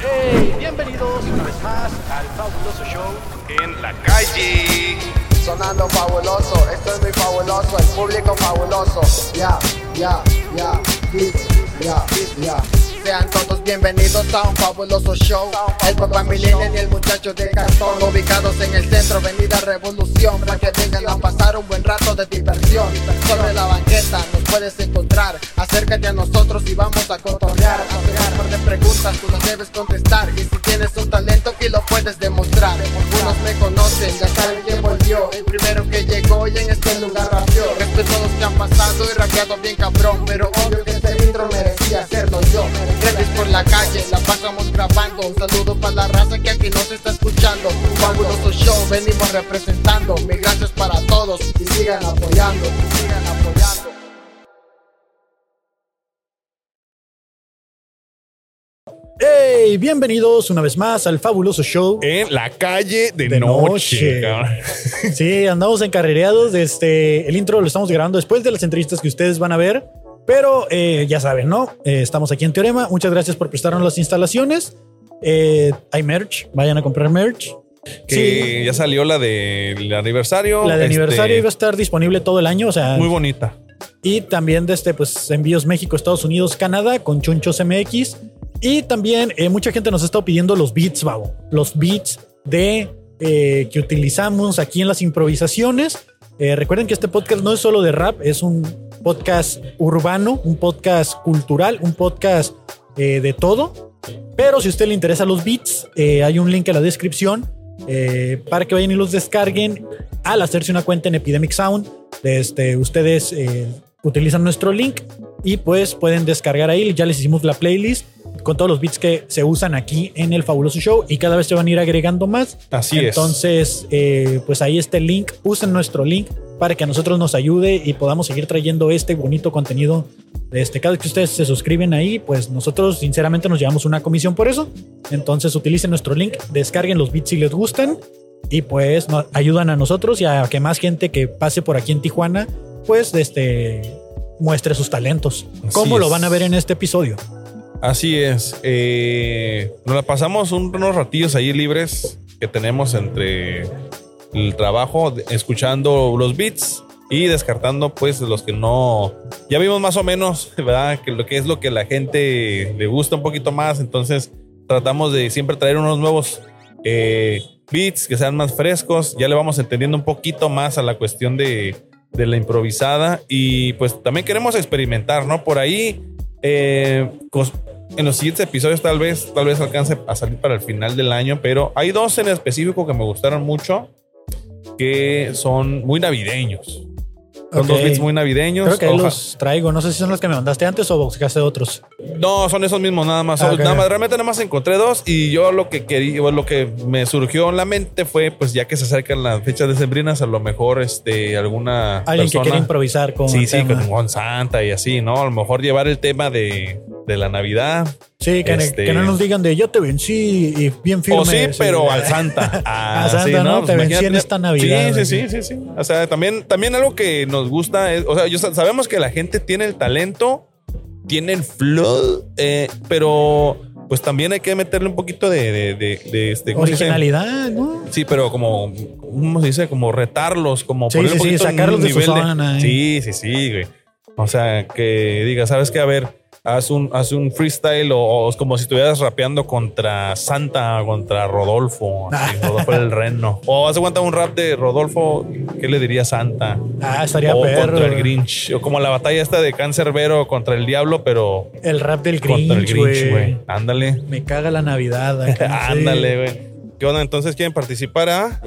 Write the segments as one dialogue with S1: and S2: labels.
S1: Y bienvenidos una vez más al fabuloso show en la calle.
S2: Sonando fabuloso, esto es muy fabuloso, el público fabuloso. Ya, ya, ya, sí, ya, ya. Sean todos bienvenidos a un fabuloso show. El papá Milenio y el muchacho de cartón, ubicados en el centro, Avenida Revolución, para que vengan a pasar un buen rato de diversión. Sobre la banqueta nos puedes encontrar. Acércate a nosotros y vamos a cotorrear. A pegar par de preguntas, tú las debes contestar. Y si tienes un talento, que lo puedes demostrar. Algunos me conocen, ya saben quién volvió. El primero que llegó y en este lugar rapeó. Respeto a los que han pasado y rapeado bien cabrón. Pero obvio que este intro merecía hacerlo yo. Redes por la calle, la pasamos grabando. Un saludo para la raza que aquí nos está escuchando. Un fabuloso show, venimos representando. Mil gracias para todos y sigan apoyando. y sigan apoyando.
S3: ¡Hey! Bienvenidos una vez más al fabuloso show.
S4: en la calle de,
S3: De noche.
S4: noche. cabrón.
S3: Sí, andamos encarrereados. Este, el intro lo estamos grabando después de las entrevistas que ustedes van a ver. Pero eh, ya saben, ¿no? Eh, estamos aquí en Teorema. Muchas gracias por prestarnos las instalaciones. Eh, hay merch. Vayan a comprar merch.
S4: Que ya salió la del aniversario.
S3: Sí, la de
S4: este,
S3: aniversario iba a estar disponible todo el año. O sea,
S4: Muy bonita.
S3: Y también desde pues, envíos México, Estados Unidos, Canadá con Chunchos MX. Y también eh, mucha gente nos ha estado pidiendo los beats, Babo. Los beats de eh, que utilizamos aquí en las improvisaciones. Eh, recuerden que este podcast no es solo de rap, es un podcast urbano, un podcast cultural, un podcast eh, de todo. Pero si a usted le interesa los beats, eh, hay un link en la descripción eh, para que vayan y los descarguen al hacerse una cuenta en Epidemic Sound. Este, ustedes eh, utilizan nuestro link y pues pueden descargar ahí. Ya les hicimos la playlist con todos los beats que se usan aquí en el fabuloso show y cada vez se van a ir agregando más.
S4: Así es.
S3: Entonces, eh, pues ahí este link, usen nuestro link para que a nosotros nos ayude y podamos seguir trayendo este bonito contenido. Este, cada vez que ustedes se suscriben ahí, pues nosotros sinceramente nos llevamos una comisión por eso. Entonces utilicen nuestro link, descarguen los beats si les gustan y pues nos ayudan a nosotros y a que más gente que pase por aquí en Tijuana, pues este muestre sus talentos.
S4: Así
S3: ¿Cómo lo
S4: es.
S3: van a ver en este episodio?
S4: Así es. Eh, nos la pasamos un- unos ratillos ahí libres que tenemos entre el trabajo, de- escuchando los beats y descartando pues los que no... Ya vimos más o menos, ¿verdad? Que lo que es lo que la gente le gusta un poquito más. Entonces tratamos de siempre traer unos nuevos eh, beats que sean más frescos. Ya le vamos entendiendo un poquito más a la cuestión de, de la improvisada. Y pues también queremos experimentar, ¿no? Por ahí... eh, cos- en los siguientes episodios tal vez, tal vez alcance a salir para el final del año, pero hay dos en específico que me gustaron mucho, que son muy navideños. Son dos
S3: Ok.
S4: beats muy navideños.
S3: Creo que ahí
S4: Oja-
S3: los traigo. No sé si son los que me mandaste antes o buscaste otros.
S4: No, son esos mismos, nada más.
S3: Ah, ok.
S4: Nada más, realmente nada más encontré dos y yo lo que quería, o lo que me surgió en la mente fue, pues ya que se acercan las fechas decembrinas, a lo mejor este, alguna
S3: Alguien que quiere
S4: persona-
S3: improvisar con
S4: Sí,
S3: el
S4: sí,
S3: tema.
S4: con Juan Santa y así, ¿no? A lo mejor llevar el tema de, de la Navidad.
S3: Sí, que,
S4: Este-
S3: que no nos digan de yo te vencí y bien firme.
S4: O sí, pero al Santa. Ah,
S3: Al Santa,
S4: sí,
S3: ¿no? Te vencí
S4: imagínate.
S3: en esta Navidad,
S4: Sí,
S3: así.
S4: sí, sí, sí, sí. O sea, también, también algo que nos gusta es, o sea, yo sa- sabemos que la gente tiene el talento, tiene el flow, eh, pero pues también hay que meterle un poquito de, de, de- de este, ¿cómo se dice?
S3: Originalidad, ¿no?
S4: Sí, pero como, ¿cómo se dice? Como retarlos, como
S3: Sí,
S4: ponerle
S3: sí,
S4: un
S3: sí,
S4: poquito en
S3: sacarlos
S4: un
S3: de su zona, eh.
S4: Sí, sí, sí, güey. O sea, que diga, ¿sabes qué? A ver, haz un, haz un freestyle o, o es como si estuvieras rapeando contra Santa, contra Rodolfo, así, Rodolfo el Reno. O hace cuenta un rap de Rodolfo, ¿qué le diría Santa?
S3: Ah, estaría
S4: o
S3: perro.
S4: Oh, contra el Grinch. O como la batalla esta de Cancerbero contra el Diablo, pero
S3: El rap del
S4: contra el
S3: Grinch,
S4: Grinch,
S3: güey.
S4: güey. Ándale.
S3: Me caga la Navidad. acá, sí.
S4: Ándale, güey. ¿Qué onda? Entonces, ¿quieren participar? Ah?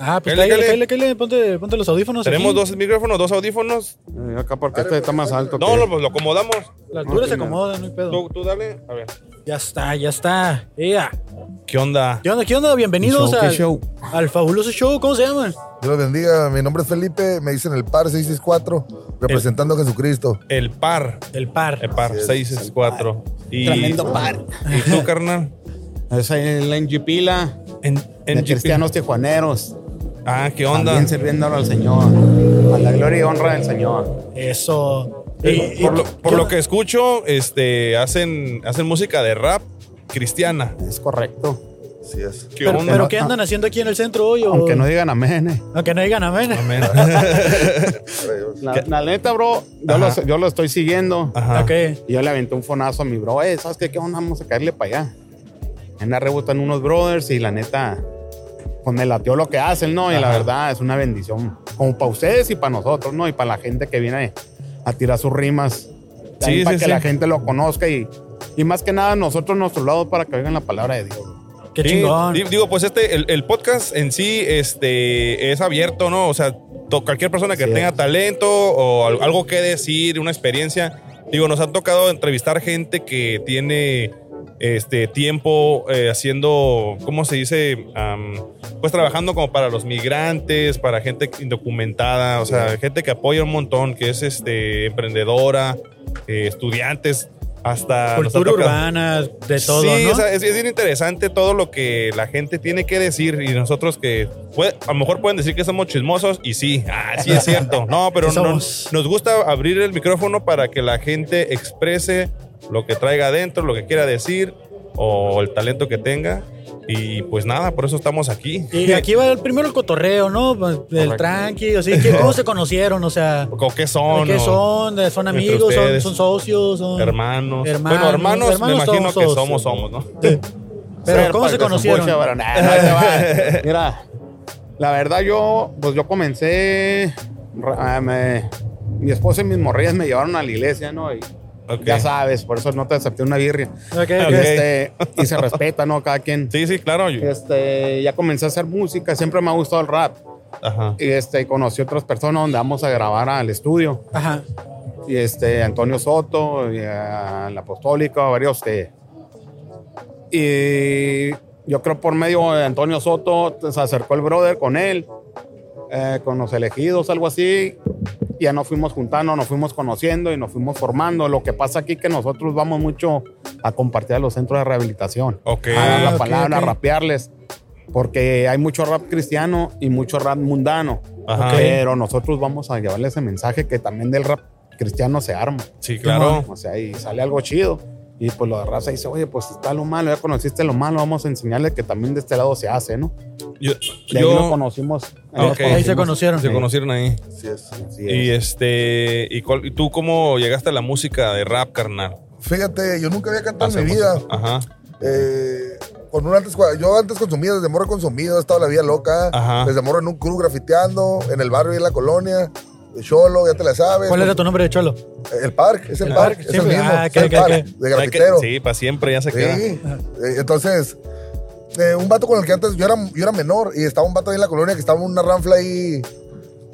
S3: Ah, pues
S4: Cáele,
S3: cáele,
S4: cáele.
S3: cáele, cáele, ponte, ponte los audífonos.
S4: Tenemos
S3: aquí.
S4: dos micrófonos, dos audífonos.
S5: Eh, Acá porque este está más alto.
S4: No, pues,
S5: que-
S4: lo, lo acomodamos.
S3: La altura
S5: No,
S3: se
S5: no.
S3: acomoda, no hay pedo.
S4: Tú, tú dale. A ver.
S3: Ya está, ya está. Ea.
S4: ¿Qué onda?
S3: ¿Qué onda? ¿Qué onda? Bienvenidos
S5: Show, qué
S3: al,
S5: show.
S3: al fabuloso show. ¿Cómo se llama?
S6: Dios los bendiga. Mi nombre es Felipe, me dicen el par 664, representando a Jesucristo.
S4: El par.
S3: El par.
S4: El par. 664. Y,
S5: Tremendo par.
S4: ¿Y tú, carnal?
S5: Es ahí el NG Pila.
S4: En,
S5: En
S4: en
S5: cristianos tijuaneros.
S4: Ah, ¿qué onda?
S5: También sirviéndolo al Señor. A la gloria y honra del Señor.
S3: Eso. Y- y-
S4: Por, lo, por
S3: ¿qué
S4: lo
S3: onda?
S4: que escucho, este, hacen, hacen música de rap. cristiana.
S5: Es correcto.
S6: Así es.
S4: ¿Qué
S3: Pero,
S4: onda?
S3: pero
S5: no-
S3: ¿qué andan
S5: ah.
S3: haciendo aquí en el centro hoy? o-
S5: Aunque no digan amén. eh.
S3: Aunque no digan amén.
S4: Amén.
S5: La, la neta, bro, yo
S4: Ajá.
S5: lo, yo lo estoy siguiendo.
S4: Ajá.
S3: Ok.
S5: Y yo le aventé un fonazo a mi bro. Eh, ¿sabes qué? ¿Qué onda? Vamos a caerle para allá. En la rebotan unos brothers y la neta, pues me latió lo que hacen, ¿no? Y la
S4: Ajá.
S5: verdad es una bendición. Como para ustedes y para nosotros, ¿no? Y para la gente que viene a tirar sus rimas.
S4: Sí,
S5: Sí, para
S4: sí,
S5: que
S4: sí.
S5: la gente lo conozca y, y más que nada nosotros nuestro lado para que oigan la palabra de Dios.
S3: Qué
S4: Sí,
S3: chingón.
S4: di- Digo, pues este, el, el podcast en sí este, es abierto, ¿no? O sea, to- cualquier persona que
S5: Sí.
S4: tenga talento o al- algo que decir, una experiencia. Digo, nos ha tocado entrevistar gente que tiene este tiempo eh, haciendo, ¿cómo se dice? Am, pues trabajando como para los migrantes, para gente indocumentada, o sea, gente que apoya un montón, que es este emprendedora, eh, estudiantes, hasta... nos ha
S3: Cultura
S4: tocado-
S3: urbana, de todo,
S4: sí,
S3: ¿no?
S4: o sea, es, es bien interesante todo lo que la gente tiene que decir y nosotros que puede- a lo mejor pueden decir que somos chismosos y sí, ah, sí es cierto. No, pero
S3: Sí
S4: no-
S3: somos.
S4: nos gusta abrir el micrófono para que la gente exprese lo que traiga adentro, lo que quiera decir o el talento que tenga. Y pues nada, por eso estamos aquí.
S3: y aquí va el primero el cotorreo, ¿no? Pues, El tranqui, así. ¿qué- ¿Cómo se conocieron? O sea,
S4: ¿O qué son?
S3: ¿qué
S4: o
S3: son? ¿De- ¿Son
S4: entre
S3: amigos? ¿Son,
S4: ustedes.
S3: son socios? Son-
S4: Hermanos.
S3: Hermanos.
S4: Bueno, hermanos,
S3: Hermanos
S4: me imagino
S3: somos
S4: que
S3: todos.
S4: somos, somos, ¿no?
S3: Sí. Pero
S5: Ser
S3: ¿cómo se
S5: parte de
S3: conocieron?
S5: Zambucha, bro. Nah, no, ahí te va. Mira, la verdad yo, pues yo comencé, ra- ah, me- mi esposa y mis morrillas me llevaron a la iglesia, ¿no? Y
S4: Ok.
S5: ya sabes, por eso no te acepté una birria.
S3: Ok, ok.
S4: Ah, ok.
S5: Este, y se respeta, ¿no? Cada quien.
S4: Sí, sí, claro. yo-
S5: Este, ya comencé a hacer música, siempre me ha gustado el rap.
S4: Ajá.
S5: Y este, conocí otras personas donde vamos a grabar al estudio.
S3: Ajá.
S5: Y este, Antonio Soto, y a la Apostólica, varios este, que. Y yo creo por medio de Antonio Soto se acercó el brother con él, eh, con los elegidos, algo así. Ya nos fuimos juntando, nos fuimos conociendo y nos fuimos formando. Lo que pasa aquí que nosotros vamos mucho a compartir a los centros de rehabilitación.
S4: Ok.
S5: A dar la
S3: Ah, ok,
S5: palabra,
S3: ok.
S5: a rapearles. Porque hay mucho rap cristiano y mucho rap mundano.
S4: Ajá.
S5: Pero nosotros vamos a llevarle ese mensaje que también del rap cristiano se arma.
S4: Sí, claro.
S5: O sea, y sale algo chido. Y pues lo de raza dice, oye, pues está lo malo, ya conociste lo malo, vamos a enseñarle que también de este lado se hace, ¿no?
S4: Yo,
S5: De
S4: yo-
S5: ahí lo conocimos. nos
S4: Ok. Ahí
S3: se conocieron.
S4: se
S5: Sí,
S4: conocieron ahí.
S6: Así es.
S5: así
S4: Y
S5: es.
S4: este, ¿y, cuál- y tú cómo llegaste a la música de rap, carnal?
S6: Fíjate, yo nunca había cantado en mi
S4: Hacemos-
S6: vida.
S4: Ajá,
S6: Eh, con un antes, yo antes consumía, desde morro he consumido, he estado la vida loca.
S4: Ajá.
S6: Desde morro en un club grafiteando, en el barrio y en la colonia. De Cholo, ya te la sabes.
S3: ¿Cuál era tu nombre de Cholo?
S6: El parque, es el parque, es el
S3: siempre.
S6: mismo.
S3: Ah,
S6: es
S3: ok,
S6: el
S3: ok,
S6: parque,
S3: ok.
S4: O
S6: de
S4: sea que-
S6: grafitero.
S4: sí, para siempre ya se
S6: Sí.
S4: queda.
S6: Eh, Entonces, eh, un vato con el que antes yo era, yo era menor y estaba un vato ahí en la colonia que estaba en una ranfla ahí,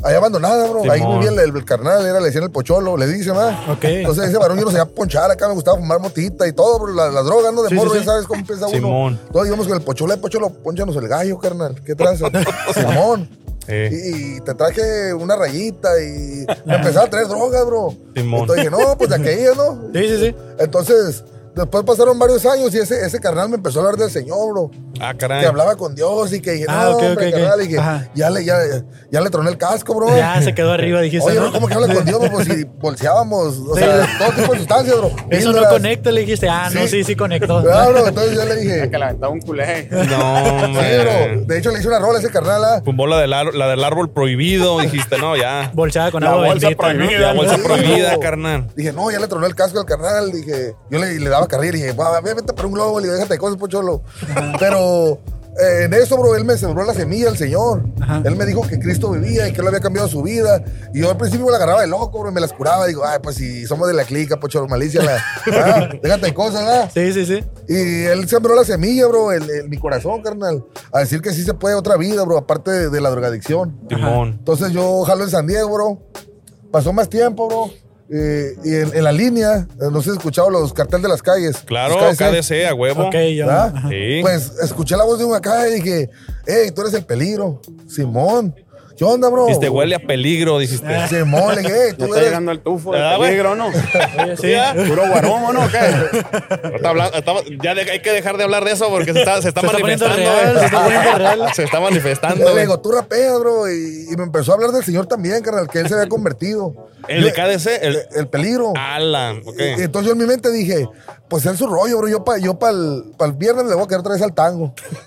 S6: ahí abandonada, bro. Ahí
S4: Simón.
S6: vivía el, el carnal, era, le decían el pocholo, le dicen, ¿verdad?
S3: Ok.
S6: Entonces ese varón yo no sabía ponchar, acá me gustaba fumar motita y todo, bro, la- las drogas, ¿no? De
S3: Sí, sí,
S6: morro,
S3: sí.
S6: ya sabes cómo empieza uno.
S4: Simón.
S6: Todos íbamos con el pocholo, el pocholo, ponchanos el gallo, carnal, qué tranza. Simón.
S4: Eh,
S6: Y, y te traje una rayita y me empezaba a traer drogas, bro.
S4: Simón.
S6: Entonces dije, no, pues de aquella, ¿no?
S3: Sí, sí, sí.
S6: Entonces, después pasaron varios años y ese, ese carnal me empezó a hablar del Señor, bro.
S4: Ah, caray.
S6: Que hablaba con Dios y que dije,
S3: Ah,
S6: no,
S3: ok,
S6: hombre,
S3: ok, ok.
S6: carnal, y que
S3: Ajá.
S6: ya le, ya, ya le troné el casco, bro.
S3: Ya se quedó arriba, dijiste.
S6: Oye,
S3: ¿no?
S6: bro, ¿cómo que hablas con Dios, bro? Pues si bolseábamos, o sea, todo tipo de sustancias, bro.
S3: Eso no
S6: Píldoras.
S3: conecta, le dijiste. Ah, no,
S6: Sí.
S3: sí, sí conectó.
S6: Ah, bro, entonces yo le
S5: Ya
S6: dije,
S5: que le aventaba un culé.
S4: No,
S6: sí, bro.
S4: hombre.
S6: De hecho, le hice una rola a ese carnal, ah.
S4: Pues vos la del, ar- la del árbol prohibido, dijiste, no, ya.
S3: Bolsada con
S5: La
S3: agua
S5: bolsa
S3: bendita, ¿no?
S5: prohibida,
S4: La
S5: Sí,
S4: bolsa
S6: bro.
S4: prohibida, carnal.
S6: Dije, no, ya le tronó el casco al carnal. Dije, yo le, le daba carril y dije, va, ve, vete para un globo, le digo, déjate de cosas, pocholo. Pero eh, en eso, bro, él me sembró la semilla, el Señor.
S3: Ajá.
S6: Él me dijo que Cristo vivía y que él había cambiado su vida. Y yo al principio me la agarraba de loco, bro, y me las curaba. Digo, ay, pues si somos de la clica, pocholo, malicia, la, ah, déjate de cosas, ¿verdad?
S3: Sí, sí, sí.
S6: Y él sembró la semilla, bro, en, en mi corazón, carnal. A decir que sí se puede otra vida, bro, aparte de, de la drogadicción.
S4: Timón.
S6: Entonces yo jalo en San Diego, bro. Pasó más tiempo, bro. Eh, y en, en la línea, eh, no sé si has escuchado los carteles de las calles.
S4: Claro,
S6: Los
S4: KDC, a huevo.
S3: Ok, yo.
S6: ¿verdad?
S3: ajá.
S4: Sí.
S6: Pues escuché la voz de un acá y dije, hey, tú eres el peligro, Simón. ¿Qué onda, bro?
S4: Dijiste, huele a peligro, dijiste.
S6: Ah. Se mole, ¿qué? Tú
S5: está
S6: eres-
S5: llegando el tufo de
S4: Ah, güey.
S5: peligro, ¿no?
S3: Oye, sí.
S5: Puro guaromo, ¿no? ¿Qué?
S4: Ahorita habla- estamos- ya de- hay que dejar de hablar de eso porque se está, se está
S3: Se está poniendo
S4: manifestando. Ah.
S3: real,
S4: güey.
S3: se está poniendo real.
S4: Se está
S6: Yo
S4: manifestando. eh.
S6: le
S4: güey.
S6: digo, tú rapeas, bro. Y, y me empezó a hablar del señor también, carnal, que él se había convertido.
S4: El
S6: Yo-
S4: de KDC, el
S6: el peligro.
S4: Alan, ok.
S6: Y- y Eh, entonces yo en mi mente dije, pues es su rollo, bro. Yo para yo el, viernes le voy a quedar otra vez al tango.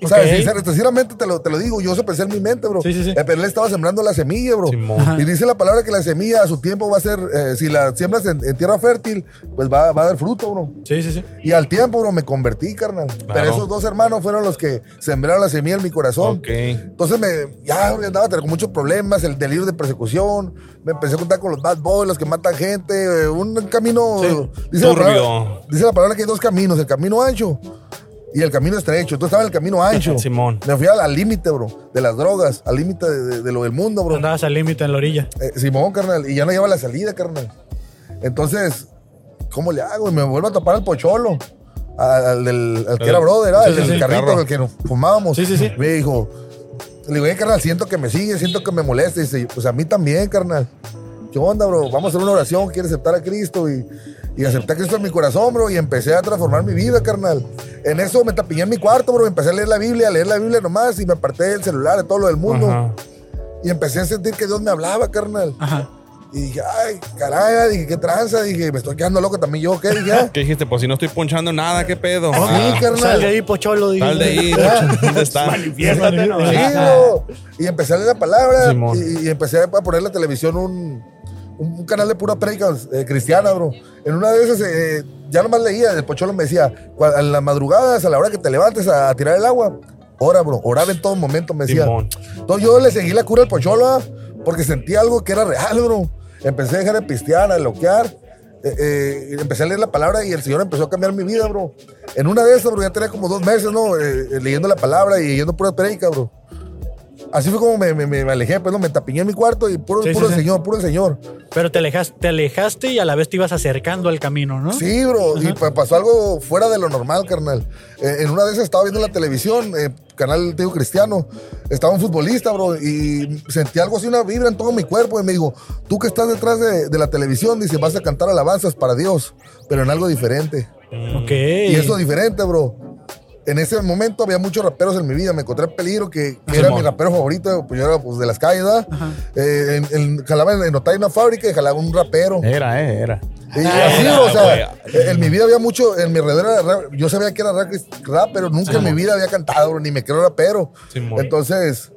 S6: O sea,
S3: Ok.
S6: sincer- sinceramente te lo, te lo digo, yo eso pensé en mi mente, bro.
S3: Sí, sí, sí.
S6: Eh, Pero él estaba sembrando la semilla, bro.
S4: Simón.
S6: Y dice la palabra que la semilla a su tiempo va a ser, eh, si la siembras en, en tierra fértil, pues va, va a dar fruto, bro.
S3: Sí, sí, sí.
S6: Y al tiempo, bro, me convertí, carnal. Pero esos dos hermanos fueron los que sembraron la semilla en mi corazón.
S4: Ok.
S6: Entonces me, ya bro, andaba con muchos problemas, el delirio de persecución, me empecé a contar con los bad boys, los que matan gente, eh, un camino
S4: Sí,
S6: la
S4: turbio.
S6: palabra- dice la palabra que hay dos caminos, el camino ancho y el camino estrecho. Entonces estaba en el camino ancho.
S4: Simón.
S6: Me fui al al límite, bro, de las drogas, al límite de, de- de lo del mundo, bro.
S3: Andabas al límite en la orilla.
S6: Eh, Simón, carnal, y ya no lleva la salida, carnal. Entonces, ¿cómo le hago? Y me vuelvo a topar al pocholo. Al, al del- al que era brother, ¿verdad?
S3: Sí,
S6: el
S3: sí,
S6: del
S3: sí.
S6: carrito
S4: Carro.
S6: el que nos fumábamos.
S3: Sí, sí, sí.
S6: Me dijo, le digo, "Eh, carnal, siento que me sigue, siento que me molesta. Y dice, pues a mí también, carnal. ¿Qué onda, bro? Vamos a hacer una oración, quiero aceptar a Cristo y, y aceptar a Cristo en mi corazón, bro. Y empecé a transformar mi vida, carnal. En eso me tapiñé en mi cuarto, bro. Empecé a leer la Biblia, a leer la Biblia nomás y me aparté del celular, de todo lo del mundo.
S4: Ajá.
S6: Y empecé a sentir que Dios me hablaba, carnal.
S3: Ajá.
S6: Y dije, ay, caray, dije, qué tranza, dije, me estoy quedando loco también yo, ¿qué? Dije, ah,
S4: ¿Qué dijiste? Pues si no estoy punchando nada, ¿qué pedo?
S6: sí,
S4: Ah,
S6: carnal. Ah,
S3: Sal de ahí, pocholo. dije.
S4: sal de ahí, mucho- ¿dónde está?
S5: Manifiéstate, ¿no?
S6: Sí, bro. Y empecé a leer la palabra
S4: Simón.
S6: y, y empecé a poner en la televisión un, un- un canal de pura predica eh, cristiana, bro. En una de esas, eh, ya nomás leía, el pocholo me decía, "Cua- a las madrugadas, a la hora que te levantes a, a tirar el agua, ora, bro, oraba en todo momento, me decía.
S4: Simón.
S6: Entonces yo le seguí la cura al pocholo ah, porque sentí algo que era real, bro. Empecé a dejar de pistear, a loquear. eh, eh, y empecé a leer la palabra y el Señor empezó a cambiar mi vida, bro. En una de esas, bro, ya tenía como dos meses, ¿no? Eh, eh, leyendo la palabra y leyendo pura predica, bro. Así fue como me, me- me alejé, pues, ¿no? Me tapiñé en mi cuarto y puro,
S3: Sí, sí,
S6: puro el
S3: sí.
S6: Señor, puro el Señor.
S3: Pero te alejaste, te alejaste y a la vez te ibas acercando al camino, ¿no?
S6: Sí, bro, y pa- pasó algo fuera de lo normal, carnal. Eh, en una de esas estaba viendo la televisión, eh, canal Teo Cristiano, estaba un futbolista, bro, y sentí algo así, una vibra en todo mi cuerpo, y me dijo, tú que estás detrás de, de la televisión, dice, vas a cantar alabanzas para Dios, pero en algo diferente.
S3: Ok.
S6: Y eso diferente, bro. En ese momento había muchos raperos en mi vida. Me encontré en peligro, que, que era mi rapero favorito, pues yo era pues, de las calles, ¿verdad? Eh, en, en- jalaba en, en Otay una fábrica y jalaba un rapero.
S5: Era, eh, era.
S6: Y así, Ah, o sea, en mi vida había mucho, en mi alrededor era rap, yo sabía que era rap, rap, pero nunca en mi vida había cantado, bro, ni me creo rapero.
S4: Simón.
S6: entonces,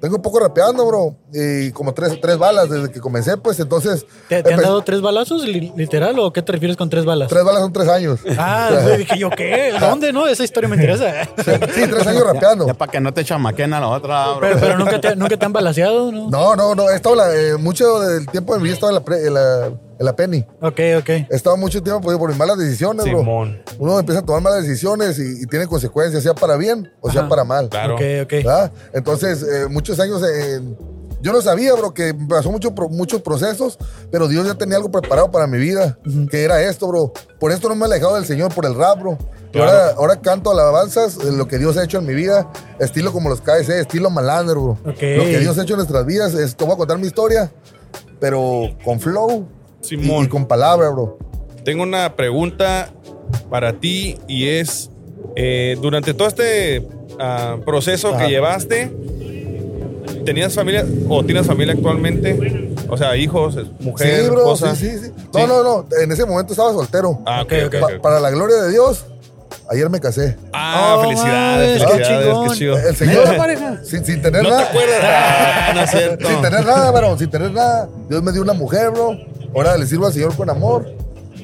S6: tengo un poco rapeando, bro, y como tres, tres balas desde que comencé, pues entonces...
S3: ¿Te, te han
S6: empe-
S3: dado tres balazos, li- literal? ¿O qué te refieres con tres balas?
S6: Tres balas son tres años.
S3: Ah, güey, dije yo, ¿qué? ¿Dónde, no? Esa historia me interesa.
S6: Sí, tres años rapeando.
S5: Ya para que no te chamaquen a la otra, bro.
S3: Pero, pero nunca, te, nunca te han balaseado, ¿no?
S6: No, no, no, he estado la- eh, mucho del tiempo de mi vida he estado en la, pre- en la, en la penny.
S3: Ok, ok.
S6: He estado mucho tiempo pues, por mis malas decisiones, bro.
S4: Simón.
S6: Uno empieza a tomar malas decisiones y, y tiene consecuencias, sea para bien o sea para mal.
S4: Claro.
S3: Ok, ok.
S6: ¿verdad? Entonces, eh, muchos años en- Yo no sabía, bro, que pasó mucho pro- muchos procesos, pero Dios ya tenía algo preparado para mi vida, que era esto, bro. Por esto no me he alejado del Señor, por el rap, bro. Y
S4: Claro.
S6: Ahora, ahora canto alabanzas, eh, lo que Dios ha hecho en mi vida, estilo como los KC, estilo malandro, bro.
S3: Ok.
S6: Lo que Dios ha hecho en nuestras vidas, es, te voy a contar mi historia, pero con flow y-
S4: Simón.
S6: y con palabra, bro.
S4: Tengo una pregunta para ti y es, eh, durante todo este ah, proceso
S6: Ajá.
S4: que llevaste, ¿tenías familia o tienes familia actualmente? O sea, hijos, mujer,
S6: sí, bro,
S4: esposa.
S6: sí, sí, sí. No, no, no, en ese momento estaba soltero.
S4: Ah, ok, ok,
S3: Ok,
S6: Pa-
S4: ok.
S6: Para la gloria de Dios, ayer me casé.
S4: Ah,
S3: Oh,
S4: felicidades,
S3: mames, qué
S4: felicidades, qué
S3: chingón.
S4: chido.
S6: El señor, sin, sin tener
S4: ¿No te
S6: nada.
S4: acuerdas? Ah, no es cierto.
S6: Sin tener nada, bro, sin tener nada. Dios me dio una mujer, bro. Ahora le sirvo al Señor con amor.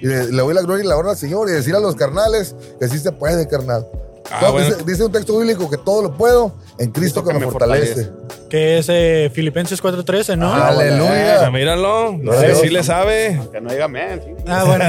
S6: Y le, le doy la gloria y la honra al Señor. Y decir a los carnales que sí se puede, carnal.
S4: Ah,
S6: Todo-
S4: bueno.
S6: dice, dice un texto bíblico que todo lo puedo en Cristo que, me, fortalece.
S3: Que es eh, Filipenses 4.13, ¿no?
S5: Ah,
S4: O sea,
S6: Aleluya.
S4: míralo, no
S6: Sí.
S4: sé si le sabe.
S5: Que no diga men. sí.
S3: Ah, bueno,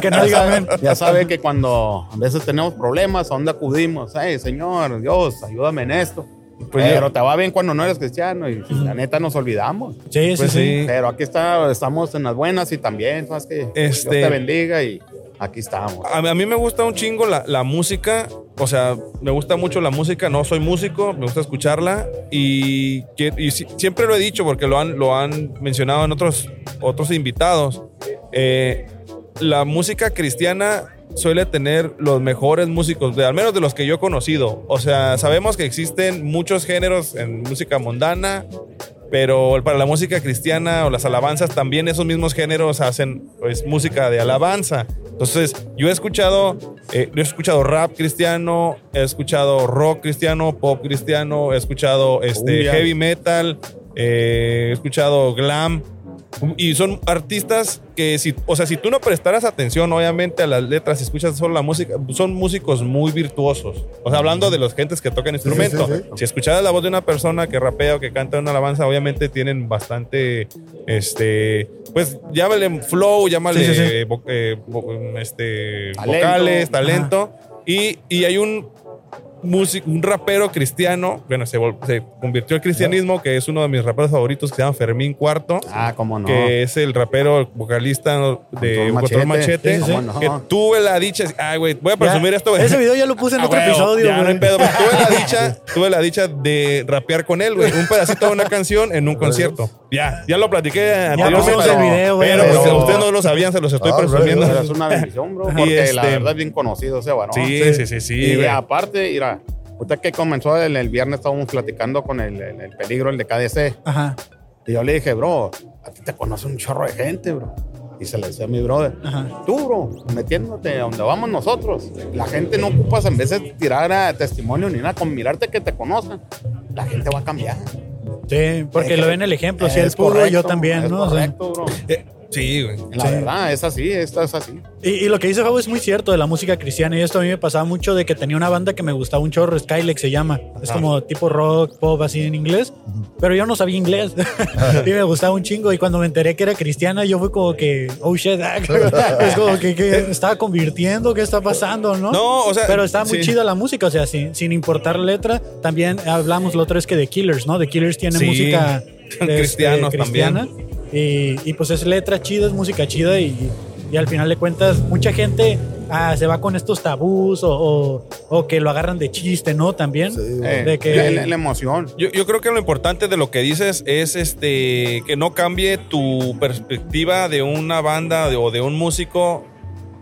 S3: que no digan amén.
S5: Ya sabe que cuando a veces tenemos problemas, ¿a dónde acudimos? Ay, Señor, Dios, ayúdame en esto.
S4: Pues yo-
S5: pero te va bien cuando no eres cristiano y pues, la neta nos olvidamos.
S3: Sí,
S4: Pues
S3: sí, sí.
S4: sí.
S5: Pero aquí está, estamos en las buenas y también, ¿sabes qué?
S4: Este-
S5: Dios te bendiga y aquí estamos.
S4: A, a mí me gusta un chingo la, la música. O sea, me gusta mucho la música. No soy músico, me gusta escucharla. Y, que- y si- siempre lo he dicho porque lo han, lo han mencionado en otros, otros invitados. Eh, la música cristiana suele tener los mejores músicos, de, al menos de los que yo he conocido. O sea, sabemos que existen muchos géneros en música mundana, pero para la música cristiana o las alabanzas también esos mismos géneros hacen pues, música de alabanza. Entonces, yo he escuchado, eh, yo he escuchado rap cristiano, he escuchado rock cristiano, pop cristiano, he escuchado este,
S5: Cumbia.
S4: heavy metal, eh, he escuchado glam. Y son artistas que, si, o sea, si tú no prestaras atención, obviamente, a las letras, si escuchas solo la música, son músicos muy virtuosos. O sea, hablando de las gentes que tocan
S6: sí,
S4: instrumentos.
S6: sí.
S4: Si escucharas la voz de una persona que rapea o que canta una alabanza, obviamente tienen bastante, este, pues llámale flow, llámale
S3: Sí, sí, sí.
S4: eh, vo- eh, vo- este,
S5: Talento.
S4: vocales, talento. Y, y hay un músico, un rapero cristiano, bueno, se, vol- se convirtió al cristianismo, que es uno de mis raperos favoritos, que se llama Fermín Cuarto
S5: Ah, cómo no.
S4: que es el rapero el vocalista de
S5: Control
S4: Control Machete,
S5: Machete.
S3: Sí, sí, sí.
S5: ¿Cómo no?
S4: que tuve la dicha, ay güey, voy a
S3: Ya,
S4: presumir esto, güey.
S3: Ese video ya lo puse en
S4: Ah,
S3: otro
S4: güey,
S3: episodio.
S4: ya, no hay
S3: güey.
S4: pedo, pero tuve la dicha, tuve la dicha de rapear con él, güey, un pedacito de una canción en un concierto. Ya, ya lo platiqué anteriormente,
S3: pusimos
S4: pero,
S3: el video, güey.
S4: pero, pues,
S5: Pero-
S4: ustedes no lo sabían, se los estoy
S6: Ah,
S4: presumiendo.
S5: Pero es una bendición, bro.
S4: Y
S5: Porque la
S4: este-
S5: verdad es bien conocido ese varón.
S4: Sí, sí, sí, sí,
S5: y
S4: güey.
S5: aparte, mira, usted que comenzó el, el viernes, estábamos platicando con el, el- el peligro, el de KDC.
S3: Ajá.
S5: Y yo le dije, bro, a ti te conoce un chorro de gente, bro. Y se le decía a mi brother,
S3: Ajá.
S5: tú, bro, metiéndote a donde vamos nosotros. La gente no ocupas en vez de tirar a testimonio ni nada, con mirarte que te conozcan, la gente va a cambiar.
S3: Sí, porque
S5: Es
S3: lo
S5: que-
S3: ven el ejemplo. Si
S5: Es
S3: él pudo, yo
S5: correcto,
S3: también,
S5: es
S3: ¿no? O sea,
S5: correcto, bro.
S4: Eh, sí, güey.
S5: La
S3: Sí.
S5: verdad, es así, esta es así.
S3: Y, y lo que dice Javo es muy cierto de la música cristiana. Y esto a mí me pasaba mucho de que tenía una banda que me gustaba un chorro, Skylex se llama. Es como tipo rock, pop, así en inglés. Pero yo no sabía inglés. y me gustaba un chingo. Y cuando me enteré que era cristiana, yo fui como que, oh shit. ah, es como que, que estaba convirtiendo, ¿qué está pasando, no?
S4: Eh, No, o sea,
S3: Pero está muy
S4: sí.
S3: chida la música, o sea, sin, sin importar letra. También hablamos la otra vez que de Killers, ¿no? De Killers tiene
S4: Sí.
S3: música este,
S4: Cristianos también.
S3: cristiana. Y, y, pues es letra chida, es música chida y, y al final de cuentas mucha gente ah, se va con estos tabús o, o- o que lo agarran de chiste, ¿no? También.
S5: Eh,
S3: de que-
S5: la- la- la emoción.
S4: Yo, yo creo que lo importante de lo que dices es este que no cambie tu perspectiva de una banda de- o de un músico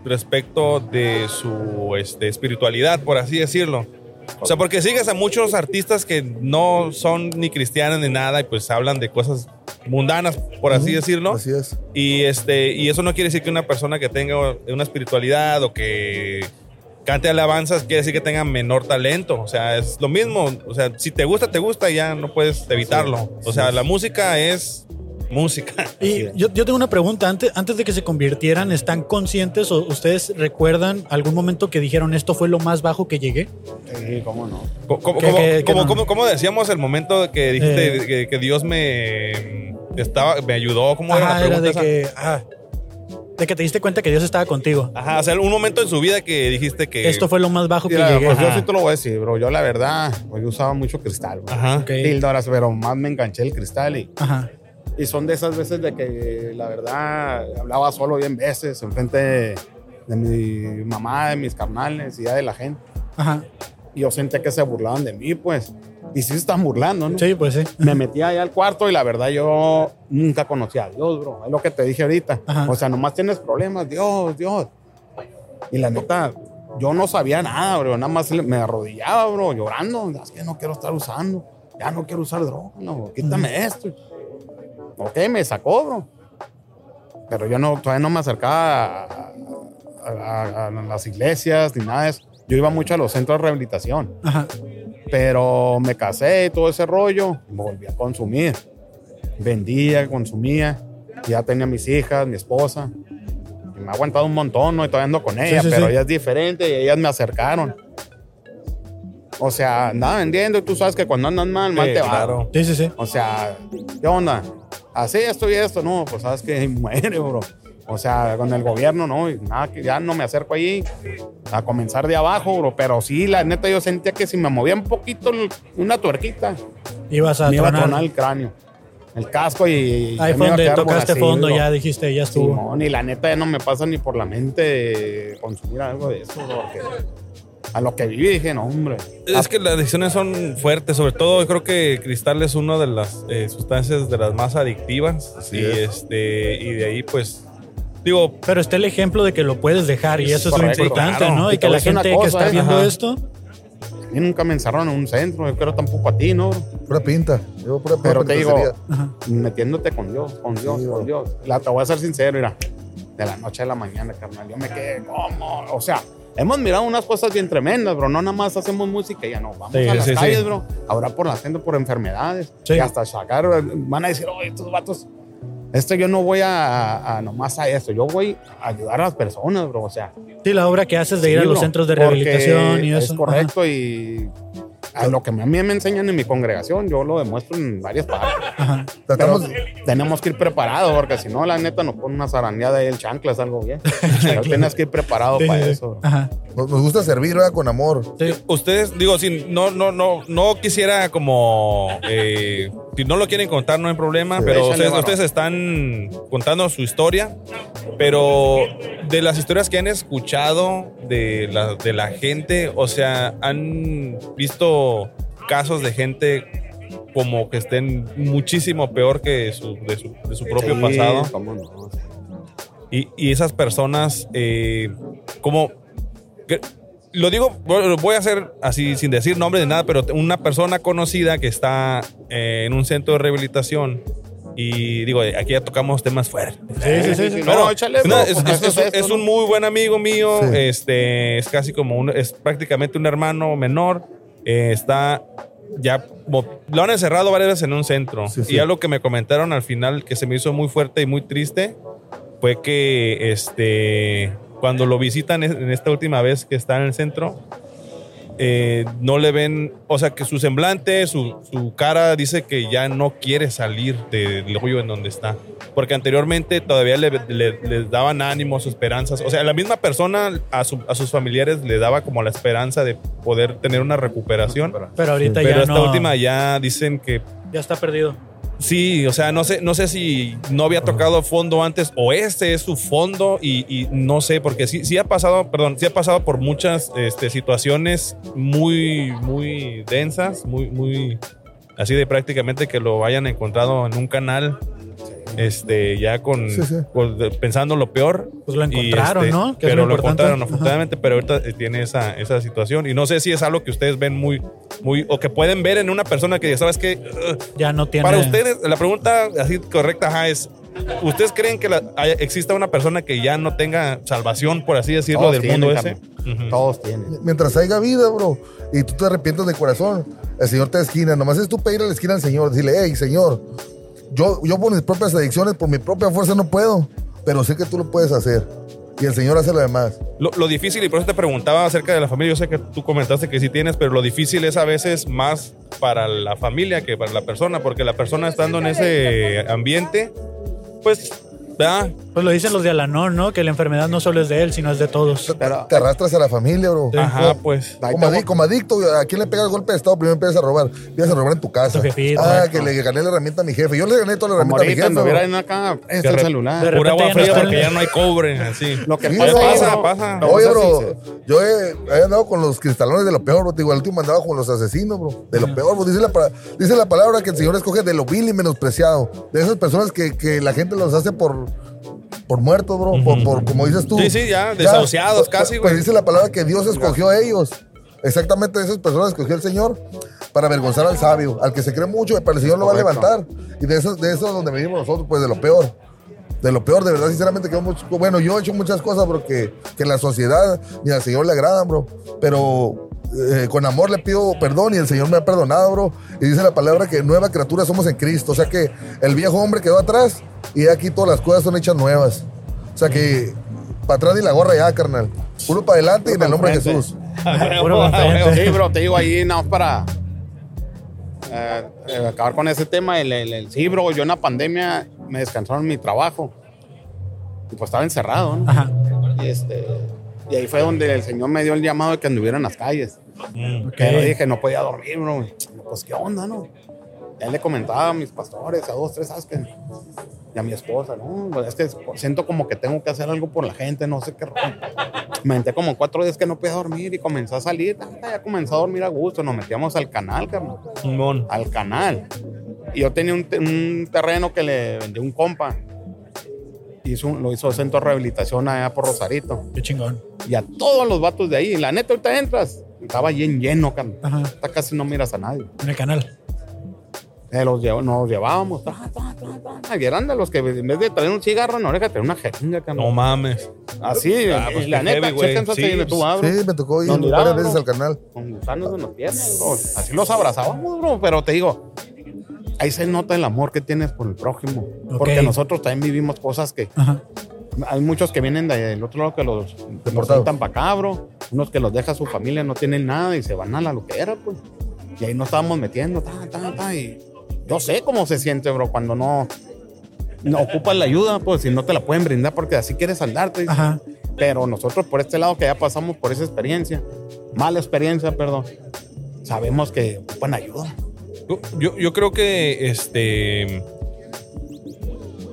S4: respecto de su este, espiritualidad, por así decirlo. O sea, porque sigues a muchos artistas que no son ni cristianos ni nada y pues hablan de cosas mundanas, por así decirlo.
S6: Así es.
S4: Y este y eso no quiere decir que una persona que tenga una espiritualidad o que cante alabanzas quiere decir que tenga menor talento, o sea, es lo mismo, o sea, si te gusta te gusta y ya no puedes evitarlo. O sea, la música es música.
S3: Y yo, yo tengo una pregunta, antes, antes de que se convirtieran, ¿están conscientes o ustedes recuerdan algún momento que dijeron esto fue lo más bajo que llegué?
S5: Sí, cómo no.
S4: Co- co-
S3: ¿Qué-
S4: como-
S3: qué- qué
S4: como-
S3: no?
S4: como- como decíamos el momento que dijiste
S3: Eh.
S4: que, que Dios me estaba me ayudó, ¿cómo era
S3: Ajá,
S4: la
S3: era
S4: pregunta
S3: de
S4: esa?
S3: que, ah, de que te diste cuenta que Dios estaba contigo.
S4: Ajá, o sea, un momento en su vida que dijiste que
S3: Esto fue lo más bajo que
S5: Mira,
S3: llegué.
S5: pues yo
S3: Ajá.
S5: sí te lo voy a decir, bro. Yo la verdad, pues, yo usaba mucho cristal, bro.
S4: Ajá.
S3: Ok.
S5: Píldoras, pero más me enganché el cristal y,
S3: Ajá.
S5: y son de esas veces de que la verdad hablaba solo bien veces enfrente de, de mi mamá, de mis carnales y ya de la gente.
S3: Ajá.
S5: Y yo sentía que se burlaban de mí, pues. Y sí se están burlando, ¿no?
S3: Sí, pues sí.
S5: Me metí allá al cuarto y la verdad yo nunca conocí a Dios, bro. Es lo que te dije ahorita.
S3: Ajá.
S5: O sea, nomás tienes problemas, Dios, Dios. Y la neta, yo no sabía nada, bro. Nada más le- me arrodillaba, bro, llorando. Es que no quiero estar usando. Ya no quiero usar droga, no. Quítame esto. Ok, me sacó, bro. Pero yo no, todavía no me acercaba a, a- a- a las iglesias ni nada de eso. Yo iba mucho a los centros de rehabilitación
S3: Ajá.
S5: pero me casé y todo ese rollo, me volví a consumir. Vendía, consumía, ya tenía mis hijas, mi esposa. Y me ha aguantado un montón, ¿no? Y todavía ando con ella,
S3: sí,
S5: pero
S3: sí.
S5: ella es diferente y ellas me acercaron. O sea, andaba vendiendo y tú sabes que cuando andan mal, mal
S4: Eh,
S5: te va.
S4: claro.
S3: Sí, sí, sí.
S5: O sea, ¿qué onda? Así esto y esto, no, pues sabes que muere, bro. O sea, con el gobierno, no, y nada, que ya no me acerco ahí a comenzar de abajo, bro. Pero sí, la neta, yo sentía que si me movía un poquito el- una tuerquita,
S3: Ibas a
S5: me iba a
S3: tronar.
S5: tronar el cráneo, el casco y.
S3: Ahí
S5: ya
S3: fue
S5: me iba a
S3: donde
S5: quedar
S3: tocaste
S5: borracillo.
S3: fondo, ya dijiste, ya estuvo.
S5: Simón, y la neta ya no me pasa ni por la mente consumir algo de eso, bro, porque a lo que viví dije, no, hombre.
S4: Es que las adicciones son fuertes, sobre todo yo creo que cristal es una de las eh, sustancias de las más adictivas
S6: Así
S4: y
S6: es.
S4: este y de ahí pues digo
S3: Pero está el ejemplo de que lo puedes dejar y
S5: Es
S3: eso es lo
S5: correcto,
S3: importante,
S5: claro.
S3: ¿no? Y
S5: Y te
S3: que
S5: voy a
S3: la
S5: decir una
S3: gente que
S5: cosa,
S3: está
S5: ¿eh?
S3: viendo
S4: Ajá.
S3: esto,
S5: A mí nunca me encerraron en un centro, yo creo tampoco a ti, ¿no? bro?
S6: Pura pinta. Yo pura, pura
S5: Pero te digo,
S6: penitenciaría.
S5: metiéndote con Dios, con Dios, con Dios. La, te voy a ser sincero, mira, de la noche a la mañana, carnal, yo me quedé, ¿cómo? O sea, hemos mirado unas cosas bien tremendas, bro. No nada más hacemos música y ya no, vamos
S4: Sí,
S5: a las
S4: sí, sí.
S5: calles, bro. Ahora por la gente, por enfermedades.
S3: Sí.
S5: Y hasta sacar, van a decir, oye, estos vatos, esto yo no voy a, a- a nomás a eso, yo voy a ayudar a las personas, bro. O sea,
S3: sí, la obra que haces de ir
S5: Sí,
S3: a los
S5: bro,
S3: centros de
S5: porque
S3: rehabilitación y eso.
S5: Es correcto y a lo que a mí me enseñan en mi congregación, yo lo demuestro en varias partes.
S3: Ajá, ajá.
S6: Tratamos,
S5: Pero tenemos que ir preparados porque si no, la neta nos pone una zarandeada ahí el chancla, es algo bien. Pero tienes que ir preparado
S3: Sí,
S5: para
S3: sí, sí.
S5: eso.
S3: Ajá.
S6: nos, nos gusta servir, ¿verdad? Con amor.
S3: Sí.
S4: ustedes digo si no no no no quisiera como eh, si no lo quieren contar no hay problema
S6: Sí.
S4: pero
S5: Échale,
S4: ustedes,
S5: mano.
S4: ustedes están contando su historia pero de las historias que han escuchado de la, de la gente o sea han visto casos de gente como que estén muchísimo peor que su- de, su, de su propio
S5: Sí,
S4: pasado
S5: cómo no.
S4: y, y esas personas, eh, como. que- lo digo, bueno, lo voy a hacer así sin decir nombre de nada, pero te- una persona conocida que está eh, en un centro de rehabilitación. Y digo, eh, aquí ya tocamos temas fuertes.
S3: Sí, sí, sí, sí.
S5: No,
S4: Pero,
S5: échale,
S4: no,
S5: bro,
S4: es,
S5: porque
S4: es-
S5: esto
S4: es-
S5: es esto,
S4: es un
S5: ¿no?
S4: muy buen amigo mío.
S6: Sí.
S4: Este es casi como un, es prácticamente un hermano menor. eh, está ya como- lo han encerrado varias veces en un centro.
S6: Sí, sí.
S4: Y algo que me comentaron al final que se me hizo muy fuerte y muy triste fue que este cuando lo visitan es- en esta última vez que está en el centro eh, no le ven, o sea que su semblante, su, su cara dice que ya no quiere salir del hoyo en donde está. Porque anteriormente todavía le, le- les daban ánimos, esperanzas. O sea, la misma persona a, su- a sus familiares le daba como la esperanza de poder tener una recuperación.
S3: Pero ahorita
S4: Pero
S3: ya
S4: esta
S3: no.
S4: última ya dicen que
S3: Ya está perdido.
S4: Sí, o sea, no sé, no sé si no había tocado fondo antes o este es su fondo y, y no sé, porque sí, sí ha pasado, perdón, sí ha pasado por muchas este, situaciones muy, muy densas, muy, muy así de prácticamente que lo hayan encontrado en un canal, este, ya con,
S6: Sí, sí.
S4: con- de- pensando lo peor.
S3: Pues lo
S4: Y,
S3: encontraron,
S4: este,
S3: ¿no? Que es
S4: pero
S3: lo
S4: lo
S3: importante.
S4: encontraron,
S3: Ajá.
S4: afortunadamente, pero ahorita eh, tiene esa, esa situación y no sé si es algo que ustedes ven muy, muy, o que pueden ver en una persona que ya sabes que... "Ugh,
S3: Ya no tiene.
S4: para ustedes, la pregunta así correcta ajá, es: ¿Ustedes creen que la- haya- exista una persona que ya no tenga salvación, por así decirlo,
S6: Oh,
S5: Todos
S4: del
S5: tienen,
S4: mundo ese?
S5: carnal. Todos tienen.
S6: Mientras haya vida, bro, y tú te arrepientas de corazón, el Señor te esquina. Nomás es tú pedirle a la esquina al Señor, decirle, hey, Señor, yo, yo por mis propias adicciones, por mi propia fuerza no puedo, pero sé que tú lo puedes hacer. Y el Señor hace lo demás.
S4: Lo, lo difícil, y por eso te preguntaba acerca de la familia, yo sé que tú comentaste que sí tienes, pero lo difícil es a veces más para la familia que para la persona, porque la persona estando en ese ambiente, pues, ¿verdad?
S3: Pues lo dicen los de Alanón, ¿no? Que la enfermedad no solo es de él, sino es de todos.
S5: Pero-
S6: Te arrastras a la familia, bro.
S4: Ajá, pues.
S5: Ahí
S6: Como,
S5: te
S6: adi-
S5: voy-
S6: como adicto, ¿a quién le pega el golpe de estado? Primero empiezas a robar. Empiezas a robar en tu casa.
S3: Tu jefito,
S6: ah,
S3: correcto.
S6: que le gané la herramienta a mi jefe. Yo le gané toda la herramienta
S5: Como
S6: a mi
S5: ahorita
S6: jefe.
S5: anduviera
S6: bro.
S5: en acá, este el
S4: re-
S5: celular.
S3: de
S4: Pura
S3: repente
S4: agua
S3: ya no
S4: fría
S3: está-
S4: porque ya no hay cobre, así.
S5: Lo que
S6: Sí,
S5: pasa,
S6: bro.
S5: es que,
S4: Pasa, pasa.
S5: lo que
S6: Oye,
S5: pasa es que
S6: bro, yo he, he andado con los cristalones de lo peor, bro. Te Digo, el último andaba con los asesinos, bro. De lo peor, bro. Dice la, pa- dice la palabra que el Señor escoge de lo vil y menospreciado. De esas personas que, que la gente los hace por, por muertos, bro. por, por- como dices tú.
S4: Sí, sí, ya, desahuciados
S6: pues,
S4: casi,
S6: pues,
S4: güey.
S6: dice la palabra que Dios escogió a ellos. Exactamente esas personas escogió el Señor para avergonzar al sabio, al que se cree mucho, para el Señor lo va a
S5: Correcto.
S6: levantar. Y de eso, de eso es donde venimos nosotros, pues de lo peor de lo peor, de verdad, sinceramente, que hemos- bueno, yo he hecho muchas cosas, bro, que, que la sociedad ni al Señor le agradan, bro, pero eh, con amor le pido perdón y el Señor me ha perdonado, bro, y dice la palabra que nueva criatura somos en Cristo, o sea que el viejo hombre quedó atrás y aquí todas las cosas son hechas nuevas, o sea que para atrás ni la gorra ya, carnal, uno para adelante y en el nombre de
S5: Enfrente.
S6: Jesús.
S3: Puro buen frente.
S5: Sí, bro, te digo ahí, nada más para eh, eh, acabar con ese tema. El, el- el- sí, bro, yo en la pandemia me descansaron mi trabajo. Y pues estaba encerrado, ¿no?
S3: Ajá.
S5: Y, este, y ahí fue donde el señor me dio el llamado de que anduviera en las calles.
S3: ok.
S5: Pero dije, no podía dormir, bro. Pues, ¿qué onda, no? Ya le comentaba a mis pastores, a dos, tres, ¿sabes qué? Y a mi esposa, ¿no? Pues, es que siento como que tengo que hacer algo por la gente, no sé qué rollo. Me metí como cuatro días que no podía dormir y comencé a salir. Ah, Ya comencé a dormir a gusto. Nos metíamos al canal, carnal
S4: Simón.
S5: al canal. Y yo tenía un, te- un terreno que le vendió un compa. Hizo un- lo hizo centro de rehabilitación allá por Rosarito.
S3: Qué chingón.
S5: Y a todos los vatos de ahí, la neta, ahorita entras. y Estaba bien lleno, carnal.
S3: Ajá.
S5: Ahorita casi no miras a nadie.
S3: En el canal.
S5: Eh, los llevo- nos llevábamos. tra, tra, tra, tra, tra, Y eran de los que en vez de traer un cigarro en la oreja, traer una jeringa, carnal.
S4: No mames.
S5: Así,
S4: Ah, pues,
S5: la
S4: qué
S5: neta,
S4: heavy, güey.
S5: chéquense
S4: Sí,
S5: hasta ahí de tu abro.
S6: Sí, me tocó ir
S5: Nos
S6: varias
S5: miraban,
S6: veces
S5: ¿no?
S6: al canal.
S5: ah, con gusanos en las piernas, bro. Así los abrazábamos, bro. Pero te digo, ahí se nota el amor que tienes por el prójimo.
S3: Ok.
S5: Porque nosotros también vivimos cosas que.
S3: Ajá.
S5: Hay muchos que vienen de- del otro lado que los
S6: Deportados.
S5: tan para acá, bro. Unos que los deja su familia, no tienen nada y se van a la loquera, pues. Y ahí nos estábamos metiendo, ta, ta, ta. Y yo sé cómo se siente, bro, cuando no. No ocupas la ayuda, pues si no te la pueden brindar porque así quieres andarte. dices.
S3: Ajá.
S5: Pero nosotros por este lado que ya pasamos por esa experiencia, mala experiencia, perdón, sabemos que ocupan ayuda.
S4: Yo- Yo, yo creo que este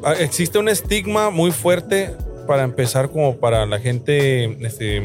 S4: ah, existe un estigma muy fuerte para empezar como para la gente este,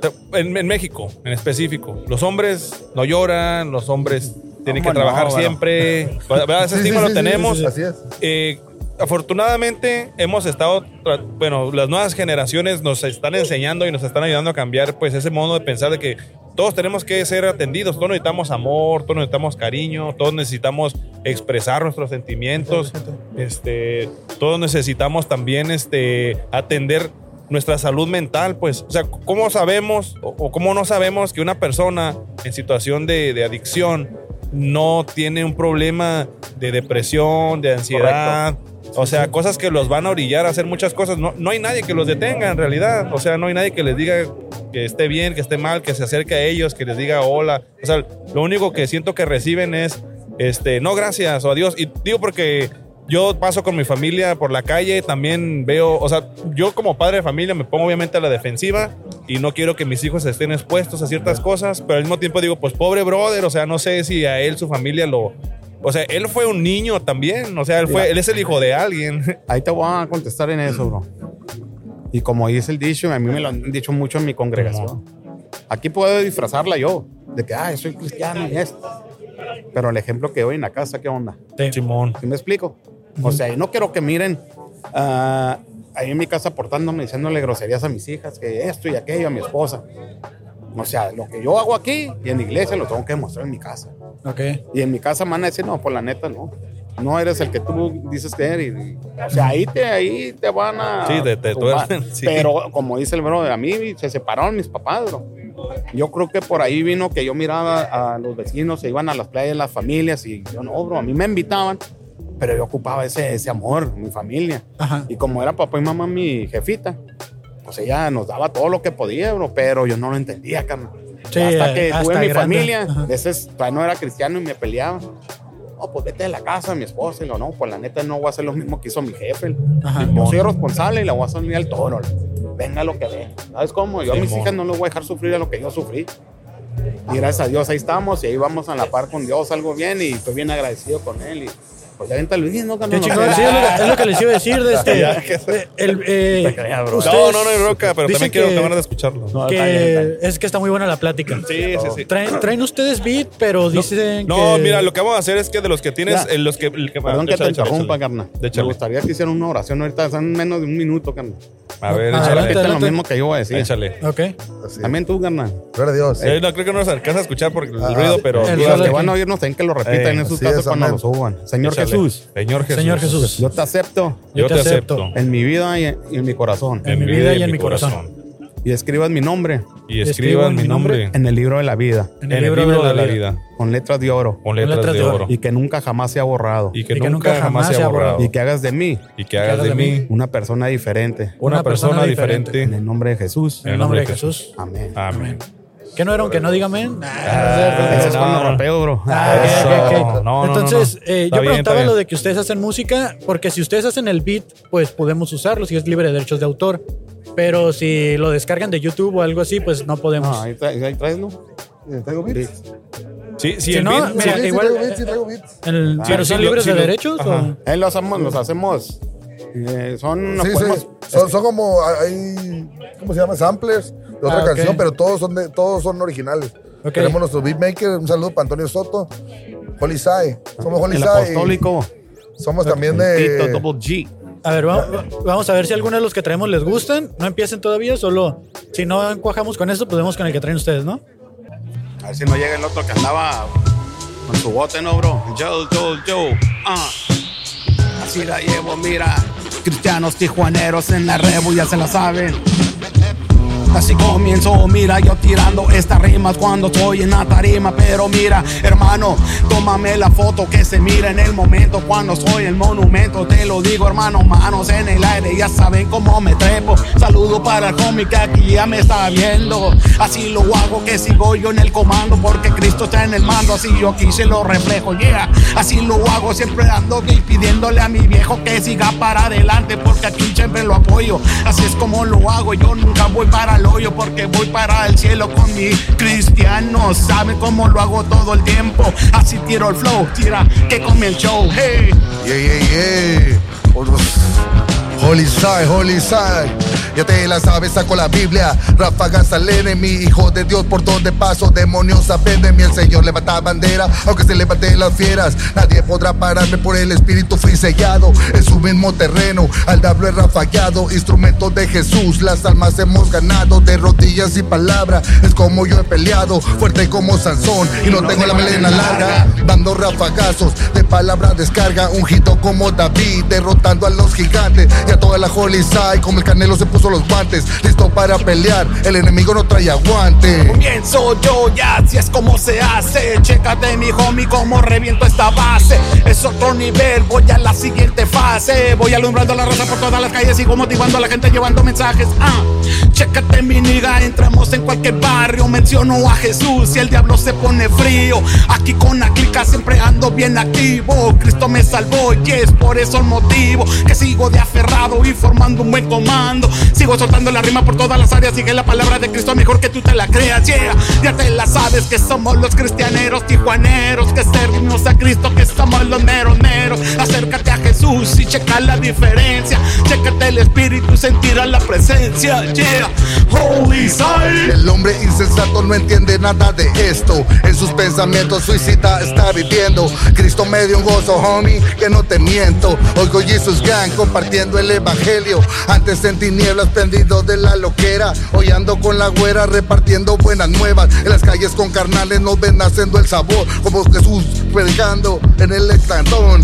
S4: te- en, en México en específico. Los hombres no lloran, los hombres tienen que
S5: ¿Cómo no,
S4: trabajar
S5: bueno?
S4: siempre. Pues, ¿Verdad? Ese
S6: Sí, sí,
S4: estigma
S6: sí,
S4: lo
S6: sí,
S4: tenemos.
S6: sí, sí, Así es.
S4: Eh, afortunadamente hemos estado, tra- bueno, las nuevas generaciones nos están enseñando y nos están ayudando a cambiar pues ese modo de pensar de que todos tenemos que ser atendidos, todos necesitamos amor, todos necesitamos cariño, todos necesitamos expresar nuestros sentimientos, este, todos necesitamos también este, atender nuestra salud mental, pues, o sea, ¿cómo sabemos o, o cómo no sabemos que una persona en situación de, de adicción no tiene un problema de depresión, de ansiedad? O sea, cosas que los van a orillar a hacer muchas cosas. No, no hay nadie que los detenga en realidad. O sea, no hay nadie que les diga que esté bien, que esté mal, que se acerque a ellos, que les diga hola. O sea, lo único que siento que reciben es, este, no gracias o adiós. Y digo porque yo paso con mi familia por la calle, también veo, o sea, yo como padre de familia me pongo obviamente a la defensiva y no quiero que mis hijos estén expuestos a ciertas cosas, pero al mismo tiempo digo, pues pobre brother, o sea, no sé si a él su familia lo... O sea, él fue un niño también, o sea, él, fue, él es el hijo de alguien.
S5: Ahí te voy a contestar en eso, bro. Y como dice el dicho, a mí me lo han dicho mucho en mi congregación. Aquí puedo disfrazarla yo, de que, ah, soy cristiano y esto. Pero el ejemplo que doy en la casa, ¿qué onda?
S4: Simón.
S5: ¿Sí me explico? O sea, y no quiero que miren ah, ahí en mi casa portándome, diciéndole groserías a mis hijas, que esto y aquello, a mi esposa. O sea, lo que yo hago aquí y en la iglesia lo tengo que demostrar en mi casa.
S3: Ok.
S5: Y en mi casa me van a decir, no, por la neta, no. No eres el que tú dices que eres. Y- O sea, ahí te, ahí te van a.
S4: Sí, te- te
S5: tumbar.
S4: tuercen, sí.
S5: Pero como dice el bro, a mí se separaron mis papás, bro. Yo creo que por ahí vino que yo miraba a los vecinos, se iban a las playas, las familias, y yo no, bro, a mí me invitaban, pero yo ocupaba ese, ese amor, mi familia.
S3: Ajá.
S5: Y como era papá y mamá mi jefita, pues ella nos daba todo lo que podía, bro, pero yo no lo entendía, carnal.
S3: Sí, eh,
S5: hasta que
S3: hasta
S5: tuve mi
S3: grande.
S5: familia,
S3: Ajá.
S5: ese es- todavía no era cristiano y me peleaba. No, pues vete de la casa, mi esposa. Y lo no, pues la neta no voy a hacer lo mismo que hizo mi jefe.
S3: Ajá.
S5: Yo soy responsable y la voy a salir al toro. Venga lo que venga. ¿Sabes cómo? Yo a mis
S4: Simón.
S5: hijas no les voy a dejar sufrir a lo que yo sufrí. Y gracias a Dios ahí estamos y ahí vamos a la par con Dios, algo bien y estoy bien agradecido con él. Y pues ya vente Luis, ¿no?
S3: Qué
S5: carnal?
S3: chingón.
S5: No,
S3: Sí, es lo que- es lo que les iba a decir de
S5: Ya,
S3: este.
S5: que-
S3: eh, el, eh,
S5: Te creas, bro.
S3: ustedes
S4: No, no, no hay roca, pero
S3: dicen
S4: también quiero
S3: que-
S4: acabar de escucharlo.
S5: No, está bien, está bien.
S3: que es que está muy buena la plática.
S4: Sí, sí, sí.
S3: Traen, traen ustedes beat, pero dicen
S4: No,
S3: que-
S4: mira, lo que vamos a hacer es que de los que tienes,
S5: Ya.
S4: eh, los que... el que-
S5: Perdón que te
S4: échale, échale,
S5: interrumpa,
S4: échale.
S5: carnal. Me
S4: Échale.
S5: gustaría que hicieran una oración ahorita, son menos de un minuto, carnal.
S4: A ver,
S3: Adelante,
S5: Repite
S4: échale.
S5: lo
S3: adelante.
S5: mismo que yo voy a decir.
S4: Échale.
S3: Ok.
S6: así es.
S5: También tú, carnal.
S6: Gloria a Dios.
S4: Eh, no, creo que no nos alcanza a escuchar por el
S6: Ah, Eh,
S4: ruido, pero...
S3: el
S5: Y
S3: ruido
S5: Eh, los
S3: de
S5: que van
S3: que-
S5: a oírnos también que lo repitan en esos
S6: así
S5: casos
S6: es,
S5: cuando
S6: amén.
S5: lo suban. Señor
S4: Échale.
S5: Jesús,
S4: Señor Jesús.
S3: Señor Jesús.
S5: yo te acepto
S4: Yo te acepto.
S5: en mi vida y en, y en mi corazón.
S3: En mi vida y en mi corazón.
S5: Y escribas mi nombre
S4: Y escriban mi nombre
S5: en el libro de la vida,
S4: en el libro de la vida.
S5: con letras de oro,
S4: Con letras de oro.
S5: y que nunca jamás sea borrado.
S4: Y que nunca jamás sea borrado.
S5: Y que hagas de mí
S4: Y que hagas de mí
S5: una persona diferente.
S4: una persona diferente.
S5: En el nombre de Jesús.
S3: En el nombre de Jesús.
S5: Amén.
S4: Amén.
S3: ¿Qué no era? Aunque no dígame. Nah, no es
S5: Eso
S3: cierto.
S5: es cuando rapeo, bro.
S3: Ah, ok,
S4: Eso.
S3: ok, ok.
S4: No, no, no,
S3: Entonces,
S4: no.
S3: eh,
S4: Está
S3: yo
S4: bien,
S3: preguntaba
S4: está bien.
S3: lo de que ustedes hacen música, porque si ustedes hacen el beat, pues podemos usarlo si es libre de derechos de autor. Pero si lo descargan de YouTube o algo así, pues no podemos.
S5: No, ahí, tra- ahí traes, ¿no?
S6: ¿Traigo beats?
S4: Sí, sí,
S3: Si
S4: Eh, el
S3: no,
S4: beat,
S3: mira,
S6: sí, sí,
S3: igual-
S6: traigo beats, sí, traigo beats.
S3: El-
S5: Ah,
S3: ¿Pero
S4: sí
S3: son
S4: lo-
S3: libres
S4: sí
S3: de
S4: lo-
S3: derechos? o-
S4: ajá.
S5: Ahí los hacemos, los hacemos. eh, son, nos
S6: Sí,
S5: podemos-
S6: sí. Son, son como hay, ¿cómo se llama? Samplers de otra
S3: Ah, ok.
S6: canción, pero todos son de- todos son originales.
S3: Ok.
S6: Tenemos nuestro beatmaker, un saludo para Antonio Soto, Holy Sai. Somos Holy
S5: el
S6: Sai.
S5: apostólico.
S6: Somos también
S5: Tito
S6: de
S5: Double G.
S3: A ver, va- va- vamos a ver si algunos de los que traemos les gustan. No empiecen todavía, solo si no cuajamos con esto, podemos con el que traen ustedes, ¿no?
S5: A ver si no llega el otro que andaba con su bote, ¿no, bro? Yo, yo, yo. ah. Así la llevo, mira. Cristianos tijuaneros en la rebu, ya se la saben. Así comienzo, mira, yo tirando estas rimas cuando estoy en la tarima. Pero mira, hermano, tómame la foto que se mira en el momento cuando soy el monumento. Te lo digo, hermano, manos en el aire, ya saben cómo me trepo. Saludo para el homie que aquí ya me está viendo. Así lo hago, que sigo yo en el comando, porque Cristo está en el mando. Así yo quise lo reflejo, yeah. Así lo hago, siempre ando y pidiéndole a mi viejo que siga para adelante, porque aquí siempre lo apoyo. Así es como lo hago, yo nunca voy para el hoyo, porque voy para el cielo con mi cristiano. Sabe cómo lo hago todo el tiempo. Así tiro el flow, tira que come el show, hey.
S6: Yeah, yeah, yeah. Otros- Holy side, holy side. Ya te la sabes, saco la Biblia. Ráfagas al mi hijo de Dios, por donde paso. Demonios aprenden, mi el Señor levanta bandera. Aunque se levante las fieras, nadie podrá pararme por el espíritu. Fui sellado en su mismo terreno. Al diablo he rafagado, instrumento de Jesús. Las almas hemos ganado de rodillas y palabra. Es como yo he peleado, fuerte como Sansón. Y no tengo la melena larga, dando rafagazos de palabra descarga, ungido como David, derrotando a los gigantes y a toda la holy side, como el canelo se puso los guantes, listo para pelear, el enemigo no trae aguante.
S5: Comienzo yo ya, así es como se hace. Chécate, mi homie, cómo reviento esta base. Es otro nivel, voy a la siguiente fase. Voy alumbrando a la raza por todas las calles, sigo motivando a la gente llevando mensajes. Ah, chécate, mi niga, entramos en cualquier barrio. Menciono a Jesús y el diablo se pone frío. Aquí con la clica siempre ando bien activo. Cristo me salvó y es por eso el motivo que sigo de aferrado y formando un buen comando. Sigo soltando la rima por todas las áreas. Sigue la palabra de Cristo mejor que tú te la creas. Yeah, ya te la sabes que somos los cristianeros, tijuaneros, que servimos a Cristo, que somos los meros meros. Acércate a Jesús y checa la diferencia. Chécate el espíritu, sentirás la presencia. Yeah, holy soul.
S6: El hombre insensato no entiende nada de esto. En sus pensamientos suicida está viviendo. Cristo me dio un gozo, homie, que no te miento. Oigo Jesus Gang compartiendo el evangelio. Antes en tinieblas prendido de la loquera. Hoy ando con la güera repartiendo buenas nuevas. En las calles con carnales nos ven haciendo el sabor. Como Jesús predicando en el estandón.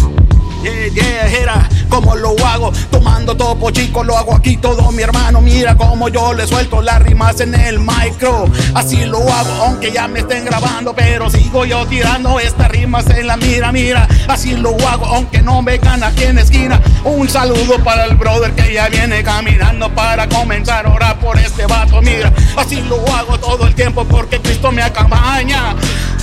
S5: Yeah, yeah, era como lo hago, tomando topo chico, lo hago aquí todo mi hermano. Mira como yo le suelto las rimas en el micro. Así lo hago, aunque ya me estén grabando, pero sigo yo tirando estas rimas en la mira, mira. Así lo hago, aunque no me gana aquí en esquina. Un saludo para el brother que ya viene caminando para comenzar a orar por este vato. Mira, así lo hago todo el tiempo porque Cristo me acompaña.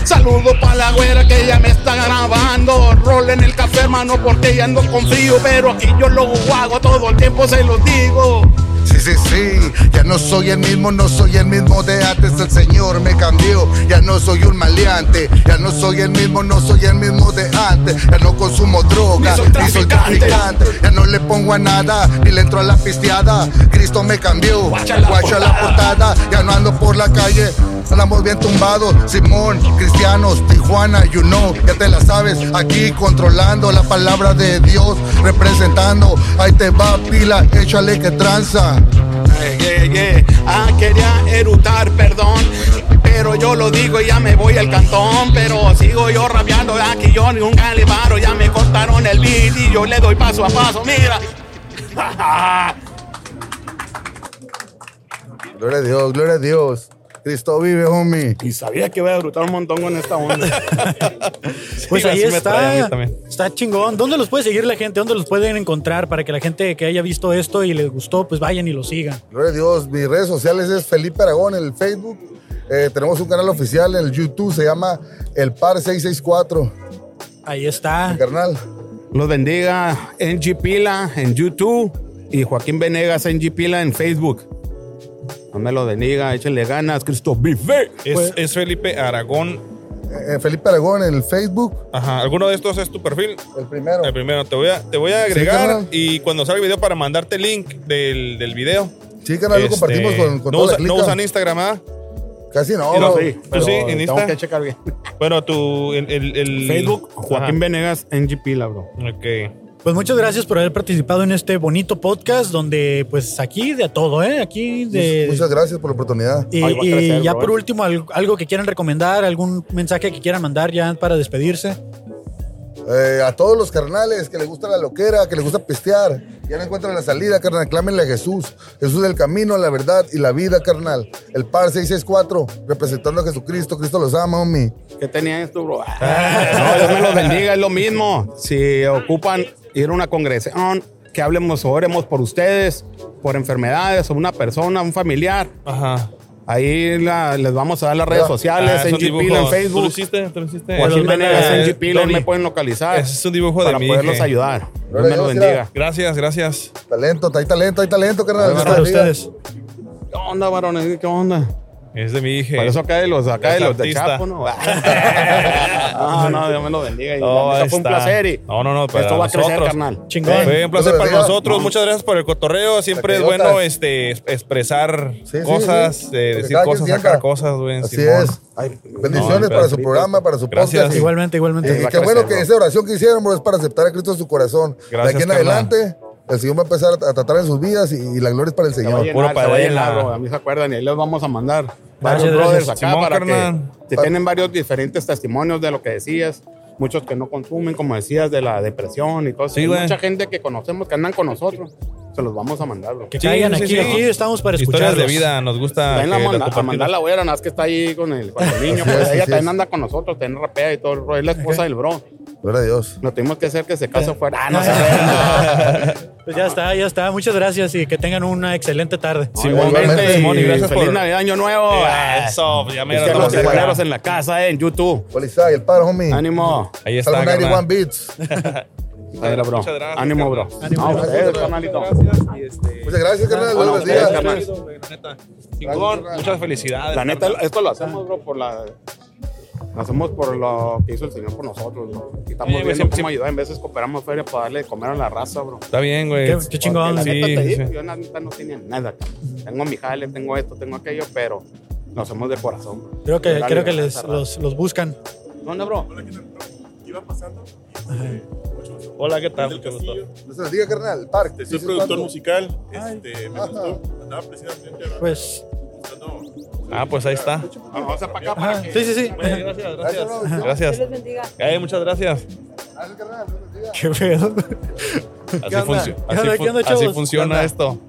S5: Saludo para la güera que ya me está grabando. Rol en el café, hermano, porque ya ando con frío. Pero aquí yo lo hago todo el tiempo, se los digo.
S6: Sí, sí, sí, ya no soy el mismo, no soy el mismo de antes, el Señor me cambió, ya no soy un maleante, ya no soy el mismo, no soy el mismo de antes, ya no consumo droga,
S5: Ni soy traficante.
S6: ya no le pongo a nada, ni le entro a la pisteada, Cristo me cambió,
S5: Guacha la
S6: guacha la portada, ya no ando por la calle, andamos bien tumbados, Simón, cristianos, Tijuana, you know, ya te la sabes, aquí controlando la palabra de Dios, representando, ahí te va pila, échale que tranza.
S5: Eh, yeah, yeah. Ah, quería erutar, perdón. Pero yo lo digo y ya me voy al cantón. Pero sigo yo rabiando, aquí yo ni un calibaro. Ya me cortaron el beat y yo le doy paso a paso. Mira.
S6: Gloria a Dios, gloria a Dios. Cristo vive, homie.
S5: Y sabía que iba a erutar un montón con esta onda.
S3: Pues
S4: Sí,
S3: ahí
S4: así me trae a
S3: está.
S4: mí también.
S3: Está chingón. ¿Dónde los puede seguir la gente? ¿Dónde los pueden encontrar para que la gente que haya visto esto y les gustó, pues vayan y lo sigan?
S6: Gloria a Dios. Mis redes sociales es Felipe Aragón en el Facebook, Eh, tenemos un canal oficial en el YouTube, se llama El Par 664.
S3: Ahí está.
S6: Carnal,
S5: Los bendiga NG Pila en YouTube y Joaquín Venegas NG Pila en Facebook. No me lo bendiga, échenle ganas, Cristo vive.
S4: Es, es Felipe Aragón.
S6: eh, Felipe Aragón en el Facebook,
S4: Ajá, ¿alguno de estos es tu perfil?
S6: el primero.
S4: El primero, te voy a, te voy a agregar
S6: carnal.
S4: y cuando salga el video para mandarte el link del, del video.
S6: Sí, carnal, lo
S4: Este,
S6: compartimos con, con
S4: no,
S6: toda
S4: usa-
S6: la clica.
S4: no usan Instagram, ¿ah?
S6: Casi no,
S4: Sí, lo
S6: bro.
S4: sí. ¿Tú sí, en
S5: tengo
S4: Insta?
S5: que checar bien.
S4: Bueno, tu. El, el- el-
S5: Facebook,
S4: Ajá.
S5: Joaquín Venegas NG Pila, bro.
S4: Ok.
S3: Pues muchas gracias por haber participado en este bonito podcast donde pues aquí de todo, ¿eh? Aquí de...
S6: Muchas gracias por la oportunidad.
S3: Y,
S5: Ay, va a
S3: y
S5: crecer,
S3: ya
S5: bro,
S3: por
S5: eh.
S3: último, al- algo que quieran recomendar, algún mensaje que quieran mandar ya para despedirse.
S6: Eh, a todos los carnales que les gusta la loquera, que les gusta pistear, ya no encuentran la salida, carnal, clámenle a Jesús. Jesús es el camino, la verdad y la vida, carnal. El par 664, representando a Jesucristo. Cristo los ama, homie.
S5: ¿Qué tenía esto, bro?
S4: Ah.
S5: No, Dios me los bendiga, es lo mismo. Si ocupan ir a una congregación, que hablemos, oremos por ustedes, por enfermedades, o una persona, un familiar.
S4: Ajá.
S5: Ahí la- les vamos a dar las redes
S6: Ah,
S5: sociales,
S4: Ah,
S5: en
S4: son
S5: Pila, en
S4: dibujos. ¿Tú lo
S5: Facebook.
S4: hiciste? ¿Tú lo hiciste?
S5: Joaquín
S4: Los manda-
S5: Venegas,
S4: eh,
S5: en Pila, ahí
S4: Tony.
S5: me pueden localizar.
S4: Ese es un dibujo de
S5: para
S4: mi
S5: poderlos
S4: hija.
S5: ayudar. Dios
S6: Ahora
S5: me los
S6: yo,
S5: bendiga.
S4: Gracias, gracias.
S6: Talento, hay talento, hay talento, carnal. Esta
S3: Para
S6: vida.
S3: ustedes.
S5: ¿Qué onda, varones? ¿Qué onda?
S4: Es de mi hija.
S5: Por eso acá de los, acá de
S4: Los
S5: los de
S4: artistas.
S5: Chapo, ¿no? no, no, Dios me los bendiga. Y
S4: No,
S5: la neta
S4: Oh, ahí
S5: fue un
S4: está.
S5: placer y
S4: No, no, no, para
S5: esto va a crecer,
S4: nosotros.
S5: carnal.
S3: Chingón.
S4: Fue un placer
S6: Dios
S4: para
S6: bendiga.
S4: nosotros. Muchas gracias por el cotorreo. Siempre es
S6: Sacadotas.
S4: bueno este, es- expresar
S6: Sí, sí,
S4: cosas,
S6: sí.
S4: eh,
S6: Lo que
S4: decir
S6: cada quien
S4: cosas,
S6: sienta.
S4: sacar cosas, güey.
S6: Así
S4: Simón.
S6: es. Bendiciones
S4: no,
S6: para su
S4: Pedrito.
S6: programa, para su
S4: Gracias.
S6: podcast. y-
S3: Igualmente, igualmente.
S6: Y,
S5: va a
S6: qué bueno
S5: crecer,
S6: que
S5: bro.
S6: esa oración que hicieron bro, es para aceptar a Cristo en su corazón.
S4: Gracias,
S6: de aquí en
S4: carnal.
S6: adelante, el Señor va a empezar a tratar en sus vidas y, y la gloria es para el
S5: Se va a
S6: Señor.
S5: llenar,
S4: puro
S5: se va a
S4: padela.
S5: llenar, bro. A mí se acuerdan y ahí les vamos a mandar varios
S3: gracias.
S5: brothers acá
S4: Simón,
S5: para
S4: carnal.
S5: que si tienen varios diferentes testimonios de lo que decías. Muchos que no consumen, como decías, de la depresión y todo eso.
S4: Sí,
S5: Hay
S4: güey.
S5: mucha gente que conocemos que andan con nosotros. Se los vamos a mandar, bro.
S3: Que
S4: Sí,
S3: caigan
S4: sí,
S3: aquí,
S4: sí.
S3: aquí estamos para
S4: Historias
S3: escucharlos.
S4: de vida, nos gusta.
S5: También
S4: que
S5: la
S4: la
S5: manda, a
S4: compartimos.
S5: mandar la güera, nada más que está ahí con el, con el niño.
S6: Así
S5: pues,
S6: es,
S5: ella
S6: así
S5: también
S6: es.
S5: anda con nosotros, también rapea y todo el rollo. Es la esposa del bro.
S6: Gloria a Dios.
S5: Nos tuvimos que hacer que se case fuera. Ah, no se
S3: Pues ya está, ya está. Muchas gracias y que tengan una excelente tarde.
S4: Simón,
S6: Igualmente,
S4: vente, Simón, y gracias
S5: Feliz
S4: por.
S5: Navidad, Año Nuevo.
S4: Ah, Eso, ya mero,
S5: Es que
S4: estamos
S5: los
S4: cerca.
S5: guerreros en la casa, eh, en YouTube.
S6: Polizá y el par, homie.
S5: Ánimo.
S4: Ahí está.
S6: Salud
S4: carnal.
S6: 91 Beats.
S5: Ahí era, bro.
S4: Muchas gracias,
S5: Ánimo, bro.
S4: carnal.
S3: Ánimo,
S5: No,
S3: bro.
S5: ustedes, carnalito.
S4: Gracias. y este-
S6: Muchas gracias, carnal.
S5: Bueno,
S6: Dios
S5: ustedes,
S6: bendiga.
S5: carnal.
S4: La neta. Chingón, muchas felicidades.
S5: La neta,
S4: carnal.
S5: esto lo hacemos, bro, por la. Lo hacemos por lo que hizo el Señor por nosotros, bro. Y estamos
S4: Oye, güey,
S5: viendo
S4: siempre-
S5: cómo ayudar. En veces cooperamos feria para darle de comer a la raza, bro.
S4: Está bien, güey.
S3: Qué, qué
S5: Porque
S3: chingón.
S5: la
S4: Sí,
S5: neta te digo,
S4: sí.
S5: Yo la neta no tenía nada. cabrón. Tengo mi jale, tengo esto, tengo aquello, pero lo hacemos de corazón. bro.
S3: Creo que,
S5: Darle
S3: creo que
S5: ganas
S3: les,
S5: a la raza.
S3: los, los buscan.
S5: ¿Dónde, bro?
S4: Hola, ¿qué tal? Qué gusto.
S6: Dios bendiga, carnal. El par.
S7: Soy productor musical, este, me gustó, andaba precisamente
S3: Pues.
S7: buscando
S4: Ah, pues ahí está.
S5: Vamos a para acá
S3: Ajá.
S5: para
S3: Sí, sí, sí.
S4: Gracias, gracias.
S6: Gracias,
S4: Gracias.
S8: Dios los bendiga.
S4: Eh, muchas gracias.
S6: carnal. Dios bendiga.
S3: Qué pedo.
S4: Así,
S3: onda?
S4: funcio-
S3: ¿Qué
S4: así
S3: onda?
S4: fun-
S3: ¿Qué onda,
S4: así
S3: chavos?
S4: funciona
S3: ¿Qué onda?
S4: esto.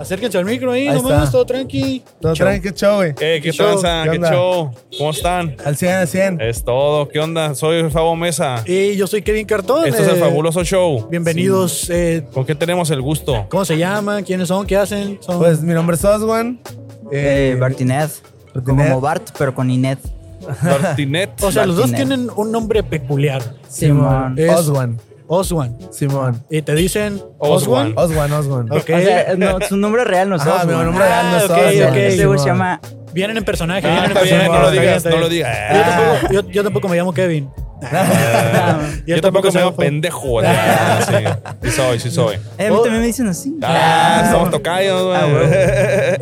S3: Acérquense al micro ahí,
S9: Ahí
S3: nomás,
S9: está.
S3: todo tranqui.
S9: Todo
S3: Chao.
S9: tranqui, show, güey.
S4: Eh, ¿qué,
S9: ¿Qué show?
S4: tranza?
S9: ¿Qué
S4: ¿Qué,
S9: onda?
S4: show? ¿Cómo están?
S9: Al 100, al 100.
S4: Es todo. ¿Qué onda? Soy Fabo Mesa.
S3: Y yo soy Kevin Cartón.
S4: Esto es el
S3: eh,
S4: fabuloso show.
S3: Bienvenidos. eh,
S4: ¿Con qué tenemos el gusto?
S3: ¿Cómo se llaman? ¿Quiénes son? ¿Qué hacen? Son-
S9: Pues mi nombre es Oswan.
S10: Eh, Martínez.
S9: Martínez.
S10: Como Bart, pero con Inet.
S4: Martinet.
S3: o sea, los dos
S10: Martínez.
S3: tienen un nombre peculiar.
S10: Simón.
S3: Es-
S9: Oswan.
S3: Oswan.
S9: Simón.
S3: Y te dicen
S4: Oswan.
S3: Oswan.
S9: Oswan, Oswan.
S3: Ok.
S10: O sea, no, su nombre real no es
S9: Ajá, mi
S10: Osman.
S9: nombre real no es
S3: Ah, ok,
S9: Oswan.
S3: ok.
S10: Ese güey se
S9: Simón.
S10: llama
S3: Vienen en personaje.
S4: Ah,
S3: vienen en
S4: está bien,
S3: personaje.
S4: no lo
S3: Está
S4: digas,
S3: bien, está
S4: no lo
S3: bien.
S4: digas. Ah.
S3: Yo tampoco, yo- yo tampoco me llamo Kevin.
S4: Yo tampoco me llamo
S3: soy-
S4: pendejo. Ah, Sí, Sí soy, sí soy.
S10: Eh, a
S9: Oh.
S10: mí también me dicen así.
S4: Ah, estamos tocando.
S10: Ah, güey.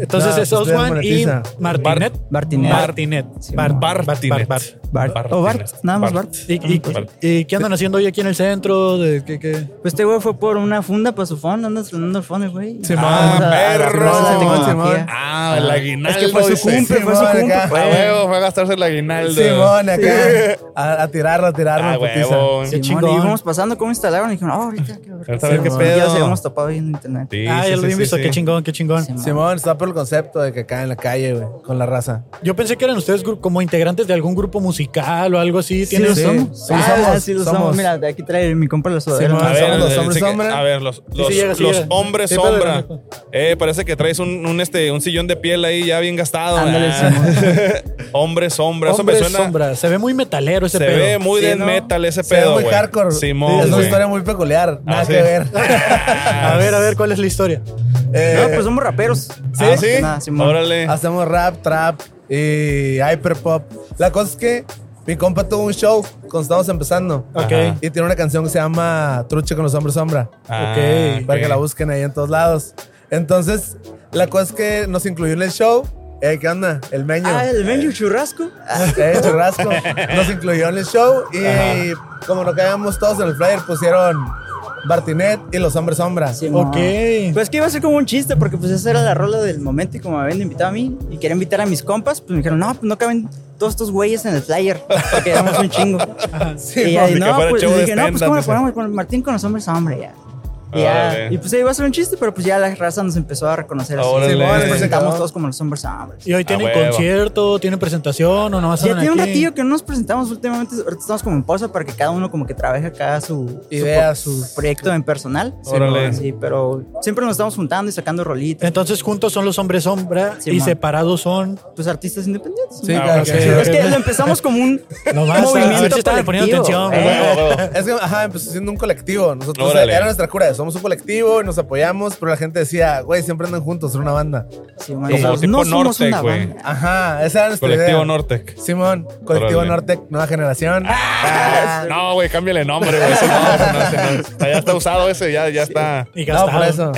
S3: Entonces
S4: Ah,
S9: No,
S3: es
S9: usted
S3: Oswan y
S9: monetiza.
S3: Martinet.
S10: Martínez.
S3: Martinet.
S10: Sí,
S3: Bar-
S4: Bart-
S3: Bart- Bart.
S10: Bart.
S4: Bart-
S10: O Bart, nada más Bart.
S3: ¿Y, y-
S4: Bart.
S3: y qué andan haciendo hoy aquí en el centro? ¿De qué, qué?
S10: Pues este güey fue por una funda para su phone. Anda estrenando el phone, el güey.
S9: Simón.
S10: Vamos a- a la
S4: perro.
S10: plaza de
S9: Simón,
S10: tecnología.
S9: Simón.
S4: Ah, el aguinaldo.
S9: Es que fue su
S4: dice.
S9: cumple, fue su
S4: Simón,
S9: cumple.
S4: acá. A huevo, fue a gastarse el aguinaldo.
S9: Simón, acá. A, a tirarlo, a para tirarnos.
S4: Ah, huevo.
S3: Qué
S10: Simón,
S3: chingón.
S10: y íbamos pasando cómo instalaron y dijeron, ah, ahorita. que-
S4: Ahorita a ver qué
S10: Simón.
S4: pedo.
S10: Ya se habíamos tapado ahí en internet.
S4: Sí,
S3: ah,
S4: sí,
S3: ya lo
S4: sí,
S3: habían
S4: sí,
S3: visto.
S4: sí.
S3: Qué chingón, qué chingón.
S10: Simón.
S9: Simón está por el concepto de que acá en la calle, güey, con la raza.
S3: Yo pensé que eran ustedes gru- como integrantes de algún grupo musical o algo así.
S10: Sí, lo
S3: ¿Tienes-
S10: somos.
S9: sí,
S10: ah,
S9: somos,
S10: sí, lo
S9: somos.
S10: somos. Mira, de aquí trae mi compa la sudadera.
S9: Simón.
S4: A ver,
S9: Los
S4: eh,
S9: hombres
S4: sí que-
S9: sombra.
S4: a ver, los, los,
S3: sí llega, sí
S4: los
S3: llega.
S4: hombres
S3: Sí, pero-
S4: sombra. Eh, parece que traes un, un, este, un sillón de piel ahí ya bien gastado.
S10: Ándale,
S4: Ah. hombre sombra. Eso me
S3: Hombre
S4: suena.
S3: sombra. Se ve muy metalero ese
S4: Se
S3: pedo.
S4: ve muy
S9: Sí,
S4: de
S9: ¿no?
S4: metal ese
S9: Se ve
S4: pedo.
S9: muy
S4: güey.
S9: hardcore.
S4: Simón,
S9: es una
S4: güey.
S9: historia muy peculiar. Nada
S4: Ah, sí.
S9: que ver.
S3: A ver, a ver, ¿cuál es la historia?
S9: Eh,
S10: No, pues somos raperos.
S9: ¿Sí?
S4: ¿Ah, sí?
S10: Nada, Simón.
S4: Órale.
S9: Hacemos rap, trap y hyperpop. La cosa es que mi compa tuvo un show cuando estábamos empezando.
S3: Ok.
S4: Ajá.
S9: Y tiene una canción que se llama Truche con los hombres sombra.
S4: Ah,
S3: ok.
S9: Para que la busquen ahí en todos lados. Entonces, la cosa es que nos incluyó en el show. Eh, ¿Qué onda? El meño.
S10: Ah, el menu churrasco.
S9: Eh, churrasco. Nos incluyó en el show y como no caíamos todos en el flyer, pusieron Bartinet y los hombres sombra.
S10: Simón.
S3: Ok.
S10: Pues que iba a ser como un chiste, porque pues esa era la rola del momento y como me habían invitado a mí y quería invitar a mis compas, pues me dijeron, no, pues no caben todos estos güeyes en el flyer, porque éramos un chingo. y
S4: ni
S10: ahí,
S4: que
S10: no,
S4: fuera
S10: pues
S4: show
S10: y
S4: de
S10: dije, no, pues
S4: stand-up,
S10: cómo le
S4: dice.
S10: ponemos con Martín con los hombres hombre, ya. Y, ya,
S4: Órale.
S10: y pues ahí iba a ser un chiste, pero pues ya la raza nos empezó a reconocer así.
S4: Órale.
S10: Simón, Nos
S9: Sí,
S10: presentamos
S9: cabrón.
S10: todos como los hombres hombre.
S3: ¿Y hoy tienen
S4: A huevo.
S3: concierto? ¿Tienen presentación? ¿O nomás
S10: Ya
S3: andan
S10: tiene un
S3: aquí?
S10: ratillo que no nos presentamos últimamente, ahorita estamos como en pausa para que cada uno como que trabaje acá su
S9: Idea,
S10: pro-
S9: sus-
S10: proyecto en personal.
S4: Órale.
S10: Sí, pero siempre nos estamos juntando y sacando rolitas.
S3: Entonces juntos son los hombres sombra
S10: Sí,
S3: y
S10: man.
S3: separados son.
S10: pues artistas independientes.
S9: Sí,
S10: ¿no?
S9: claro
S4: Ah, ok.
S9: que sí.
S10: Es que lo empezamos como un
S3: Nomás, a
S10: movimiento
S3: ver si estaban poniendo
S10: colectivo,
S3: atención.
S10: ¿eh?
S4: Huevo, huevo.
S9: Es que, ajá, empezó siendo un colectivo. Nosotros
S4: Órale.
S9: era nuestra cura. Somos un colectivo y nos apoyamos, pero la gente decía, güey, siempre andan juntos, son una banda.
S10: Sí, man,
S4: Como
S10: o sea,
S4: tipo
S10: no somos
S4: Nortec,
S10: una
S4: güey.
S10: banda.
S9: Ajá, esa era nuestra
S4: Colectivo
S9: idea.
S4: Nortec.
S9: Simón, colectivo
S4: Órale.
S9: Nortec, nueva generación.
S4: Ah, No, güey, cámbiale nombre, güey. Ese no, no, ese no. O sea, Ya está usado ese, ya, ya está. Eh,
S3: Y
S9: no,
S3: gastado.
S9: por eso.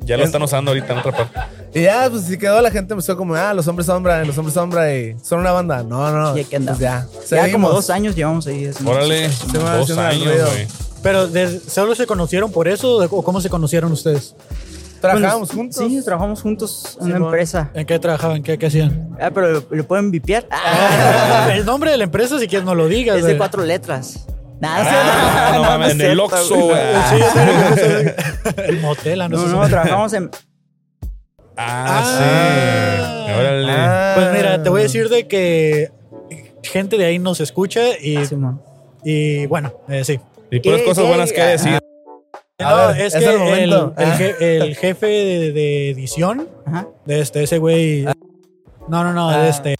S4: Ya lo están usando ahorita en otra parte.
S9: Y ya, pues si quedó, la gente empezó como, ah, los hombres sombra, los hombres sombra y son una banda. No, no.
S10: Sí, aquí andamos.
S9: pues ya.
S10: Ya como
S9: Seguimos.
S10: dos años llevamos ahí. haciendo
S4: Órale,
S10: cosas.
S9: va
S4: dos
S9: haciendo el
S4: años,
S9: ruido.
S4: güey.
S3: Pero de- solo se conocieron por eso o cómo se conocieron ustedes?
S9: Trabajábamos
S10: Bueno,
S9: juntos.
S10: Sí, trabajamos juntos en una
S9: Simón.
S10: empresa.
S3: ¿En qué trabajaban? ¿Qué, qué hacían? Ah,
S10: Ah, pero lo, lo pueden vipiar.
S3: El nombre de la empresa, si quieres, no lo digas.
S10: es de
S3: güey.
S10: cuatro letras. Nada,
S4: Ah, no mames,
S10: es
S4: en el
S10: cierto,
S4: Oxxo,
S10: güey.
S4: güey.
S3: Sí, yo sé lo que es, güey. El motel, ah, no,
S10: No,
S3: sé. Ah.
S10: no, trabajamos en.
S4: Ah, sí. Órale.
S9: Ah.
S3: Pues mira, te voy a decir de que gente de ahí nos escucha y,
S10: Ah, Simón.
S3: y bueno, eh, sí.
S4: y puras
S10: ¿Qué-
S4: cosas
S10: qué- Ah.
S4: buenas que decir.
S9: A
S3: No,
S9: ver,
S3: es,
S9: es
S3: que
S9: el
S3: el,
S9: momento.
S3: el
S9: Ah.
S3: je- el jefe de, de edición
S10: Ajá. Ah.
S3: de este, ese güey. No, no, no, de este.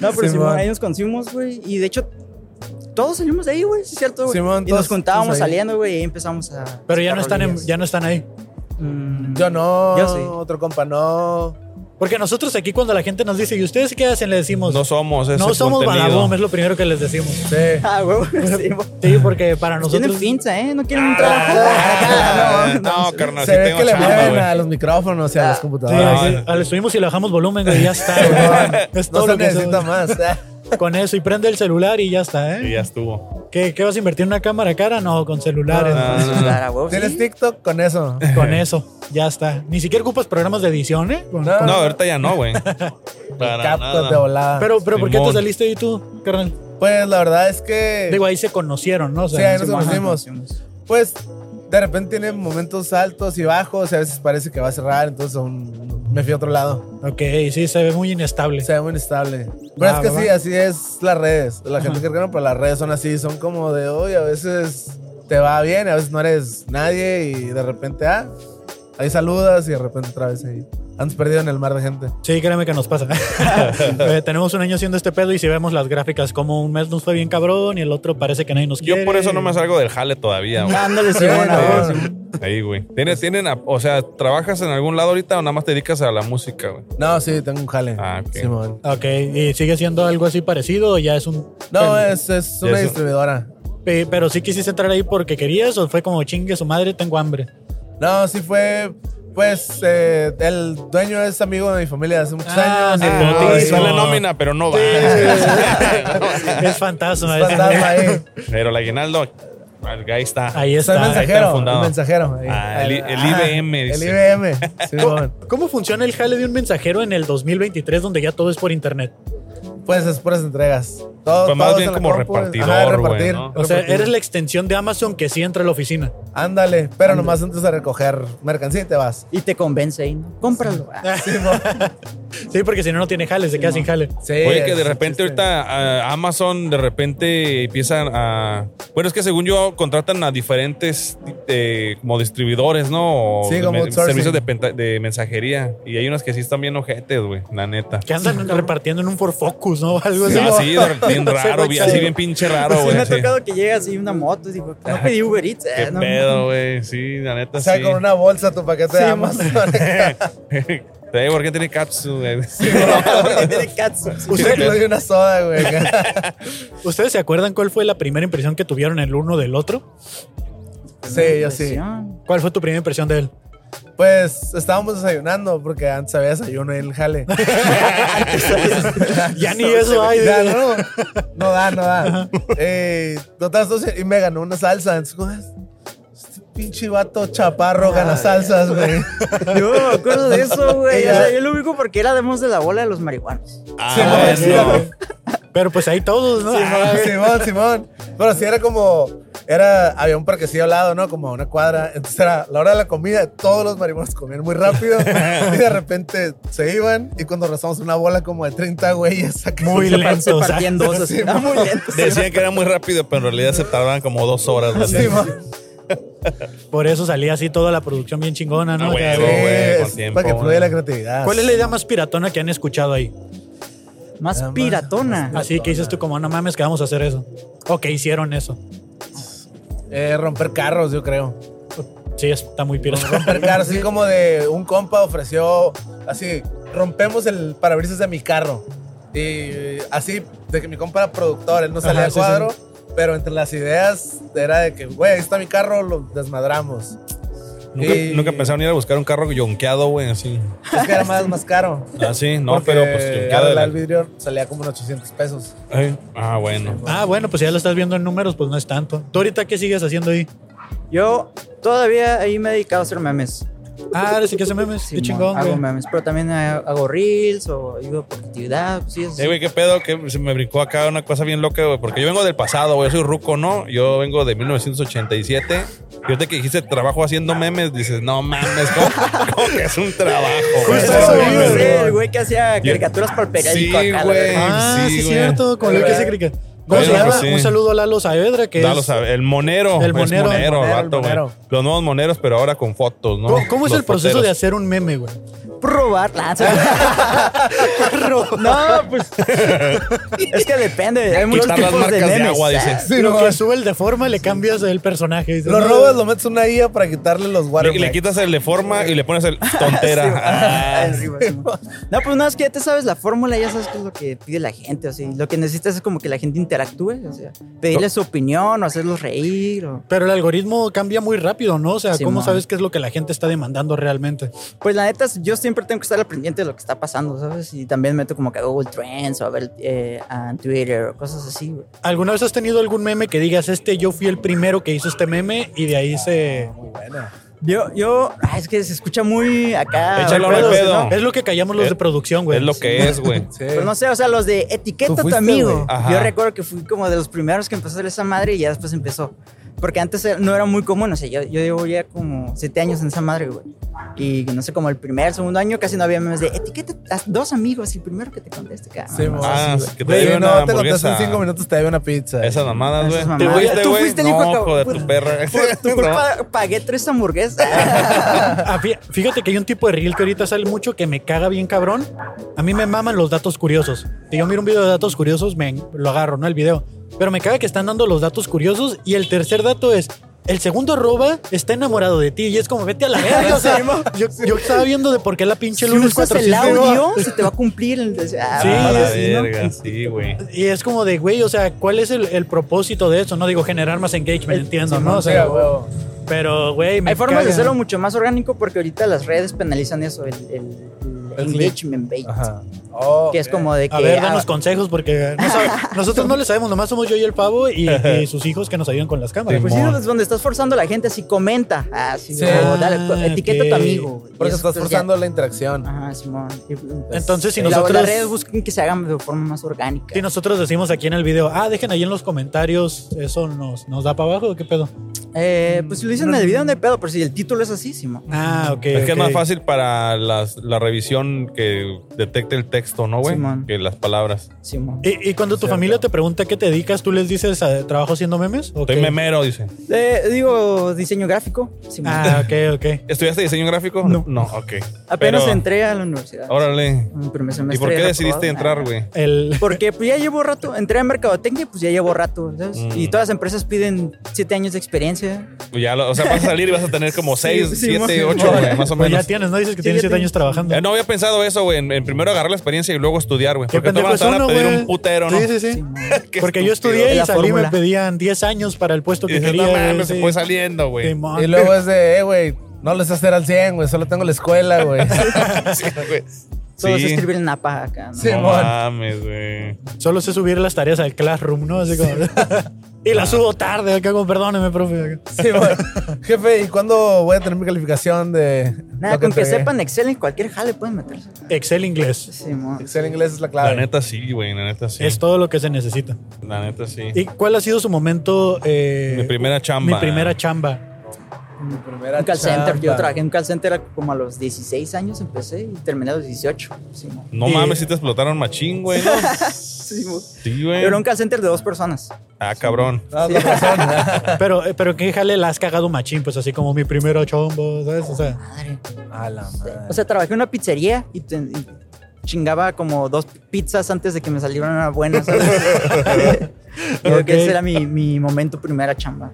S10: No, pero Simón,
S9: Simón.
S10: ahí nos conocimos, güey. Y de hecho, todos salimos de ahí, güey, sí, es cierto. güey.
S9: Simón,
S10: y
S9: todos-
S10: nos juntábamos
S9: todos ahí.
S10: saliendo, güey, y ahí empezamos a.
S3: Pero ya
S10: sacar
S3: no están en-
S10: rolillas.
S3: ya no están ahí.
S10: Mm,
S9: Yo no,
S10: Yo sí.
S9: otro compa no.
S3: Porque nosotros aquí cuando la gente nos dice, ¿y ustedes qué hacen? Le decimos,
S4: No somos ese
S3: no somos
S4: contenido.
S3: Badabom, es lo primero que les decimos.
S9: Sí.
S10: Ah, güey, sí, güey.
S3: Sí, porque para
S10: Tienen
S3: nosotros... ah,
S10: finza, ¿eh? No quieren un trabajo.
S4: Ah,
S10: No, no,
S4: No,
S10: no.
S4: carnal, sí
S9: Se ve
S4: tengo
S9: que le
S4: chamba,
S9: mueven
S4: güey.
S9: a los micrófonos y a
S10: Ah,
S9: las
S3: Sí,
S9: computadoras.
S3: aquí-
S4: no.
S3: ah, le subimos y le bajamos volumen, güey, ya está. güey. es
S9: No
S3: todo
S9: se
S3: lo que
S9: necesita
S3: hacemos.
S9: más.
S3: Con eso, y prende el celular y ya está,
S4: eh. Y
S3: ¿eh?
S4: ya estuvo.
S3: ¿Qué, qué vas a invertir en una cámara cara? No, con celulares.
S4: No, no, no.
S10: Claro, güey,
S9: ¿Tienes
S10: sí.
S9: TikTok con eso?
S3: Con eso, ya está. Ni siquiera ocupas programas de edición, ¿eh? Con-
S9: No.
S4: No, ahorita ya no, güey. Para
S9: Capcos de
S4: nada.
S9: volada.
S3: Pero, pero ¿por qué te
S4: Simón.
S3: saliste ahí tú, carnal?
S9: pues la verdad es que.
S3: Digo, ahí se conocieron, ¿no? O sea,
S9: Sí, ahí nos
S3: Simón.
S9: conocimos. Pues de repente tiene momentos altos y bajos y a veces parece que va a cerrar, entonces aún me fui a otro lado.
S3: Ok, sí, se ve muy inestable.
S9: Se ve muy inestable. Pero
S3: Ah,
S9: es que
S3: ¿verdad?
S9: sí, así es las redes. La gente cree que no, pero las redes son así, son como de hoy, a veces te va bien, a veces no eres nadie y de repente, ah, ahí saludas y de repente otra vez ahí. Andas perdido en el mar de gente.
S3: Sí, créeme que nos pasa. Eh, tenemos un año haciendo este pedo y si vemos las gráficas, como un mes nos fue bien cabrón y el otro parece que nadie nos quiere.
S4: Yo por eso no me salgo del jale todavía, güey.
S10: Ándale,
S9: Sí,
S10: Simón, a
S9: no.
S10: huevo, Simón.
S4: Ahí, güey. ¿Tienes, tienen, a- o sea, ¿trabajas en algún lado ahorita o nada más te dedicas a la música, güey?
S9: No, sí, tengo un jale.
S4: Ah, ok.
S9: Simón.
S3: Ok, ¿y sigue siendo algo así parecido o ya es un...
S9: No,
S3: el-
S9: es, es una
S4: es un-
S9: distribuidora.
S3: pe- Pero sí quisiste entrar ahí porque querías o fue como chingue su madre, tengo hambre.
S9: No, sí fue. Pues eh, el dueño es amigo de mi familia de hace muchos
S3: Ah,
S9: años.
S3: nepotismo.
S9: Ah,
S4: Ahí
S3: sí,
S4: sale
S3: no.
S4: nómina, pero no va.
S3: Es fantasma. eh. es-
S9: fantasma ahí.
S4: Pero el aguinaldo, ahí está.
S3: Ahí
S9: Soy
S3: está.
S9: mensajero.
S4: fundado.
S9: un mensajero. ahí.
S4: Ah, el I- el
S9: ah,
S4: IBM,
S9: El
S4: dice.
S9: IBM. sí,
S3: ¿Cómo,
S9: bueno.
S3: cómo funciona el jale de un mensajero en el 2023 donde ya todo es por internet?
S9: Pues es puras entregas. Todo,
S4: Pues más
S9: todo
S4: bien
S9: se la
S4: como
S9: compu.
S4: repartidor,
S9: Ajá,
S4: güey,
S9: repartir,
S4: ¿no?
S3: O sea,
S9: repartir.
S3: eres la extensión de Amazon que sí entra a la oficina.
S9: Ándale, pero nomás entras a recoger mercancía y te vas.
S10: Y te convence ahí. ¿no? Cómpralo. Ah,
S3: Sí, porque si no, no tiene jale, se queda sin jale.
S9: Sí,
S4: Oye, que
S9: es
S4: de
S9: un
S4: repente
S9: chiste.
S4: ahorita ah, Amazon de repente empiezan a. Bueno, es que según yo contratan a diferentes eh, como distribuidores, ¿no? O
S9: Sí, como
S4: me-
S9: outsourcing.
S4: servicios de, penta- de mensajería. Y hay unos que sí están bien ojetes, güey, la neta.
S3: Que andan repartiendo en un For Focus, ¿no? Algo así.
S4: Ah, sí, de- bien raro, bien- así
S10: Sí.
S4: bien pinche raro,
S10: sí,
S4: güey.
S10: me ha
S4: así.
S10: tocado que llega así una moto y digo, no pedí Uber Eats. eh,
S4: Qué
S10: no,
S4: pedo, güey. Sí, la neta,
S9: O sea,
S4: sí.
S9: con una bolsa tu paquete de
S10: Sí,
S9: Amazon.
S4: Sí, ¿Por qué tiene capsu, güey?
S10: porque tiene catsup.
S9: Usted que le doy una soda, güey.
S3: ¿Ustedes se acuerdan cuál fue la primera impresión que tuvieron el uno del otro?
S9: sí, yo sí.
S3: ¿Cuál fue tu primera impresión de él?
S9: Pues estábamos desayunando porque antes había desayuno en el jale.
S3: Ya ni eso hay.
S9: Ya, no, no da, no da. Eh, total, entonces, y me ganó una salsa. Entonces, como, este pinche vato chaparro gana salsas, güey.
S10: Yo me acuerdo de eso, güey.
S9: Ella-
S10: O sea, yo lo ubico porque era además de la bola de los marihuanos.
S4: Ah,
S9: Sí,
S4: no.
S3: Pero pues ahí todos, ¿no?
S9: Simón, Simón, Simón. Pero sí era como, era, había un parquecillo al lado, ¿no? Como a una cuadra. Entonces era la hora de la comida, todos los marihuanos comían muy rápido y de repente se iban y cuando rezamos una bola como de 30 güeyes acá.
S3: Muy
S9: se
S10: Se
S3: lento. o sea,
S10: partían dos así.
S9: Sí,
S10: Era muy lento.
S4: Decían que era muy rápido, pero en realidad se tardaban como dos horas. güey.
S9: pasó, Simón.
S3: Por eso salía así toda la producción bien chingona, ¿no?
S4: Ah,
S3: O sea,
S4: huevo,
S3: sí.
S4: güey, con
S9: Sí,
S4: tiempo,
S9: para que
S4: güey.
S9: fluya la creatividad.
S3: ¿Cuál es la idea más piratona que han escuchado ahí?
S10: Más
S9: Además,
S10: piratona.
S3: Así que dices tú como, no mames, que vamos a hacer eso. O que hicieron eso.
S9: Eh, romper carros, yo creo.
S3: Sí, está muy piratona.
S9: Romper carros, así como de un compa ofreció, así, rompemos el parabrisas de mi carro. Y eh, así, de que mi compa era productor, él no salía
S3: Ajá,
S9: al
S3: sí,
S9: cuadro, pero entre las ideas era de que, güey, ahí está mi carro, lo desmadramos.
S4: Nunca,
S9: Y-
S4: nunca pensaron ir a buscar un carro yonqueado, güey, así.
S9: Es que era más, más caro.
S4: Ah, sí, no,
S9: porque
S4: pero pues yonqueado. de
S9: arreglar
S4: la-
S9: el vidrio salía como en 800 pesos.
S4: Ay, Ah, bueno.
S3: Ah, bueno, pues si ya lo estás viendo en números, pues no es tanto. ¿Tú ahorita qué sigues haciendo ahí?
S10: Yo todavía ahí me he dedicado a hacer memes.
S3: Ah, ahora sí que hace memes.
S10: Sí,
S3: qué chingón,
S10: Hago
S3: güey.
S10: memes, pero también ha- hago reels o ayudo por actividad. pues, sí, eso sí.
S4: Eh, güey, qué pedo, que se me brincó acá una cosa bien loca, güey, porque yo vengo del pasado, güey, soy ruco, ¿no? Yo vengo de 1987. Y ahorita que dijiste trabajo haciendo memes, dices, no mames, ¿cómo, cómo que es un trabajo, güey?
S3: Justo
S4: No
S3: eso,
S4: mames,
S3: güey.
S10: Sí,
S4: güey.
S10: el güey que hacía caricaturas para el periódico.
S4: Sí,
S10: acá, la
S4: güey.
S10: verga.
S3: Ah, sí,
S4: Sí,
S3: es
S4: güey.
S3: cierto. Con lo que se crica. ¿Cómo se
S4: Bueno,
S3: llama?
S4: pues sí.
S3: Un saludo a Lalo Saavedra, que
S4: Dalo,
S3: es...
S4: sabe, el monero.
S3: El
S4: es
S3: monero, el
S4: monero,
S9: monero, el
S4: vato, güey.
S9: monero.
S4: Los nuevos moneros, pero ahora con fotos, ¿no?
S3: ¿Cómo, cómo es
S4: Los
S3: el proceso
S4: foteros.
S3: de hacer un meme, güey?
S10: Robar. la- no, pues. es que depende. Hay muchos
S4: Quitar las
S10: tipos de
S4: marcas de
S10: memes.
S4: agua, dice.
S9: Sí,
S3: lo
S9: no,
S3: que sube el de forma le cambias el personaje. dices,
S9: Lo
S3: no,
S9: robas, lo metes en una IA para quitarle los
S4: Le,
S9: watermarks.
S4: le quitas el de forma y le pones el
S10: Sí,
S4: tontera.
S10: güey.
S4: Ah,
S10: Sí, güey, sí, güey. no, pues no, es que ya te sabes la fórmula, ya sabes qué es lo que pide la gente. O sea, lo que necesitas es como que la gente interactúe, o sea, pedirle su opinión o hacerlos reír. O...
S3: Pero el algoritmo cambia muy rápido, ¿no? O sea, ¿cómo
S10: Simón.
S3: sabes qué es lo que la gente está demandando realmente?
S10: Pues la neta, yo siempre tengo que estar al pendiente de lo que está pasando, ¿sabes? Y también meto como que a Google Trends o a ver eh, a Twitter o cosas así, güey.
S3: ¿Alguna vez has tenido algún meme que digas, este yo fui el primero que hizo este meme y de ahí se...
S10: Yo, yo, ah, es que se escucha muy acá.
S4: Échalo,
S10: güey,
S4: no hay
S10: pero-
S4: pedo. Eh,
S3: Es lo que callamos los
S4: Es-
S3: de producción, güey.
S4: es lo que es, güey.
S9: Sí.
S10: Pero Pues no sé, o sea, los de etiqueta
S9: Tú
S10: a tu
S9: fuiste, güey.
S10: amigo.
S4: Ajá.
S10: Yo recuerdo que fui como de los primeros que empezó a hacer esa madre y ya después empezó. Porque antes era- no era muy común, o sea, yo, yo llevo ya como siete años en esa madre, güey. Y no sé, como el primer, segundo año casi no había memes de etiqueta a dos amigos y primero que te conteste, cabrón.
S9: Sí, mo,
S4: Ah,
S9: sí, güey.
S4: que te
S9: Güey,
S4: lleve
S9: no,
S4: una
S9: te contestas en
S4: hamburguesa.
S9: 5 minutos, te debe una pizza.
S4: Esas mamadas,
S10: Esas
S4: güey. ¿Te
S10: mamadas.
S4: fuiste,
S10: Tú
S4: güey?
S10: fuiste el hijo
S4: no,
S10: de-
S4: hijo de tu perra.
S10: Por tu culpa pagué tres hamburguesas.
S3: Ah, fí- Fíjate que hay un tipo de reel que ahorita sale mucho que me caga bien cabrón. A mí me maman los datos curiosos. Si yo miro un video de datos curiosos, me lo agarro, ¿no? El video. Pero me caga que están dando los datos curiosos y el tercer dato es... El segundo roba está enamorado de ti y es como vete a la verga. o sea, yo, yo estaba viendo de por qué la pinche
S10: si
S3: lunes
S10: usas el
S3: 400
S10: audio, se te va a cumplir. el- ah,
S3: Sí,
S4: Ah, la
S10: así, ¿no?
S4: verga, sí, güey.
S3: Y es como de, güey, o sea, ¿cuál es el, el propósito de eso? No digo generar más engagement, entiendo, ¿no? O sea,
S9: huevo.
S3: Pero, güey, me
S10: Hay formas de
S3: caga.
S10: hacerlo mucho más orgánico porque ahorita las redes penalizan eso, el, el- el
S9: El click.
S10: engagement bait.
S9: Ajá.
S10: Que es como de que.
S3: A ver, danos
S10: ah,
S3: consejos porque no sabe- nosotros no le sabemos, nomás somos yo y el pavo y, y sus hijos que nos ayudan con las cámaras.
S10: pues sí, es donde estás forzando a la gente así, comenta. Ah, sí,
S9: Sí.
S10: o dale,
S3: Ah,
S10: etiqueta
S3: ok.
S10: a tu amigo. güey.
S9: Porque
S10: Y
S9: estás
S10: eso, pues,
S9: forzando
S10: ya.
S9: la interacción.
S10: Ajá, Simón. Y, pues,
S3: Entonces, si
S10: la-
S3: nosotros-
S10: Las redes busquen que se hagan de forma más orgánica.
S3: Si nosotros decimos aquí en el video, ah, dejen ahí en los comentarios, eso nos, nos da para abajo, ¿o ¿qué pedo?
S10: Eh, pues si lo dicen en el video, no hay pedo, pero si el título es así, Simón.
S3: Ah, ok.
S4: Es que es
S3: ok.
S4: más fácil para las- la revisión que detecte el texto, ¿no, güey?
S10: Simón.
S4: que las palabras.
S10: Simón.
S3: Y, y cuando tu familia te pregunta qué te dedicas, ¿tú les dices a trabajo haciendo memes? ¿O
S4: Estoy
S3: qué?
S4: memero, dice.
S10: Eh, digo, diseño gráfico. Simón.
S3: Ah, ok, ok.
S4: ¿Estudiaste diseño gráfico?
S10: No.
S4: No, ok.
S10: Apenas
S4: Pero-
S10: entré a la universidad.
S4: Órale.
S3: Mm,
S10: En mi primer
S4: ¿Y
S10: semestre
S4: por qué
S10: reprobado.
S4: decidiste entrar,
S10: Ah.
S4: güey?
S3: El,
S10: Porque pues, ya llevo rato, entré a mercadotecnia, pues ya llevo rato, ¿sabes?
S4: Mm.
S10: Y todas las empresas piden siete años de experiencia.
S4: Pues Ya, lo- o sea, vas a salir y vas a tener como
S10: Sí,
S4: 6,
S10: sí,
S4: 7,
S10: mo-
S4: 8,
S10: Órale.
S4: más o
S3: pues ya
S4: menos.
S3: tienes, ¿no? Dices que
S10: Sí,
S3: tienes
S10: ya
S3: siete
S10: tengo.
S3: años trabajando.
S4: Eh, no había pensado eso, güey. En, en primero agarrar la experiencia y luego estudiar, güey.
S3: ¿Qué
S4: Porque te
S3: pendejo
S4: van a
S3: es
S4: estar a
S3: uno,
S4: pedir
S3: güey?
S4: un putero, ¿no?
S3: Sí, sí, sí.
S10: Simón.
S4: Qué
S3: Porque yo
S4: estúpido.
S3: estudié
S10: Es
S3: y
S10: la
S3: salí me
S10: fórmula.
S3: pedían 10 años para el puesto
S4: Y
S3: que
S4: dices,
S3: quería.
S4: no mames, se
S3: sí.
S4: fue saliendo, güey.
S3: Simón.
S9: Y luego es de, eh, güey, no les hacer al 100, güey, solo tengo la escuela, güey.
S4: Sí, güey.
S10: Todos
S4: Sí.
S10: escriben en la paja acá, ¿no?
S9: Sí.
S4: No
S9: Simón.
S4: mames, güey.
S3: Solo sé subir las tareas al Classroom, ¿no? Así como... y las subo tarde, acá como, perdóneme, profe.
S9: Sí, güey. Jefe, ¿y cuándo voy a tener mi calificación de.
S10: Nada,
S9: lo
S10: con que
S9: entregué?
S10: sepan Excel en cualquier jale pueden meterse.
S3: Excel inglés.
S10: Sí, mo.
S9: Excel inglés es la
S4: La
S9: clave.
S4: neta sí, güey. La neta sí.
S3: Es todo lo que se necesita.
S4: La neta sí.
S3: ¿Y cuál ha sido su momento? eh,
S4: Mi primera chamba. eh.
S3: Mi primera chamba.
S9: Mi primera
S10: Un call center,
S9: chamba.
S10: yo trabajé en un call center como a los 16 años empecé y terminé a los 18. Sí, mo.
S4: No
S3: Y-
S4: mames, si te explotaron machín, güey. ¿no?
S10: Sí, mo.
S4: Sí, güey.
S10: Pero un call center de dos personas.
S4: Ah, cabrón.
S9: No, con razón.
S3: Pero, eh, pero ¿qué jale la has cagado machín? Pues así como mi primera chamba, ¿sabes? O sea,
S10: Madre.
S9: A la madre.
S10: O sea, trabajé en una pizzería y, te- y chingaba como dos pizzas antes de que me salieran una buena, ¿sabes? Creo
S3: Ok.
S10: que ese era mi, mi momento primera chamba.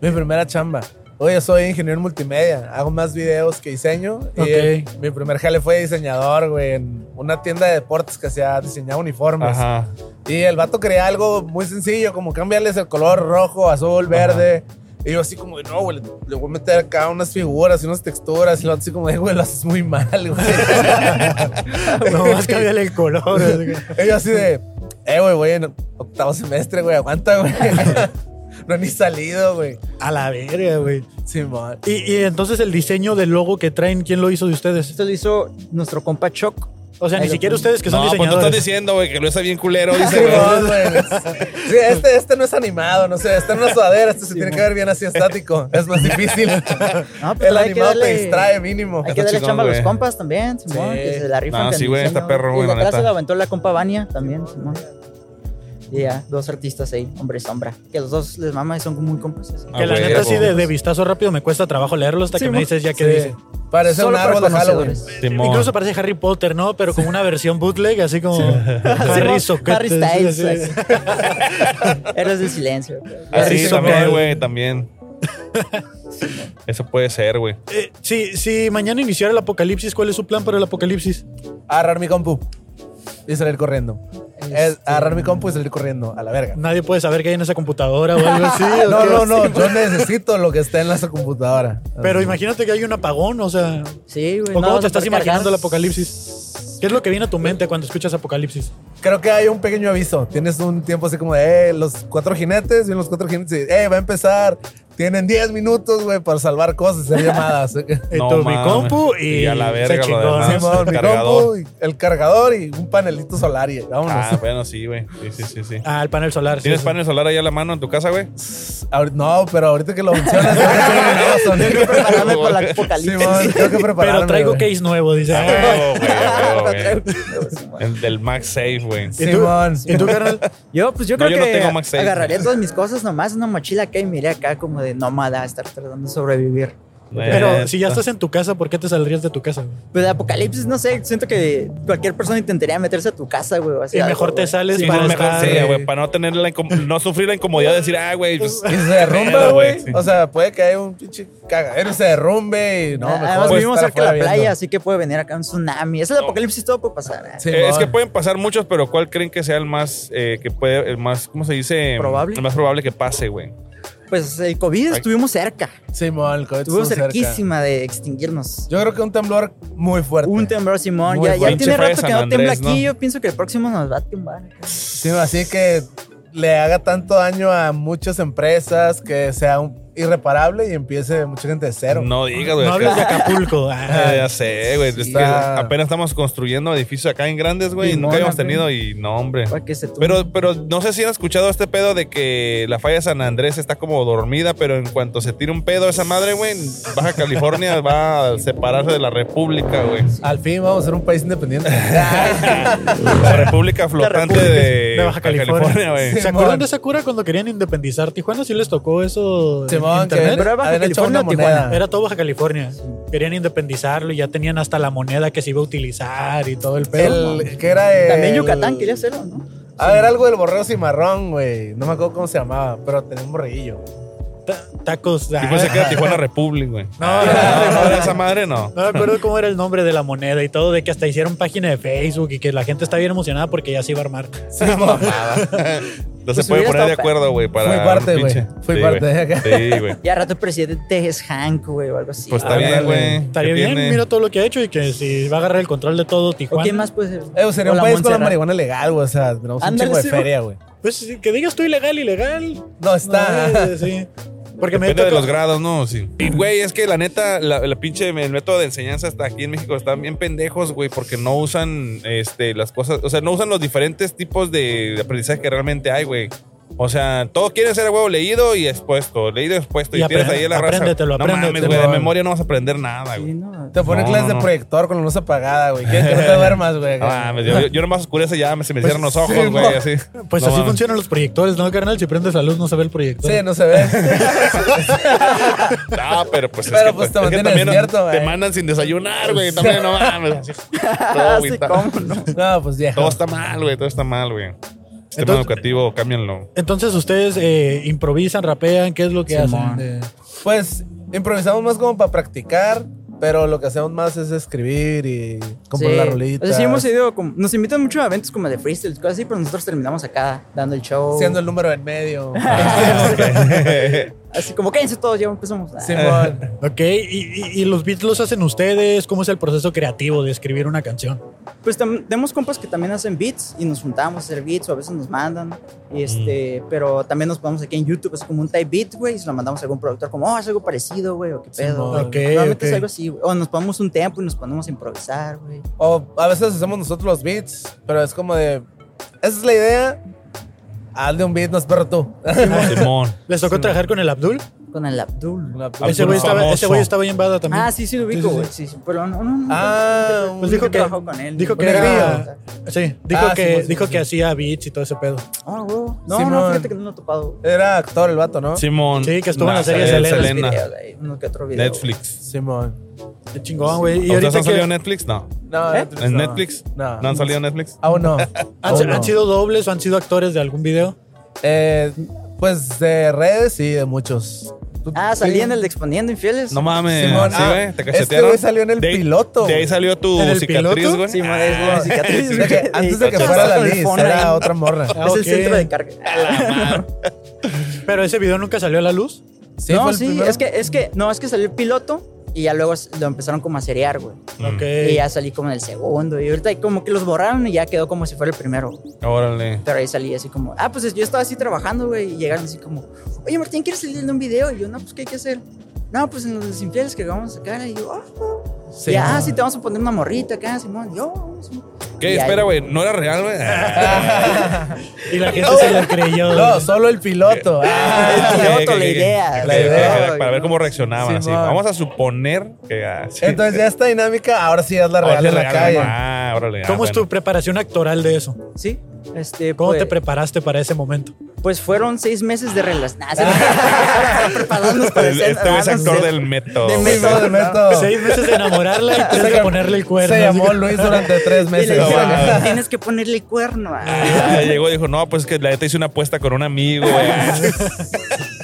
S9: Mi primera chamba. Oye, soy ingeniero en multimedia. Hago más videos que diseño. Y
S3: Ok.
S9: eh, mi primer jale fue diseñador, güey, en una tienda de deportes que hacía diseñaba uniformes.
S4: Ajá.
S9: Y el vato quería algo muy sencillo, como cambiarles el color rojo, azul, verde. Y yo así como, de, no, güey, le, le voy a meter acá unas figuras y unas texturas. Y el vato así como, de, güey, lo haces muy mal, güey.
S3: nomás cambiarle el color. así que-
S9: y yo así de, eh, güey, voy en octavo semestre, güey, aguanta, güey. no he ni salido, güey.
S3: A la verga, güey.
S9: Simón.
S3: Y, y entonces el diseño del logo que traen, ¿quién lo hizo de ustedes?
S10: Esto lo hizo nuestro compa Choc.
S3: O sea,
S10: Ahí
S3: ni
S10: lo
S3: siquiera
S10: pongo.
S3: ustedes que son
S4: No, pues tú estás
S3: diseñadores.
S4: diciendo, güey, que lo está bien culero, dice, güey.
S9: Simón, güey. Sí, este, este no es animado, no sé, está en una sudadera, este se tiene que ver bien así estático. Es más difícil.
S10: No,
S3: pues
S10: pero
S9: el
S10: Ah, pues hay que
S9: animado te
S10: darle-
S9: distrae mínimo.
S10: Hay que darle
S4: chingón,
S10: chamba a
S4: güey.
S10: los compas también, Simón,
S9: Sí.
S10: que se la rifan.
S4: Ah,
S10: con
S4: sí,
S10: el
S4: güey, está
S10: diseño.
S4: perro, güey,
S10: Y
S4: la
S10: de atrás se
S4: neta.
S10: la aventó la compa Vania también, Simón. Y ya, dos artistas ahí, hombre y sombra. Que los dos les mama y son muy compas. así.
S4: Ah,
S3: Que la
S4: güey,
S3: neta
S4: güey.
S3: sí de, de vistazo rápido me cuesta trabajo leerlo hasta
S10: Sí,
S3: que me
S10: mo.
S3: dices ya
S9: Sí.
S3: que dice.
S9: Parece
S10: Solo
S9: un
S10: para
S9: árbol de Halloween.
S10: conocedores.
S4: Simón.
S3: Incluso parece Harry Potter, ¿no? Pero con una versión bootleg, así como Harry
S10: Simón,
S3: Socate,
S10: Harry
S3: así,
S10: Styles.
S3: así.
S10: así. Héroes del silencio.
S4: Ah, sí,
S3: Así
S4: también,
S3: somos.
S4: güey, también. Eso puede ser, güey.
S3: Eh, si, si mañana iniciara el apocalipsis, ¿cuál es su plan para el apocalipsis?
S9: Agarrar mi compu y salir corriendo. Es agarrar mi compu y salir corriendo a la verga.
S3: Este. Nadie puede saber qué hay en esa computadora o algo así. ¿o
S9: No,
S3: qué?
S9: no, no. Yo necesito lo que está en la computadora.
S3: Pero imagínate que hay un apagón, o sea,
S10: Sí, güey.
S3: ¿o
S10: no,
S3: cómo
S10: vas
S3: te
S10: a
S3: estás
S10: poder
S3: imaginando el
S10: cargar.
S3: apocalipsis? ¿Qué es lo que viene a tu mente cuando escuchas apocalipsis?
S9: Creo que hay un pequeño aviso. Tienes un tiempo así como de, eh, los cuatro jinetes, vienen los cuatro jinetes y, eh, va a empezar. Tienen 10 minutos, güey, para salvar cosas, hacer llamadas.
S3: Eh,
S4: No
S3: tu- mi
S4: mames.
S3: compu y,
S4: Y a la verga
S3: se
S4: lo
S3: chingó,
S4: demás.
S3: ¿no?
S9: Simón, mi
S4: Cargador.
S9: compu, y el cargador y un panelito solar y vámonos.
S4: Ah, bueno, sí, güey. Sí, sí, sí, sí.
S3: Ah, el panel solar. sí,
S4: ¿Tienes
S3: sí.
S4: panel solar ahí a la mano en tu casa, güey?
S9: Ahori- no, pero ahorita que lo mencionas, creo que tengo en Amazon.
S10: Tengo que prepararme para el apocalipsis.
S9: Simón, tengo que prepararme.
S3: Pero traigo
S9: güey.
S3: case nuevo, dice.
S4: A huevo, Ah, güey, a huevo, güey.
S10: Simón.
S4: El del MagSafe, güey.
S3: ¿Y tú?
S9: Simón.
S3: ¿Y tú, carnal?
S10: Yo, pues yo
S4: No, yo
S10: creo
S4: no
S10: que
S4: tengo Max seis.
S10: agarraría todas mis cosas nomás, una mochila acá y me iré acá como de nómada a estar tratando de sobrevivir.
S3: Pero
S4: Neta.
S3: si ya estás en tu casa, ¿por qué te saldrías de tu casa? güey?
S10: Pero Pues, de apocalipsis, no sé, siento que cualquier persona intentaría meterse a tu casa, güey. o
S3: Y
S10: hacer algo,
S3: mejor te
S10: güey.
S3: sales
S4: Sí,
S3: para
S4: mejor
S3: estar...
S4: sí, güey, para no tener la incom- no sufrir la incomodidad de decir, ah, güey, pues,
S9: Y se derrumba,
S4: Pero,
S9: güey.
S4: güey, sí.
S9: O sea, puede que haya un pinche cagadero y se derrumbe y no, mejor
S10: Además, vivimos
S9: estar
S10: cerca de la
S9: afuera
S10: playa,
S9: viendo.
S10: así que puede venir acá un tsunami. Es el apocalipsis, todo puede pasar. ¿eh?
S9: Sí,
S4: eh, es
S9: mon.
S4: que pueden pasar muchos, pero ¿cuál creen que sea el más eh, que puede, el más, ¿cómo se dice?
S10: ¿Probable?
S4: El más probable que pase, güey.
S10: pues el COVID estuvimos cerca.
S9: Simón, el COVID
S10: Estuvimos
S9: estuvo cerca.
S10: cerquísima de extinguirnos.
S9: Yo creo que un temblor muy fuerte.
S10: Un temblor, Simón.
S9: Muy
S10: Ya, ya
S9: fuerte.
S10: tiene
S4: Fue
S10: rato
S4: San
S10: que no tembla
S4: Andrés,
S10: aquí.
S4: ¿no?
S10: Yo pienso que el próximo nos va a temblar.
S9: Sí, así que le haga tanto daño a muchas empresas que sea un- irreparable y empiece mucha gente de cero. Eh,
S4: No digas, güey.
S3: No
S4: acá-
S3: hables de Acapulco.
S4: Ah,
S3: Ah,
S4: ya sé, güey. Es
S9: Sí.
S4: que
S9: Ah.
S4: apenas estamos construyendo edificios acá en grandes, güey. y
S10: Simona,
S4: Nunca habíamos
S10: güey.
S4: tenido y no, hombre.
S10: Para que se tumbe.
S4: Pero, pero no sé si han escuchado este pedo de que la falla de San Andrés está como dormida, pero en cuanto se tire un pedo esa madre, güey, Baja California va a separarse de la República, güey.
S9: Al fin vamos a ser un país independiente.
S4: La República flotante de,
S3: de Baja California.
S4: güey.
S3: ¿Se
S9: Simón.
S3: acuerdan de Sakura cuando querían independizar Tijuana? ¿Sí les tocó eso? en
S9: Simón, que
S3: internet?
S10: Pero era Baja
S9: habían hecho
S10: California
S9: una
S10: o Tijuana.
S9: moneda.
S3: Era todo Baja California. Querían independizarlo y ya tenían hasta la moneda que se iba a utilizar y todo el pedo.
S9: El, que era el-
S10: También Yucatán quería hacerlo, ¿no?
S9: A ver, algo del borrego cimarrón, güey. No me acuerdo cómo se llamaba, pero tenía un borreguillo.
S3: Ta- tacos.
S4: Y pues se
S3: ah.
S4: queda Tijuana Republic, güey.
S3: No,
S4: No, no, esa madre no.
S3: No me acuerdo cómo era el nombre de la moneda y todo, de que hasta hicieron página de Facebook y que la gente está bien emocionada porque ya se iba a armar.
S4: No se
S10: Pues
S4: puede poner
S10: hubiera
S4: de
S10: estado pe-
S4: acuerdo, güey. para
S9: Fui parte,
S4: un
S9: güey.
S4: pinche-
S9: Fui
S4: Sí,
S9: parte
S4: güey.
S9: de acá.
S4: Sí, güey.
S10: Y al rato el presidente es Hank, güey, o algo así.
S4: Pues está
S9: Ah,
S4: bien,
S9: dale.
S4: güey.
S3: Estaría
S4: ¿Qué
S3: bien,
S4: tiene?
S3: mira todo lo que ha hecho y que si va a agarrar el control de todo
S10: ¿O
S3: Tijuana.
S10: quién más puede ser?
S9: Eh, sería
S10: O
S9: un
S10: la
S9: país con la
S10: Montserrat.
S9: marihuana legal, güey. O sea, tenemos un
S10: Ándale,
S9: chingo de
S10: sí, güey.
S9: feria, güey.
S3: Pues que digas tú ilegal, ilegal.
S9: No está.
S3: No, eh, sí. Porque me
S4: Depende de
S3: tocó-
S4: los grados, ¿no? Sí. Y, Güey, es que la neta, la, la pinche, el método de enseñanza hasta aquí en México están bien pendejos, güey, porque no usan este, las cosas, o sea, no usan los diferentes tipos de aprendizaje que realmente hay, güey. O sea, todo quiere ser a huevo leído y expuesto, leído y expuesto. Y,
S3: Y
S4: tienes
S3: aprende-
S4: ahí la
S3: apréndetelo,
S4: raza. No mames,
S3: apréndetelo.
S4: güey, de memoria no vas a aprender nada,
S10: Sí,
S4: güey.
S10: no.
S9: Te ponen
S4: No,
S9: clases
S4: no, no.
S9: de proyector con la luz apagada, güey. Quieres que no te duermas, güey.
S4: No
S9: acá.
S4: mames, yo, yo, yo nomás oscurece ya, me- se me
S9: Pues
S4: cierran los
S9: sí,
S4: ojos, güey,
S9: no.
S4: así.
S3: Pues
S4: No
S3: así
S4: mames.
S3: funcionan los proyectores, ¿no, carnal? Si prendes la luz no se ve el proyector.
S9: Sí, no se ve.
S4: Ah, pero pues es
S9: Pero,
S4: que,
S9: pues,
S4: es
S9: te
S4: que
S9: mantiene
S4: también
S9: despierto,
S4: te
S9: güey.
S4: mandan sin desayunar, güey. También no mames. así. Todo
S10: Ah, sí,
S4: agüitado.
S10: ¿cómo no?
S9: No, pues viejo.
S4: Todo está mal, güey. Todo está mal, güey. Sistema
S3: Entonces-
S4: educativo, cámbianlo.
S3: Entonces ustedes eh, improvisan, rapean, ¿qué es lo que
S10: Simón.
S3: hacen? Eh, De-
S9: Pues improvisamos más como para practicar, pero lo que hacemos más es escribir y comprar
S10: Sí. Pues
S9: la rolita.
S10: O sea, sí hemos ido, como- nos invitan mucho a eventos como de freestyle, cosas así, pero nosotros terminamos acá dando el show.
S9: Siendo el número en medio.
S10: Así como, cállense todos, ya empezamos. Ah,
S9: Simón.
S3: Ok, y, y- y los beats los hacen ustedes? ¿Cómo es el proceso creativo de escribir una canción?
S10: Pues tam- tenemos compas que también hacen beats y nos juntamos a hacer beats o a veces nos mandan. Y
S4: Mm.
S10: este, Pero también nos ponemos aquí en YouTube, así como un type beat, güey, y se lo mandamos a algún productor, como, oh, es algo parecido, güey, o qué pedo.
S3: Ok,
S10: Normalmente
S3: ok.
S10: es algo así, güey. O nos ponemos un tempo y nos ponemos a improvisar, güey.
S9: O a veces hacemos nosotros los beats, pero es como de. Esa es la idea. Hazle un beat, no es perro tú.
S4: Simón.
S3: ¿Les tocó trabajar con el Abdul?
S10: Con el Abdul.
S3: Ese güey estaba,
S4: Ah, famoso.
S3: ese güey estaba bien bada también.
S10: Ah, sí, sí lo ubico,
S3: sí,
S10: güey. Sí, sí, pero no, no, no.
S9: Ah, un-
S3: Pues dijo
S10: Nunca
S3: que,
S10: trabajó con él,
S3: dijo
S10: ni
S3: que
S9: con
S3: era, sí, dijo
S9: Ah,
S3: que,
S9: Simón, Simón,
S3: dijo que
S9: Simón.
S3: hacía beats y todo ese pedo.
S10: Ah, güey. No, no,
S9: Simón.
S10: fíjate que no lo he topado.
S9: Era actor el vato, ¿no?
S4: Simón.
S3: Sí, que estuvo en la
S4: Nah,
S3: serie
S4: eh,
S3: Selena.
S4: Selena.
S10: Videos ahí, uno que otro video.
S4: Netflix.
S9: Simón.
S3: Qué chingón, güey. Y
S4: ¿A ¿Ustedes
S3: ahorita
S4: han salido
S3: que
S4: en Netflix? No.
S9: No,
S10: ¿Eh?
S4: ¿En
S9: no.
S4: Netflix?
S9: No.
S4: ¿No han salido en Netflix?
S9: Aún no.
S3: han,
S9: Aún no.
S3: han sido dobles o han sido actores de algún video.
S9: Eh, pues de redes y de muchos. Tú-
S10: Ah, salí
S9: sí.
S10: en el de Exponiendo Infieles.
S4: No mames.
S9: Simón,
S4: sí,
S9: ah,
S4: güey. Te
S9: este
S4: cachetearon.
S9: güey salió en el
S4: De ahí-
S9: piloto, Ah.
S4: De ahí
S9: güey.
S4: salió tu
S3: ¿En el
S4: cicatriz,
S3: piloto?
S4: güey.
S10: Sí, madre, es una cicatriz,
S9: De que
S10: güey.
S9: antes de que
S10: Y-
S9: fuera la
S10: con el
S9: Liz,
S10: phone
S9: era
S10: ahí.
S9: otra morra.
S3: Ah,
S10: Es
S3: ok.
S10: el centro de carga.
S3: Pero ese video nunca salió a la luz.
S9: Sí, fue
S10: No,
S9: el
S10: sí,
S9: primero.
S10: es que, es que, no, es que salió el piloto y ya luego lo empezaron como a seriar, güey.
S9: Mm.
S3: Ok.
S10: Y ya salí como en el segundo. Y ahorita como que los borraron y ya quedó como si fuera el primero.
S4: Órale.
S10: Pero ahí salí así como, ah, pues yo estaba así trabajando, güey, y llegaron así como, oye, Martín, ¿quieres salir en un video? Y yo, no, pues, ¿qué hay que hacer? No, pues en los desinfieles que vamos a sacar. Y yo, ah,
S9: Sí.
S10: y, ah, sí, te vamos a poner una morrita acá, Simón. Y Yo, "Oh, Simón".
S4: ¿Qué?
S10: Y ahí-
S4: Espera, güey. ¿No era real, güey?
S3: Y la gente se la creyó.
S9: No, solo el piloto. Ah,
S10: Ah,
S4: Ok,
S10: piloto,
S4: ok,
S10: la
S4: ok.
S10: idea.
S4: Ok,
S9: La
S4: ok,
S9: idea.
S4: ok, Para ver cómo reaccionaban. así.
S9: Simón.
S4: Vamos a suponer que. ah, sí.
S9: Entonces ya esta dinámica, ahora sí es la
S4: Ahora
S9: real
S4: sí
S9: en la
S4: real,
S9: calle.
S4: ¿no? Ah, órale. ah,
S3: ¿Cómo es
S4: bueno.
S3: tu preparación actoral de eso?
S10: Sí, este,
S3: ¿Cómo
S10: pues,
S3: te preparaste para ese momento?
S10: pues fueron seis meses de relación. preparándonos para
S4: Este
S10: hacer-
S4: este güey es
S10: ah, no
S4: actor
S10: sé.
S4: del método.
S10: De
S4: güey.
S9: Sí, todo el método.
S3: Seis meses de enamorarla y tres de ponerle el cuerno.
S9: Se llamó Luis durante tres
S10: Y le
S9: meses.
S10: dijeron,
S4: No, mames.
S10: tienes que ponerle el cuerno. ah".
S4: Ah, llegó y dijo, no, pues que la neta hice una apuesta con un amigo, güey.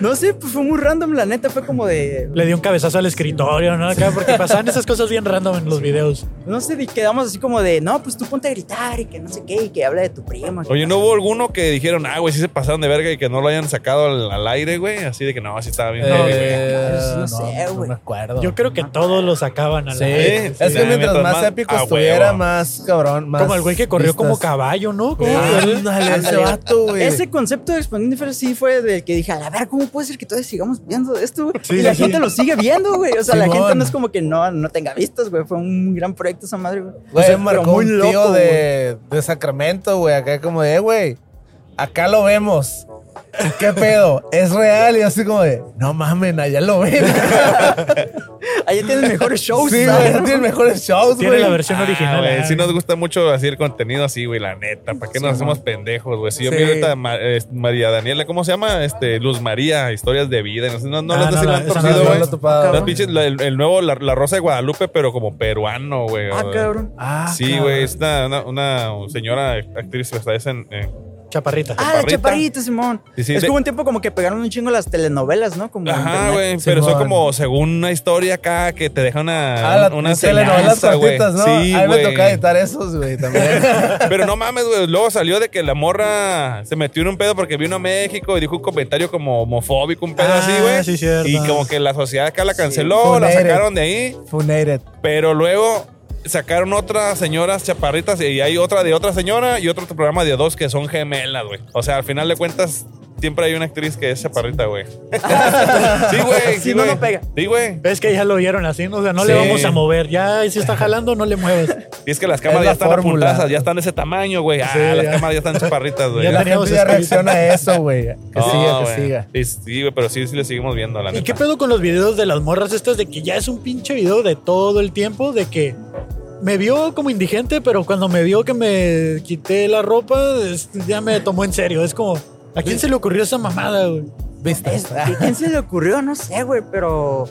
S10: No sé, pues fue muy random, la neta, fue como de...
S3: Le dio un cabezazo al escritorio, ¿no? Acá, porque pasaban esas cosas bien random en los videos.
S10: No sé, y quedamos así como de, no, pues tú ponte a gritar y que no sé qué, y que habla de tu primo.
S4: Oye, ¿no hubo alguno que dijeron, ah, güey, sí se pasaron de verga y que no lo hayan sacado al, al aire, güey? Así de que no, así estaba bien. heavy, güey.
S9: Eh,
S10: no sé,
S9: no
S10: güey.
S9: me acuerdo.
S3: Yo creo que todos los sacaban a la
S9: Sí,
S3: vez.
S9: es
S4: sí,
S9: que
S4: sí,
S9: mientras
S4: mientras
S9: más
S4: más-
S9: épico
S4: ah,
S9: estuviera,
S4: huevo.
S9: más cabrón, más.
S3: Como el güey que corrió como
S9: vistas.
S3: caballo, ¿no? Como-
S9: Ándale, ese vato, güey.
S10: Ah, Ese concepto de Expandiendo Infierno sí fue del que dije, a la ver, ¿cómo puede ser que todos sigamos viendo esto, güey?
S3: Sí,
S10: y la
S3: sí,
S10: gente
S3: sí.
S10: lo sigue viendo, güey. O sea, la
S9: Simón.
S10: gente no es como que no, no tenga vistas, güey. Fue un gran proyecto esa madre, güey.
S9: Güey,
S10: O sea,
S9: me marcó
S10: pero muy
S9: un tío
S10: loco, güey.
S9: de, de Sacramento, güey. Acá como de, "Eh, güey, acá lo vemos. ¿Qué pedo? ¿Es real? Y yo así como de, no mamen, allá lo ven.
S10: Allá tienen mejores shows,
S9: sí,
S10: ¿sabes?
S9: güey, tienen mejores shows, güey.
S3: Tiene la versión
S4: Ah,
S3: original.
S4: güey,
S3: ah,
S4: sí nos gusta mucho así el contenido así, güey, la neta. ¿Para qué nos hacemos pendejos, güey? Si yo
S9: Sí.
S4: miro ahorita a Ma- eh, María Daniela, ¿cómo se llama? Este, Luz María, historias de vida. No, sé, no, no,
S3: Ah,
S4: las
S3: no,
S4: de si
S3: no,
S4: la han
S3: esa no
S4: torcido, güey.
S3: la- no la he
S10: Ah,
S9: topado.
S4: Las pinches, la- el, el nuevo, la, la Rosa de Guadalupe, pero como peruano, güey.
S10: Ah, cabrón.
S9: Ah,
S4: Sí,
S9: cabrón.
S4: güey, es una, una, una señora actriz que está esa en... eh,
S3: Chaparrita.
S10: Ah, la
S4: Chaparrita.
S10: chaparrita, Simón.
S4: Sí, sí,
S10: es
S4: de-
S10: que hubo un tiempo como que pegaron un chingo las telenovelas, ¿no? Como
S4: Ajá,
S10: internet.
S4: güey, pero son
S9: Simón.
S4: como según una historia acá que te deja una,
S9: Ah, la,
S4: una
S9: las telenovelas
S4: enseñanza, güey.
S9: cortitas, ¿no?
S4: Sí,
S9: a mí me
S4: güey.
S9: tocaba editar esos, güey, también.
S4: Pero no mames, güey. Luego salió de que la morra se metió en un pedo porque vino a México y dijo un comentario como homofóbico, un pedo
S3: Ah,
S4: así, güey.
S3: sí, cierto.
S4: y como que la sociedad acá la canceló,
S9: Fue un
S4: la
S9: aire.
S4: sacaron de ahí.
S9: Funated.
S4: Pero luego sacaron otras señoras chaparritas y hay otra de otra señora y otro programa de dos que son gemelas, güey. O sea, al final de cuentas, siempre hay una actriz que es chaparrita, güey. sí, güey.
S10: Si
S4: sí,
S10: no,
S4: güey.
S10: no pega.
S4: Sí, güey.
S3: Es que ya lo vieron así, ¿no? o sea, no le
S4: Sí.
S3: vamos a mover. Ya, si está jalando, no le muevas.
S4: Y es que las cámaras
S9: la
S4: ya están
S9: fórmula.
S4: apuntadas, ya están de ese tamaño, güey. Ah,
S3: Sí,
S4: las
S3: ya.
S4: cámaras ya están chaparritas, güey.
S3: Ya
S9: La
S3: Teníamos
S9: gente ya
S3: escrito.
S9: reacciona a eso, güey. Que
S4: No,
S9: siga, que
S4: güey.
S9: siga.
S4: Sí, Sí, güey, pero sí, sí le seguimos viendo, la
S3: ¿Y qué
S4: neta.
S3: pedo con los videos de las morras estas de que ya es un pinche video de todo el tiempo? De que me vio como indigente, pero cuando me vio que me quité la ropa, es- ya me tomó en serio. Es como, ¿a quién se le ocurrió esa mamada, güey?
S9: ¿Viste?
S10: Es- ¿A quién se le ocurrió? No sé, güey, pero.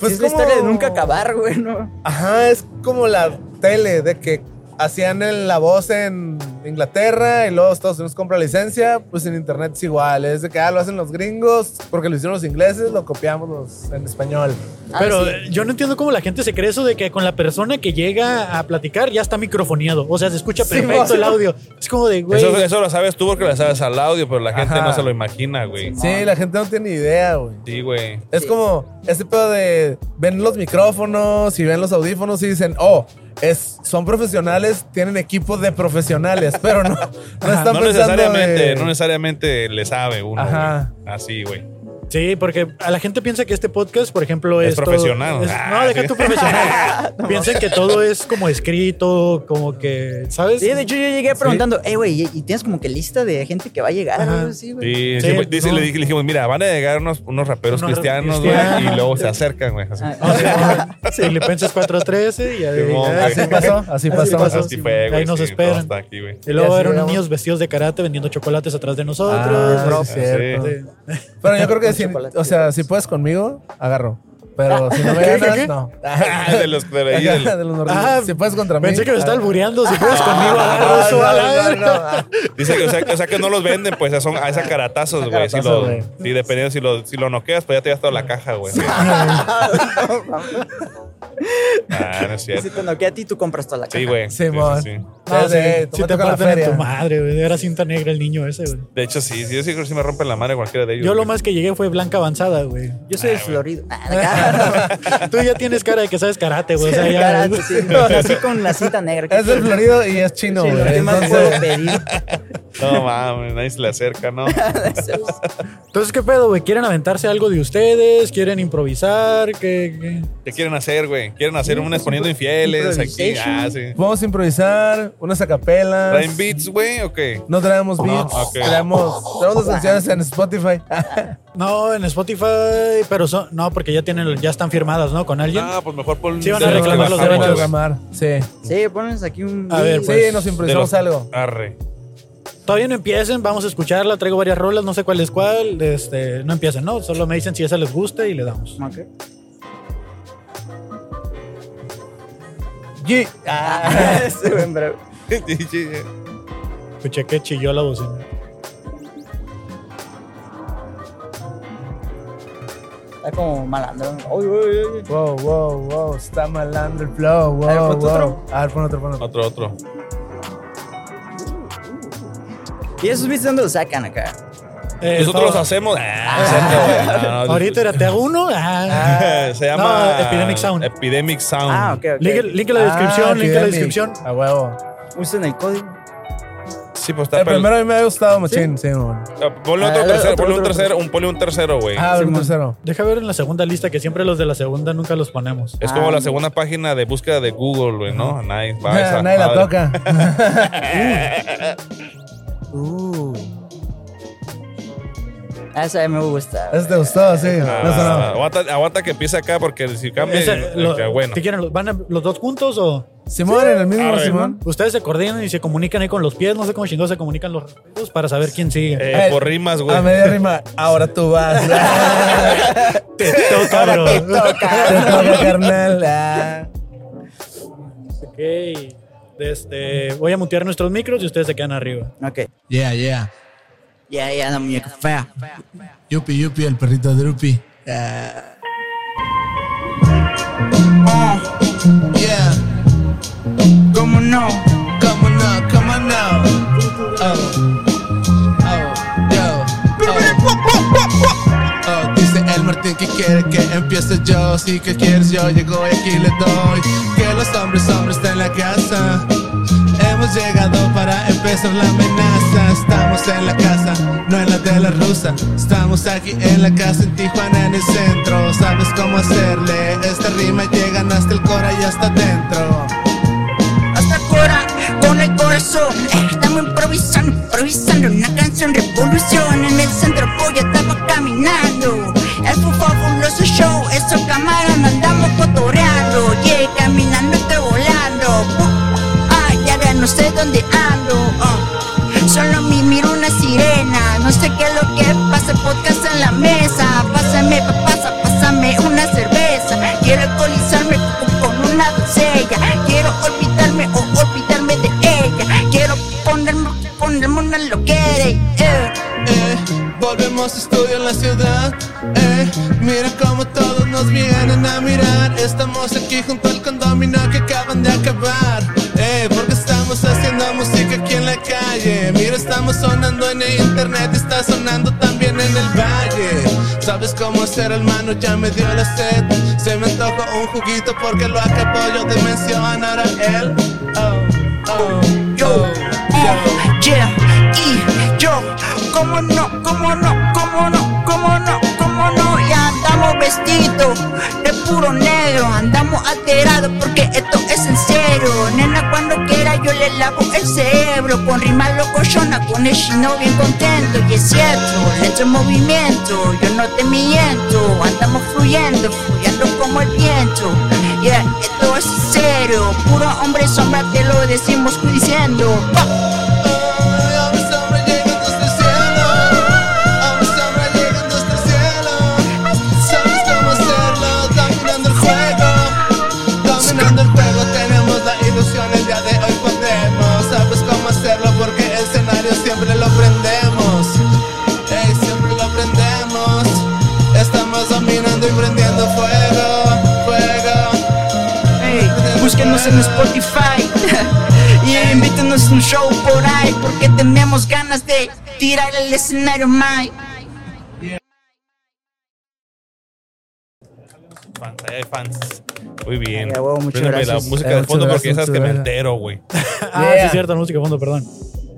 S9: Pues
S10: Pues es la
S9: como-
S10: historia de nunca acabar, güey, ¿no?
S9: Ajá, es como la tele de que hacían el- la voz en Inglaterra y luego Estados Unidos compra licencia, pues en internet es igual, es de que ah, lo hacen los gringos porque lo hicieron los ingleses, lo copiamos los- en español.
S4: Ah,
S3: Pero eh, yo no entiendo cómo la gente se cree eso de que con la persona que llega a platicar ya está microfoneado. O sea, se escucha
S9: Sí,
S3: perfecto
S9: güey.
S3: el audio. Es como de, güey.
S4: Eso, eso lo sabes tú porque lo sabes al audio, pero la gente
S9: Ajá.
S4: no se lo imagina, güey.
S9: Sí, la gente no tiene idea, güey.
S4: Sí, güey.
S9: Es como ese pedo de ven los micrófonos y ven los audífonos y dicen, oh, es, son profesionales, tienen equipo de profesionales, pero no, no están
S4: no
S9: pensando
S4: necesariamente,
S9: de-
S4: no necesariamente le sabe uno.
S9: Ajá.
S4: güey. Así, güey.
S3: Sí, porque a la gente piensa que este podcast, por ejemplo, es.
S4: Es
S3: todo-
S4: profesional.
S3: es-
S4: Ah,
S3: no, deja
S4: sí.
S3: tú profesional. Piensan que todo es como escrito, como que, ¿sabes?
S10: Sí, de hecho yo llegué preguntando, eh, güey, ¿y- ¿y tienes como que lista de gente que va a llegar?
S3: Ajá.
S10: o algo así, güey?
S4: Sí,
S3: Sí,
S4: sí, güey. Dice-
S3: no.
S4: le, dij- le dijimos, mira, van a llegar unos, unos raperos
S3: Unos
S4: cristianos, güey,
S3: cristianos.
S4: y luego se acercan, güey. Así,
S10: Ah,
S3: O sea, Filipenses 4.13 y ahí,
S4: Simón,
S3: ah,
S4: güey.
S3: sí.
S9: Así pasó, así
S3: Así
S9: pasó.
S3: pasó.
S4: así fue, güey.
S3: Ahí nos
S4: sí,
S3: esperan.
S4: todo está aquí, güey.
S3: Y luego
S9: Ya
S3: eran
S9: llegamos.
S3: niños vestidos de karate vendiendo chocolates atrás de nosotros.
S9: Ah, sí,
S3: Sí.
S9: es cierto.
S4: pues, sí.
S9: Pero yo creo que
S10: Con
S9: si,
S10: chocolate.
S9: o sea, si puedes conmigo, agarro. Pero si no me
S3: Ah. ¿Qué, qué, qué?
S9: ganas, no.
S4: Ah, de los- de ahí,
S9: Acá,
S4: del-
S9: de los norteños.
S3: Ah,
S9: si puedes contra mí.
S3: Pensé que me está
S9: ah.
S3: albureando. Si puedes conmigo,
S9: Ah,
S3: agarro eso a la
S9: no, no,
S3: verga.
S9: no, no.
S4: Dice que, o sea, que- o sea, que no los venden, pues son a esas caratazos, güey. Si
S9: caratazos,
S4: lo-
S9: güey.
S4: sí, dependiendo si lo, si lo noqueas, pues ya te has toda la caja, güey. ah, no es
S10: Y si
S4: cierto.
S10: te noquea a ti, tú compras toda la caja.
S4: Sí, güey. Sí,
S9: Simón.
S4: sí, sí.
S9: No,
S3: Sí,
S9: de-
S3: sí
S9: me
S3: te
S9: toca la
S3: parten en tu
S9: feria.
S3: madre, güey. Era cinta negra el niño ese, güey.
S4: De hecho, sí, sí, yo sí creo que sí me rompen la madre cualquiera de ellos.
S3: Yo lo
S4: güey.
S3: más que llegué fue blanca avanzada, güey.
S10: Yo soy
S4: Ah, güey.
S10: desflorido. Ah, la cara.
S3: Tú ya tienes cara de que sabes karate, güey. O sea, ya-
S10: Karate, sí. Así con la cinta negra.
S9: Es del Florido y es chino, güey.
S10: ¿Qué más puedo
S9: Entonces,
S10: pedir?
S4: No mames, nadie se le acerca, ¿no?
S3: Entonces, ¿qué pedo, güey? ¿Quieren aventarse algo de ustedes? ¿Quieren improvisar? ¿Qué, qué?
S4: ¿Qué quieren hacer, güey? ¿Quieren hacer un exponiendo infieles aquí? Ah, sí.
S9: Vamos a improvisar unas acapelas.
S4: ¿Traen beats, güey, o qué?
S9: No traemos beats.
S4: ok.
S9: Traemos, traemos las canciones en Spotify.
S3: No, en Spotify, pero son, no, porque ya tienen, ya están firmadas, ¿no? Con alguien.
S4: Ah, pues mejor pon...
S3: Sí, van a
S4: de los que
S3: reclamar los
S9: Se van a
S4: bajamos,
S3: derechos.
S4: güey.
S9: reclamar. Sí.
S10: Sí, pones aquí un.
S3: A ver,
S10: Sí,
S3: Pues,
S9: sí, nos
S4: De
S9: improvisamos
S4: los-
S9: algo.
S4: Arre.
S3: Todavía no empiecen, vamos a escucharla, traigo varias rolas, no sé cuál es cuál. Este, no empiecen, ¿no? Solo me dicen si esa les gusta y le damos.
S10: Ok.
S9: Ye- Ah.
S10: Sí, güey, en breve.
S4: Sí, sí, sí.
S3: Escuché que chilló la bocina.
S10: Está como malandro. Uy, uy, uy.
S11: Wow, wow, wow. Está malandro el flow. Wow,
S10: A ver, ponte
S11: wow.
S10: otro.
S11: A ver, pon otro, pon otro.
S4: Otro, otro.
S10: ¿Y esos beats de dónde los sacan acá?
S3: Eh,
S4: Nosotros los
S3: estaba-
S4: hacemos. Ah, no, no, no.
S3: Ahorita era, te hago uno. Ah.
S4: Se llama
S3: No, Epidemic Sound.
S4: Epidemic Sound.
S10: Ah, ok, ok.
S3: Link, link en la descripción,
S11: Ah,
S3: link en la
S11: Epidemic.
S3: descripción.
S11: A huevo.
S10: Usen el código.
S4: Sí, pues está.
S11: El
S4: pero-
S11: primero a mí me ha gustado, machín. Sí, mon.
S4: Ah, Ponle otro
S11: Ah,
S4: tercero,
S11: otro,
S4: ponle un
S11: otro, otro.
S4: tercero, un ponle un tercero, güey.
S11: Ah, el
S10: Simón.
S11: tercero.
S3: Deja ver en la segunda lista que siempre los de la segunda nunca los ponemos.
S4: Es como
S10: Ah,
S4: la
S10: no.
S4: segunda página de búsqueda de Google, güey, ¿no? Nadie va a esa
S11: Nadie la
S4: madre.
S11: toca.
S10: Uh. Ah, Esa me gusta.
S11: Ese te gustó, sí.
S4: Ah,
S11: No sonó.
S4: aguanta, aguanta que empiece acá porque si cambia,
S3: Esa-
S4: eh,
S3: lo-
S4: que bueno.
S3: ¿Qué quieren? ¿Van a- los dos juntos o
S11: Simón, en el mismo,
S4: Arre.
S11: Simón.
S3: ustedes se coordinan y se comunican ahí con los pies? No sé cómo chingados se comunican los dedos para saber quién sigue.
S4: Eh,
S11: Ay,
S4: por rimas, güey.
S11: A media rima, ahora tú vas.
S3: Te toca, bro.
S11: Te toca, carnal. Ah.
S3: Ok. Este, voy a mutear nuestros micros y ustedes se quedan arriba.
S10: Ok.
S9: Yeah, yeah.
S10: Ya, ya, la muñeca fea.
S9: Yupi, yupi, el perrito Drupi. Yeah.
S10: ¿Cómo no?
S9: Come on now, come on now. Oh, oh, yo, oh. Oh, dice el Martín que quiere que empiece yo. Sí que quieres, yo llego y aquí le doy. Que los hombres, hombres están en la casa. Hemos llegado para empezar la amenaza. Estamos en la casa, no en la de la rusa. Estamos aquí en la casa en Tijuana, en el centro. Sabes cómo hacerle. Esta rima llegan hasta el cora y hasta dentro.
S12: hasta ahora con el corazón. Estamos improvisando, improvisando una canción revolución. En el centro voy estaba caminando. Es un fabuloso show, esos cámaras andamos cotoreando. Yeah, caminando estoy volando. Uh, Ay, ahora no sé dónde ando. ah. Solo me miro una sirena. No sé qué es lo que pasa, podcast en la mesa. Pásame, pa- pasa, pásame una cerveza. Quiero alcoholizarme con- con una doncella. Quiero olvidarme o olvidarme de ella. Quiero ponerme, ponerme una loquera. Eh.
S9: eh, volvemos estudio en la ciudad, eh, mira como todos nos vienen a mirar, estamos aquí junto al condominio que acaban de acabar, eh, porque estamos haciendo música aquí en la calle, mira estamos sonando en el internet, está sonando también en el valle, sabes cómo hacer hermano, ya me dio la sed, se me antojó un juguito porque lo acabo yo de mencionar a él, oh, oh,
S12: yo,
S9: oh, yo.
S12: eh, yeah, y yo, cómo no, cómo no, cómo no, cómo no, cómo no, y andamos vestidos de puro negro, andamos alterados porque esto es en serio, nena cuando quiera yo le lavo el cerebro, con rimas locochona, con el chino bien contento, y es cierto, lento movimiento, yo no te miento, andamos fluyendo, fluyendo como el viento, yeah, esto es en serio, puro hombre sombra te lo decimos diciendo, pa.
S9: Hombre sombra llega hasta el cielo, hombre sombra llega hasta el cielo. Sabes cómo hacerlo, dominando el juego, dominando el juego. Tenemos la ilusión el día de hoy podemos. Sabes cómo hacerlo porque el escenario siempre lo prendemos, Ey, siempre lo prendemos. Estamos dominando y prendiendo fuego, fuego.
S12: Ey, búsquenos en Spotify y invítenos a un show por ahí porque tenemos ganas de tirar el escenario, Mike.
S4: Fans, ahí hay eh, fans. Muy bien.
S10: Ay, a huevo, muchas
S4: Préndeme la
S10: gracias.
S4: música
S11: Ay,
S4: de
S11: Eh, muchas
S4: fondo porque
S11: gracias,
S4: esas que
S11: muchas
S4: me
S11: gracias.
S4: entero, güey.
S3: Ah, sí
S11: Yeah.
S3: es cierto, música de fondo, perdón.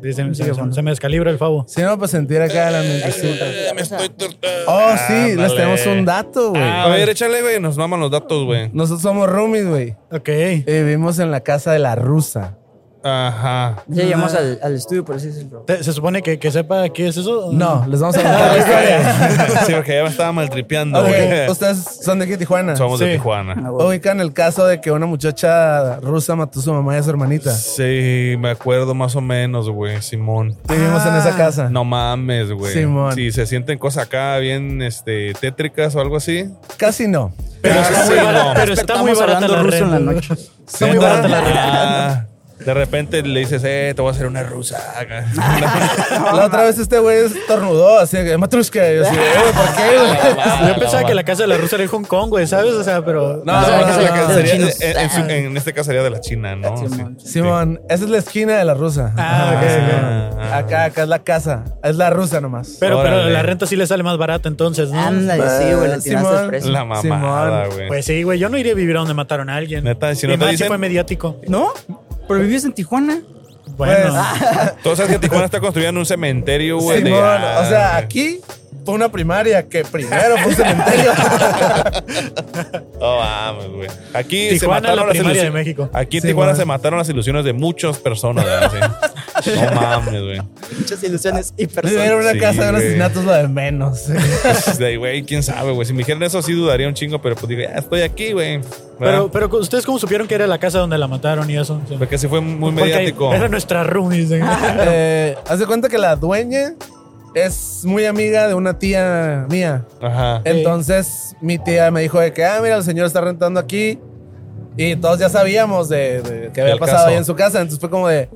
S3: Sí, se, se- se me descalibra el favo.
S11: Si no, pues sentir acá
S10: Eh,
S11: la mentecita.
S4: Me estoy torta-
S11: Oh, sí, les
S4: Ándale.
S11: tenemos un dato, güey.
S4: Ah, a ver, échale, güey. Nos maman los datos, güey.
S11: Nosotros somos roomies, güey.
S3: Ok.
S11: Y vivimos en la casa de la rusa.
S4: Ajá.
S10: Ya llegamos al, al estudio, por así decirlo.
S3: Te- ¿Se supone que, que sepa qué es eso?
S11: No, les vamos a contar la historia.
S4: sí, porque ya me estaba maltripeando, güey.
S11: Ok, Ustedes son de aquí, de Tijuana.
S4: Somos
S3: Sí.
S4: de Tijuana.
S10: Ah, güey.
S11: Ubican el caso de que una muchacha rusa mató a su mamá y a su hermanita.
S4: Sí, me acuerdo más o menos, güey, Simón.
S11: Vivimos en
S3: Ah.
S11: esa casa.
S4: No mames, güey.
S11: Simón.
S4: Si se sienten cosas acá bien este, tétricas o algo así.
S11: Casi no.
S3: Pero está muy
S4: Sí,
S3: barata,
S4: no.
S3: pero está muy
S10: Despertamos
S3: barata
S10: hablando
S3: la
S10: ruso en la
S3: renta.
S10: noche.
S3: Está muy barata la renta.
S4: Ah, De repente le dices, eh, te voy a hacer una rusa. acá.
S3: Ah,
S9: La otra vez este güey estornudó, así que matrushka. Yo así, eh, güey, ¿por qué, güey?
S3: Yo pensaba que la casa de la rusa era en Hong Kong, güey, ¿sabes? O sea, pero.
S4: No, no, no, la casa
S9: de los
S4: sería-
S9: chinos.
S4: en- en su- en este caso sería de la China, ¿no? Sí.
S9: Simón, esa es la esquina de la rusa.
S3: Ah, ok,
S9: Simón. Acá, acá es la casa. Es la rusa nomás.
S3: Pero, pero
S4: Órale.
S3: la renta sí le sale más barata entonces, ¿no?
S10: Ándale, sí, güey, le
S9: Pues,
S10: atinaste al precio.
S4: La mamada, güey.
S3: Pues sí, güey, yo no iría a vivir a donde mataron a alguien.
S4: Neta, si no
S3: y
S4: te
S3: más si
S4: dicen-
S3: fue mediático.
S10: ¿No? Pero vivías en Tijuana.
S3: Bueno,
S4: Tú sabes que Tijuana está construyendo un cementerio, güey. de-
S9: Simón,
S4: ah,
S9: o sea, aquí fue una primaria que primero fue un cementerio.
S4: No mames, Oh, güey. Aquí se
S3: Tijuana,
S4: mataron
S3: la
S4: las
S3: primaria de
S4: ilusiones.
S3: México.
S4: Aquí en
S9: Sí,
S4: Tijuana
S9: güey.
S4: se mataron las ilusiones de muchas personas, ¿verdad? Sí. No mames, güey.
S10: Muchas ilusiones y
S9: Vivir en
S10: personas.
S9: una
S4: Sí,
S9: casa de un
S4: güey.
S9: asesinato es lo de menos.
S4: Pues, de ahí, Güey, quién sabe, güey. Si me dijeran eso, sí dudaría un chingo, pero pues digo, ya estoy aquí, güey.
S3: pero,
S4: Pero,
S3: pero ¿ustedes cómo supieron que era la casa donde la mataron y eso? Sí.
S4: Porque sí fue muy
S3: Porque
S4: mediático.
S3: Era nuestra roomies. güey.
S9: Eh, haz de cuenta que la dueña es muy amiga de una tía mía.
S4: Ajá.
S9: Entonces mi tía me dijo de que, ah, mira, el señor está rentando aquí. Y todos ya sabíamos de, de que había
S4: Del
S9: pasado
S4: caso.
S9: ahí en su casa. Entonces fue como de,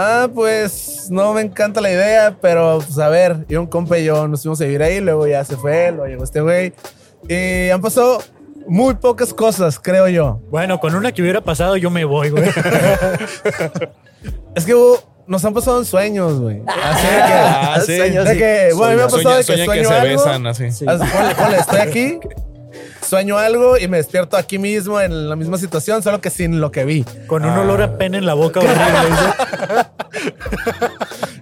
S9: ah, pues no me encanta la idea, pero pues a ver. Y un compa y yo nos fuimos a vivir ahí, luego ya se fue, luego llegó este güey. Y han pasado muy pocas cosas, creo yo.
S3: Bueno, con una que hubiera pasado, yo me voy, güey.
S9: Es que hubo- nos han pasado en sueños, güey. Así de que...
S4: Ah, sí.
S10: Sueños
S9: de
S10: y-
S9: que, bueno, a mí me ha
S4: Sueñan
S9: pasado de que
S4: sueñan que
S9: sueño
S4: se
S9: algo.
S4: besan así.
S10: Sí.
S9: Haz- ponle, ponle, estoy aquí, sueño algo y me despierto aquí mismo en la misma situación, solo que sin lo que vi. Ah.
S3: Con un olor a pena en la boca. horrible, güey.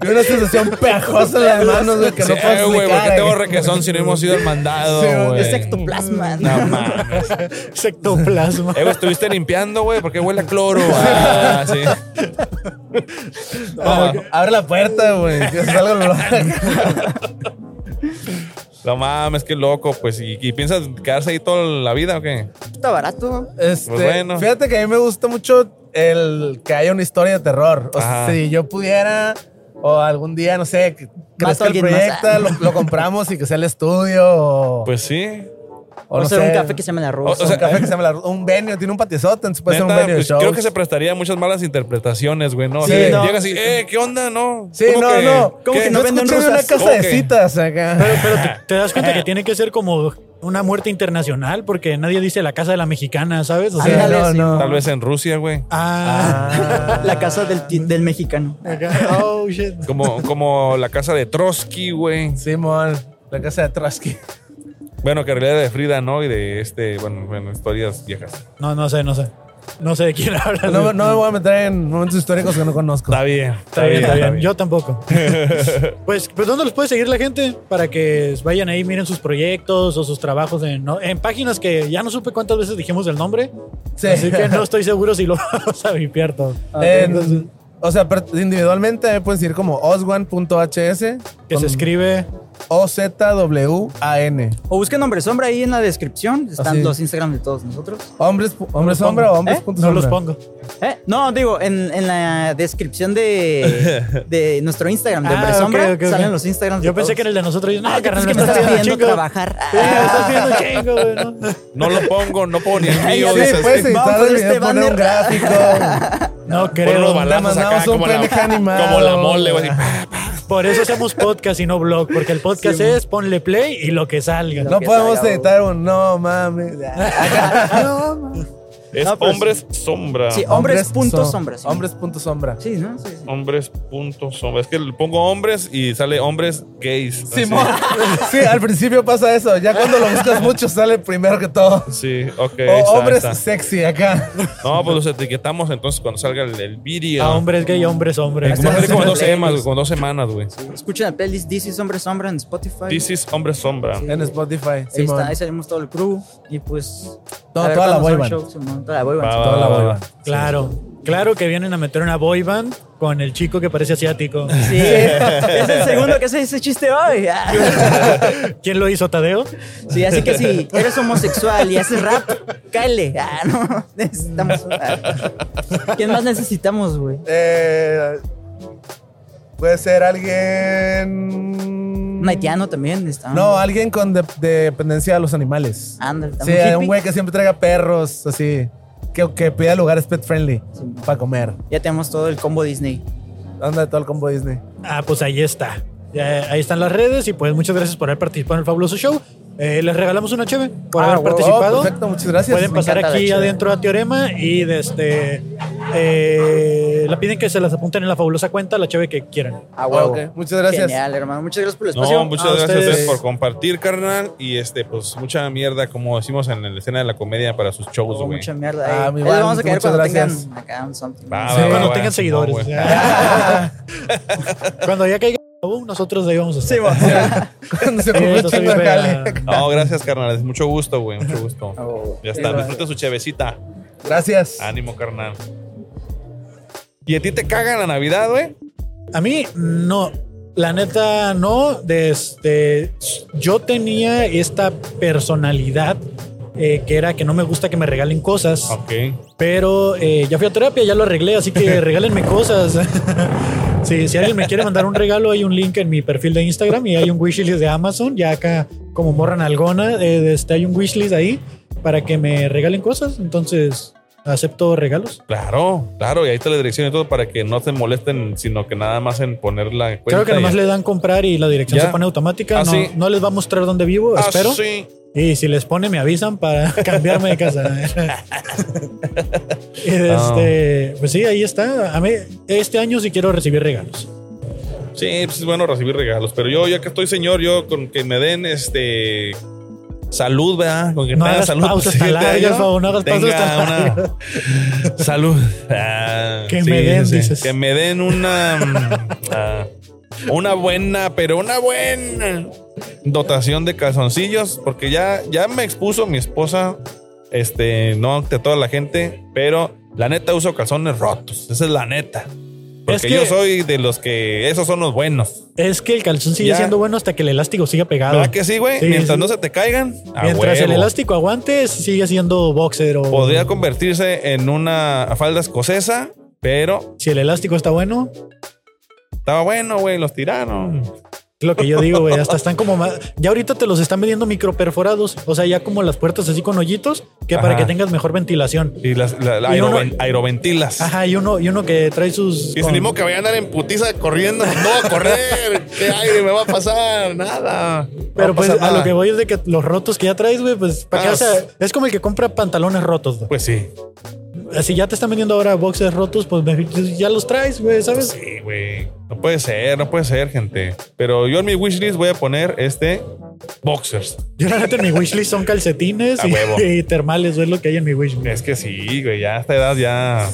S9: Y una sensación pegajosa en las manos, güey, que
S4: Sí,
S9: no puedo
S4: eh, güey, ¿por
S9: explicar.
S4: qué tengo
S9: güey.
S4: requesón si no hemos ido al mandado,
S9: Sí, güey. este
S4: güey?
S10: Es ectoplasma.
S4: No mames.
S3: Sectoplasma.
S4: Eh, güey, estuviste limpiando, güey, porque huele a cloro. Ah, sí.
S9: Ah, Abre la puerta, güey. que salga el olor.
S4: No mames, qué loco, pues. ¿Y, y piensas quedarse ahí toda la vida o qué?
S10: Está barato.
S9: Este,
S4: Pues bueno.
S9: Fíjate que a mí me gusta mucho el que haya una historia de terror. O sea,
S4: Ajá.
S9: si yo pudiera, o algún día, no sé, que
S10: Mato
S9: crezca
S10: a
S9: el
S10: alguien más.
S9: proyecto, lo, lo compramos y que sea el estudio. O,
S4: Pues sí.
S9: o
S10: O
S9: no
S10: sea,
S9: sé,
S10: un café que se llama La Rosa.
S4: O- o sea,
S9: un café que se llama la- un venio, tiene un patiozote, entonces puede ser un
S4: Neta,
S9: venio de
S4: pues,
S9: shows.
S4: creo que se prestaría a muchas malas interpretaciones, güey, ¿no? O
S9: Sí,
S4: sea,
S9: no.
S4: Llega así, eh, ¿qué onda? No.
S9: Sí,
S4: ¿Cómo
S9: no,
S4: que-
S9: no.
S4: ¿Qué?
S9: ¿Cómo que no,
S10: ¿No venden
S9: venden una
S10: rusas?
S9: casa
S4: ¿O qué?
S9: de citas acá?
S3: Pero, pero te, te das
S4: Eh.
S3: cuenta que tiene que ser como una muerte internacional porque nadie dice la casa de la mexicana, ¿sabes? O
S9: Sí,
S3: sea,
S10: Ándale,
S9: no,
S10: sí.
S9: no.
S4: Tal vez en Rusia, güey.
S3: ah,
S10: La casa del, ti- del mexicano.
S3: oh shit.
S4: Como, como la casa de Trotsky, güey.
S9: Simón, la casa de Trotsky.
S4: Bueno, que en realidad era de Frida, ¿no? Y de este, bueno, bueno, historias viejas.
S3: No, no sé, no sé. No sé de quién hablas.
S9: No, no me voy a meter en momentos históricos que no conozco.
S4: Está bien.
S3: Está bien, está bien. Yo tampoco. pues, pues, ¿dónde los puede seguir la gente? Para que vayan ahí, miren sus proyectos o sus trabajos en, ¿no? en páginas que ya no supe cuántas veces dijimos el nombre.
S9: Sí.
S3: Así que no estoy seguro si lo vamos a vipiar todo. Entonces,
S9: En- o sea, per- individualmente me pueden decir como oswan.hs
S3: que se escribe.
S9: O-Z-W-A-N.
S10: O busquen Hombre Sombra ahí en la descripción. Están
S9: Así.
S10: los Instagram de todos nosotros.
S9: Ah, Hombres, pu- hombres sombra o hombres
S10: ¿Eh?
S9: punto
S3: No los
S9: sombra.
S3: pongo.
S10: ¿Eh? No, digo, en, en la descripción de, de nuestro Instagram de
S3: Ah,
S10: Hombre
S3: ok,
S10: Sombra
S3: ok, ok.
S10: salen los Instagrams. de
S3: Yo pensé
S10: todos.
S3: que era el de nosotros. Y yo, no,
S10: Ah, yo
S3: carnal,
S10: pensé
S3: me
S10: que me
S3: estás
S10: estás
S3: pidiendo
S10: pidiendo
S3: chingo.
S10: trabajar.
S3: Sí, me estás pidiendo chingo, güey. ¿no?
S4: No lo pongo, no pongo ni el
S10: Ay,
S4: mío.
S10: ya
S9: Sí,
S10: sé,
S4: dices,
S9: puedes
S10: sí. Vamos
S9: editar
S10: por
S9: el
S10: este
S9: video, poner un
S10: banner.
S9: gráfico.
S3: No
S4: Ponen los
S3: creo.
S4: balazos acá,
S9: mandamos un
S4: como la,
S9: pendejo animado.
S4: como la mole, güey. así.
S3: Por eso hacemos podcast y no blog. Porque el podcast es ponle play y lo que salga.
S9: No
S10: que
S9: podemos
S10: salga,
S9: editar un no mames. Ah.
S4: Es
S10: No, pero-
S4: hombres sombra.
S10: Sí, hombres punto
S9: so-
S10: sombra, sí.
S9: Hombres punto sombra.
S10: Sí, ¿no? Sí, sí.
S4: Hombres punto sombra. Es que le pongo hombres y sale hombres gays. así.
S9: Simón. Sí, al principio pasa eso. Ya cuando lo buscas mucho sale primero que todo.
S4: Sí, ok.
S9: O
S4: ahí está,
S9: hombres
S4: ahí está.
S9: sexy acá.
S4: No, pues los etiquetamos entonces cuando salga el, el video.
S3: A hombres gay, hombres Ah, hombre.
S4: Como, hace como dos
S10: Playlist.
S4: semanas, güey, como dos semanas, güey.
S10: Escuchen la playlist This is Hombre Sombra en Spotify.
S4: This is hombre sombra.
S9: En Spotify.
S10: Ahí
S9: Simón.
S10: está, ahí salimos todo el crew. Y pues.
S9: No,
S10: a ver
S9: toda la
S10: cuándo sale
S9: boy
S10: el show, Simón, Toda la boy band,
S4: Va,
S10: sí.
S4: va,
S9: Toda la
S4: va,
S9: bola.
S4: va.
S3: Claro, claro que vienen a meter una boy band con el chico que parece asiático.
S10: Sí, es el segundo que se dice chiste hoy. Ah.
S3: ¿Quién lo hizo, Tadeo?
S10: Sí, así que si eres homosexual y haces rap, cáele. Ah, no, necesitamos. ah. ¿Quién más necesitamos, güey?
S9: Eh, puede ser alguien.
S10: Un haitiano también necesitamos.
S9: No, alguien con de- dependencia a los animales.
S10: Ándale,
S9: Sí,
S10: también hippie.
S9: un güey que siempre traiga perros, así. que, que pida lugares pet friendly para comer.
S10: Ya tenemos todo el combo Disney.
S9: Anda todo el combo Disney.
S3: Ah, pues ahí está. Ya, ahí están las redes y pues muchas gracias por haber participado en el fabuloso show. Eh, les regalamos una cheve por
S9: Ah,
S3: haber
S9: wow,
S3: participado.
S9: perfecto, muchas gracias.
S3: Pueden
S9: Me
S3: pasar
S9: encanta la
S3: aquí
S9: cheve.
S3: adentro a Teorema y de este, eh, la piden que se las apunten en la fabulosa cuenta, la cheve que quieran.
S10: Ah,
S9: huevo. Ok, muchas gracias.
S10: Genial, hermano. Muchas gracias por el espacio.
S4: No, muchas
S3: a
S4: gracias a ustedes
S3: ustedes.
S4: por compartir, carnal. Y este, pues mucha mierda, como decimos en la escena de la comedia para sus shows, güey.
S10: Mucha mierda.
S9: Ah,
S10: Ah,
S9: mi
S10: mi
S9: Valen,
S10: vamos a caer
S9: muchas
S10: cuando
S9: gracias.
S10: tengan acá un something.
S4: Va,
S3: Sí,
S4: va, va,
S3: cuando
S4: va, Simón,
S3: tengan seguidores.
S4: güey.
S9: ah.
S3: Cuando ya caiga el tabú, nosotros de ahí vamos a estar.
S9: Cuando
S3: Sí,
S9: se ocupe un
S3: entonces,
S9: chingo de
S3: pero-
S9: jale.
S4: No, gracias, carnal. Mucho gusto, güey. Mucho gusto. ya está.
S9: Sí,
S4: Disfruta su chevecita.
S9: Gracias.
S4: Ánimo, carnal. ¿Y a ti te caga la Navidad, güey?
S3: A mí, no. La neta, no. Desde, yo tenía esta personalidad eh, que era que no me gusta que me regalen cosas.
S4: Ok.
S3: Pero eh, ya fui a terapia, ya lo arreglé, así que regálenme cosas. Sí, si alguien me quiere mandar un regalo, hay un link en mi perfil de Instagram y hay un wishlist de Amazon, ya acá como morran algona, eh, de este, hay un wishlist ahí para que me regalen cosas. Entonces, acepto regalos.
S4: Claro, claro. Y ahí está la dirección y todo para que no se molesten, sino que nada más en poner la cuenta.
S3: Creo que nomás
S4: y-
S3: le dan comprar y la dirección
S4: Ya.
S3: se pone automática.
S4: Ah,
S3: no,
S4: sí.
S3: no les va a mostrar dónde vivo,
S4: Ah,
S3: espero.
S4: sí.
S3: Y si les pone, me avisan para cambiarme de casa. y
S4: No.
S3: este, Pues sí, ahí está. A mí, este año sí quiero recibir regalos.
S4: Sí, pues es bueno recibir regalos, pero yo ya que estoy señor, yo con que me den este salud, ¿verdad? Con que
S3: No
S4: me hagan
S3: hagas
S4: salud. pues,
S3: pausas
S4: sí,
S3: tan
S4: ¿verdad?
S3: largas,
S4: Yo
S3: Fabo, no hagas pausas
S4: tenga
S3: tan largas.
S4: una- salud. Ah,
S3: Que me den, dices.
S4: Que me den una mm, ah, una buena, pero una buena dotación de calzoncillos, porque ya ya me expuso mi esposa este no ante toda la gente, pero la neta uso calzones rotos. Esa es la neta. Porque
S3: Es que-
S4: yo soy de los que esos son los buenos.
S3: Es que el calzón sigue
S4: Ya.
S3: siendo bueno hasta que el elástico siga pegado.
S4: ¿Verdad que sí, güey?
S3: Sí,
S4: Mientras
S3: sí.
S4: no se te caigan. a
S3: Mientras el
S4: huevo.
S3: elástico aguante, sigue siendo boxer o
S4: Podría convertirse en una falda escocesa, pero
S3: si el elástico está bueno.
S4: estaba bueno, güey, los tiraron.
S3: Mm. Es lo que yo digo, güey. Hasta están como más. Ya ahorita te los están vendiendo microperforados. O sea, ya como las puertas así con hoyitos, que para
S4: Ajá.
S3: que tengas mejor ventilación.
S4: Y las la- la
S3: Y uno- Ah.
S4: aeroven- aeroventilas.
S3: Ajá, y uno, y uno que trae sus.
S4: Y
S3: con-
S4: si mismo que vaya a andar en putiza corriendo, no voy a correr. ¿Qué aire me va a pasar? Nada. No va
S3: Pero pues
S4: pasar
S3: a lo
S4: nada.
S3: que voy es de que los rotos que ya traes, güey, pues para que
S4: Ah,
S3: hace- es como el que compra pantalones rotos. güey.
S4: Pues sí.
S3: Si ya te están vendiendo ahora boxes rotos, pues ya los traes, güey, ¿sabes?
S4: Sí, güey. No puede ser, no puede ser, gente. Pero yo en mi wishlist voy a poner este boxers.
S3: Yo la neta en mi wishlist son calcetines
S4: A
S3: y,
S4: huevo.
S3: y termales, es lo que hay en mi wishlist.
S4: Es que sí, güey, ya a esta edad ya.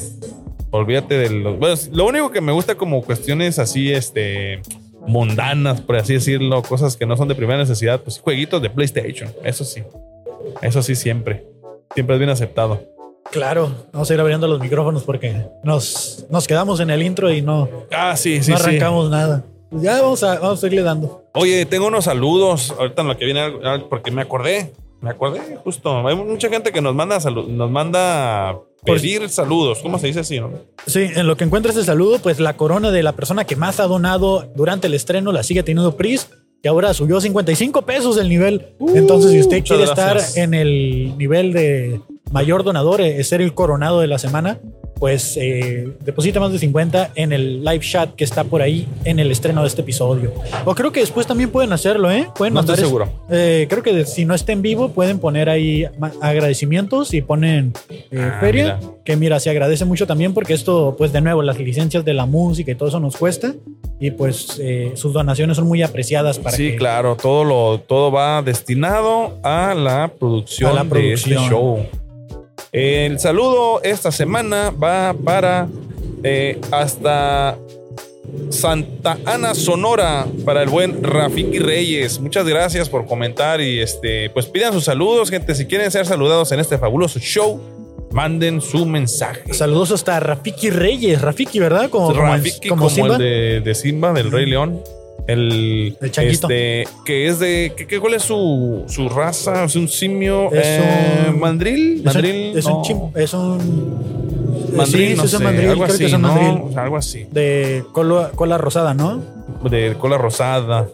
S4: Olvídate de los. Bueno, lo único que me gusta como cuestiones así, este. mundanas, por así decirlo, cosas que no son de primera necesidad, pues jueguitos de PlayStation. Eso sí. Eso sí, siempre. Siempre es bien aceptado.
S3: Claro, vamos a ir abriendo los micrófonos porque nos, nos quedamos en el intro y no,
S4: Ah, sí, sí,
S3: no
S4: sí.
S3: arrancamos nada. Ya vamos a, vamos a irle dando.
S4: Oye, tengo unos saludos. Ahorita en lo que viene, ah, porque me acordé. Me acordé, justo. Hay mucha gente que nos manda salud, nos manda
S3: Pues-
S4: pedir saludos. ¿Cómo se dice así, no?
S3: Sí, en lo que encuentres el saludo, pues la corona de la persona que más ha donado durante el estreno la sigue teniendo Pris, que ahora subió 55 pesos el nivel. Entonces, si usted
S4: Uh, muchas
S3: quiere
S4: gracias.
S3: estar en el nivel de mayor donador, eh, ser el coronado de la semana, pues eh, deposita más de 50 en el live chat que está por ahí en el estreno de este episodio. O creo que después también pueden hacerlo, ¿eh? Pueden
S4: No estoy
S3: mandar es-
S4: seguro.
S3: eh, creo que de- si no está en vivo, pueden poner ahí ma- agradecimientos y ponen eh,
S4: Ah,
S3: feria.
S4: mira.
S3: Que mira, se agradece mucho también porque esto, pues de nuevo, las licencias de la música y todo eso nos cuesta. Y pues eh, sus donaciones son muy apreciadas para
S4: sí,
S3: que-
S4: claro, todo lo todo va destinado a la producción,
S3: A la
S4: de
S3: producción.
S4: este show. El saludo esta semana va para eh, hasta Santa Ana Sonora para el buen Rafiki Reyes. Muchas gracias por comentar y este pues pidan sus saludos, gente, si quieren ser saludados en este fabuloso show, manden su mensaje.
S3: Saludos hasta Rafiki Reyes. Rafiki, ¿verdad? Como, como el-
S4: Rafiki
S3: como
S4: como,
S3: Simba.
S4: el de, de Simba, del Rey León. El,
S3: El changuito.
S4: Este, que es de. ¿qué, qué- cuál es su, su raza? ¿Es un simio?
S3: Es
S4: Eh,
S3: un-
S4: ¿Mandril?
S3: Es un-
S4: ¿Mandril?
S3: Es un,
S4: no.
S3: chim- es un eh,
S4: Mandril,
S3: sí,
S4: no
S3: sí, es un
S4: sé,
S3: mandril,
S4: algo
S3: creo que
S4: así,
S3: es un
S4: ¿no?
S3: mandril.
S4: O sea, algo así.
S3: de cola, cola rosada, ¿no?
S4: De cola rosada.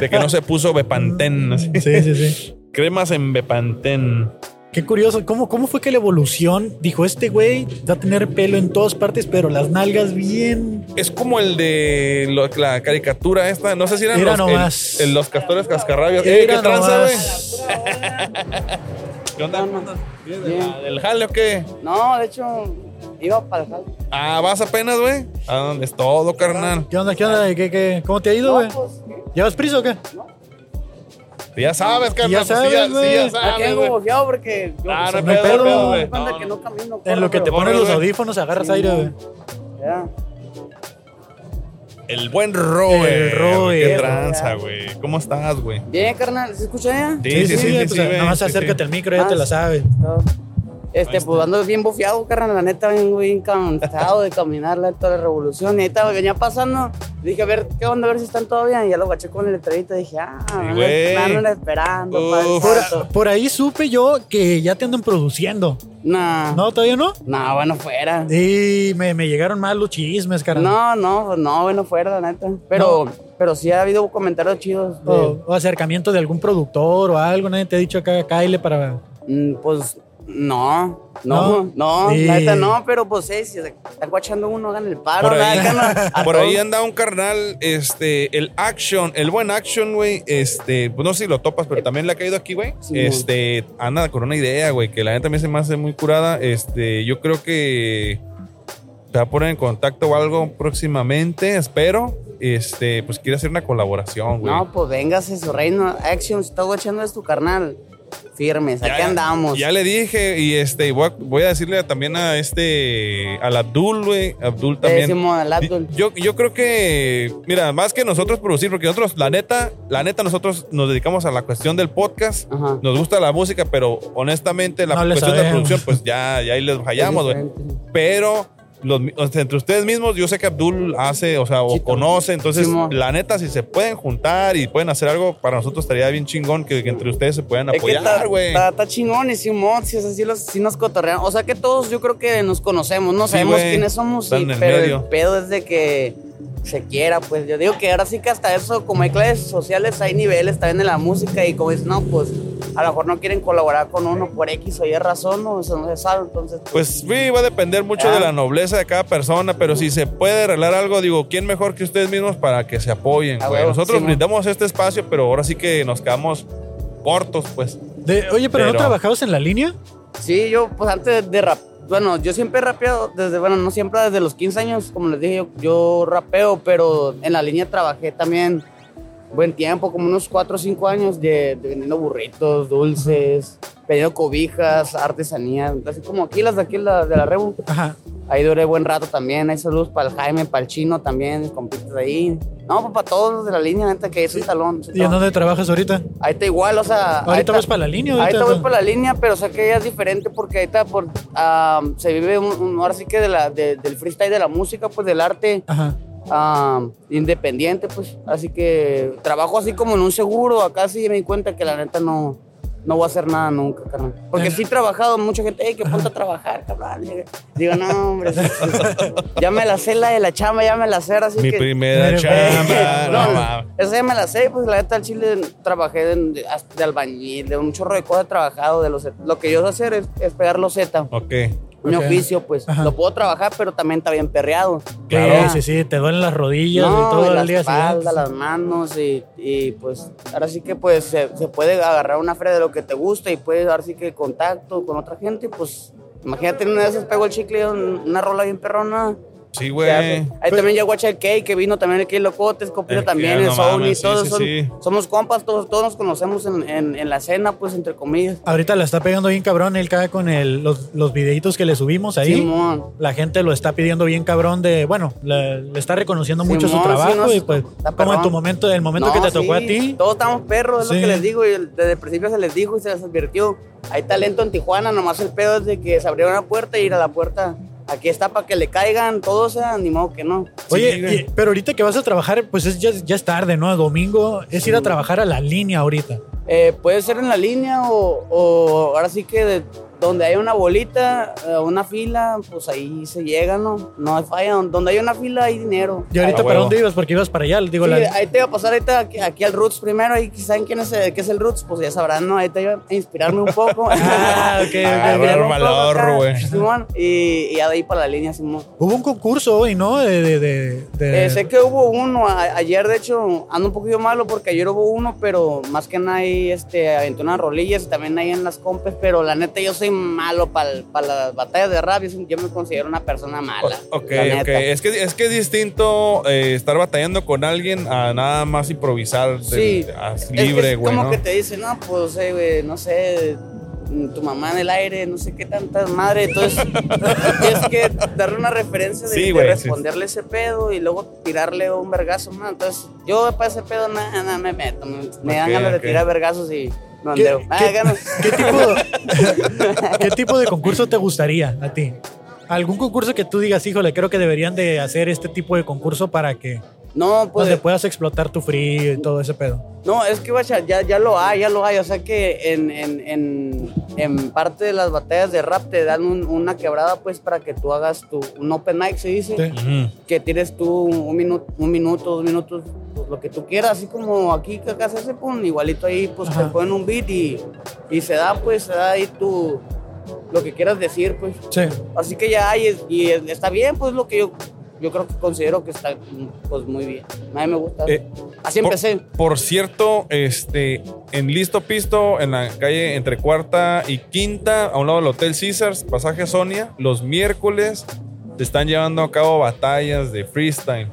S4: de que no se puso Bepantén. así.
S3: Mm, Sí, sí, sí.
S4: Cremas en Bepantén.
S3: Qué curioso, ¿cómo, cómo fue que la evolución dijo este güey va a tener pelo en todas partes, pero las nalgas bien?
S4: Es como el de lo- la caricatura esta. No sé si eran
S3: Era
S4: los,
S3: nomás.
S4: el- el- los castores cascarrabios.
S3: Era
S4: Eh, ¿Qué tranza, güey?
S3: nomás.
S4: ¿Qué onda? ¿Del- ¿Del jale o qué?
S11: No, de hecho, iba para el jale.
S4: Ah, vas apenas, güey. Ah, es todo, carnal.
S3: ¿Qué onda? ¿Qué onda? ¿Qué, qué? ¿Cómo te ha ido, güey? ¿Llevas prisa o qué?
S4: Ya sabes, carnal.
S3: Ya
S4: pues, sí,
S3: sabes,
S4: ya- sí,
S3: güey.
S4: ya
S3: Aquí
S4: sabes,
S11: Vengo
S4: güey.
S11: bofeado porque. yo-
S4: Ah,
S11: pues,
S4: no hay
S11: me
S4: pedo,
S11: doy
S4: güey.
S11: cuenta que no camino.
S3: En lo que te pones los audífonos, agarras aire, güey.
S11: Ya.
S4: El buen Roe.
S3: El Roe,
S4: Qué
S3: güey.
S4: tranza, güey. ¿Cómo estás, güey?
S11: Bien, carnal, ¿se escucha ya? Ah,
S4: Sí, sí, sí, sí,
S3: pues,
S4: sí, güey,
S3: nomás
S4: sí, sí.
S3: acércate al micro, ya te la sabes.
S11: Este, pues ando bien bofeado, carnal, la neta, vengo bien cansado de caminar la toda la revolución. Y ahorita venía pasando, dije, a ver, ¿qué onda? A ver si están todavía. Y ya lo guaché con el letrerito, dije, ah,
S3: güey.
S11: me andan esperando,
S3: Uf.
S11: para
S3: por,
S11: el salto.
S3: por ahí supe yo que ya te andan produciendo.
S11: Nah.
S3: ¿No? ¿Todavía no?
S11: No, bueno, fuera.
S3: Y me, me llegaron mal los chismes, carnal.
S11: No, no, pues no, bueno, fuera, la neta. Pero, pero sí ha habido comentarios chidos. de-
S4: Oh.
S3: O, o acercamiento de algún productor o algo, nadie te ha dicho acá, Kyle, para.
S11: pues no, no, no, la neta no, pero pues sí, si está guachando uno, hagan el paro,
S4: Por ahí,
S11: la carnal. A
S4: por
S11: todos.
S4: ahí anda un carnal, este, el action, el buen action, güey. Este, pues no sé si lo topas, pero también le ha caído aquí, güey.
S7: Sí,
S4: este, anda con una idea, güey, que la neta también se me hace muy curada. Este, yo creo que te va a poner en contacto o algo próximamente, espero. Este, pues quiere hacer una colaboración, güey.
S11: No, pues véngase su reino. Action, si está guachando es tu carnal. Firmes, aquí andamos.
S4: Ya le dije, y este, voy a, voy a decirle también a este, al Abdul, güey. Abdul
S11: Te
S4: también.
S11: decimos al Abdul.
S4: Yo, yo creo que, mira, más que nosotros producir, porque nosotros, la neta, la neta, nosotros nos dedicamos a la cuestión del podcast. Nos gusta la música, pero honestamente, la
S3: No le
S4: cuestión de la
S3: sabemos.
S4: producción, pues ya, ya ahí les fallamos, güey. Pero. los mi- o sea, entre ustedes mismos, yo sé que Abdul hace, o sea, o conoce, entonces,
S11: Simón.
S4: la neta, si se pueden juntar y pueden hacer algo, para nosotros estaría bien chingón que, que entre ustedes se puedan
S11: Es que está,
S4: apoyar, güey.
S11: está- está chingón y sí, mod, sí, o sea, sí los, sí nos cotorrean. O sea que todos yo creo que nos conocemos, no
S4: Sí,
S11: sabemos
S4: güey.
S11: quiénes somos,
S4: Están
S11: sí,
S4: en el
S11: pero el
S4: medio.
S11: pedo es de que se quiera, pues yo digo que ahora sí que hasta eso, como hay clases sociales, hay niveles también en la música y como dices, no, pues a lo mejor no quieren colaborar con uno por X o Y razón, no, eso no se sabe, entonces...
S4: Pues sí, va a depender mucho
S11: Ah.
S4: de la nobleza de cada persona, pero si se puede arreglar algo, digo, ¿quién mejor que ustedes mismos para que se apoyen,
S3: Ah,
S4: güey?
S3: huevo,
S4: Nosotros
S3: sí,
S4: brindamos este espacio, pero ahora sí que nos quedamos cortos, pues.
S3: De- oye, pero, no trabajabas en la línea?
S11: Sí, yo pues antes de rap, bueno, yo siempre he rapeado desde, bueno, no siempre desde los 15 años, como les dije, yo, yo rapeo, pero en la línea trabajé también buen tiempo, como unos 4 o 5 años de, de vendiendo burritos, dulces, vendiendo cobijas, artesanías, así como aquí las de aquí la, de la Rebu. Ahí duré buen rato también, hay saludos para el Jaime, para el Chino también, compitas de ahí. No, pues para todos los de la línea, neta, que es un talón. es un
S3: ¿Y en
S11: talón.
S3: dónde trabajas ahorita?
S11: Ahí está igual, o sea.
S3: Ahorita
S11: ahí está-
S3: vas para la línea, ahorita-
S11: Ahorita voy para la línea, pero o sea que ya es diferente porque ahorita por, am, se vive un, un- ahora sí que de la, de- del freestyle, de la música, pues del arte am, independiente, pues. Así que trabajo así como en un seguro. Acá sí me di cuenta que la neta no, no voy a hacer nada nunca, carnal. Porque sí he trabajado, mucha gente, hey, que ponte a trabajar, cabrón. Digo, no, hombre. ya me la sé la de la chamba, ya me la sé, ahora sí
S4: Mi
S11: que-
S4: primera chamba. no mames.
S11: esa ya me la sé, pues la neta al chile trabajé en- de, de albañil, de un chorro de cosas he trabajado, de los lo que yo sé hacer es, es pegar los Z.
S4: Ok.
S11: Mi
S3: Ok.
S11: oficio, pues lo puedo trabajar, pero también está bien perreado.
S3: Claro. Sí, sí, te duelen las rodillas
S11: No,
S3: y todo
S11: y la
S3: el día. sí,
S11: espalda, las manos y, y, pues ahora sí que pues se, se puede agarrar una feria de lo que te gusta y puedes ahora sí que contacto con otra gente y pues imagínate una de esas pego el chicle un- una rola bien perrona.
S4: Sí, güey.
S11: Ahí también ya guacha el Key, que vino también el Key Locotes, compita
S4: El
S11: también,
S4: Key,
S11: el
S4: no
S11: Sony,
S4: mames, sí,
S11: todos
S4: sí,
S11: son-
S4: sí.
S11: somos compas, todos, todos nos conocemos en, en- en la cena, pues entre comillas.
S3: Ahorita la está pegando bien cabrón él cae con el, los, los videitos que le subimos ahí.
S11: Simón.
S3: La gente lo está pidiendo bien cabrón de, bueno, le, le está reconociendo mucho su
S11: Simón, sí,
S3: trabajo
S11: no,
S3: y pues
S11: está
S3: como en
S11: perrón.
S3: tu momento, el momento
S11: No,
S3: que te
S11: sí,
S3: tocó a ti.
S11: Todos estamos perros, es
S3: Sí.
S11: lo que les digo, y el- desde el principio se les dijo y se les advirtió. Hay talento en Tijuana, nomás el pedo es de que se abriera una puerta y ir a la puerta. Aquí está para que le caigan, todos, o sea, ni modo que no.
S3: Oye, y- pero ahorita que vas a trabajar, pues es, ya, ya es tarde, ¿no? Domingo es ir a trabajar a la línea ahorita.
S11: Eh, puede ser en la línea o, o ahora sí que de- donde hay una bolita, eh, una fila, pues ahí se llega, ¿no? No hay falla. Donde hay una fila hay dinero.
S3: ¿Y ahorita para dónde ibas? Porque ibas para allá, digo,
S11: Sí,
S3: la-
S11: ahí te va a pasar ahorita aquí, aquí al Roots primero, ahí que saben quién es, el- qué es el Roots, pues ya sabrán, ¿no? Ahí te iba a inspirarme un poco. ah, ok,
S4: Agarrar valor, güey.
S11: Y, y ya de ahí para la línea, Simón.
S3: Hubo un concurso hoy, ¿no? De, de, de- de-
S11: Eh, sé que hubo uno, a- ayer de hecho ando un poquillo malo porque ayer hubo uno, pero más que nada ahí este, aventé unas rolillas y también ahí en las compes, pero la neta yo soy malo para las batallas de rap, yo soy- yo me considero una persona mala.
S4: Ok,
S11: la neta.
S4: ok. Es que, es que es distinto eh, estar batallando con alguien a nada más improvisar
S11: Sí.
S4: de- ah,
S11: Es que
S4: libre,
S11: es
S4: güey.
S11: Como
S4: ¿no?
S11: que te dicen, no, pues, eh, güey, no sé, mm, tu mamá en el aire, no sé qué tantas madre. Entonces, tienes que darle una referencia de,
S4: Sí,
S11: de
S4: güey, sí.
S11: responderle ese pedo y luego tirarle un vergazo, man. Entonces, yo para ese pedo nada, nada me meto. Me, me dan
S3: Ok,
S11: ganas
S3: ok.
S11: de tirar vergazos y no andeo. Ah, ganas.
S3: ¿Qué tipo de concurso te gustaría a ti? ¿Algún concurso que tú digas, híjole, creo que deberían de hacer este tipo de concurso para que
S11: no, pues,
S3: donde puedas explotar tu frío y todo ese pedo?
S11: No, es que guacha, ya, ya lo hay, ya lo hay. O sea que en, en- en- en parte de las batallas de rap te dan un- una quebrada pues para que tú hagas tu, un open mic, se dice. Que tienes tú un minuto, un minuto, dos minutos, pues, lo que tú quieras, así como aquí que acá se hace, pum, igualito ahí pues te ponen un beat y, y se da pues, se da ahí tu, lo que quieras decir pues.
S3: Sí.
S11: Así que ya hay es- y es- está bien pues lo que yo, yo creo que considero que está pues muy bien. A mí me gusta.
S4: Eh,
S11: así
S4: por-
S11: empecé.
S4: Por, cierto, este, en Listo Pisto, en la calle entre cuarta y quinta, a un lado del Hotel Caesars, pasaje Sonia, los miércoles se están llevando a cabo batallas de freestyle.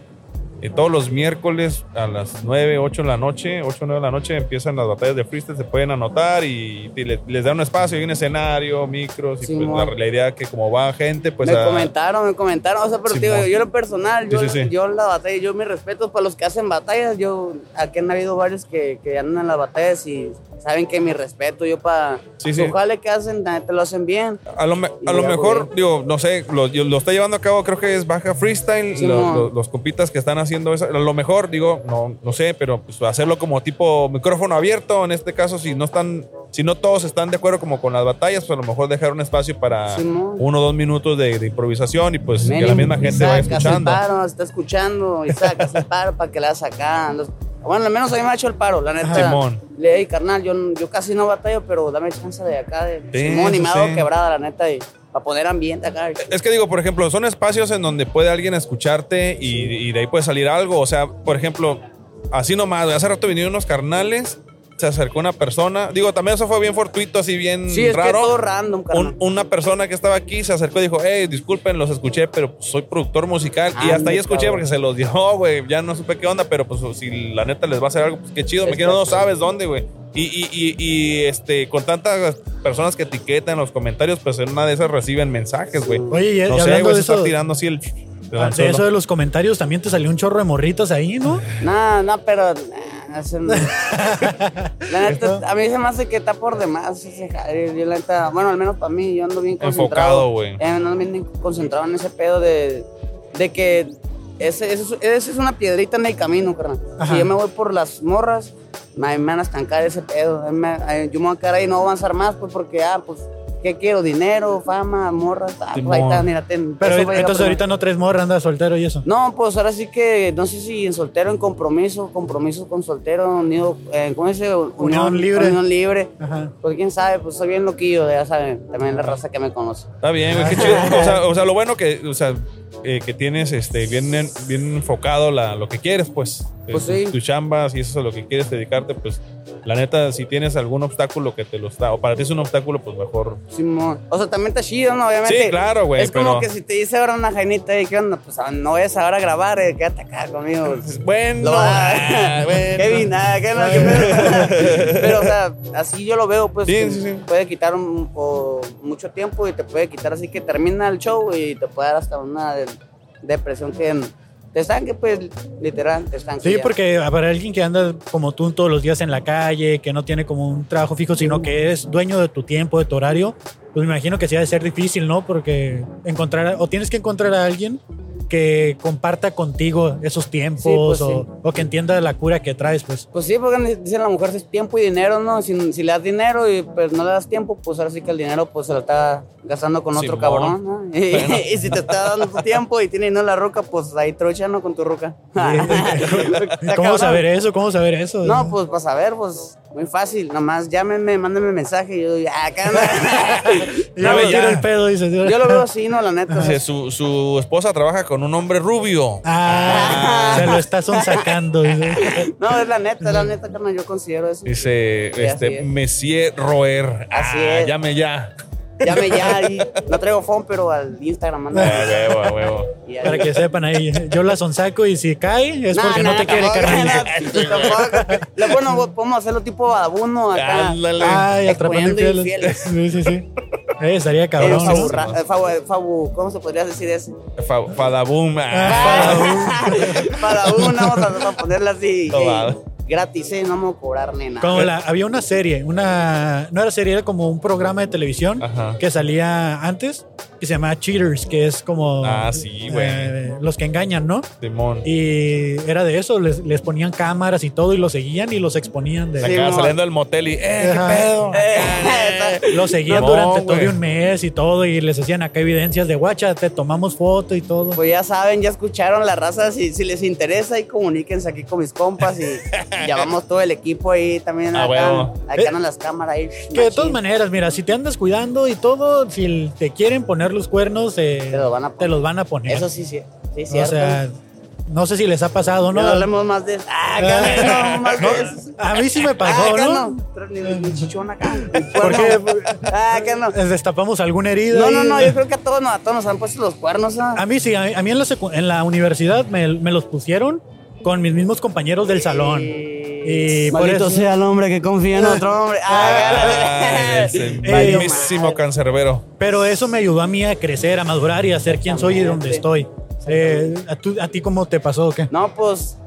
S4: Y todos los miércoles a las 9, 8 de la noche, 8 o 9 de la noche empiezan las batallas de freestyle, se pueden anotar y, y le- les dan un espacio, hay un escenario, micros, y pues la,
S11: Simón.
S4: la idea que como va gente, pues
S11: me
S4: a-
S11: comentaron, me comentaron, o sea, pero te digo,
S4: Simón.
S11: yo en lo personal, yo,
S4: Sí, sí, sí.
S11: yo en la batalla, yo mis respetos para los que hacen batallas, yo, aquí han habido varios que, que andan en las batallas y saben que mi respeto, yo para,
S4: Sí, sí.
S11: ojalá que hacen, la neta, lo hacen bien.
S4: A lo, me- a lo
S11: ya,
S4: mejor, digo, no sé, lo, yo- lo está llevando a cabo, creo que es Baja Freestyle,
S11: Sí,
S4: lo-
S11: mo.
S4: lo- los copitas que están haciendo eso. A lo mejor, digo, no, no sé, pero pues hacerlo como tipo micrófono abierto, en este caso, si no están, si no todos están de acuerdo como con las batallas, pues a lo mejor dejar un espacio para
S11: Sí, mo.
S4: uno o dos minutos de, de improvisación y pues que la
S11: Mínimo,
S4: misma gente vaya
S11: Isaac, haz el
S4: escuchando.
S11: paro, está escuchando, Isaac, haz el paro para que la sacan. Bueno, al menos a mí me ha hecho el paro, la neta.
S4: Simón.
S11: Le dije, carnal, yo, yo casi no batallo, pero dame chance de acá, de
S4: Sí,
S11: Simón, y me
S4: sí,
S11: ha dado
S4: sí.
S11: quebrada, la neta, y para poner ambiente acá.
S4: Es que digo, por ejemplo, son espacios en donde puede alguien escucharte y, y de ahí puede salir algo. O sea, por ejemplo, así nomás, hace rato vinieron unos carnales, se acercó una persona. Digo, también eso fue bien fortuito, así bien
S11: Sí, es que
S4: raro.
S11: todo random, carnal.
S4: Un- una persona que estaba aquí se acercó y dijo, hey, disculpen, los escuché, pero pues soy productor musical. y
S10: Ah,
S4: hasta ahí
S11: Ande,
S4: escuché
S11: cabrón.
S4: porque se los dio, güey. Ya no supe qué onda, pero pues si la neta les va a hacer algo, pues qué chido. Me
S11: Es
S4: quedo,
S11: que-
S4: no sabes dónde, güey. Y, y, y, y, este, con tantas personas que etiquetan los comentarios, pues en una de esas reciben mensajes, güey.
S3: Oye, y- y
S4: no sé,
S3: hablando
S4: güey,
S3: de
S4: se está
S3: eso-
S4: tirando así el... el
S3: De
S4: anzuelo.
S3: eso de los comentarios también te salió un chorro de morritas ahí, ¿no?
S11: No, no, pero. eh, nah, eso no. la neta, a mí se me hace que está por demás. ese jale. Yo, la neta, bueno, al menos para mí, yo ando bien
S4: Enfocado,
S11: concentrado.
S4: güey.
S11: Eh, Ando bien concentrado en ese pedo de, de que. Ese, ese es- ese es una piedrita en el camino, carnal.
S10: Ajá.
S11: Si yo me voy por las morras, me me van a estancar ese pedo. A mí me- a- Yo me voy a quedar ahí y no voy a avanzar más, pues porque, ah, pues, ¿qué quiero? Dinero, fama, morras, ah, pues, ahí está,
S3: Simón.
S11: mira, ten.
S3: Pero
S11: eso va a llegar
S3: entonces
S11: primero.
S3: ahorita no traes morra, andas soltero y eso.
S11: No, pues ahora sí que no sé si en soltero, en compromiso, compromiso con soltero, unido, eh, ¿cómo dice? Unión,
S3: libre.
S11: Unión libre.
S3: Ajá.
S11: Pues quién sabe, pues soy bien loquillo, ya saben, también la raza que me conoce.
S4: Está bien, güey, qué chido. O sea, o sea, lo bueno que, o sea, eh, que tienes este, bien, en- bien enfocado la, lo que quieres, pues.
S11: Pues
S4: Eh,
S11: sí.
S4: Tus chambas y eso es a lo que quieres dedicarte, pues. La neta, si tienes algún obstáculo que te lo está, o para ti es un obstáculo, pues mejor.
S11: Simón. O sea, también está chido, ¿no? Obviamente.
S4: Sí, claro, güey,
S11: Es
S4: pero-
S11: como que si te dice ahora una jainita y qué onda, pues ah, no vayas ahora a grabar, eh, quédate acá conmigo.
S4: Bueno,
S11: Kevin, ah, ¿qué onda? ¿Qué pedo? Pero, o sea, así yo lo veo, pues.
S4: Sí,
S11: que
S4: sí, sí.
S11: Puede quitar un- o mucho tiempo y te puede quitar, así que termina el show y te puede dar hasta una de- depresión que te estanque, pues, literal, te estanque.
S3: Sí,
S11: ya.
S3: porque para alguien que anda como tú todos los días en la calle, que no tiene como un trabajo fijo, sino que eres dueño de tu tiempo, de tu horario, pues me imagino que sí ha de ser difícil, ¿no? Porque encontrar, o tienes que encontrar a alguien que comparta contigo esos tiempos
S11: pues,
S3: o,
S11: sí.
S3: o que entienda la cura que traes, pues.
S11: Pues sí, porque dicen la mujer es tiempo y dinero, ¿no? Si, si le das dinero y pues no le das tiempo, pues ahora sí que el dinero pues se lo está gastando con otro
S10: Simón.
S11: cabrón, ¿no? Y,
S10: Bueno.
S11: y si te está dando tu tiempo y tiene no la roca, pues ahí trocha, ¿no? Con tu roca.
S3: ¿Cómo
S11: cabrón.
S3: saber eso? ¿Cómo saber eso?
S11: No, pues para saber, pues muy fácil, nomás llámenme, mándenme mensaje, y yo ya, acá
S3: Ya me tiro el pedo, dices.
S11: Yo lo veo así, no, la neta.
S4: Dice, su, su esposa trabaja con un hombre rubio.
S3: Ah. Se lo estás sacando.
S11: No, es la neta, es la neta, carnal, yo considero eso.
S4: Dice,
S11: Sí, así
S4: este,
S11: es.
S4: Messier Roer.
S11: Así
S4: Ah,
S11: es.
S4: Llame ya.
S11: Llame ya, y no traigo phone, pero al Instagram manda.
S4: Ah, huevo, a huevo.
S11: Y ahí-
S3: Para que sepan ahí. Yo la sonsaco y si cae es
S11: Nah,
S3: porque no,
S11: nah,
S3: te quiere,
S11: tampoco,
S3: carnal.
S11: Le- Bueno, podemos hacerlo tipo vagabundo acá.
S3: Ay, atrapando
S11: exponiendo
S3: infieles.
S11: infieles.
S3: Sí, sí, sí. Eh, estaría
S11: Eh,
S3: cabrón. ¿no?
S11: faburra- eh, fabu- fabu- ¿Cómo se podría decir eso?
S4: Fa- Fadabum. Ah,
S3: Ah.
S11: Para uno, vamos a, vamos a ponerla así.
S3: No,
S11: eh,
S3: va.
S11: gratis, ¿eh? No vamos a cobrar, nena.
S3: Como la, había una serie, una no era serie, era como un programa de televisión que salía antes que se llamaba Cheaters, que es como
S4: Ah, sí, güey.
S3: eh, los que engañan, ¿no?
S4: Simón.
S3: Y era de eso, les, les ponían cámaras y todo y los seguían y los exponían de
S4: Acá saliendo del motel y, eh, qué
S3: Ajá.
S4: pedo.
S11: Eh.
S3: Los seguían
S4: No,
S3: durante
S4: güey.
S3: todo de un mes y todo y les hacían acá evidencias de guacha, te tomamos foto y todo.
S11: Pues ya saben, ya escucharon la raza. Si, si les interesa, ahí comuníquense aquí con mis compas y ya vamos todo el equipo ahí también.
S3: Ah,
S11: acá,
S3: huevo.
S11: acá en las cámaras. Ahí,
S3: Que de todas maneras, mira, si te andas cuidando y todo, si te quieren poner los cuernos, eh, te, los van a poner.
S11: Eso sí, sí, sí,
S3: o
S11: cierto.
S3: sea, no sé si les ha pasado, ¿no?
S11: no hablemos más de Ah, acá no hablemos más de eso.
S3: A mí sí me
S11: Ah,
S3: pasó,
S11: acá
S3: ¿no?
S11: Pero Ni, ni chichón acá.
S3: ¿Por qué?
S11: Ah, acá no.
S3: ¿Les destapamos alguna herida?
S11: No,
S3: ahí?
S11: no, no, yo creo que a todos, nos- a todos nos han puesto los cuernos. ¿ah?
S3: A mí sí, a mí, a mí en, la secu- en la universidad me, me los pusieron con mis mismos compañeros del salón. Y por
S11: Maldito
S3: eso
S11: sea el hombre que confía en otro hombre.
S4: Ah, es el
S3: Eh,
S4: mismísimo cancerbero.
S3: Pero eso me ayudó a mí a crecer, a madurar y a ser quien soy y donde estoy. Eh, ¿a, tú- ¿A ti cómo te pasó o qué?
S11: No, pues.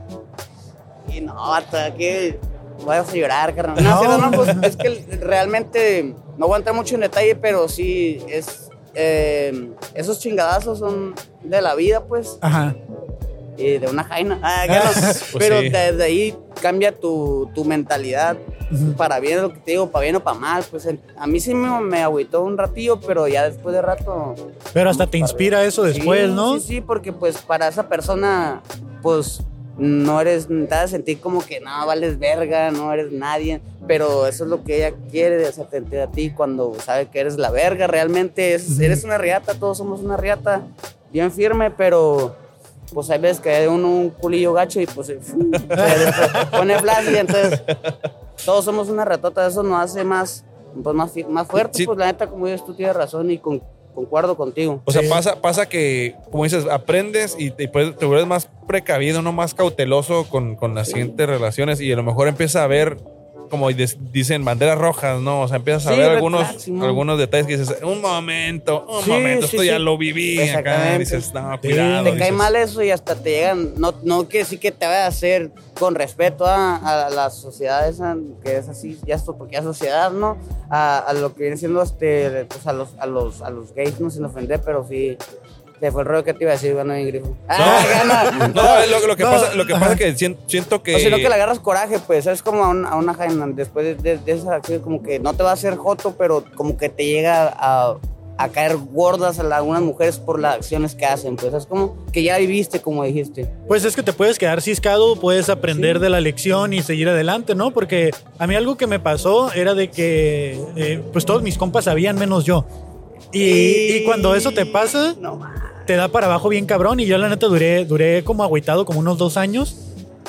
S11: Y no, hasta que vayas a llorar, carnal. No, sí, no, no, pues es que realmente no voy a entrar mucho en detalle, pero sí es. eh, esos chingadazos son de la vida, pues.
S3: Ajá.
S11: Y de una jaina. Ah, acá no. pero
S3: sí.
S11: desde ahí cambia tu, tu mentalidad. Para bien, lo que te digo, para bien o para mal. Pues el- a mí sí me, me agüitó un ratillo, pero ya después de rato.
S3: Pero hasta te inspira eso después,
S11: Sí,
S3: ¿no?
S11: Sí, sí, porque pues para esa persona, pues no eres, te vas a sentir como que no, vales verga, no eres nadie, pero eso es lo que ella quiere, o sea, te entiende a ti cuando sabe que eres la verga, realmente es-
S10: Ujú.
S11: eres una riata, todos somos una riata, bien firme, pero pues hay veces que hay uno un culillo gacho y pues se- se pone flash y entonces todos somos una ratota, eso nos hace más, pues, más, fi- más fuerte, pues la neta, como dices, tú tienes razón y con- concuerdo contigo.
S4: O sea, pasa, pasa que, como dices, aprendes y te, pues, te vuelves más precavido, no más cauteloso con, con las siguientes relaciones y a lo mejor empiezas a ver, como des- dicen, banderas rojas, ¿no? O sea, empiezas a
S11: Sí,
S4: ver
S11: red
S4: algunos,
S11: flags, Simón.
S4: algunos detalles que dices, un momento, un
S11: Sí,
S4: momento,
S11: sí,
S4: esto ya
S11: sí.
S4: lo viví acá.
S11: Exactamente.
S4: Dices, no,
S11: Sí,
S4: cuidado.
S11: Te cae
S4: dices.
S11: mal eso y hasta te llegan, no, no quiere decir que te vaya a hacer con respeto a, a la sociedad esa, que es así, ya esto porque ya es sociedad, ¿no? A, a lo que viene siendo este, pues a los, a los, a los gays, no sin ofender, pero sí. Se fue el rollo que te iba a decir, bueno, bien grifo. Ah, gana.
S4: No, es lo, lo que pasa, lo que pasa es que sien- siento que.
S11: O sino que le agarras coraje, pues, es como a, un- a una jaina, después de, de- de esa acción, como que no te va a hacer joto, pero como que te llega a, a caer gordas a la- algunas mujeres por las acciones que hacen, pues, es como que ya viviste, como dijiste.
S3: Pues es que te puedes quedar ciscado, puedes aprender de la lección y seguir adelante, ¿no? Porque a mí algo que me pasó era de que, eh, pues todos mis compas sabían menos yo. Y, y cuando eso te pasa, te da para abajo bien cabrón. Y yo la neta duré, duré como agüitado como unos dos años.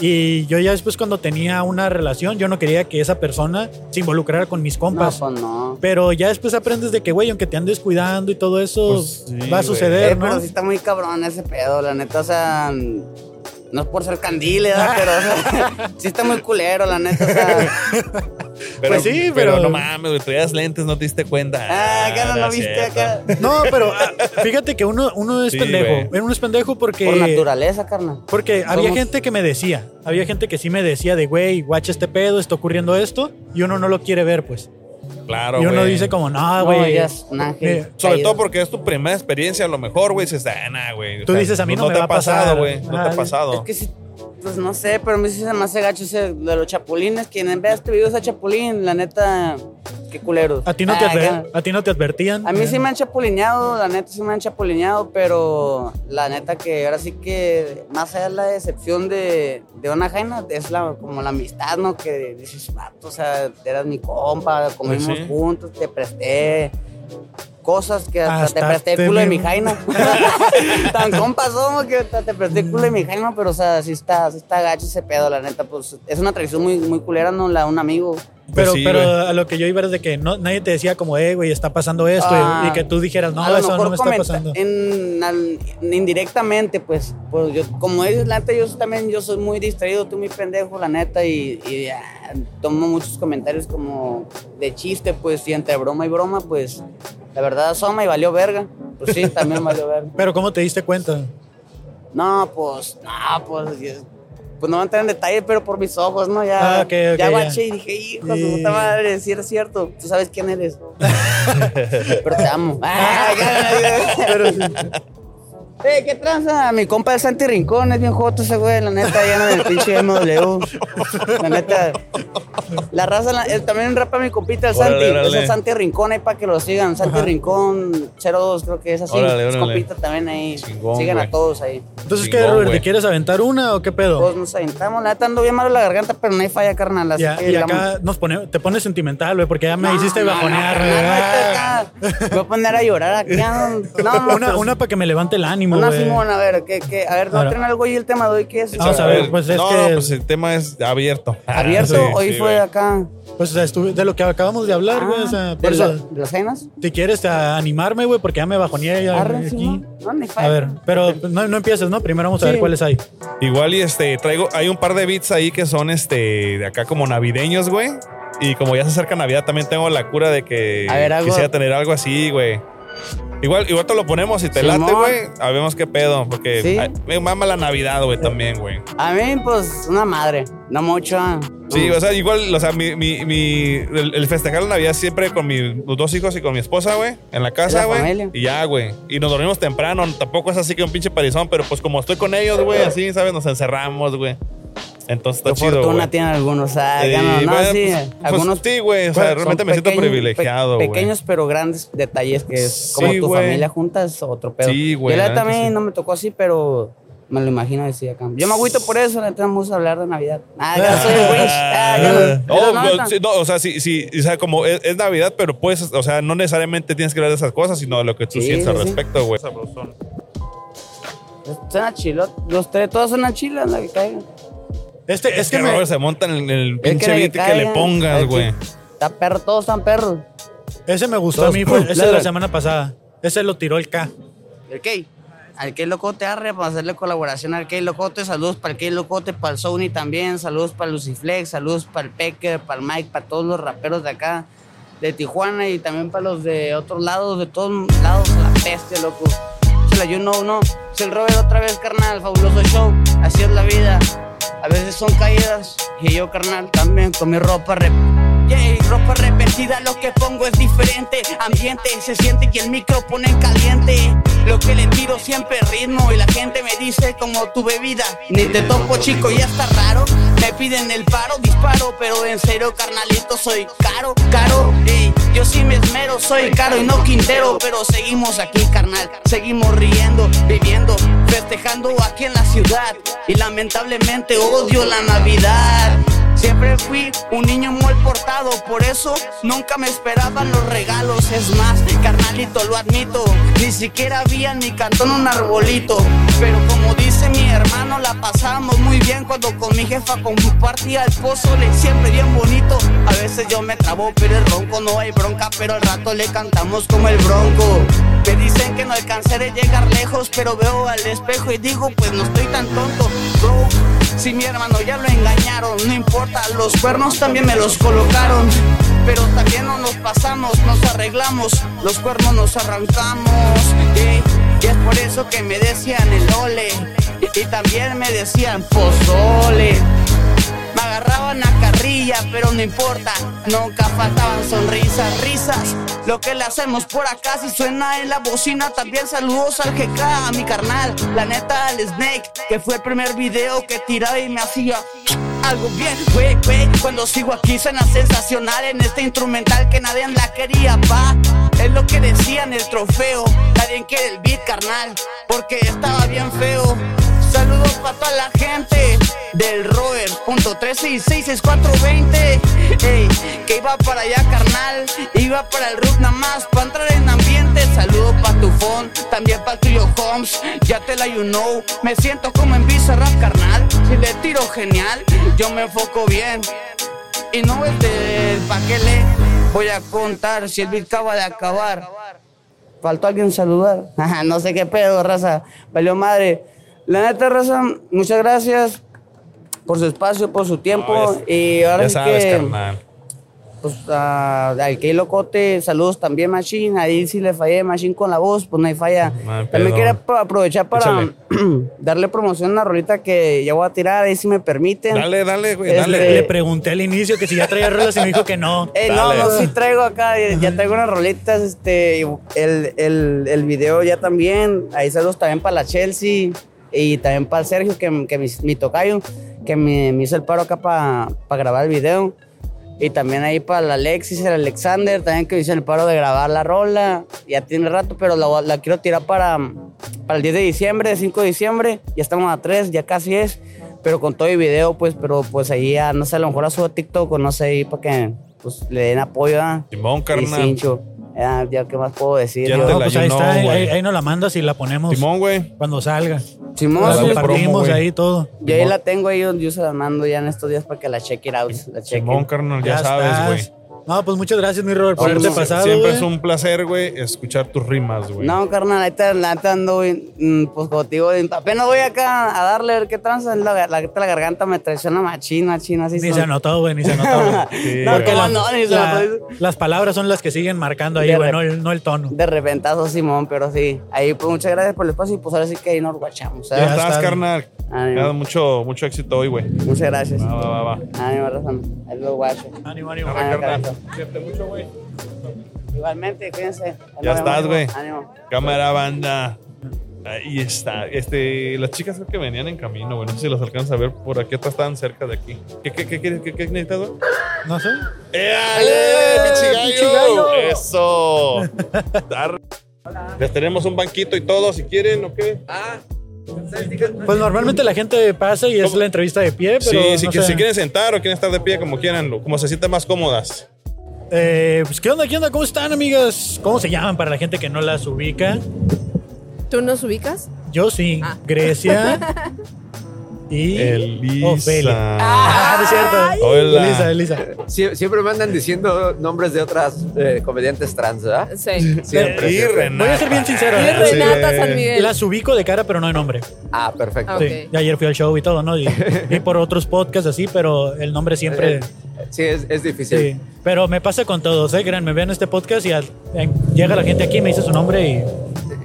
S3: Y yo ya después cuando tenía una relación, yo no quería que esa persona se involucrara con mis compas.
S11: No, pues, no.
S3: Pero ya después aprendes de que, güey, aunque te andes cuidando y todo eso,
S4: Pues
S3: va a
S11: Eh,
S3: suceder, ¿no?
S11: Pero sí está muy cabrón ese pedo, la neta, o sea, no es por ser candil, ¿eh? pero o sea, sí está muy culero, la neta, o sea,
S4: Pero,
S3: Pues sí,
S4: pero.
S3: pero-
S4: no mames, güey, traías lentes, no te diste cuenta. Ah,
S11: acá no lo viste, acá.
S3: No, pero ah, fíjate que uno, uno es
S4: Sí,
S3: pendejo. Uno es pendejo porque.
S11: por naturaleza, carnal.
S3: Porque había
S11: Somos-
S3: gente que me decía. Había gente que sí me decía de, güey, guacha este pedo, está ocurriendo esto. Y uno no lo quiere ver, pues.
S4: Claro,
S3: y uno
S4: güey.
S3: dice como, no, güey. Eh,
S4: Sobre todo porque es tu primera experiencia, a lo mejor, güey, dices, ah, nah, güey. O
S3: Tú dices, a mí no me
S4: te
S3: va
S4: ha
S3: a
S4: pasado,
S3: pasar. Ah,
S4: güey. No te ha
S3: Vale.
S4: pasado.
S11: Es que sí, pues no sé, pero a mí sí se me hace gacho ese de los chapulines. Quien vea este video es a Chapulín, la neta, qué culeros.
S3: a ti no te,
S11: Ah,
S3: adver-
S11: ya.
S3: a ti no te advertían.
S11: A mí sí me han chapulineado, la neta sí me han chapulineado, pero la neta que ahora sí que más allá de la decepción de, de una jaina, es la, como la amistad, ¿no? Que dices, vato, o sea, eras mi compa, comimos
S3: Pues sí.
S11: juntos, te presté cosas que hasta,
S3: Hasta
S11: te presté
S3: te
S11: el culo de
S3: vi-
S11: mi jaina. Tan compas somos que hasta te presté el culo de mi jaina, pero o sea, sí está, sí está gacho ese pedo, la neta, pues es una traición muy, muy culera, ¿no? La de un amigo.
S3: Pero,
S4: Pues
S3: pero a lo que yo iba es de que no, nadie te decía como, eh, güey, está pasando esto.
S11: Ah,
S3: y que tú dijeras, no,
S11: a lo
S3: eso
S11: mejor
S3: no me está
S11: comenta- eh.
S3: pasando.
S11: en- al- indirectamente, pues, pues yo, como dices, la neta, yo también yo soy muy distraído, tú muy pendejo, la neta, y, y, ah, tomo muchos comentarios como de chiste, pues, y entre broma y broma, pues, la verdad asoma y valió verga. Pues sí, también valió verga.
S3: Pero ¿cómo te diste cuenta?
S11: No, pues, no, pues, yo- pues no voy a entrar en detalle, pero por mis ojos, ¿no? Ya,
S3: Ah, ok, ok,
S11: ya
S3: ya.
S11: guaché y dije, hijo, de su puta madre, si eres cierto, tú sabes quién eres. Pero te amo. Ah, Eh, ¿qué tranza? Mi compa de Santi Rincón es bien joto ese güey, la neta, ya no del pinche MW. La neta. La raza, la- eh, también rapa mi compita el
S4: Órale,
S11: Santi.
S4: órale.
S11: Es el Santi Rincón ahí para que lo sigan. Santi Rincón 02, creo que es así.
S4: Órale,
S11: Es
S4: órale.
S11: compita también ahí.
S4: Chingón,
S11: Sigan
S4: güey.
S11: a todos ahí.
S3: Entonces, ¿qué,
S4: Chingón,
S3: Robert?
S4: güey.
S3: ¿Te quieres aventar una o qué pedo?
S11: Todos nos aventamos. La neta ando bien malo la garganta, pero no hay falla, carnal. Así
S3: Ya,
S11: que
S3: y
S11: digamos-
S3: acá nos pone, te pones sentimental, güey, porque ya me hiciste bajonear. güey.
S11: Me voy a poner a llorar aquí. No, no, no,
S3: una
S11: pues,
S3: una para que me levante el ánimo,
S11: una
S3: güey.
S11: Simón, a ver, que, que, a ver, no
S3: Ahora.
S11: traen algo y el tema de hoy, ¿qué es?
S3: Vamos a ver, pues es
S4: no,
S3: que-
S4: no, pues el tema es abierto.
S11: Abierto,
S4: Ah, Sí,
S11: hoy
S4: sí,
S11: fue
S4: güey.
S11: acá.
S3: Pues o sea, estuve- de lo que acabamos de hablar, güey. o sea, por
S11: ¿De, la-
S3: eso,
S11: de las cenas?
S3: si quieres a- animarme, güey, porque ya me bajoneé ya,
S11: Arre,
S3: aquí.
S11: Simón. No, ni
S3: A
S11: falla.
S3: ver, pero pues, no, no empieces, ¿no? Primero vamos a ver
S11: Sí.
S3: cuáles hay.
S4: Igual y este, traigo, hay un par de beats ahí que son este, de acá como navideños, güey. Y como ya se acerca Navidad, también tengo la cura de que
S11: A ver, algo-
S4: quisiera tener algo así, güey. Igual, igual te lo ponemos y te
S11: Simón.
S4: late, güey. A vemos qué pedo, porque
S11: Sí.
S4: ay, me mama la Navidad, güey, también, güey.
S11: A mí, pues, una madre. No mucho. ah.
S4: Sí, o sea, igual, o sea, mi, mi, mi- el, el festejar la Navidad siempre con mis los dos hijos y con mi esposa, güey, en la
S11: Es
S4: casa,
S11: la
S4: güey.
S11: familia.
S4: Y ya, güey. Y nos dormimos temprano, tampoco es así que un pinche parizón, pero pues como estoy con ellos, güey, así, ¿sabes? Nos encerramos, güey. Entonces está
S11: Qué
S4: chido.
S11: fortuna
S4: güey.
S11: tienen algunos. ah, acá no,
S4: Sí,
S11: no,
S4: bueno,
S11: sí,
S4: pues- pues
S11: algunos
S4: sí, güey, o sea,
S11: son
S4: realmente me siento
S11: pequeños-
S4: privilegiado, güey.
S11: pequeños pero grandes detalles que es como
S4: Sí,
S11: tu
S4: güey.
S11: familia junta es otro pedo.
S4: Sí, güey,
S11: Yo
S4: la
S11: la
S4: neta,
S11: también
S4: sí.
S11: no me tocó así, pero me lo imagino así acá. Yo me agüito por eso, la neta, vamos a hablar de Navidad. Ah, ya soy el Grinch. Ah, ya no-
S4: No,
S11: pero no,
S4: Oh, pero
S11: no.
S4: sí, no, o sea, sí, sí, o sea, como es, es Navidad, pero pues, o sea, no necesariamente tienes que hablar de esas cosas, sino de lo que tú
S11: Sí,
S4: sientes al
S11: sí, sí.
S4: respecto, güey. Ah.
S11: Suena chilo. Los tres, todas son chilas, la que caiga.
S3: Este,
S4: Es que, Robert, se montan en el
S11: que
S4: pinche
S11: le
S4: beat que
S11: caiga.
S4: le pongas,
S11: Aquí.
S4: güey.
S11: Está perro, todos están perros.
S3: Ese me gustó
S11: Dos.
S3: a mí, fue, ese de la
S11: Ladran.
S3: semana pasada. Ese lo tiró el K.
S11: El Key. Al Key Locote arre para hacerle colaboración al Key Locote. Saludos para el Key Locote, para el Sony también. Saludos para Luciflex, saludos para el Pecker, para el Mike, para todos los raperos de acá, de Tijuana y también para los de otros lados, de todos lados. La peste, loco. Se la you know, no. Es el Robert otra vez, carnal. Fabuloso show. Así es la vida. A veces son caídas. Y yo, carnal, también con mi ropa rep. Yay, ropa repetida, lo que pongo es diferente. Ambiente se siente y el micro pone en caliente. Lo que le tiro siempre es ritmo y la gente me dice como tu bebida. Ni te topo chico, ya está raro. Me piden el paro, disparo, pero en serio carnalito soy caro, caro. Ey, yo sí me esmero, soy caro y no Quintero, pero seguimos aquí carnal, seguimos riendo, viviendo, festejando aquí en la ciudad. Y lamentablemente odio la Navidad. Siempre fui un niño mal portado, por eso nunca me esperaban los regalos. Es más, carnalito, lo admito, ni siquiera había ni cantón un arbolito. Pero como dice mi hermano, la pasábamos muy bien cuando con mi jefa compartía el pozole, siempre bien bonito. A veces yo me trabo, pero el ronco no hay bronca, pero al rato le cantamos como el bronco. Me dicen que no alcanzaré llegar lejos, pero veo al espejo y digo, pues no estoy tan tonto, bro. Si mi hermano ya lo engañaron, no importa, los cuernos también me los colocaron. Pero también no nos pasamos, nos arreglamos, los cuernos nos arrancamos. ey. Y es por eso que me decían el ole, y, y también me decían pozole. Me agarraban a carrilla. día, pero no importa. Nunca faltaban sonrisas, risas. Lo que le hacemos por acá, si suena en la bocina, también saludos al GK, a mi carnal. La neta, al Snake, que fue el primer video que tiraba y me hacía. Algo bien, wey, wey. Cuando sigo aquí suena sensacional en este instrumental que nadie la quería, pa. Es lo que decían el trofeo. Nadie quiere el beat, carnal, porque estaba bien feo. Saludos para toda la gente del Roer.3666420. Ey, que iba para allá, carnal. Iba para el RUP nada más, para entrar en ambiente. Saludos para tu phone, también para tuyo Homes. Ya te la you know. Me siento como en Visa Rap, carnal. Si le tiro genial, yo me enfoco bien. Y no es del paquete. Voy a contar si el beat acaba de acabar. Faltó alguien saludar. Ajá, no sé qué pedo, raza. Valió madre. La neta, raza, muchas gracias por su espacio, por su tiempo. y ahora
S4: ya
S11: sí
S4: sabes,
S11: que,
S4: carnal.
S11: pues, a- al que locote, saludos también, Machine. Ahí sí le fallé, Machine con la voz, pues no hay falla.
S4: No hay
S11: también
S4: pedo.
S11: quería pa- aprovechar para
S4: Échale.
S11: darle promoción a una rolita que ya voy a tirar, ahí si me permiten.
S4: Dale, dale, güey,
S11: Este,
S3: Dale, le pregunté al inicio que si ya traía rolas y me dijo que no.
S11: Eh, no, no, sí traigo acá, eh, ya traigo unas rolitas, este, y el, el, el video ya también, ahí saludos también para la Chelsea y también para el Sergio, que, que mi, mi tocayo, que me, me hizo el paro acá para grabar el video. Y también ahí para el Alexis, el Alexander, también que me hizo el paro de grabar la rola. Ya tiene rato, pero la, voy a- la quiero tirar para, para el 10 de diciembre, 5 de diciembre. Ya estamos a 3, ya casi es. Pero con todo el video, pues, pero pues ahí, ya, no sé, a lo mejor a su TikTok o no sé, ahí para que pues, le den apoyo a...
S4: Simón, carnal.
S11: Ya, ya, ¿qué más puedo decir?
S4: Ya
S11: Yo-
S4: te
S3: No,
S4: la
S3: pues
S4: you
S3: ahí
S4: know,
S3: está, ahí,
S4: güey.
S3: ahí nos la mandas y la ponemos.
S4: Simón, güey.
S3: Cuando salga.
S11: Simón,
S3: la
S11: sí.
S3: compartimos
S11: Promo, güey.
S3: ahí todo.
S11: Yo ahí la tengo ahí, yo, yo se la mando ya en estos días para que la check it out. La chequen.
S4: Simón, carnal, ya sabes, güey.
S3: No, pues muchas gracias, mi Robert, por haberte
S4: Siempre-
S3: pasado.
S4: Siempre
S3: güey.
S4: es un placer, güey, escuchar tus rimas, güey.
S11: No, carnal, ahorita la neta ando, bien, mm, pues como te digo, bien- apenas voy acá a darle a ver qué tranza. La, la, la, la garganta me traiciona machín, machín, así
S3: Ni
S11: son.
S3: se anotó, güey, ni se anotó. güey.
S11: Sí, No, güey. ¿cómo no? Ni se
S3: la-
S11: anotó.
S3: Las palabras son las que siguen marcando ahí,
S11: De
S3: güey,
S11: rep-
S3: no el, no el tono.
S11: De repentazo, Simón, pero sí. Ahí, pues muchas gracias por el espacio y pues ahora sí que ahí nos guachamos. ¿eh?
S4: ya,
S11: ¿sabes?
S4: estás, carnal.
S11: Ánimo.
S4: Me ha dado mucho, mucho éxito hoy, güey.
S11: Muchas gracias.
S4: Va, va, va, va.
S11: Ánimo, razón. Ahí los guacho.
S3: Ánimo, ánimo.
S11: Arre, carnal.
S4: mucho, güey.
S11: Igualmente, cuídense. Ahí nos
S4: Ya
S11: vemos,
S4: estás, güey.
S11: Ánimo.
S4: Cámara banda. Ahí está. Este, las chicas creo que venían en camino, güey. No sé si las alcanzas a ver por aquí atrás, estaban cerca de aquí. ¿Qué, qué, qué, qué, qué, qué necesitas, güey?
S3: No sé.
S11: Eh,
S4: ¡Éale,
S3: Eh, pinche gallo!
S4: ¡Eso! Dar- Les tenemos un banquito y todo, si quieren, ¿o qué? Ah,
S3: Pues normalmente la gente pasa y es la entrevista de pie, pero.
S4: sí, si,
S3: no
S4: que-
S3: sé.
S4: si quieren sentar o quieren estar de pie, como quieran, lo- como se sientan más cómodas.
S3: Eh, pues, ¿qué onda? ¿Qué onda? ¿Cómo están, amigas? ¿Cómo se llaman para la gente que no las ubica?
S13: ¿Tú nos ubicas? Ah.
S3: Yo sí,
S11: Ah.
S3: Grecia y Ofelia. Ah, no es cierto.
S4: Hola.
S3: Elisa, Elisa.
S14: Sie- siempre me andan diciendo nombres de otras eh, comediantes trans, ¿verdad?
S13: Sí.
S14: Siempre.
S3: Y
S14: siempre.
S3: Voy a ser bien sincero.
S14: Y
S3: Las-
S14: Renata San Miguel.
S3: Las ubico de cara, pero no de nombre.
S14: Ah, perfecto.
S3: Sí, y ayer fui al show y todo, ¿no? Y, y por otros podcasts así, pero el nombre siempre.
S14: Eh, Sí, es, es difícil.
S3: Sí. Pero me pasa con todos, ¿eh? Créanme, vean este podcast y al- en- llega la gente aquí, me dice su nombre y.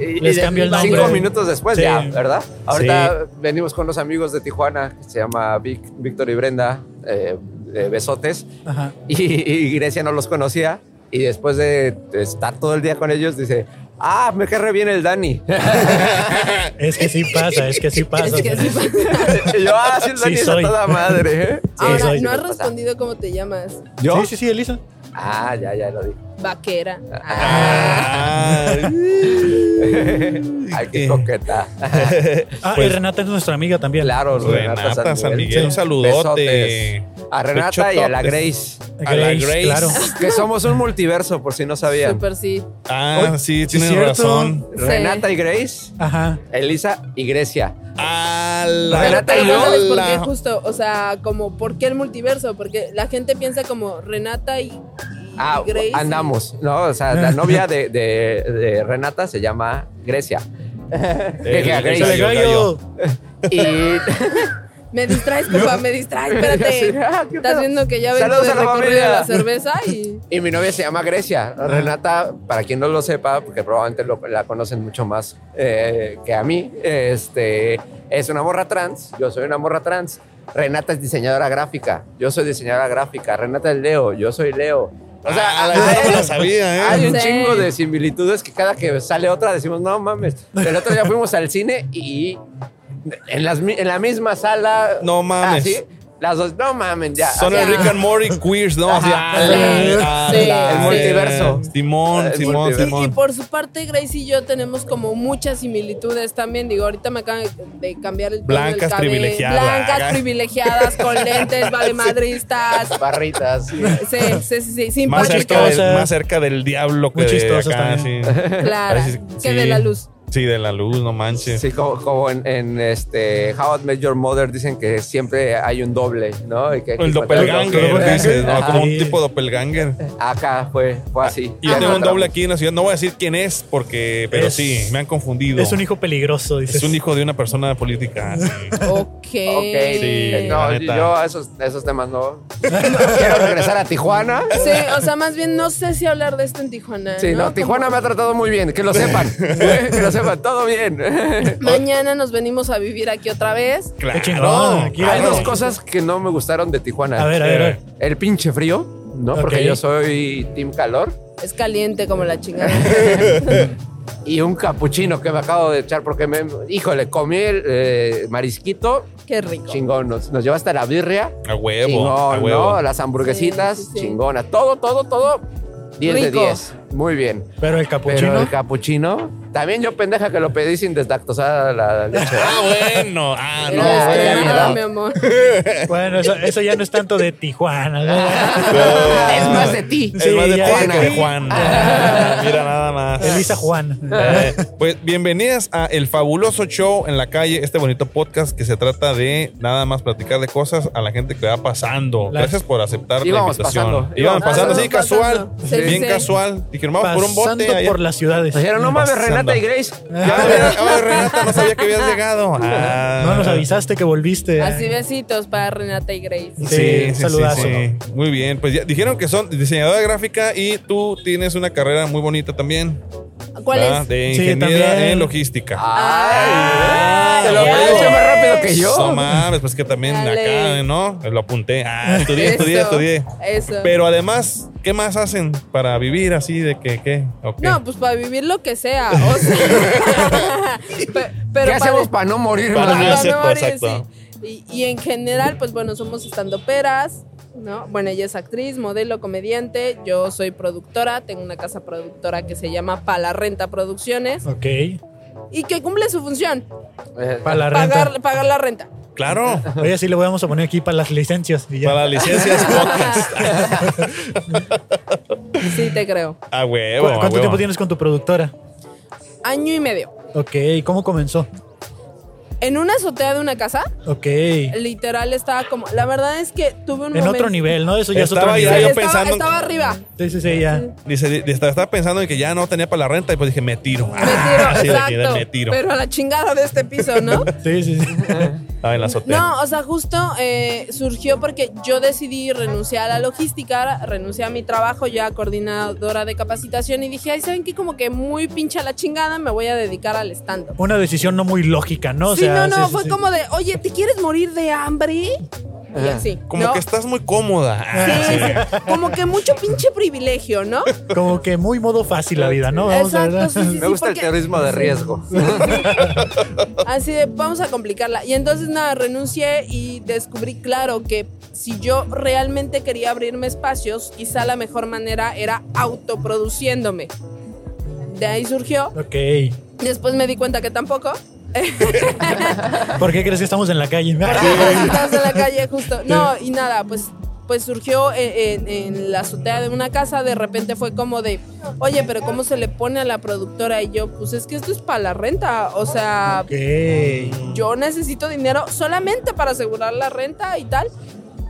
S14: Y-
S3: Les
S14: y
S3: cambio el nombre.
S14: Cinco minutos después
S3: Sí.
S14: ya, ¿verdad? Ahorita venimos con los amigos de Tijuana, que se llama Vic- Víctor y Brenda, eh, de Besotes,
S3: Ajá.
S14: y, y Grecia no los conocía. Y después de estar todo el día con ellos, dice, ah, me cae re bien el Dani.
S3: Es que sí pasa, es que sí pasa.
S14: Y yo, ah, sí, el
S3: Sí
S14: Dani es a
S3: soy.
S14: toda madre. ¿eh?
S13: Ahora, no has respondido cómo te llamas.
S14: ¿Yo?
S3: Sí, sí, sí, Elisa.
S14: Ah, ya, ya lo dije.
S13: Vaquera.
S14: Ay,
S4: Eh.
S14: qué coqueta.
S3: Ah, y Renata es nuestra amiga también.
S14: Claro,
S4: Renata San Miguel, un saludote.
S14: Besotes. A Renata y a la Grace.
S4: Bechototes. A la Grace, claro.
S14: Que somos un multiverso, por si no sabían.
S13: Súper sí.
S4: Ah,
S14: Uy,
S4: sí, tienes
S14: ¿cierto?
S4: razón.
S14: Renata y Grace.
S3: Ajá.
S14: Elisa y Grecia.
S4: Ah,
S14: Renata y
S13: Pero no sabes por qué
S14: Lola.
S13: justo, o sea, como por qué el multiverso, porque la gente piensa como Renata y
S14: Ah,
S13: Grace.
S14: andamos. No, o sea, la novia de, de- de Renata se llama Grecia.
S12: Eh,
S14: Que- que a
S4: El
S14: Grace.
S4: gallo, gallo.
S14: Y
S13: me distraes, compa, me distraes, espérate.
S14: Sí, ah, qué
S13: Estás
S14: pedo.
S13: viendo que ya vengo
S14: Saludos
S13: de
S14: a la
S13: recorrido
S14: familia.
S13: de la cerveza y
S14: Y mi novia se llama Grecia. Renata, para quien no lo sepa, porque probablemente lo- la conocen mucho más eh, que a mí, este, es una morra trans. Yo soy una morra trans. Renata es diseñadora gráfica, yo soy diseñadora gráfica, Renata es Leo, yo soy Leo. O sea,
S4: Ah, la- esa no me la sabía, ¿eh?
S14: hay un
S4: Sí.
S14: chingo de similitudes que cada que sale otra decimos, no mames. El otro día fuimos al cine y en, las mi- en la misma sala.
S4: No mames.
S14: así, las dos, no mames, ya.
S4: Son el
S14: así.
S4: Rick and Morty queers, ¿no? Así, ah,
S14: Ajá.
S4: ala,
S14: Sí.
S4: ala,
S14: Sí.
S4: ala.
S14: El multiverso.
S4: Simón,
S14: El
S4: Simón,
S14: multiverso.
S13: Y
S4: Simón.
S13: por su parte, Grace y yo tenemos como muchas similitudes también. Digo, ahorita me acaban de cambiar el tono del
S4: Blancas
S13: cabello.
S4: privilegiadas.
S13: Blancas privilegiadas, con lentes, valemadristas.
S14: Barritas.
S13: Sí, sí, sí, sí,
S4: Más cerca,
S13: simpáticos.
S4: del, más cerca del diablo que
S3: Muy
S4: de
S3: chistosas
S4: acá, sí.
S3: también.
S13: Claro,
S4: Parece-
S13: que
S4: sí.
S13: de la luz.
S4: Sí, de la luz, no manches.
S14: Sí, como, como en, en, este How I Met Your Mother dicen que siempre hay un doble, ¿no? Y que
S4: El doppelganger, dices, ¿no?
S14: Ajá.
S4: Como un tipo doppelganger.
S14: Acá fue, fue así.
S4: Y yo tengo un doble aquí en la ciudad. No voy a decir quién es, porque, pero
S3: Es-
S4: sí, me han confundido.
S3: Es un hijo peligroso, dices.
S4: Es un hijo de una persona política. sí.
S13: Ok.
S4: Sí,
S14: no,
S4: la neta.
S14: yo a esos, a esos temas no. Quiero regresar a Tijuana.
S13: Sí, o sea, más bien no sé si hablar de esto en Tijuana.
S14: Sí, no,
S13: ¿no?
S14: Tijuana me ha tratado muy bien, que lo sepan. que lo sepan, todo bien.
S13: Mañana nos venimos a vivir aquí otra vez.
S14: Claro.
S3: chingón, aquí
S14: Hay
S3: vamos.
S14: dos cosas que no me gustaron de Tijuana.
S3: A ver, a ver, a ver.
S14: El pinche frío, ¿no? Porque
S3: Ok.
S14: yo soy team calor.
S13: Es caliente como la chingada.
S14: y un capuchino que me acabo de echar porque me... Híjole, comí el eh, marisquito.
S13: Qué rico.
S14: Chingón, nos, nos lleva hasta la birria.
S4: A huevo,
S14: Chingón,
S4: a huevo.
S14: ¿no? Las hamburguesitas, chingona. Todo, todo, todo. 10 de
S13: Rico.
S14: 10. Muy bien.
S3: Pero el
S14: Pero
S3: capuchino.
S14: el capuchino. También yo pendeja que lo pedí sin deslactosar la leche.
S4: Ah, bueno. Ah, no.
S13: Era
S14: bueno.
S13: descremada, Este, mi amor.
S3: Bueno, eso, eso ya no es tanto de Tijuana. ¿no?
S14: Es más de ti. Ah.
S4: Es
S3: Sí,
S4: más de
S3: ya.
S4: Juan que de
S3: Sí.
S4: Juan. Mira nada más.
S3: Elisa Juan.
S4: Eh, pues bienvenidas a El Fabuloso Show en la calle, este bonito podcast que se trata de nada más platicar de cosas a la gente que va pasando.
S3: Las-
S4: Gracias por aceptar
S14: Íbamos
S4: la invitación.
S14: pasando.
S4: Iban
S14: Íbamos
S4: pasando así,
S14: pasando.
S4: casual,
S14: Sí,
S4: bien
S14: sí.
S4: casual. Dijeron, vamos por un
S3: Pasando
S4: bote. allá.
S3: por las ciudades.
S14: Dijeron, no mames,
S4: Pasando.
S14: Renata y Grace.
S4: Ah, mira, ah, Renata, no sabía que habías llegado. Ah.
S3: No nos avisaste que volviste.
S14: Ah,
S13: Así besitos para Renata y Grace.
S3: Sí, un saludazo,
S4: Muy bien, pues ya dijeron que son diseñadora gráfica y tú tienes una carrera muy bonita también.
S13: ¿Cuál
S4: ¿verdad?
S13: es?
S4: De
S3: Sí,
S4: ingeniera
S3: también.
S4: en logística.
S12: Ah,
S14: Te lo
S4: Ay,
S14: pediste más rápido que
S4: No
S14: yo.
S4: mames, pues que también
S13: Dale.
S4: acá, ¿no? Lo apunté. Ah, estudié, estudié,
S13: Eso,
S4: estudié.
S13: Eso.
S4: Pero además, ¿qué más hacen para vivir así de que qué? ¿O qué?
S14: Eh.
S13: No, pues para vivir lo que sea. O sea, pe- pero
S14: ¿Qué hacemos para no morir?
S4: Para
S13: para
S4: no hacer-
S13: no morir,
S4: exacto.
S13: sí. Y, y en general, pues bueno, somos estandoperas, ¿no? Bueno, ella es actriz, modelo, comediante. Yo soy productora, tengo una casa productora que se llama Pala Renta Producciones
S3: Ok.
S14: Eh,
S13: y que cumple su función,
S3: Para la renta.
S13: pagar, pagar la renta.
S4: Claro,
S3: Oye, sí le vamos a poner aquí para las licencias. y ya.
S4: para licencias podcast.
S13: Sí, te creo.
S4: A
S3: ¿Cu-
S4: Ah, huevo, a
S3: ¿Cuánto
S4: huevo.
S3: tiempo tienes con tu productora?
S13: Año y medio.
S3: Ok, ¿cómo comenzó?
S13: En una azotea de una casa,
S3: Ok. En
S13: literal estaba como. La verdad es que tuve un momento.
S3: otro nivel, ¿no? Eso ya
S4: Estaba
S3: es
S4: ya-
S3: otro
S13: Sí,
S3: nivel.
S4: yo
S13: pues, estaba-
S4: pensando-
S13: estaba arriba.
S3: Sí, sí, sí, ya.
S4: Dice, di- estaba estaba pensando en que ya no tenía para la renta y pues dije, me tiro.
S13: Me tiro,
S4: Ah, sí, de aquí, de-
S13: exacto.
S4: me tiro.
S13: Pero a la chingada de este piso, ¿no?
S3: Sí, sí, sí.
S4: Estaba Ah, en la azotea.
S13: No, o sea, justo eh, surgió porque yo decidí renunciar a la logística, renuncié a mi trabajo ya coordinadora de capacitación y dije, ay, ¿saben qué? Como que muy pincha la chingada, me voy a dedicar al stand-up.
S3: Una decisión no muy lógica, ¿no? O
S13: sí,
S3: sea,
S13: no, no,
S3: sí, sí,
S13: fue
S3: sí.
S13: como de, oye, ¿te quieres morir de hambre? Y así,
S4: Como
S13: ¿no?
S4: que estás muy cómoda. Ah, sí.
S13: Como que mucho pinche privilegio, ¿no?
S3: Como que muy modo fácil la vida, ¿no? Vamos a ver.
S13: Exacto, sí, sí,
S14: Me gusta el
S13: porque-
S14: terrorismo de riesgo.
S13: Así de, vamos a complicarla. Y entonces nada, renuncié y descubrí, claro, que si yo realmente quería abrirme espacios, quizá la mejor manera era autoproduciéndome. De ahí surgió.
S3: Ok.
S13: Después me di cuenta que tampoco.
S3: ¿Por qué crees que estamos en la calle? Ah,
S13: Estás en la calle justo. No, y nada, pues, pues surgió en, en- en la azotea de una casa. De repente fue como de, oye, pero ¿cómo se le pone a la productora? Y yo, pues es que esto es para la renta. O sea,
S3: Ok.
S13: yo necesito dinero solamente para asegurar la renta y tal.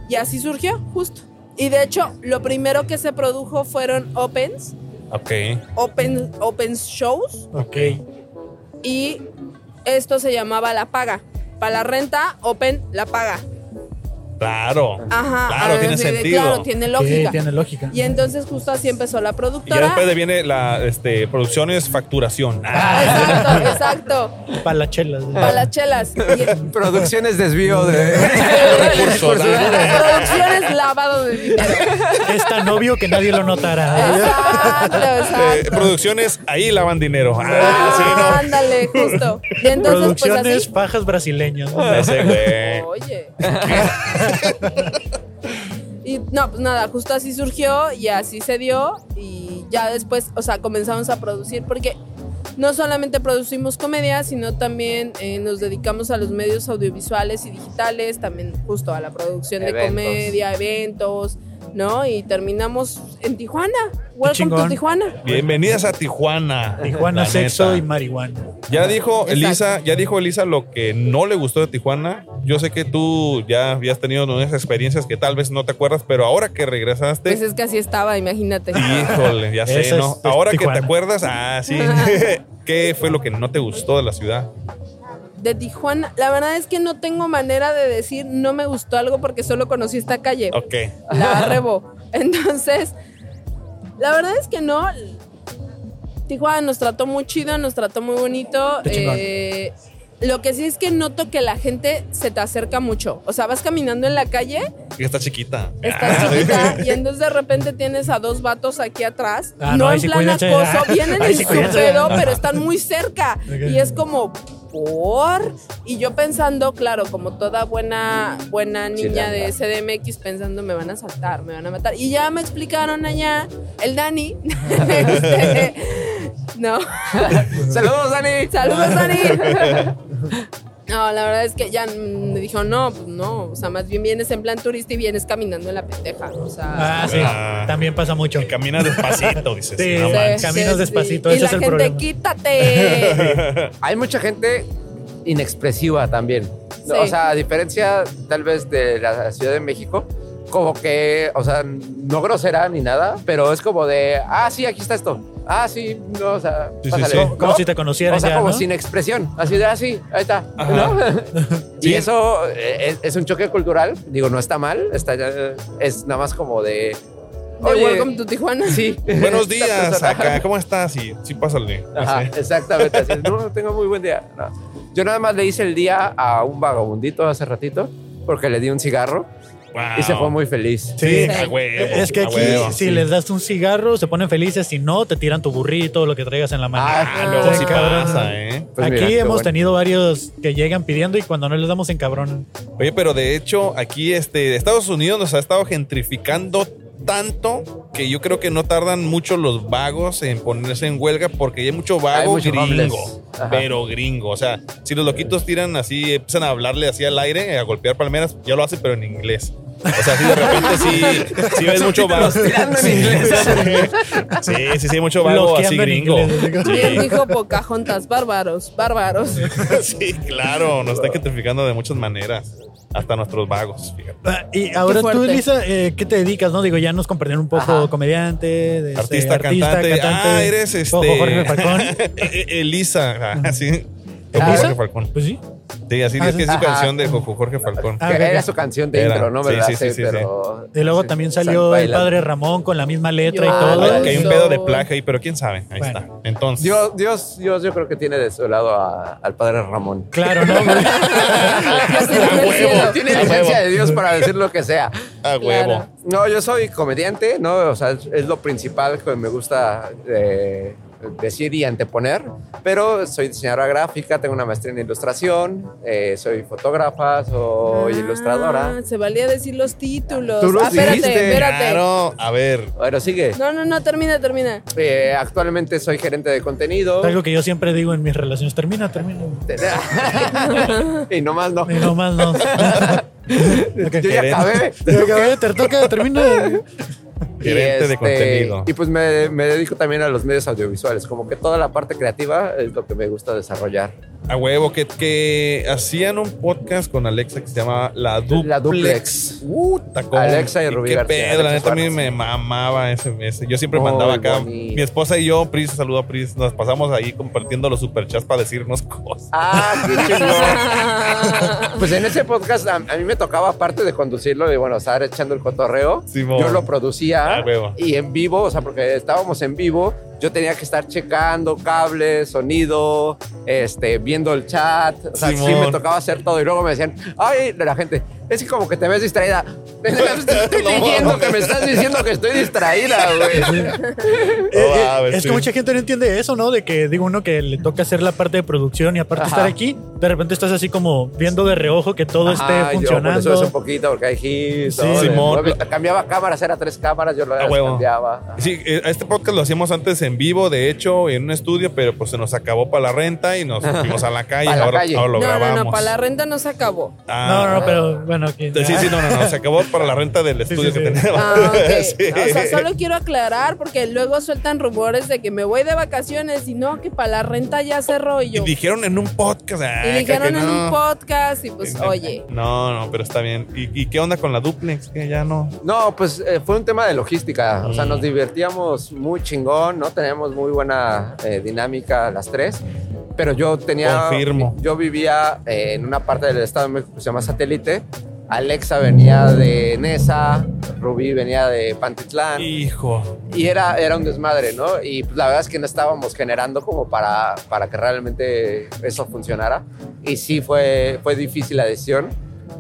S13: Y así surgió, justo. Y de hecho, lo primero que se produjo fueron opens,
S4: Ok.
S13: open, open shows,
S3: Ok.
S13: y esto se llamaba La Paga. Para la renta, open, la paga.
S4: Claro.
S13: Ajá.
S4: Claro,
S13: ah,
S4: tiene
S13: sí, de-
S4: sentido.
S13: Claro, tiene lógica.
S3: lógica.
S13: Y entonces justo así empezó la
S4: Y ya
S13: productora.
S4: después de viene la este, producción y es facturación.
S13: Exacto, exacto.
S3: Para las chelas.
S13: Para las chelas. Y-
S14: Producciones desvío de
S4: Eh, Recursos.
S13: producciones lavado de dinero.
S3: Es tan obvio que nadie lo
S13: Ah,
S3: notará.
S4: Eh, producciones ahí lavan dinero. Ah, sí, no.
S13: Ah, Ándale, justo. Y entonces, pues
S3: Producciones
S13: así.
S3: pajas brasileñas.
S4: No sé, Ah, güey.
S13: Oye. Y no, pues nada, justo así surgió y así se dio. Y ya después, o sea, comenzamos a producir porque no solamente producimos comedia, sino también eh, nos dedicamos a los medios audiovisuales y digitales, también justo a la producción de
S15: Eventos.
S13: comedia, eventos, ¿no? Y terminamos en Tijuana.
S4: Qué
S13: Welcome to
S4: chingón.
S13: Tijuana.
S4: Bienvenidas a Tijuana.
S3: Tijuana,
S4: La
S3: sexo
S4: neta.
S3: y marihuana.
S4: Ya dijo Elisa, ya dijo Elisa lo que no le gustó de Tijuana. Yo sé que tú ya habías tenido unas experiencias que tal vez no te acuerdas, pero ahora que regresaste,
S13: Pues es que así estaba, imagínate.
S4: híjole, ya sé,
S3: Esa es-
S4: ¿no?
S3: es
S4: Ahora que
S3: Tijuana.
S4: te acuerdas, ah, sí. ¿Qué fue lo que no te gustó de la ciudad?
S13: De Tijuana, la verdad es que no tengo manera de decir no me gustó algo porque solo conocí esta calle.
S4: Ok.
S14: este.
S13: La arrebo. Entonces, la verdad es que no. Tijuana nos trató muy chido, nos trató muy bonito.
S15: Qué chingón.
S13: Eh, lo que sí es que noto que la gente se te acerca mucho. O sea, vas caminando en la calle
S4: Que está chiquita.
S13: Está chiquita y entonces de repente tienes a dos vatos aquí atrás.
S4: Ah,
S13: no,
S4: no, ahí
S13: en
S4: sí
S13: plan
S4: cuídense.
S13: acoso, vienen
S4: Ahí
S13: en
S4: sí
S13: su
S4: cuídense.
S13: pedo, pero están muy cerca.
S4: Ok.
S13: Y es como, ¿por? Y yo pensando, claro, como toda buena, buena niña de CDMX, pensando, me van a saltar, me van a matar. Y ya me explicaron allá, el Dani. este, no.
S14: Saludos, Dani.
S13: Saludos, Dani. No, la verdad es que ya mm, me dijo, no, pues no, o sea, más bien vienes en plan turista y vienes caminando en la pendeja, o sea...
S3: Ah, sí. También pasa mucho.
S4: Caminas despacito, dices.
S3: Sí,
S4: no manches.
S3: caminas despacito.
S13: Y
S3: ese
S13: la
S3: es el
S13: gente,
S3: problema.
S13: quítate.
S14: Hay mucha gente inexpresiva también.
S13: Sí.
S14: O sea, a diferencia tal vez de la Ciudad de México, como que, o sea, no grosera ni nada, pero es como de, ah, sí, aquí está esto. Ah, sí, no, o sea,
S3: Sí, sí,
S14: pásale.
S3: sí.
S14: ¿No?
S3: Como si te conocieran
S14: O sea,
S3: ya,
S14: como
S3: ¿no?
S14: sin expresión. Así de, ah, sí, ahí está. ¿no? Y eso eh, es, es un choque cultural. Digo, no está mal, está, ya- es nada más como de...
S13: De Welcome to Tijuana.
S14: Sí.
S4: Buenos
S14: Esta
S4: días,
S14: persona.
S4: acá. ¿Cómo estás? Sí, sí, pásale.
S14: Ajá,
S4: Así.
S14: exactamente. Así, no, no tengo muy buen día. No. Yo nada más le hice el día a un vagabundito hace ratito porque le di un cigarro y se fue muy feliz.
S3: Sí,
S4: Ah,
S3: es que aquí si les das un cigarro se ponen felices, si no te tiran tu burrito, lo que traigas en la mano.
S4: Ah, luego sí pasa, ¿eh? Pues
S3: aquí
S4: mira, qué
S3: hemos
S4: bueno.
S3: tenido varios que llegan pidiendo y cuando no les damos en cabrón.
S4: Oye, pero de hecho, aquí este, Estados Unidos nos ha estado gentrificando tanto que yo creo que no tardan mucho los vagos en ponerse en huelga porque ya hay mucho vago
S14: mucho homeless.
S4: gringo.
S14: Ajá.
S4: Pero gringo. O sea, si los loquitos tiran así, empiezan a hablarle así al aire, a golpear palmeras, ya lo hacen, pero en inglés. O sea, si de repente sí, sí ves mucho vago.
S14: Tirando en
S4: Sí.
S14: inglés.
S4: Sí, sí, sí, hay mucho vago así
S3: Bloqueando en
S4: gringo.
S3: inglés.
S13: Bien
S4: Sí,
S13: dijo Pocahontas, bárbaros, bárbaros.
S4: sí, claro, nos está gentrificando de muchas maneras. Hasta nuestros vagos, fíjate.
S3: Ah, Y ahora
S4: Qué
S3: tú,
S4: fuerte.
S3: Elisa, eh, ¿qué te dedicas? No digo, ya nos compartieron un poco comediante, de este,
S4: Artista, cantante. Ah, eres este.
S3: Ojo, Jorge Falcón.
S4: E- e- Elisa. Ah, sí. Ojo,
S3: ¿Elisa?
S4: Jorge Falcón.
S3: Pues sí.
S4: Sí, así
S3: Ah,
S4: es que es
S3: sí.
S4: su
S3: Ajá.
S4: canción de Ojo, Jorge Falcón.
S3: Ah,
S14: Que
S3: ok.
S14: era su canción de
S4: Era.
S14: intro, ¿no?
S4: Sí,
S14: ¿Verdad?
S4: sí, sí, sí,
S14: pero-
S3: Y luego también salió el
S14: bailando.
S3: padre Ramón con la misma letra
S14: Ah,
S3: y todo.
S4: Ah, que hay un pedo de plaja ahí, pero quién sabe. Ahí
S3: Bueno.
S4: está. Entonces.
S14: Dios, Dios, Dios, yo creo que tiene de su lado a- al padre Ramón.
S3: Claro, ¿no?
S14: Tiene
S15: A
S14: licencia
S15: huevo.
S14: de Dios para decir lo que sea.
S4: A huevo.
S14: No, yo soy comediante, ¿no? O sea, es es lo principal que me gusta eh, decir y anteponer. Pero soy diseñadora gráfica, tengo una maestría en ilustración, eh, soy fotógrafa, soy ilustradora.
S13: Ah, se valía decir los títulos.
S14: Tú los
S13: Ah, espérate,
S14: dijiste.
S13: espérate.
S4: a ver.
S14: Bueno, sigue.
S13: No, no, no, termina, termina.
S14: Eh, actualmente soy gerente de contenido.
S3: Algo que yo siempre digo en mis relaciones, termina, termina.
S14: y nomás no.
S3: Y nomás no.
S14: Yo ya acabé.
S3: Yo acabé, te toca, termina.
S4: Gerente de contenido.
S14: Y pues me, me dedico también a los medios audiovisuales. Como que toda la parte creativa es lo que me gusta desarrollar.
S4: A huevo, que, que hacían un podcast con Alexa que se llamaba La Duplex. La
S14: Duplex. Alexa y Rubí
S4: Qué
S14: García,
S4: pedo, la
S14: Alexa
S4: neta a mí
S14: Suárez.
S4: me mamaba ese, ese. Yo siempre
S14: Muy
S4: mandaba acá.
S14: bonito.
S4: Mi esposa y yo, Pris, saludo a Pris. Nos pasamos ahí compartiendo los superchats para decirnos cosas.
S14: Ah, qué chingón. Pues en ese podcast a, a mí me tocaba, aparte de conducirlo y bueno, estar echando el cotorreo,
S4: Simón.
S14: yo lo producía
S4: Ah, huevo.
S14: y en vivo, o sea, porque estábamos en vivo, yo tenía que estar checando cables, sonido, este, viendo el chat, o sea, sí
S4: Simón.
S14: me tocaba hacer todo y luego me decían, ay, de la gente, es que como que te ves distraída. Te Estoy fingiendo que me estás diciendo que estoy distraída, güey.
S3: Eh,
S4: Oh, ah, pues
S3: es que mucha gente no entiende eso, ¿no? De que digo uno que le toca hacer la parte de producción y aparte
S14: Ajá.
S3: estar aquí, de repente estás así como viendo de reojo que todo
S14: Ajá,
S3: esté
S14: yo por eso
S3: funcionando.
S14: es un poquito, porque hay hits.
S4: Sí.
S14: todo, de
S4: Simón.
S14: nueve- Cambiaba cámaras, era tres cámaras, yo lo
S4: A huevo.
S14: cambiaba.
S4: Sí, eh, este podcast lo hacíamos antes en vivo, de hecho, en un estudio, pero pues se nos acabó para la renta y nos fuimos a la calle.
S13: Pa' la
S4: ahora,
S13: calle.
S4: ahora lo
S13: no,
S4: grabamos.
S13: no, no, para la renta no se acabó.
S4: Ah.
S3: No, no, no, pero bueno, que-
S4: Sí, sí, no, no, no. Se acabó para la renta del estudio que tenemos.
S13: Ah, ok.
S4: Sí.
S13: O sea, solo quiero aclarar porque luego sueltan rumores de que me voy de vacaciones y no, que para la renta ya cerró y
S4: Y
S13: yo.
S4: dijeron en un podcast. ah,
S13: Y
S4: que-
S13: dijeron
S4: que
S13: en
S4: no.
S13: un podcast y pues, oye.
S4: No, no, pero está bien. ¿Y, y qué onda con la duplex? Que ya no.
S14: No, pues eh, fue un tema de logística. O sea,
S4: Mm.
S14: nos divertíamos muy chingón, ¿no? Teníamos muy buena eh, dinámica las tres. Pero yo tenía.
S4: Confirmo.
S14: Yo vivía eh, en una parte del Estado de México que se llama Satélite. Alexa venía de Nesa, Rubí venía de Pantitlán.
S4: Hijo.
S14: Y era, era un desmadre, ¿no? Y pues, la verdad es que no estábamos generando como para, para que realmente eso funcionara. Y sí fue, fue difícil la decisión,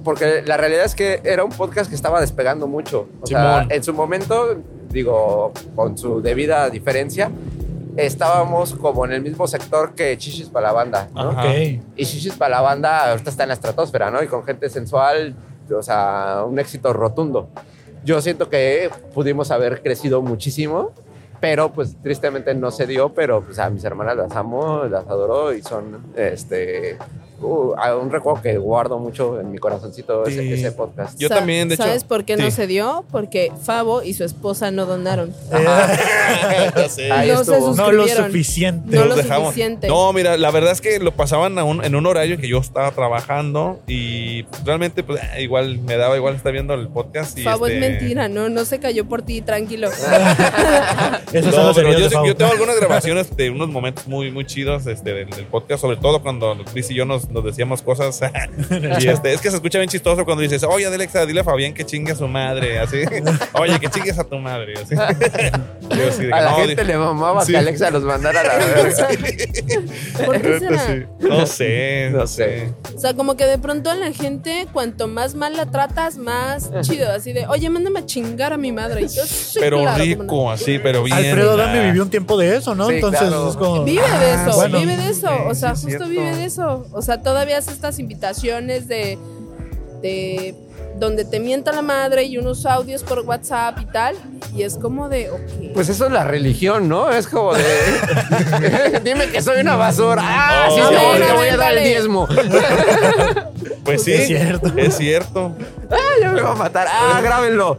S14: porque la realidad es que era un podcast que estaba despegando mucho. O sea,
S4: Simón.
S14: en su momento, digo, con su debida diferencia, estábamos como en el mismo sector que Chichis para la banda, ¿no?
S4: Ajá. Ok.
S14: Y Chichis para la banda ahorita está en la estratosfera, ¿no? Y con gente sensual, o sea, un éxito rotundo. Yo siento que pudimos haber crecido muchísimo, pero pues tristemente no se dio, pero pues a mis hermanas las amo, las adoro y son este... uh, un recuerdo que guardo mucho en mi corazoncito ese, ese podcast.
S13: Sa- ¿Sabes por qué no se dio? Porque Favo y su esposa no donaron.
S3: Ah,
S4: Ahí
S13: No se
S4: estuvo.
S13: suscribieron. No lo suficiente. No lo suficiente.
S4: No, mira, la verdad es que lo pasaban a un- en un horario en que yo estaba trabajando y realmente, pues, eh, igual me daba igual estar viendo el podcast. Y
S13: Favo es
S4: este-
S13: mentira, no, no se cayó por ti, tranquilo.
S3: Esas
S4: No,
S3: son las
S4: pero
S3: heridas
S4: yo,
S3: de
S4: sé-
S3: Fabo.
S4: yo tengo algunas grabaciones de unos momentos muy, muy chidos este, del, del podcast, sobre todo cuando Chris y yo nos, nos decíamos cosas. y este, es que se escucha bien chistoso cuando dices, oye, Alexa, dile a Fabián que chingue a su madre, así. oye, que chingues a tu madre, así. Yo así de que,
S14: A la
S4: "No,
S14: gente
S4: di-
S14: le mamaba
S4: Sí.
S14: que Alexa los mandara a la verga.
S13: ¿Por qué será?
S4: No sé, no sé.
S13: O sea, como que de pronto a la gente, cuanto más mal la tratas, más chido. Así de, oye, mándame a chingar a mi madre. Y yo, sí,
S4: Pero
S13: claro,
S4: rico,
S13: cómo no.
S4: así, pero bien.
S3: Alfredo Dame
S4: ah.
S3: vivió un tiempo de eso, ¿no?
S4: Sí,
S3: Entonces
S4: claro.
S3: es como. ah,
S13: Vive de
S4: Ah,
S13: eso,
S3: bueno.
S13: vive de eso. O sea,
S3: sí, es
S13: justo
S3: cierto.
S13: vive de eso. O sea, todavía hace estas invitaciones de, de donde te mienta la madre y unos audios por WhatsApp y tal. Y es como de, ok.
S14: Pues eso es la religión, ¿no? Es como de. Dime que soy una basura. ¡Ah!
S4: Oh.
S14: sí,
S4: Ándale,
S14: no, te voy
S4: ándale.
S14: a dar el diezmo.
S4: Pues sí, es cierto. Es cierto.
S14: ¡Ah! Ya me va a matar. ¡Ah! Grábenlo.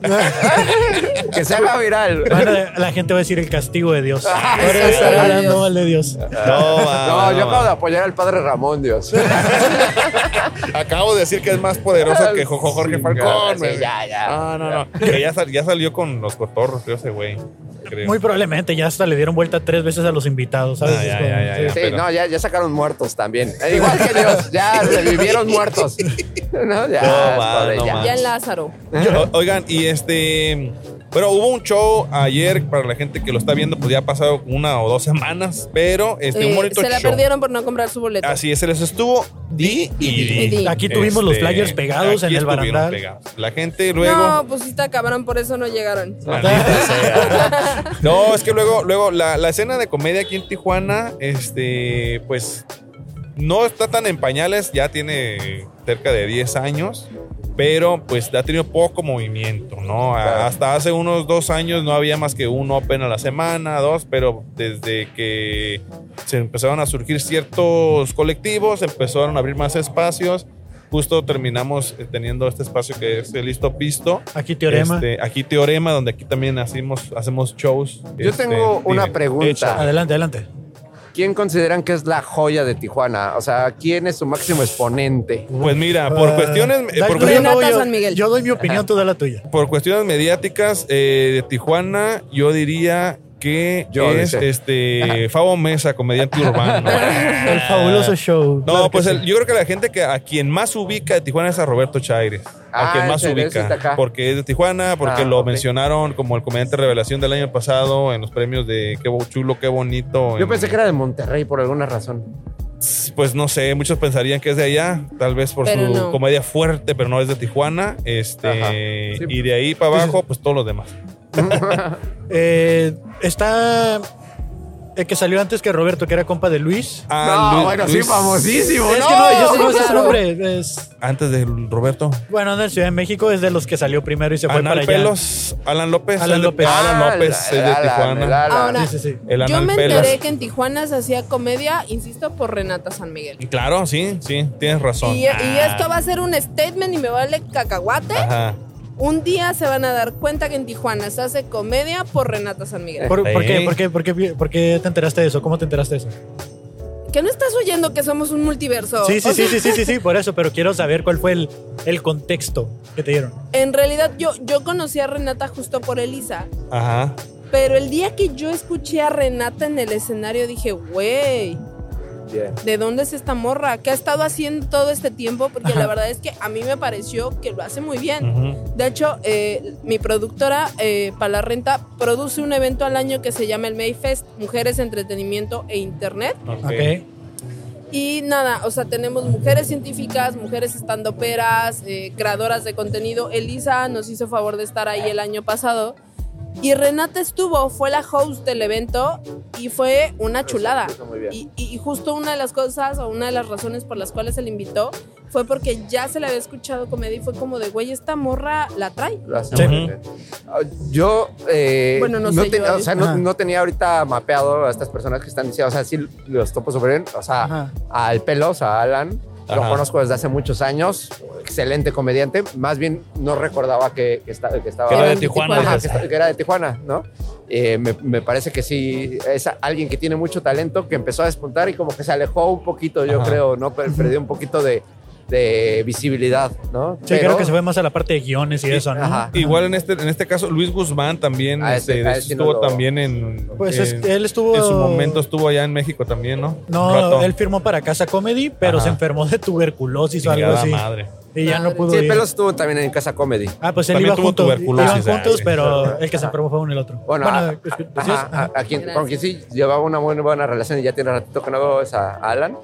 S14: que se haga viral.
S3: Bueno, la gente va a decir el castigo de Dios.
S14: Ah,
S3: Por
S14: sí,
S3: estar
S14: sí,
S3: hablando
S14: Dios.
S3: mal de Dios.
S4: No, va,
S14: No,
S4: va,
S14: yo
S4: va.
S14: acabo de apoyar al padre Ramón, Dios.
S4: Acabo de decir que es más poderoso que Jojo Jorge Falcón.
S14: sí,
S4: güey.
S14: ya, ya.
S4: Ah, No, no, no. Que ya, sal- ya salió con los cotorros, creo, ese güey. creo.
S3: Muy probablemente ya hasta le dieron vuelta tres veces a los invitados, ¿sabes?
S4: Ah,
S3: Es
S4: ya,
S3: como-
S4: ya, ya, ya,
S14: sí,
S4: pero-
S14: no, ya, ya sacaron muertos también. Eh, Igual que Dios, ya revivieron muertos. No, ya,
S4: No, va,
S14: pobre,
S4: no,
S14: ya.
S4: va.
S13: Ya en Lázaro.
S4: O- Oigan, y este. Bueno, hubo un show ayer para la gente que lo está viendo, pues ya ha pasado una o dos semanas, pero este,
S13: Eh,
S4: un bonito
S13: se la
S4: show.
S13: perdieron por no comprar su boleto.
S4: Así es, se les estuvo di y di.
S13: di. Aquí
S3: tuvimos los flyers pegados
S4: aquí
S3: en el
S4: estuvieron
S3: barandal.
S4: pegados. La gente luego.
S13: No, pues sí te acabaron, por eso no llegaron.
S4: Maldita sea. No, es que luego, luego la, la escena de comedia aquí en Tijuana, este, pues no está tan en pañales, ya tiene cerca de 10 años, pero pues ha tenido poco movimiento, ¿no? A- Hasta hace unos dos años no había más que un open a la semana, dos, pero desde que se empezaron a surgir ciertos colectivos, empezaron a abrir más espacios. Justo terminamos eh, teniendo este espacio que es el Listo Pisto.
S3: Aquí Teorema.
S4: Este, aquí Teorema, donde aquí también hacemos, hacemos shows.
S14: Yo
S4: Este,
S14: tengo una
S4: dime,
S14: pregunta.
S4: échala.
S3: Adelante, adelante.
S14: ¿Quién consideran que es la joya de Tijuana? O sea, ¿quién es su máximo exponente?
S4: Pues mira, por
S3: Ah.
S4: cuestiones- eh, por cuestiones- Renata San Miguel.
S3: Yo doy mi opinión,
S4: Ajá.
S3: tú da la tuya.
S4: Por cuestiones mediáticas eh, de Tijuana, yo diría que
S3: Yo,
S4: es
S3: dice.
S4: este Fabo Mesa, comediante urbano.
S3: El fabuloso show.
S4: Ah. No,
S3: claro que
S4: pues
S3: sí.
S4: el- yo creo que la gente que a quien más ubica de Tijuana es a Roberto Chaires. a
S14: Ah,
S4: quien más
S14: ese, ese está
S4: ubica.
S14: acá.
S4: Porque es de Tijuana, porque
S14: Ah,
S4: lo
S14: ok.
S4: mencionaron como el comediante revelación del año pasado en los premios de Qué bo- chulo, qué bonito.
S14: Yo
S4: en-
S14: pensé que era de Monterrey por alguna razón.
S4: Pues no sé, muchos pensarían que es de allá, tal vez por
S14: Pero
S4: su
S14: no.
S4: comedia fuerte, pero no es de Tijuana. Este, Y de ahí para abajo, pues todos los demás.
S3: Eh, está el que salió antes que Roberto, que era compa de Luis.
S4: Ah, No, Luis- bueno, sí, Luis. famosísimo,
S3: Es
S4: no,
S3: que no, yo sé cómo es ese
S4: claro.
S3: nombre. Es,
S4: Antes de Roberto.
S3: bueno, en la Ciudad de México es de los que salió primero y se fue para
S4: Anal
S3: allá.
S4: Pelos, Alan López.
S3: Alan
S4: es de-
S3: López.
S4: Alan
S3: Ah,
S4: López
S3: el-
S4: es de
S3: el Alan,
S4: Tijuana.
S3: el Alan.
S13: Ahora,
S4: Sí, sí, sí. El
S13: Yo
S4: Anal
S13: me
S4: Pelos.
S13: enteré que en Tijuana se hacía comedia, insisto, por Renata San Miguel.
S4: Claro, sí, sí, tienes razón.
S13: Y, y esto va a ser un statement y me vale cacahuate.
S4: Ajá.
S13: Un día se van a dar cuenta que en Tijuana se hace comedia por Renata San Miguel.
S3: ¿Por, por qué, por, qué, por, qué, por qué te enteraste de eso? ¿Cómo te enteraste de eso?
S13: Que no estás oyendo que somos un multiverso.
S3: Sí, sí,
S13: O
S3: sí,
S13: sea,
S3: sí, sí, sí, sí, por eso, pero quiero saber cuál fue el, el contexto que te dieron.
S13: En realidad yo, yo conocí a Renata justo por Elisa.
S4: Ajá.
S13: Pero el día que yo escuché a Renata en el escenario dije, güey, ¿de dónde es esta morra? ¿Qué ha estado haciendo todo este tiempo? Porque la
S15: Ajá.
S13: verdad es que a mí me pareció que lo hace muy bien.
S15: Ujú.
S13: De hecho, eh, mi productora eh, para la renta produce un evento al año que se llama el Mayfest, Mujeres, Entretenimiento e Internet.
S3: Ok.
S13: Y nada, o sea, tenemos mujeres científicas, mujeres estandoperas, eh, creadoras de contenido. Elisa nos hizo favor de estar ahí el año pasado. Y Renata estuvo, fue la host del evento y fue una chulada. Y, y- y justo una de las cosas o una de las razones por las cuales se le invitó fue porque ya se le había escuchado comedia y fue como de, güey, esta morra la trae.
S14: Lo hace muy bien. Ah, Yo, eh,
S13: Bueno, no
S14: no,
S13: sé, yo
S14: tenía- o
S13: ahorita.
S14: sea, no-
S13: Ajá.
S14: no tenía ahorita mapeado a estas personas que están diciendo, o sea, sí los topo súper bien, o sea, al Pelos, a Alan,
S4: Ajá.
S14: lo conozco desde hace muchos años, excelente comediante, más bien no recordaba que, que esta- que estaba...
S4: Que era de Tijuana.
S14: Ajá, que, esta- que era de Tijuana, ¿no? Eh, me, me parece que sí, es alguien que tiene mucho talento, que empezó a despuntar y como que se alejó un poquito, yo
S3: Ajá.
S14: creo, ¿no? Per- Perdió un poquito de, de visibilidad, ¿no?
S3: Sí, creo que se fue más a la parte de guiones y eso, ¿no?
S4: Igual en este, en este caso, Luis Guzmán también
S14: Ah,
S4: este,
S14: ese-
S4: de
S14: ah,
S4: hecho,
S14: ese no
S4: estuvo
S14: lo-
S4: también en.
S3: Pues es
S4: en-
S3: que él estuvo-
S4: En su momento estuvo allá en México también, ¿no?
S3: No,
S4: Rato.
S3: él firmó para Casa Comedy, pero
S4: Ajá.
S3: se enfermó de tuberculosis o algo
S4: Chingada
S3: así.
S4: madre.
S3: Y ya no pudo
S14: Sí,
S3: ir.
S14: Pelos estuvo también en Casa Comedy.
S3: Ah, pues él
S14: También
S3: iba
S14: tuvo
S3: junto,
S14: tuberculosis,
S3: iban juntos,
S14: ah, sí.
S3: pero el que se enfermó fue uno y el otro.
S14: Bueno, a-
S3: es que-
S14: Ajá,
S3: pues sí es-
S14: a- a quien- con quien sí llevaba una muy buena relación y ya tiene ratito que no veo es a Alan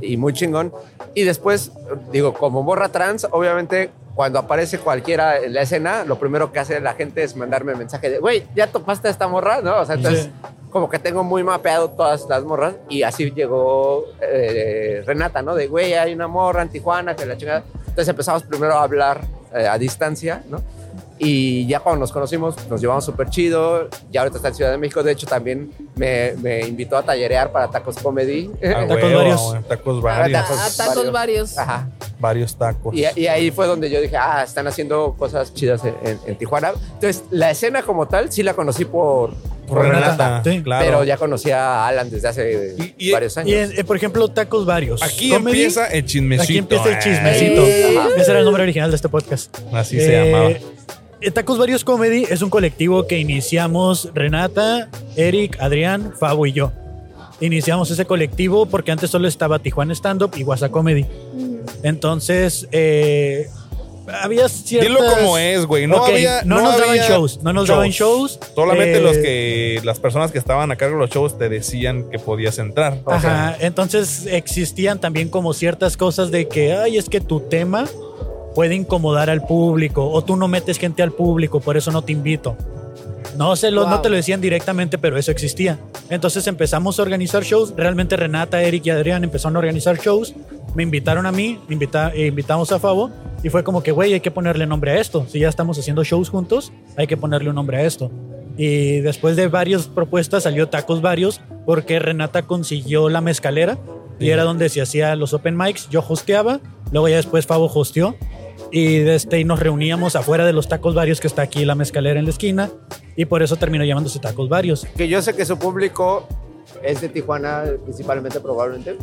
S14: y muy chingón. Y después, digo, como borra trans, obviamente cuando aparece cualquiera en la escena, lo primero que hace la gente es mandarme mensaje de, güey, ya topaste a esta morra, ¿no? O sea, entonces como que tengo muy mapeado todas las morras y así llegó eh, Renata, ¿no? De, güey, hay una morra en Tijuana que la chingada. Entonces empezamos primero a hablar eh, a distancia, ¿no? Y ya cuando nos conocimos, nos llevamos súper chido. Ya ahorita está en Ciudad de México. De hecho, también me, me invitó a tallerear para Tacos Comedy.
S4: Ah, huevo, güey, Tacos varios.
S13: A Ah, tacos varios.
S14: Ajá.
S4: Varios tacos.
S14: Y, y ahí fue donde yo dije, ah, están haciendo cosas chidas en, en- en Tijuana. Entonces, la escena como tal sí la conocí por,
S4: Por Renata, sí, claro.
S14: Pero ya conocía a Alan desde hace varios años.
S3: Y en- eh, por ejemplo, tacos varios.
S4: Aquí
S3: Comedy.
S4: empieza el chismecito.
S3: Aquí empieza el
S4: Ah.
S3: chismecito.
S4: Eh.
S3: Ajá. Ese era el nombre original de este podcast.
S4: Así se llamaba.
S3: eh, Tacos Varios Comedy es un colectivo que iniciamos Renata, Eric, Adrián, Fabo y yo. Iniciamos ese colectivo porque antes solo estaba Tijuana Stand Up y Guasa Comedy. Entonces, eh, había ciertas...
S4: Dilo como es, güey. No,
S3: Ok,
S4: había-
S3: no, nos daban
S4: había
S3: shows. No nos daban shows.
S4: Solamente
S3: Eh,
S4: los que, las personas que estaban a cargo de los shows te decían que podías entrar.
S3: Ajá, entonces existían también como ciertas cosas de que, ay, es que tu tema puede incomodar al público o tú no metes gente al público, por eso no te invito. No, se lo, no
S9: Wow.
S3: te lo decían directamente, pero eso existía. Entonces empezamos a organizar shows. Realmente Renata, Eric y Adrián empezaron a organizar shows. Me invitaron a mí, invita- eh, invitamos a Fabo y fue como que, güey, hay que ponerle nombre a esto. Si ya estamos haciendo shows juntos, hay que ponerle un nombre a esto. Y después de varias propuestas salió Tacos Varios porque Renata consiguió la mezcalera y era donde se hacía los open mics. Yo hosteaba, luego ya después Fabo hosteó y, de este, y nos reuníamos afuera de los Tacos Varios que está aquí la mezcalera en la esquina y por eso terminó llamándose Tacos Varios.
S14: Que yo sé que su público es de Tijuana principalmente probablemente.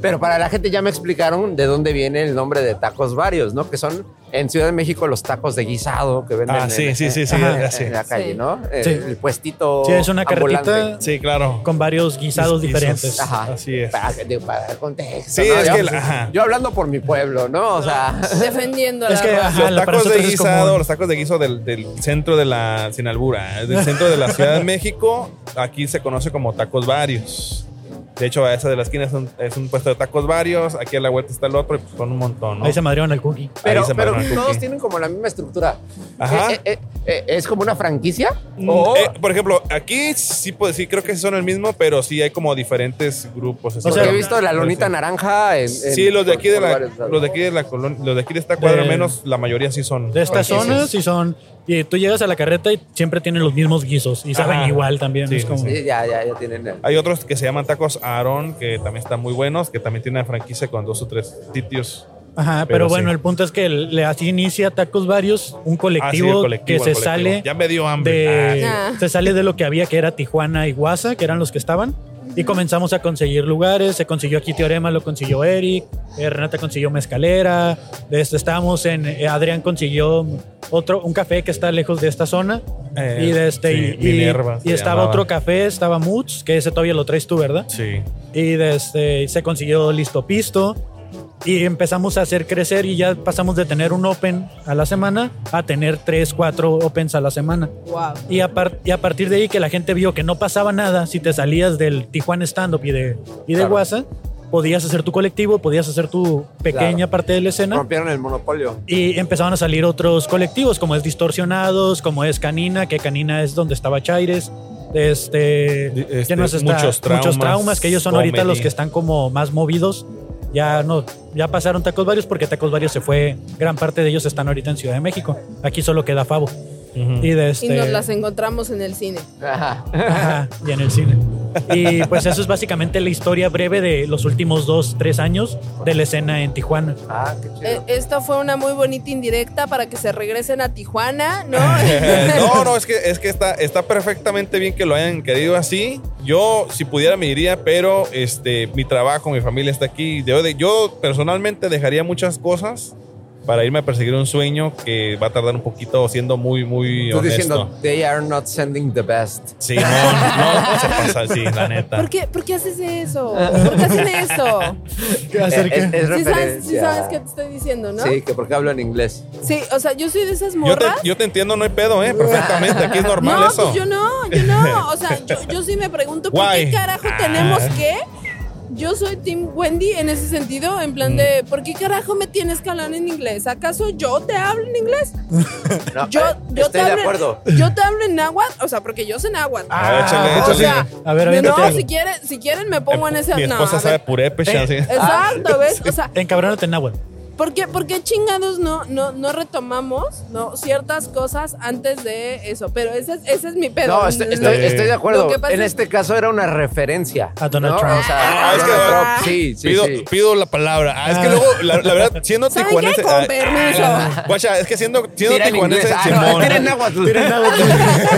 S14: Pero para la gente ya me explicaron de dónde viene el nombre de tacos varios, ¿no? Que son en Ciudad de México los tacos de guisado que venden
S4: Ah,
S14: en-
S4: sí, sí, sí, sí,
S14: en-
S4: ya
S14: en
S4: sé.
S14: la calle,
S4: Sí.
S14: ¿no? Eh, pues
S4: Sí.
S14: El, el puestito
S3: Sí, es una
S14: ambulante.
S3: carretita.
S4: Sí, claro.
S3: Con varios guisados
S14: Guisos.
S3: diferentes.
S14: Ajá.
S4: Así es.
S14: Para, que- digo, para dar contexto.
S4: Sí,
S14: ¿no?
S4: es
S14: yo,
S4: que la- ajá.
S14: yo hablando por mi pueblo, ¿no? O sea.
S13: Defendiendo la raza.
S4: los tacos de guisado, los tacos de guiso del, del centro de la sin albura, eh, del centro de la Ciudad de México, aquí se conoce como tacos varios. De hecho, a esa de la esquina es un, es un puesto de tacos varios, aquí a la vuelta está el otro y pues, son un montón, ¿no?
S3: Ahí se madrieron al cookie.
S4: Ahí
S14: Pero,
S4: se
S14: pero
S4: mandaron el
S14: todos
S4: cookie.
S14: tienen como la misma estructura.
S4: Ajá.
S14: Eh, eh, eh, ¿Es como una franquicia?
S4: Mm,
S14: ¿O-
S4: eh, por ejemplo, aquí sí puedo decir, creo que son el mismo, pero sí hay como diferentes grupos.
S14: Porque he visto la lonita naranja en- en-
S4: sí, los de aquí de
S14: por- por
S4: la,
S14: varios lados.
S4: los de aquí de la colon- los de aquí de esta cuadra
S3: De-
S4: menos, la mayoría sí son.
S3: De estas
S4: franquicias.
S3: zonas, y son. Y tú llegas a la carreta y siempre tienen los mismos guisos y saben
S4: Ajá.
S3: igual también.
S4: Sí,
S3: es como-
S14: Sí, ya, ya, ya tienen. el-
S4: Hay otros que se llaman tacos Aaron, que también están muy buenos, que también tienen una franquicia con dos o tres sitios. Ah,
S3: Ajá, pero, bueno,
S4: sí.
S3: el punto es que el- le así inicia Tacos Varios, un colectivo,
S4: Ah, sí, el colectivo,
S3: que
S4: el
S3: se
S4: colectivo.
S3: sale.
S4: Ya me dio hambre.
S3: de,
S4: Ah.
S3: se sale de lo que había, que era Tijuana y Guasa, que eran los que estaban. Y comenzamos a conseguir lugares. Se consiguió aquí Teorema, lo consiguió Eric. eh, Renata consiguió Mezcalera. Este, estábamos en. eh, Adrián consiguió otro, un café que está lejos de esta zona.
S4: Eh,
S3: y de este.
S4: sí,
S3: y- y,
S4: Minerva
S3: y
S4: se
S3: estaba
S4: llamaba.
S3: otro café, estaba Moods, que ese todavía lo traes tú, ¿verdad?
S4: Sí.
S3: Y de este, se consiguió Listo Pisto. Y empezamos a hacer crecer y ya pasamos de tener un open a la semana a tener tres, cuatro opens a la semana.
S13: Wow.
S3: Y a, par- y a partir de ahí que la gente vio que no pasaba nada si te salías del Tijuana Stand Up y de, y de
S14: Claro.
S3: WhatsApp, podías hacer tu colectivo, podías hacer tu pequeña
S14: Claro.
S3: parte de la escena
S14: Rompieron el monopolio.
S3: y empezaban a salir otros colectivos, como es Distorsionados, como es Canina, que Canina es donde estaba Chaires. Este,
S4: este,
S3: ya nos está-
S4: Muchos Traumas,
S3: traumas, que ellos son ahorita
S4: Comedy.
S3: los que están como más movidos. Ya no, ya pasaron Tacos Varios porque Tacos Varios se fue. Gran parte de ellos están ahorita en Ciudad de México. Aquí solo queda Favo. Y de este.
S13: Y nos las encontramos en el cine.
S3: Ajá, y en el cine. Y pues eso es básicamente la historia breve de los últimos dos, tres años de la escena en Tijuana.
S14: Ah, qué
S13: Eh, Esta fue una muy bonita indirecta para que se regresen a Tijuana, ¿no?
S4: Ah, no, no, es que, es que está, está perfectamente bien que lo hayan querido así. Yo, si pudiera, me iría, pero este, mi trabajo, mi familia está aquí. Yo, de- yo personalmente dejaría muchas cosas para irme a perseguir un sueño que va a tardar un poquito siendo muy, muy
S14: Tú
S4: honesto.
S14: diciendo, they are not sending the best.
S4: Sí, no, no se pasa, sí, la neta.
S13: ¿Por qué, por qué haces eso? ¿Por qué hacen eso?
S14: hacer qué? Eh, Es- es
S13: sí, sabes, sí
S14: referencia.
S13: sabes qué te estoy diciendo, ¿no?
S14: Sí, que porque hablo en inglés.
S13: Sí, o sea, yo soy de esas
S4: Yo te,
S13: morras.
S4: yo te entiendo, no hay pedo, ¿eh? Perfectamente, aquí es normal
S13: no,
S4: eso.
S13: pues yo no, yo no. O sea, yo, yo sí me pregunto por
S4: Why?
S13: qué carajo
S4: Ah.
S13: tenemos que. Yo soy Team Wendy en ese sentido, en
S4: Mm.
S13: plan de, ¿por qué carajo me tienes que hablar en inglés? ¿Acaso yo te hablo en inglés?
S14: No,
S13: Yo,
S14: eh,
S13: yo
S14: estoy
S13: te
S14: de
S13: hablo,
S14: acuerdo.
S13: Yo te hablo en náhuatl, o sea, porque yo sé náhuatl.
S4: Ah, échale, échale.
S13: O sea,
S3: A ver,
S13: no,
S3: aviéntate algo.
S13: si quieren, si quieren me pongo en ese...
S3: mi
S13: no,
S3: esposa
S13: a
S3: sabe
S13: ver.
S4: purépecha,
S3: Eh,
S4: así.
S13: Exacto, ¿ves? O sea,
S3: Encabrónate en náhuatl.
S13: ¿Por qué, por qué chingados no, no, no retomamos ¿no? ciertas cosas antes de eso? Pero ese es, ese es mi pedo.
S14: No, estoy, estoy-
S13: Lo
S14: estoy de acuerdo.
S13: que pasa
S14: En
S13: es-
S14: este caso era una referencia. A
S3: Donald
S14: Trump.
S4: Ah, es que-
S14: Sí, sí,
S4: pido,
S14: sí.
S4: pido la palabra. Ah, es que luego, la, la verdad, siendo
S14: ¿Saben
S4: tijuanense.
S14: qué? Con
S4: ah,
S14: permiso.
S4: ah, guacha, es que siendo, siendo
S14: Tira en
S4: tijuanense,
S14: inglés. Ah, no,
S4: Simón.
S14: tira en náhuatl.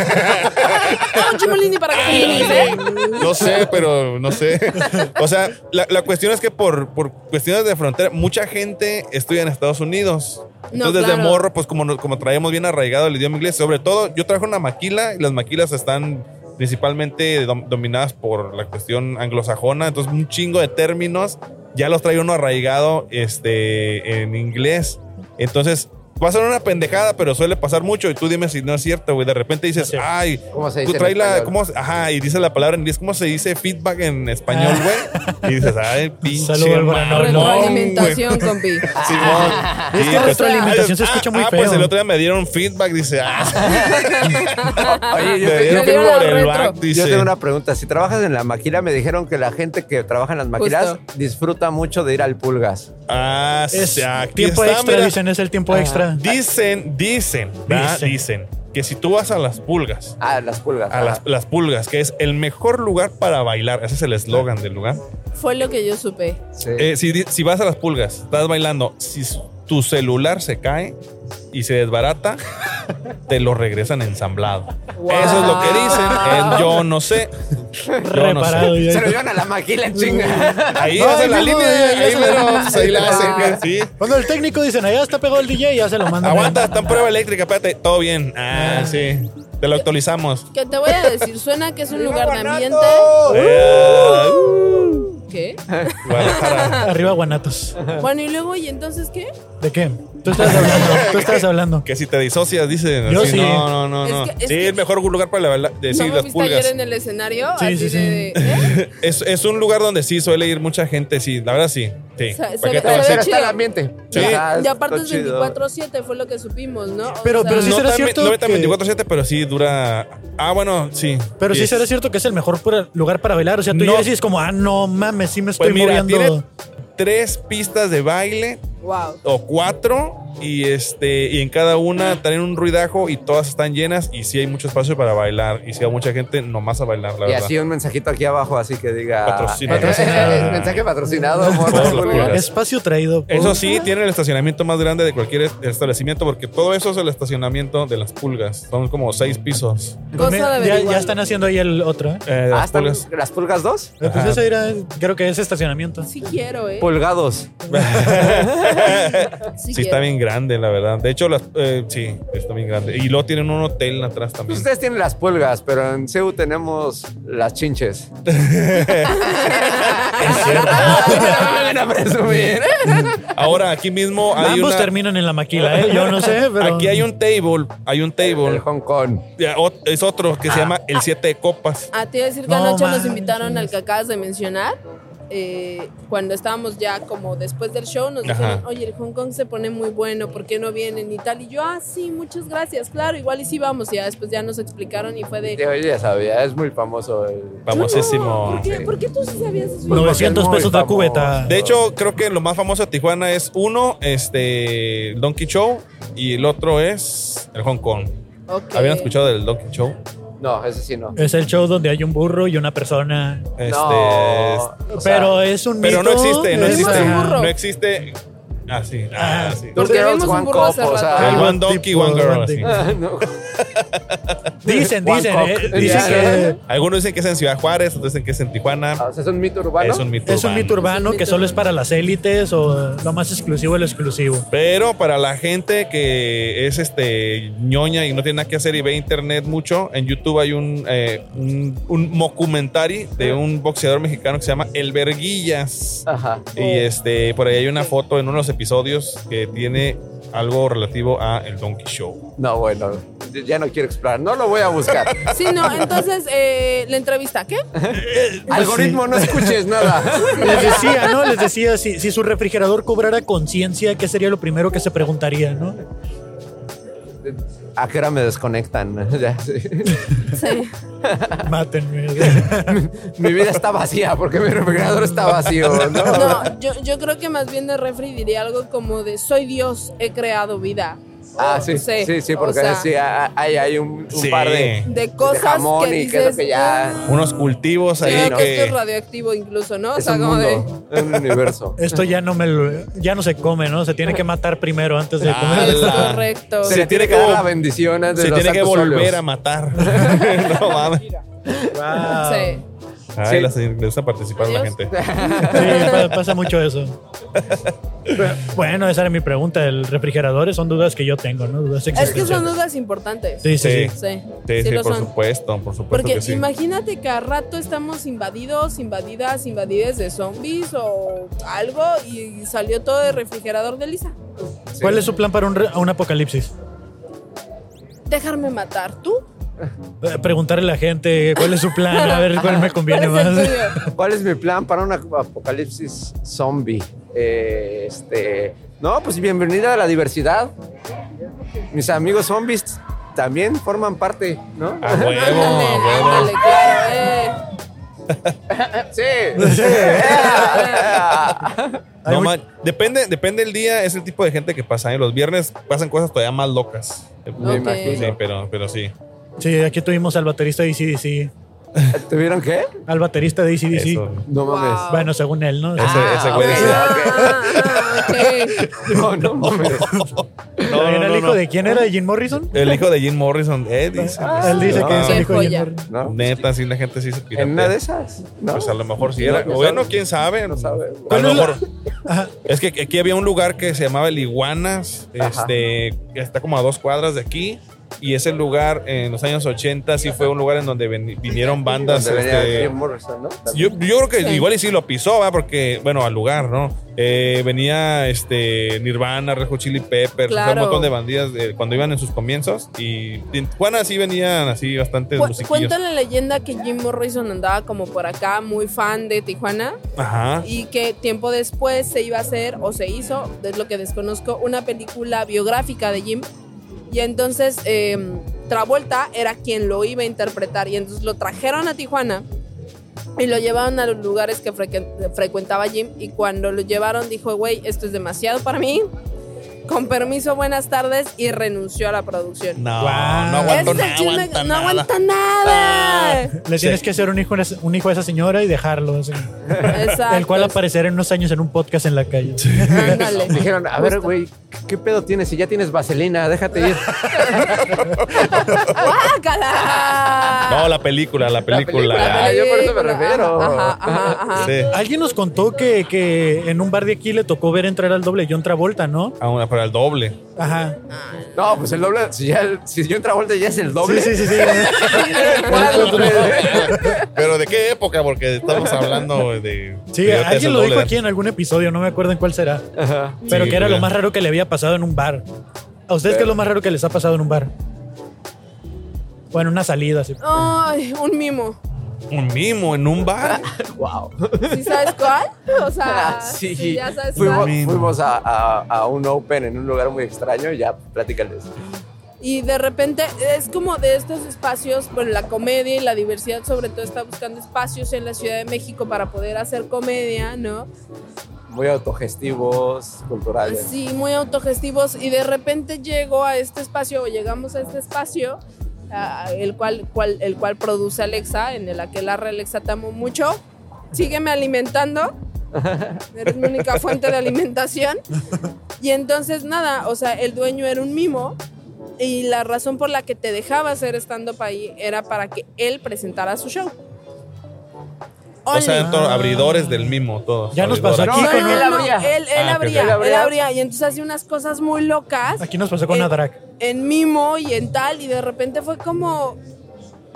S13: No, Chimolini, para que te dice.
S4: No sé, pero no sé. O sea, la, la cuestión es que por, por cuestiones de frontera, mucha gente estudia en Estados Unidos.
S13: No,
S4: Entonces, desde
S13: claro.
S4: morro, pues como, nos- como traíamos bien arraigado el idioma inglés, sobre todo, yo trabajo en una maquila y las maquilas están principalmente dom- dominadas por la cuestión anglosajona, entonces un chingo de términos ya los trae uno arraigado este, en inglés. Entonces, va a ser una pendejada, pero suele pasar mucho y tú dime si no es cierto, güey. De repente dices, ay,
S14: ¿Cómo se
S4: tú
S14: dice en
S4: traes la,
S14: español?
S4: ¿cómo, se- ajá, y dice la palabra en inglés, ¿cómo se dice feedback en español, güey? Y dices, ay, pinche
S3: Ah. Saludo al
S4: mamón,
S13: Retroalimentación,
S4: güey".
S13: compi.
S4: Simón.
S13: Es
S4: Sí,
S13: que
S4: pues,
S13: retroalimentación se
S4: ah,
S13: escucha muy
S4: ah, pues
S13: feo.
S4: el otro día me dieron feedback, dice, ah,
S14: Oye, yo,
S4: Te
S14: te- yo
S4: dieron
S14: tengo,
S4: por el retro. back, dice.
S14: yo tengo una pregunta. Si trabajas en la maquila, me dijeron que la gente que trabaja en las maquilas disfruta mucho de ir al Pulgas.
S4: Ah,
S3: Es
S4: sí, aquí
S3: tiempo
S4: está,
S3: extra,
S4: mira. Ah,
S3: dicen, es el tiempo extra.
S4: Dicen, dicen, ¿verdad? dicen, que si tú vas a las pulgas,
S14: a Ah, las pulgas,
S4: a las, las pulgas, que es el mejor lugar para bailar, ese es el eslogan del lugar.
S13: Fue lo que yo supe.
S4: Eh, si, di- si vas a las pulgas, estás bailando, si s- tu celular se cae y se desbarata, te lo regresan ensamblado. Eso es lo que dicen.
S3: Ah.
S4: Eh, yo no sé. Yo Ah, no
S14: Reparado
S4: sé.
S14: ya. Se lo llevan a la maquila, chinga.
S4: Ahí
S3: No,
S4: hacen la
S3: mismo,
S4: línea,
S3: ya- ya
S4: ahí
S3: se la-
S4: mero, pues, ahí la hacen. Sí.
S3: Cuando el técnico dicen, allá está pegado el DJ, ya se lo mandan.
S4: Aguanta, está en prueba eléctrica, espérate, todo bien. Ah, sí. Te lo actualizamos.
S13: Que te voy a decir, suena que es un lugar de ambiente.
S3: Uh.
S4: Eh,
S13: ¿Qué?
S4: Guadalajara.
S3: Arriba Guanatos.
S13: Bueno, y luego, ¿y entonces qué?
S3: ¿De qué? Tú estás hablando. Tú estás hablando.
S4: Que si te disocias, dicen.
S3: Yo
S4: así,
S3: sí.
S4: No, no, no.
S13: Es
S4: no.
S13: que- es
S4: sí,
S13: que-
S4: el mejor lugar para la- la- decir
S13: ¿Cómo
S4: las
S13: viste ayer
S4: pulgas.
S13: en el escenario?
S4: Sí,
S13: Así
S4: sí, sí.
S13: de-
S4: Es, es un lugar donde sí suele ir mucha gente, sí. La verdad, sí. sí.
S13: Se- se
S4: ¿Para
S13: ve-
S4: qué te voy a
S13: se ve
S4: decir?
S13: chido.
S14: ambiente.
S4: Sí.
S13: Y aparte es 24-7, fue lo que supimos, ¿no? O sea-
S4: no tan- No ve tan 24-7, pero sí dura. Ah, bueno, sí.
S3: Pero sí
S4: Yes.
S3: será cierto que es el mejor pura- lugar para bailar. O sea, tú
S4: No.
S3: ya decís como, ah, no mames, sí me estoy
S4: Pues mira, tiene
S3: moviendo.
S4: tres pistas de baile
S13: Wow.
S4: o cuatro y este y en cada
S13: Ah.
S4: una traen un ruidajo y todas están llenas y sí hay mucho espacio para bailar y sí hay mucha gente nomás a bailar la
S14: Y
S4: verdad.
S14: así un mensajito aquí abajo, así que diga.
S4: Patrocinado.
S14: Eh, eh, eh, mensaje patrocinado. amor.
S4: Por las pulgas.
S3: Espacio traído. por-
S4: Eso sí, tiene el estacionamiento más grande de cualquier est- establecimiento porque todo eso es el estacionamiento de las pulgas. Son como seis pisos.
S3: Pues me- ya, ya están haciendo ahí el otro. ¿eh?
S4: Eh, las pulgas.
S14: ¿Las pulgas dos?
S3: Eh, Pues
S4: Ajá.
S3: ese era, creo que es estacionamiento.
S13: Sí quiero, ¿eh?
S14: Pulgados.
S4: Sí, está bien grande, la verdad. De hecho, las, eh, sí, está bien grande. Y luego tienen un hotel atrás también.
S14: Ustedes tienen las pulgas, pero en CEU tenemos las chinches. Van a presumir.
S4: Ahora, aquí mismo hay
S3: Ambos
S4: una-
S3: terminan en la maquila, ¿eh? Yo no sé, pero.
S4: Aquí hay un table, hay un table. El
S14: Hong Kong. Ah.
S4: Es otro que se llama el Siete de copas.
S13: Ah, A ti decir que
S4: No
S13: anoche nos
S4: manches.
S13: invitaron al que acabas de mencionar. eh, cuando estábamos ya como después del show, nos
S4: Ajá.
S13: dijeron, oye, el Hong Kong se pone muy bueno, ¿por qué no vienen y tal? Y yo, ah, sí, muchas gracias, claro, igual y sí vamos. Y ya después ya nos explicaron y fue de...
S14: Yo ya sabía, es muy famoso. el-
S4: Famosísimo.
S13: ¿Por qué, por qué tú sí sabías
S4: Pues
S13: eso?
S3: la cubeta.
S4: De hecho, creo que lo más famoso de Tijuana es uno, este, el Donkey Show, y el otro es el Hong Kong.
S13: Ok.
S4: ¿Habían escuchado del Donkey Show?
S14: No, ese sí no.
S3: Es el show donde hay un burro y una persona.
S4: Este,
S3: o sea, Pero es un
S4: Pero no
S3: mito,
S4: existe, no
S3: es
S4: existe.
S3: un burro.
S4: No existe. Así, ah, sí.
S14: Two girls, one cup, o sea,
S4: El one donkey, one girl. así.
S14: Ah, No.
S3: Dicen,
S4: One
S3: dicen,
S4: cock.
S3: eh, dicen
S4: Ya.
S3: que-
S4: Algunos dicen que es en Ciudad Juárez, otros dicen que es en Tijuana.
S14: Ah, es un mito urbano.
S4: Es un mito
S3: Es un
S4: urbano.
S3: mito urbano que solo es para las élites o lo más exclusivo de lo exclusivo.
S4: Pero para la gente que es este ñoña y no tiene nada que hacer y ve internet mucho, en YouTube hay un, eh, un, un mockumentary de
S14: Ah.
S4: un boxeador mexicano que se llama El Verguillas.
S14: Ajá. Oh.
S4: Y este, por ahí hay una foto en uno de los episodios que tiene algo relativo a el Donkey Show.
S14: No, bueno, ya no quiero explorar, no lo voy a buscar.
S13: Sí, no, entonces eh, la entrevista, ¿qué?
S14: Algoritmo, no escuches nada.
S3: Les decía, ¿no? Les decía, si, si su refrigerador cobrara conciencia, ¿qué sería lo primero que se preguntaría, no?
S14: ¿A qué hora me desconectan? Ya, sí.
S13: Sí.
S3: Mátenme.
S14: Mi vida está vacía porque mi refrigerador está vacío. ¿no?
S13: No, yo, yo creo que más bien de refri diría algo como de soy Dios, he creado vida.
S14: Ah, sí,
S13: Sí,
S14: sí, sí,
S13: o
S14: porque
S13: sea-
S14: sí, ah, hay, hay un, un
S4: Sí.
S14: par de,
S13: De cosas
S14: jamón
S13: que
S14: y que
S13: dices,
S14: es lo que ya...
S4: Unos cultivos ahí
S13: Creo que esto
S4: que...
S13: es radioactivo incluso, ¿no? O
S14: Es
S13: sea,
S14: un
S13: como de...
S14: mundo, es un universo.
S3: Esto ya no me lo- ya no se come, ¿no? Se tiene que matar primero antes de comer.
S4: ¡Hala!
S13: Correcto.
S4: Se, tiene
S14: Se tiene
S4: que
S14: que dar la bendición antes
S4: Se
S14: de los
S4: tiene que
S14: santos
S4: volver
S14: óleos.
S4: a matar. no mames.
S13: Sí.
S4: Ay,
S14: Sí.
S4: la se- empieza a participar la
S13: Adiós.
S4: gente.
S3: Sí, pa- pasa mucho eso. Bueno, esa era mi pregunta. El refrigerador son dudas que yo tengo, ¿no? Dudas
S13: Es que son
S3: existenciales.
S13: dudas importantes.
S3: Sí, sí, sí.
S13: Sí,
S4: Sí,
S13: sí
S4: sí,
S13: lo
S4: por
S13: son.
S4: supuesto, por supuesto
S13: Porque
S4: que sí.
S13: imagínate que a rato estamos invadidos, invadidas, invadides de zombies o algo y salió todo el refrigerador de Lisa.
S3: ¿Cuál es su plan para un, re- un apocalipsis?
S13: Dejarme matar, ¿tú?
S3: Eh, Preguntarle a la gente cuál es su plan, a ver cuál me conviene
S13: ¿Cuál es el
S3: más.
S13: tuyo?
S14: ¿Cuál es mi plan para un apocalipsis zombie? Eh, este, no, pues bienvenida a la diversidad. Mis amigos zombies también forman parte, ¿no?
S3: Ah,
S4: A huevo, a huevo.
S13: Ándale, eh. claro, eh.
S14: Sí.
S4: No man- depende, depende el día, es el tipo de gente que pasa. ¿eh? Los viernes pasan cosas todavía más locas.
S14: Me imagino.
S4: Sí, pero, pero sí.
S3: Sí, aquí tuvimos al baterista de sí
S14: ¿Tuvieron qué?
S3: Al baterista de ACDC.
S14: No mames.
S3: Bueno, según él, ¿no?
S14: Ese- ese güey dice- Ah,
S3: No, no mames.
S4: No, no,
S3: ¿El
S4: no,
S3: hijo
S4: no.
S3: de quién era? ¿De Jim Morrison?
S4: El hijo de Jim Morrison. Eh, dice.
S3: Ah, él dice que es el Qué hijo de Jim joya. Morrison.
S4: No, Neta, sí, la gente sí se piratea.
S14: En una de esas. ¿no?
S4: Pues a lo mejor sí
S14: No,
S4: era.
S14: no
S4: bueno,
S14: sabe.
S4: quién sabe.
S14: No sabe.
S4: A lo mejor. Ah, Es que aquí había un lugar que se llamaba El Iguanas,
S14: Ajá.
S4: este, que está como a dos cuadras de aquí. Y ese lugar en los años 80 sí fue un lugar en donde ven- vinieron bandas.
S14: Donde venía
S4: este,
S14: Jim Morrison, ¿no?
S4: yo, yo creo que
S14: Sí.
S4: igual y sí lo pisó, ¿va? Porque, bueno, al lugar, ¿no? Eh, venía este Nirvana, Rejo Chili Peppers, o sea,
S13: Claro.
S4: un montón de bandidas eh, cuando iban en sus comienzos. Y en Tijuana sí venían así bastantes
S13: Cu-
S4: musiquillos.
S13: Cuenta la leyenda que Jim Morrison andaba como por acá, muy fan de Tijuana,
S4: Ajá.
S13: y que tiempo después se iba a hacer, o se hizo, es lo que desconozco, una película biográfica de Jim. Y entonces eh, Travolta era quien lo iba a interpretar, y entonces lo trajeron a Tijuana y lo llevaron a los lugares que frequen- frecuentaba Jim. Y cuando lo llevaron, dijo, güey, esto es demasiado para mí. Con permiso, buenas tardes, y renunció a la producción.
S4: No, no aguanto
S13: Ese es el
S4: nada,
S13: chisme-
S4: aguanta
S13: no
S4: nada.
S13: aguanta
S14: Ah,
S13: nada.
S3: Le tienes que hacer un hijo, a esa- un hijo a esa señora y dejarlo. así. El cual aparecerá en unos años en un podcast en la calle.
S14: Dijeron, a ver, güey, ¿qué- ¿qué pedo tienes? Si ya tienes vaselina, déjate ir.
S4: No, la película, la película.
S14: película. Ah, yo por eso me refiero.
S4: Sí.
S3: Alguien nos contó que, que en un bar de aquí le tocó ver entrar al doble John Travolta, ¿no?
S4: A Ah, una, pero al doble.
S3: Ajá.
S14: No, pues el doble, si ya el- si yo entra vuelta ya es el doble.
S3: Sí, sí, sí,
S4: Pero ¿de qué época? Porque estamos hablando de...
S3: Sí,
S4: fíjate, es el
S3: alguien lo dijo
S4: doble.
S3: aquí en algún episodio, no me acuerdo en cuál será. Pero
S4: Sí,
S3: que era lo
S4: mira.
S3: más raro que le había pasado en un bar. ¿A ustedes qué es lo más raro que les ha pasado en un bar? Bueno, una salida, sí.
S13: Ay, un mimo.
S4: Un mimo en un bar.
S14: wow.
S13: ¿Sí sabes cuál? O sea,
S14: Sí,
S13: sí, ya sabes
S14: fuimos,
S13: cuál.
S14: fuimos a, a- a un open en un lugar muy extraño y ya platícales.
S13: Y de repente es como de estos espacios, bueno, la comedia y la diversidad sobre todo está buscando espacios en la Ciudad de México para poder hacer comedia, ¿no?
S14: Muy autogestivos, culturales.
S13: Sí, muy autogestivos y de repente llego a este espacio o llegamos a este espacio, a- el cual, cual- el cual produce Alexa, en el aquelarre Alexa te amo mucho, sígueme alimentando, eres mi única fuente de alimentación. Y entonces nada, o sea, el dueño era un mimo y la razón por la que te dejaba hacer stand-up ahí era para que él presentara su show.
S4: O sea, en torno- abridores del mimo, todos.
S3: Ah. Ya nos
S4: Abridores.
S3: pasó aquí No, con no, un-
S13: No, él, él
S4: Ah, ok.
S13: abría, él abría y entonces hacía unas cosas muy locas Eh,
S3: Aquí nos pasó con una drag.
S13: en mimo y en tal, y de repente fue como,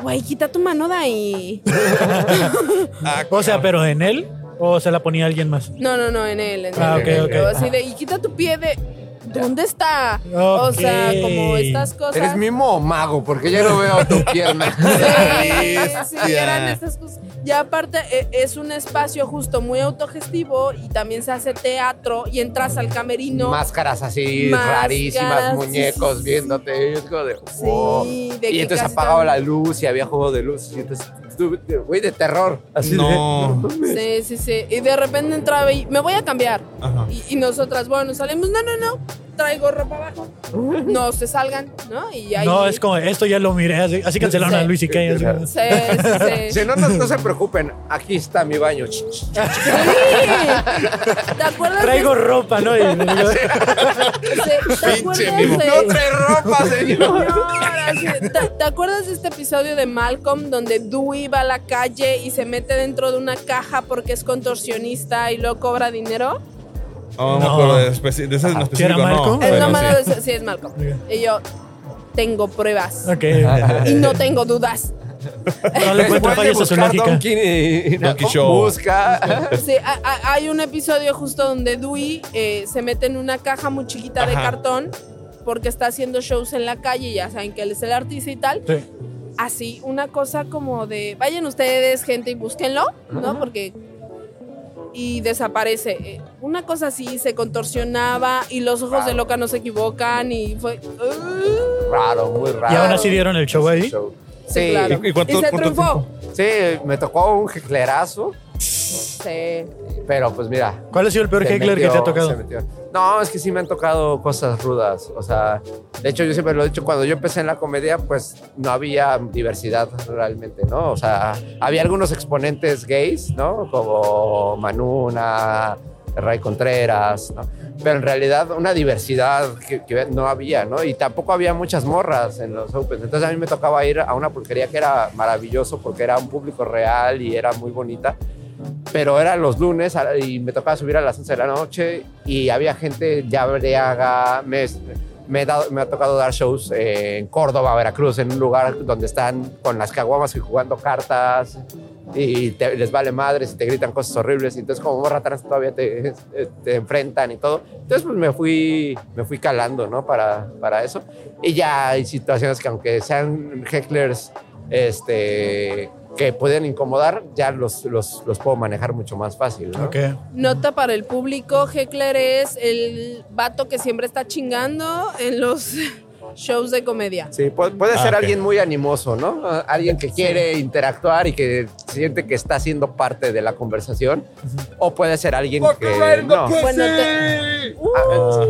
S13: güey, quita tu mano de ahí.
S4: Ah,
S3: o sea, pero en él o se la ponía alguien más.
S13: No, no, no, en él. En
S3: Ah,
S13: él,
S3: ok,
S13: en él.
S3: ok.
S13: Pero así de, y quita tu pie de, ¿dónde está? O
S14: Ok.
S13: sea, como estas
S14: ¿Eres
S13: cosas.
S14: mimo o mago? Porque yo no veo tu pierna.
S13: Sí, sí, eran estas cosas. Y aparte e- es un espacio justo muy autogestivo y también se hace teatro y entras al camerino.
S14: Máscaras así
S13: Máscaras,
S14: rarísimas,
S13: sí,
S14: muñecos viéndote. Y, es como de, wow.
S13: de
S14: Y
S13: que
S14: entonces
S13: casi
S14: apagaba
S13: todo-
S14: la luz y había juego de luz. Y entonces, tú- te- güey, de terror. Así
S4: No.
S13: Sí, sí, sí. Y de repente entraba y me voy a cambiar.
S4: Ajá.
S13: Y, y nosotras, bueno, salimos, no, no, no, traigo ropa abajo. No, se salgan, ¿no? Y ahí.
S3: No, es como, esto ya lo miré, así, así cancelaron a Luis y
S13: Sí, sí, sí.
S14: Si no, no, no se preocupen. Aquí está mi baño.
S13: ¿Te acuerdas?
S3: Traigo ropa, ¿no? Y-
S13: de- sí, ¿Te acuerdas de-
S14: No trae ropa, señor.
S13: Ahora sí, ¿Te, te acuerdas de este episodio de Malcolm donde Dewey va a la calle y se mete dentro de una caja porque es contorsionista y luego cobra dinero?
S4: No, no me
S3: No. Ah,
S4: acuerdo de, especi- de ese en
S3: ¿Que era
S4: específico, no.
S3: Malcolm?
S13: El
S4: pero
S13: número
S4: sí.
S13: de- sí, es Malcolm. Y yo tengo pruebas.
S3: Ok.
S13: Y no tengo dudas.
S3: No le encuentro fallas a su lógica.
S4: Donkey Show.
S14: eh, Busca.
S13: Sí, ha- ha- hay un episodio justo donde Dewey eh, se mete en una caja muy chiquita de
S4: Ajá.
S13: cartón porque está haciendo shows en la calle, ya saben que él es el artista y tal.
S3: Sí.
S13: Así, una cosa como de, vayan ustedes, gente, y búsquenlo, ¿no? Porque... Y desaparece. Eh, Una cosa así, se contorsionaba y los ojos de loca no se equivocan y fue... ¡uh!
S14: Raro, muy raro.
S3: Y aún así dieron el show ahí.
S13: Sí, claro.
S14: ¿Y cuánto-
S13: y se
S14: cuánto
S13: triunfó.
S14: Sí, me tocó un heclerazo,
S13: Sí.
S14: pero pues mira.
S3: ¿Cuál ha sido el peor
S14: se
S3: heckler que te ha
S14: metió-
S3: tocado?
S14: se metió. No, es que sí me han tocado cosas rudas. O sea, de hecho, yo siempre lo he dicho, cuando yo empecé en la comedia, pues no había diversidad realmente, ¿no? O sea, había algunos exponentes gays, ¿no? Como Manuna, Ray Contreras, ¿no? Pero en realidad una diversidad que, que no había, ¿no? Y tampoco había muchas morras en los Opens. Entonces a mí me tocaba ir a una pulquería que era maravilloso porque era un público real y era muy bonita pero eran los lunes a- y me tocaba subir a las 11 de la noche y había gente ya briaga. Me, me, he dado- me ha tocado dar shows eh, en Córdoba, Veracruz, en un lugar donde están con las caguamas y jugando cartas y te- les vale madres y te gritan cosas horribles. Y entonces, como morra trans, todavía te, te enfrentan y todo. Entonces, pues me fui, me fui calando, ¿no? Para, para eso. Y ya hay situaciones que, aunque sean hecklers, este que pueden incomodar, ya los, los, los puedo manejar mucho más fácil. ¿no?
S13: Nota para el público, Heckler es el vato que siempre está chingando en los shows de comedia.
S14: Sí, pu- puede, ser
S13: ok.
S14: alguien muy animoso, ¿no? Ah, Alguien que quiere interactuar y que siente que está siendo parte de la conversación. O puede ser alguien que Eh, no.
S13: Bueno,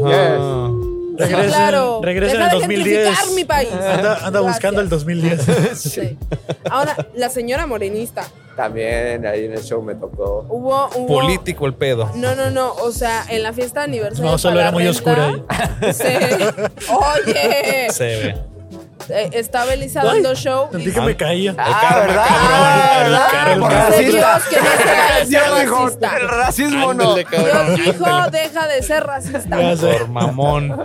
S13: te-
S14: Yes.
S3: Regresa,
S13: Claro,
S3: regresa
S13: deja
S3: en
S13: de
S3: el 2010.
S13: gentrificar mi país.
S3: Anda, anda buscando el 2010.
S13: Ahora, la señora morenista.
S14: También ahí en el show me tocó.
S13: Hubo, hubo-
S4: Político el pedo.
S13: No, no, no. O sea, en la fiesta de aniversario.
S4: No, solo
S13: para
S4: era muy
S13: renta,
S4: oscura ahí.
S13: se- Oye.
S4: Se ve.
S13: eh, estaba Elisa dando show.
S3: Sentí que me caía.
S14: Ah, ¿verdad?
S3: cabrón.
S13: Dios, que no se
S14: Dios
S13: vaya a ser
S14: dijo,
S13: racista.
S14: el racismo no.
S4: Ándale, cabrón,
S13: Dios dijo,
S4: ándale.
S13: deja de ser racista.
S3: Ya sé.
S4: Por mamón.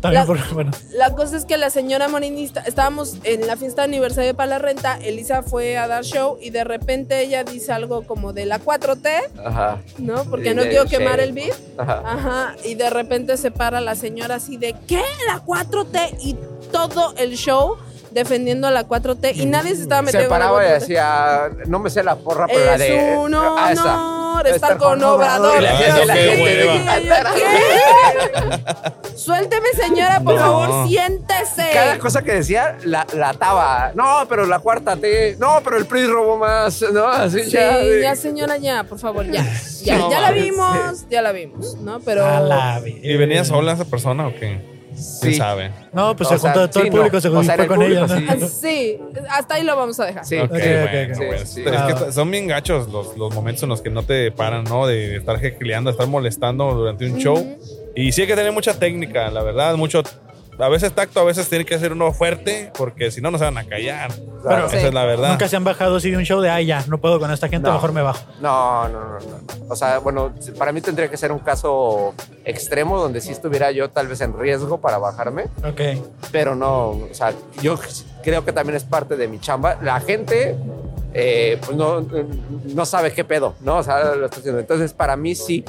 S3: También por, bueno.
S13: La cosa es que la señora morenista, estábamos en la fiesta de aniversario para la renta, Elisa fue a dar show y de repente ella dice algo como de la 4T,
S14: Ajá.
S13: ¿no? Porque
S14: Sí,
S13: no
S14: de-
S13: quiero
S14: sí.
S13: quemar el beat.
S14: Ajá.
S13: Ajá, y de repente se para la señora así de ¿qué? La 4T y todo el show defendiendo a la 4T y nadie se estaba metiendo
S14: Mm. Se
S13: con la
S14: paraba y
S13: 4T.
S14: decía, no me sé la porra, pero la
S13: Es
S14: de.
S13: un
S14: ah, esa.
S13: honor estar con Obrador.
S14: Y la
S13: Yo
S14: gente-
S13: la
S14: qué
S13: gente
S14: hueva.
S13: decía, yo, ¿qué? Suélteme señora, por
S14: No.
S13: favor, siéntese.
S14: Cada cosa que decía la, la ataba. No, pero la cuarta T. No, pero el PRI robó más. No, así
S13: Sí,
S14: Ah, ya. de-
S13: ya señora, ya, por favor, ya. Ya,
S14: No
S13: ya la
S14: mames,
S13: vimos, ya la vimos, ¿no? Pero
S4: ¿Y venía sola esa persona o qué? ¿Quién sabe?
S3: No, pues
S4: O
S3: se
S4: sea,
S3: juntó todo el
S4: sí, no.
S3: público, se
S4: O sea,
S3: juntó
S4: era el
S3: con
S4: público,
S3: ella. ¿no?
S13: Ah, sí, hasta ahí lo vamos a dejar.
S4: Ok,
S3: ok,
S4: bueno,
S3: ok.
S4: bueno.
S3: Sí.
S4: Pero es que
S3: Ah.
S4: ta- son bien gachos los, los momentos en los que no te paran, ¿no? De estar jecleando, estar molestando durante un show. Y sí hay que tener mucha técnica, la verdad, mucho. A veces tacto, a veces tiene que ser uno fuerte, porque si no, no se van a callar.
S3: Pero-
S4: Esa es la verdad.
S3: Nunca se han bajado así de un show de, ay, ya, no puedo con esta gente,
S14: No.
S3: mejor me bajo.
S14: No, no, no, no. O sea, bueno, para mí tendría que ser un caso extremo donde sí estuviera yo tal vez en riesgo para bajarme.
S3: Ok.
S14: pero no, o sea, yo creo que también es parte de mi chamba. La gente, eh, pues no, no sabe qué pedo, ¿no? O sea, lo está haciendo. Entonces, para mí sí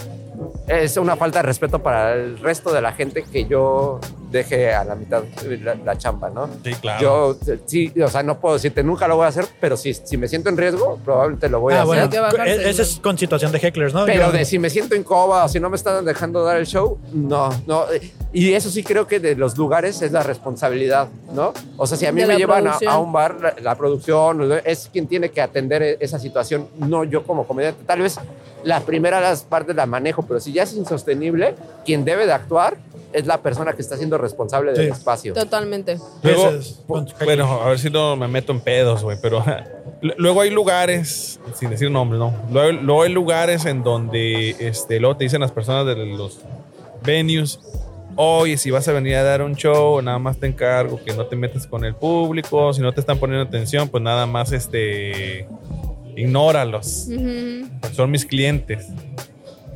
S14: es una falta de respeto para el resto de la gente que yo deje a la mitad la, la chamba, ¿no?
S4: Sí, claro.
S14: Yo eh, sí, o sea, no puedo decirte nunca lo voy a hacer, pero si, si me siento en riesgo, probablemente lo voy a
S3: Ah,
S14: hacer.
S3: bueno, e- esa es con situación de hecklers, ¿no?
S14: Pero
S3: Yo-
S14: de si me siento incómodo, si no me están dejando dar el show, no, no. Y eso sí creo que de los lugares es la responsabilidad, ¿no? O sea, si a mí
S5: De
S14: me
S5: la
S14: llevan a,
S5: producción.
S14: a un bar, la, la producción es quien tiene que atender e- esa situación, no yo como comediante. Tal vez la primera las partes la manejo, pero si ya es insostenible, quien debe de actuar es la persona que está siendo responsable del
S4: Sí.
S14: espacio.
S13: Totalmente.
S4: Luego, po- bueno, a ver si no me meto en pedos, güey, pero lu- luego hay lugares, sin decir nombres, no. Luego, luego hay lugares en donde este, luego te dicen las personas de los venues, oye, si vas a venir a dar un show, nada más te encargo que no te metas con el público, si no te están poniendo atención, pues nada más este, ignóralos.
S13: Ujú.
S4: Son mis clientes.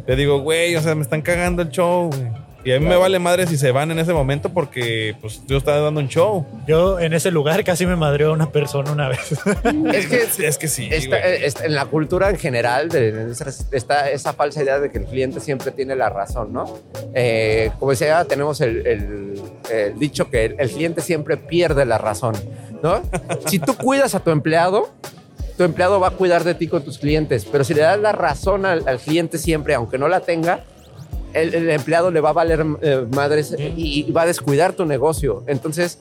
S4: Te digo, güey, o sea, me están cagando el show, güey. Y a mí me
S3: Claro.
S4: vale madre si se van en ese momento porque pues yo estaba dando un show.
S3: Yo en ese lugar casi me madreó una persona una vez.
S14: Es que, eh,
S4: es que sí.
S14: en la cultura en general de- de- está esa falsa idea de que el cliente siempre tiene la razón, ¿no? Eh, como decía, tenemos el, el- el dicho que el, el cliente siempre pierde la razón, ¿no? Si tú cuidas a tu empleado, tu empleado va a cuidar de ti con tus clientes, pero si le das la razón al, al cliente siempre, aunque no la tenga, el, el empleado le va a valer eh, madres y, y va a descuidar tu negocio. Entonces,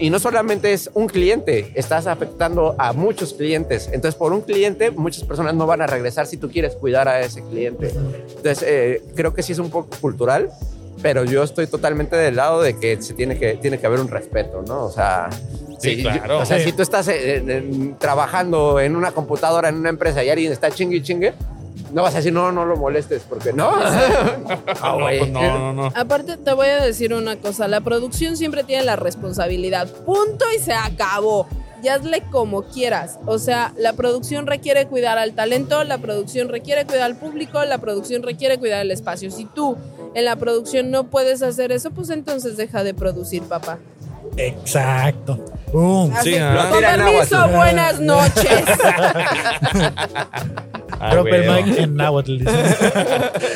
S14: Y no solamente es un cliente, estás afectando a muchos clientes. Entonces, por un cliente, muchas personas no van a regresar si tú quieres cuidar a ese cliente. Entonces, eh, creo que sí es un poco cultural, pero yo estoy totalmente del lado de que se tiene que, tiene que haber un respeto, ¿no? O sea,
S4: Sí,
S14: si-
S4: claro.
S14: o sea,
S4: Sí.
S14: si tú estás eh, en- en- trabajando en una computadora, en una empresa y alguien está chingue y chingue, no vas a decir, no, no lo molestes, porque no. no,
S4: pues
S3: Eh,
S4: no, no, no.
S13: Aparte, te voy a decir una cosa. La producción siempre tiene la responsabilidad. Punto y se acabó. Y hazle como quieras. O sea, la producción requiere cuidar al talento, la producción requiere cuidar al público, la producción requiere cuidar el espacio. Si tú en la producción no puedes hacer eso, pues entonces deja de producir, papá.
S3: Exacto. Boom. ah.
S13: Así, con permiso, buenas noches.
S4: Ah,
S3: Proper
S4: güey.
S3: mic en náhuatl. dice.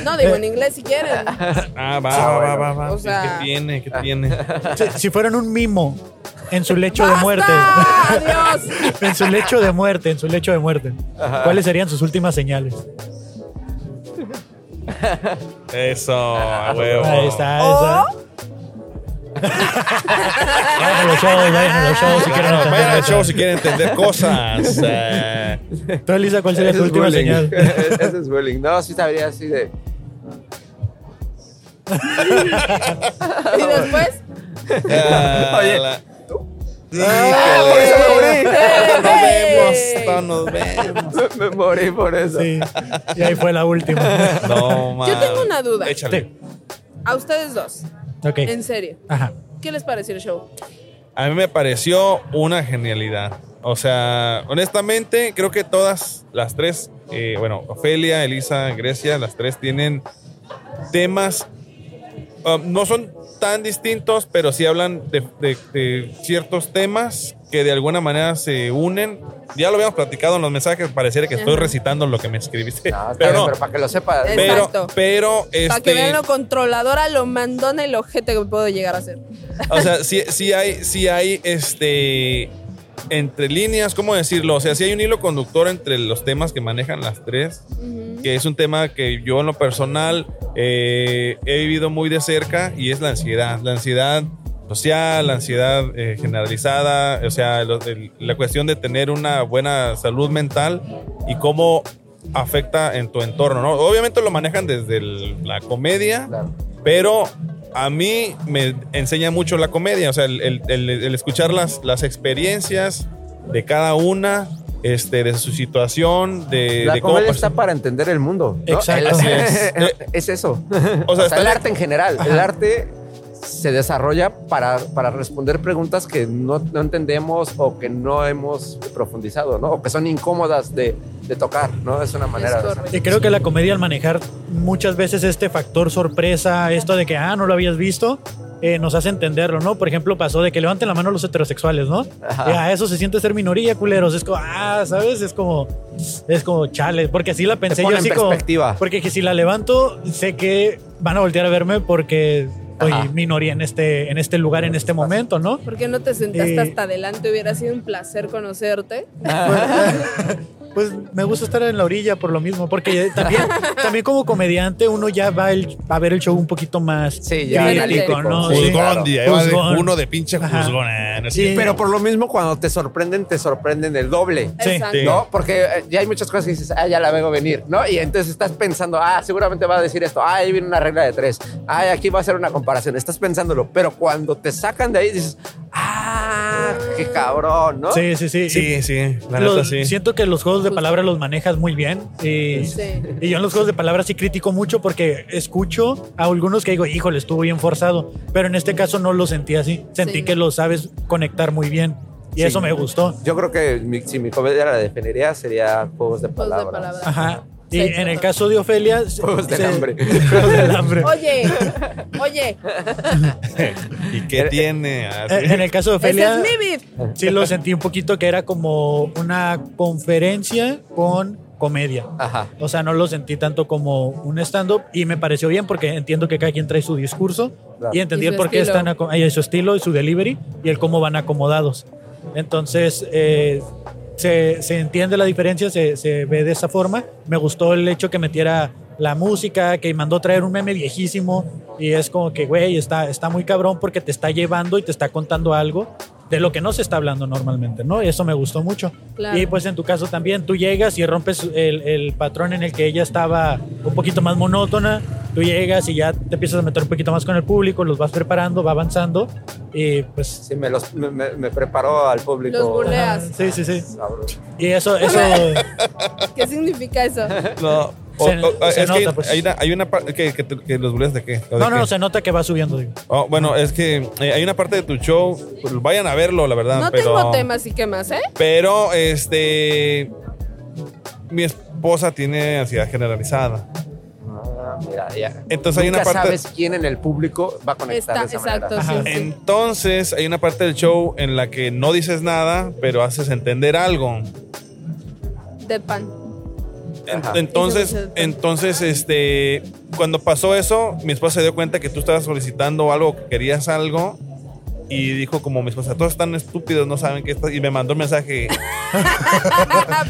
S13: No, digo
S3: Eh.
S13: en inglés si quieren.
S4: Ah, va,
S3: Ah,
S4: va,
S3: bueno.
S4: va, va.
S13: O sea- ah.
S4: ¿Qué tiene? ¿Qué tiene?
S3: Si, si fueran un mimo en su lecho de muerte. en su lecho de muerte, en su lecho de muerte.
S4: Ajá.
S3: ¿Cuáles serían sus últimas señales?
S4: Eso, a huevo.
S3: Ahí está, ahí está.
S4: Ah.
S3: Vayan a los shows, vayan a los shows si quieren
S4: Claro, vayan al
S3: entender.
S4: show si quieren entender cosas. Eh,
S3: Tú, Elisa, ¿cuál sería
S14: Ese
S3: tu
S14: es
S3: última
S14: bullying.
S3: señal?
S14: Ese es bullying. No, sí sabría así de.
S13: Y después.
S4: Oye.
S14: Ah, por eso
S4: Eh,
S14: me morí.
S4: No nos vemos.
S14: Me morí por eso.
S3: Sí. Y ahí fue la última.
S4: No, man.
S13: Yo tengo una duda.
S4: Échale.
S13: A ustedes dos.
S3: Ok.
S13: En serio.
S3: Ajá.
S13: ¿Qué les pareció el show?
S4: A mí me pareció una genialidad. O sea, honestamente, creo que todas las tres, eh, bueno, Ofelia, Elisa, Grecia, las tres tienen temas. um, no son tan distintos, pero sí hablan de, de- de ciertos temas que de alguna manera se unen. Ya lo habíamos platicado en los mensajes, pareciera que estoy
S13: Ajá.
S4: recitando lo que me escribiste.
S14: bien,
S4: pero no.
S14: pero para que lo sepas.
S4: Pero,
S13: Exacto.
S4: pero, este,
S13: Para que vean lo controladora, lo mandona y lo ojete que puedo llegar a ser.
S4: O sea, sí, sí hay, sí hay este. Entre líneas, ¿cómo decirlo? O sea, sí hay un hilo conductor entre los temas que manejan las tres, que es un tema que yo en lo personal eh, he vivido muy de cerca y es la ansiedad. La ansiedad social, la ansiedad eh, generalizada, o sea, lo- el- la cuestión de tener una buena salud mental y cómo afecta en tu entorno, ¿no? Obviamente lo manejan desde el- la comedia, pero a mí me enseña mucho la comedia, o sea, el, el- el- el escuchar las, las experiencias de cada una, este, de su situación, de,
S14: La
S4: de
S14: comedia
S4: pas-
S14: está para entender el mundo. ¿no?
S4: Exacto.
S14: El-
S4: Así es.
S14: es eso.
S4: O
S14: O
S4: sea,
S14: sea,
S4: está-
S14: el arte en general.
S4: Ajá.
S14: El arte se desarrolla para, para responder preguntas que no, no entendemos o que no hemos profundizado, ¿no? O que son incómodas de, de tocar, ¿no? Es una manera de hacerlo.
S3: Y creo que la comedia al manejar muchas veces este factor sorpresa, esto de que, ah, no lo habías visto, eh, nos hace entenderlo, ¿no? Por ejemplo, pasó de que levanten la mano los heterosexuales, ¿no?
S14: Ajá.
S3: Y a eso se siente ser minoría, culeros. Es como, ah, ¿sabes? Es como, es como chale, porque así la pensé
S14: pone
S3: yo
S14: en
S3: así como...
S14: perspectiva.
S3: Porque que si la levanto, sé que van a voltear a verme porque soy
S14: Ajá.
S3: minoría en este, en este lugar, en este momento, ¿no?
S13: ¿Por qué no te sentaste
S3: Eh.
S13: hasta adelante? Hubiera sido un placer conocerte.
S3: Pues me gusta estar en la orilla por lo mismo, porque también, también como comediante uno ya va el- a ver el show un poquito más
S14: ya
S3: crítico,
S14: analítico,
S3: ¿no?
S14: sí,
S3: Sí.
S14: claro.
S4: Ahí va de-
S3: Juzgón.
S4: uno de pinche
S3: Ajá.
S4: juzgón. eh, no es
S3: Sí.
S4: cierto.
S14: Pero por lo mismo, cuando te sorprenden, te sorprenden el doble.
S4: Sí. Exacto.
S14: ¿No? Porque eh, ya hay muchas cosas que dices, ah, ya la vengo a venir, ¿no? Y entonces estás pensando, ah, seguramente va a decir esto, ah, ahí viene una regla de tres, ah, aquí va a ser una comparación, estás pensándolo, pero cuando te sacan de ahí dices, ah, qué cabrón, ¿no?
S3: Sí, sí, sí.
S4: Sí, sí, la
S3: Los-
S4: neta sí.
S3: Siento que los juegos de palabras los manejas muy bien. Y, y yo en los juegos de palabras sí critico mucho porque escucho a algunos que digo, híjole, estuvo bien forzado. Pero en este caso no lo sentí así. Sentí que lo sabes conectar muy bien. Y
S14: Sí.
S3: eso me gustó.
S14: Yo creo que mi- si mi comedia la definiría sería juegos de palabras.
S3: Ajá. Y en el caso de Ofelia. se-
S14: Juegos del
S3: se-
S14: hambre.
S3: Juegos del hambre.
S13: Oye, oye,
S4: ¿Y qué tiene? Ah, sí.
S3: Eh, En el caso de Ofelia.
S13: ese es mi beat.
S3: Sí, lo sentí un poquito que era como una conferencia con comedia. O sea, no lo sentí tanto como un stand-up y me pareció bien porque entiendo que cada quien trae su discurso
S10: Claro.
S3: y entendí
S10: Y
S3: el
S10: su
S3: por qué
S10: estilo.
S3: están aco- ay, su estilo y su delivery y el cómo van acomodados. Entonces, eh, se, se entiende la diferencia, se, se ve de esa forma. Me gustó el hecho que metiera la música, que mandó traer un meme viejísimo y es como que, güey, está, está muy cabrón porque te está llevando y te está contando algo de lo que no se está hablando normalmente, ¿no? Eso me gustó mucho.
S13: Claro.
S3: Y pues en tu caso también, tú llegas y rompes el, el patrón en el que ella estaba un poquito más monótona, tú llegas y ya te empiezas a meter un poquito más con el público, los vas preparando, va avanzando y pues...
S14: Sí, me, los, me, me- me preparó al público.
S13: Los buleas.
S3: Ah, Sí, sí, sí.
S14: Ah, Sabroso.
S3: Y eso, eso...
S13: ¿Qué significa eso?
S4: Ah, No. o-
S3: Se-
S4: o-
S3: se
S4: es que
S3: nota, pues.
S4: hay una, hay una parte que, que, que los burles de qué. ¿O de
S3: No, no,
S4: qué?
S3: no, se nota que va subiendo. digo.
S4: Oh, bueno, es que eh, hay una parte de tu show, pues, vayan a verlo, la verdad.
S13: No
S4: pero,
S13: tengo temas y qué más, ¿eh?
S4: Pero, este, mi esposa tiene ansiedad generalizada.
S14: Ah, mira, ya.
S4: Entonces hay
S14: Nunca
S4: una parte-
S14: sabes quién en el público va a conectar
S13: Está-
S14: de esa manera.
S13: exacto, sí,
S4: Ajá. Entonces hay una parte del show en la que no dices nada, pero haces entender algo.
S13: Deadpan.
S4: En- Entonces, entonces, este, cuando pasó eso, mi esposa se dio cuenta que tú estabas solicitando algo, que querías algo, y dijo como mi esposa, todos están estúpidos, no saben qué está, y me mandó un mensaje.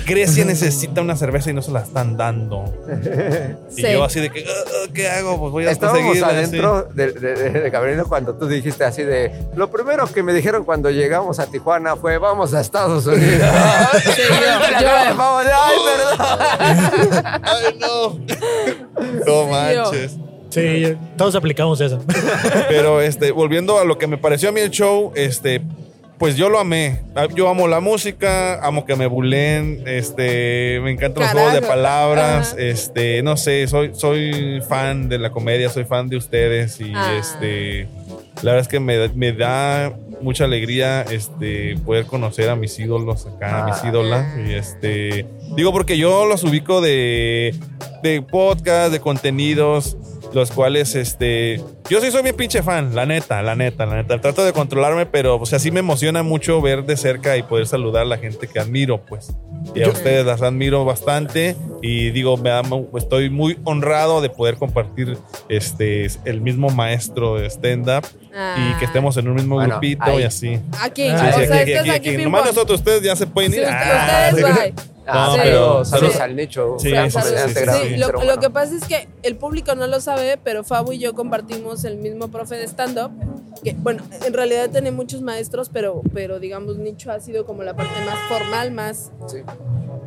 S4: Grecia necesita una cerveza y no se la están dando. Y
S14: Sí.
S4: yo así de que, "Ah, ¿qué hago? Pues voy a
S14: Estábamos
S4: conseguirla",
S14: adentro del de, de- de Gabrielino cuando tú dijiste así de lo primero que me dijeron cuando llegamos a Tijuana fue vamos a Estados Unidos.
S13: Sí,
S14: yo- yo- vamos, ay,
S4: Ay, no. No manches.
S3: Sí, todos aplicamos eso.
S4: Pero este, volviendo a lo que me pareció a mí el show, este, pues yo lo amé. Yo amo la música, amo que me bulen, este, me encantan los juegos de
S7: Carajo.
S4: palabras, este, no sé, soy, soy fan de la comedia, soy fan de ustedes y
S7: Ah.
S4: este, la verdad es que me, me da mucha alegría este, poder conocer a mis ídolos acá, a mis
S7: Ah.
S4: ídolas. Y este, digo porque yo los ubico de, de podcast, de contenidos, los cuales, este, yo sí soy bien pinche fan, la neta, la neta, la neta. Trato de controlarme, pero, o sea, sí me emociona mucho ver de cerca y poder saludar a la gente que admiro, pues. Y a
S7: Yo-
S4: ustedes las admiro bastante y digo, me da mu- estoy muy honrado de poder compartir este, el mismo maestro de stand-up y que estemos en un mismo
S7: Bueno,
S4: grupito
S7: ahí.
S4: y así.
S13: Ah. Aquí, o sea, estás aquí, ping
S4: Nomás
S13: pong.
S4: nosotros, ustedes ya se pueden
S13: Sí,
S4: ir.
S13: usted- ustedes, bye.
S14: Ah,
S4: No,
S14: pero
S4: pero
S14: saludos al nicho.
S4: Sí,
S14: gran
S4: sí, sí,
S14: comediante,
S4: sí,
S14: gran
S4: sí.
S13: Sí,
S14: ser
S13: lo,
S14: humano.
S13: lo que pasa es que el público no lo sabe, pero Fabo y yo compartimos el mismo profe de stand-up. Que, bueno, en realidad tiene muchos maestros, pero, pero digamos, Nicho ha sido como la parte más formal, más.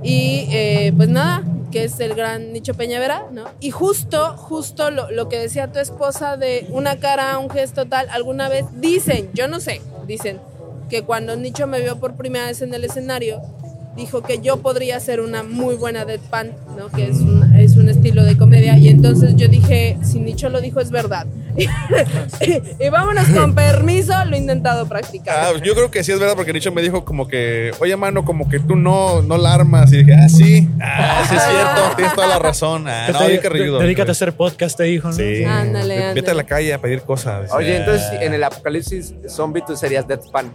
S13: Y eh, pues nada, que es el gran Nicho Peñavera, ¿no? Y justo, justo lo, lo que decía tu esposa de una cara, un gesto tal, alguna vez dicen, yo no sé, dicen que cuando Nicho me vio por primera vez en el escenario, dijo que yo podría ser una muy buena deadpan, ¿no? Que es un, es un estilo de comedia. Y entonces yo dije, si Nicho lo dijo, es verdad. y vámonos con permiso, lo he intentado practicar.
S4: Ah, yo creo que sí es verdad porque Nicho me dijo como que, oye mano, como que tú no, no la armas. Y dije, ah, sí, ah, sí es cierto, tienes toda la razón. Ah,
S3: Que
S4: no,
S3: te-
S4: bien carrilludo.
S3: Dedícate a hacer podcast, te dijo, ¿no?
S4: Sí.
S13: Ándale,
S4: Uh, Vete
S13: ándale.
S4: a la calle a pedir cosas. Ah.
S14: Oye, entonces en el apocalipsis zombie tú serías Deadpan.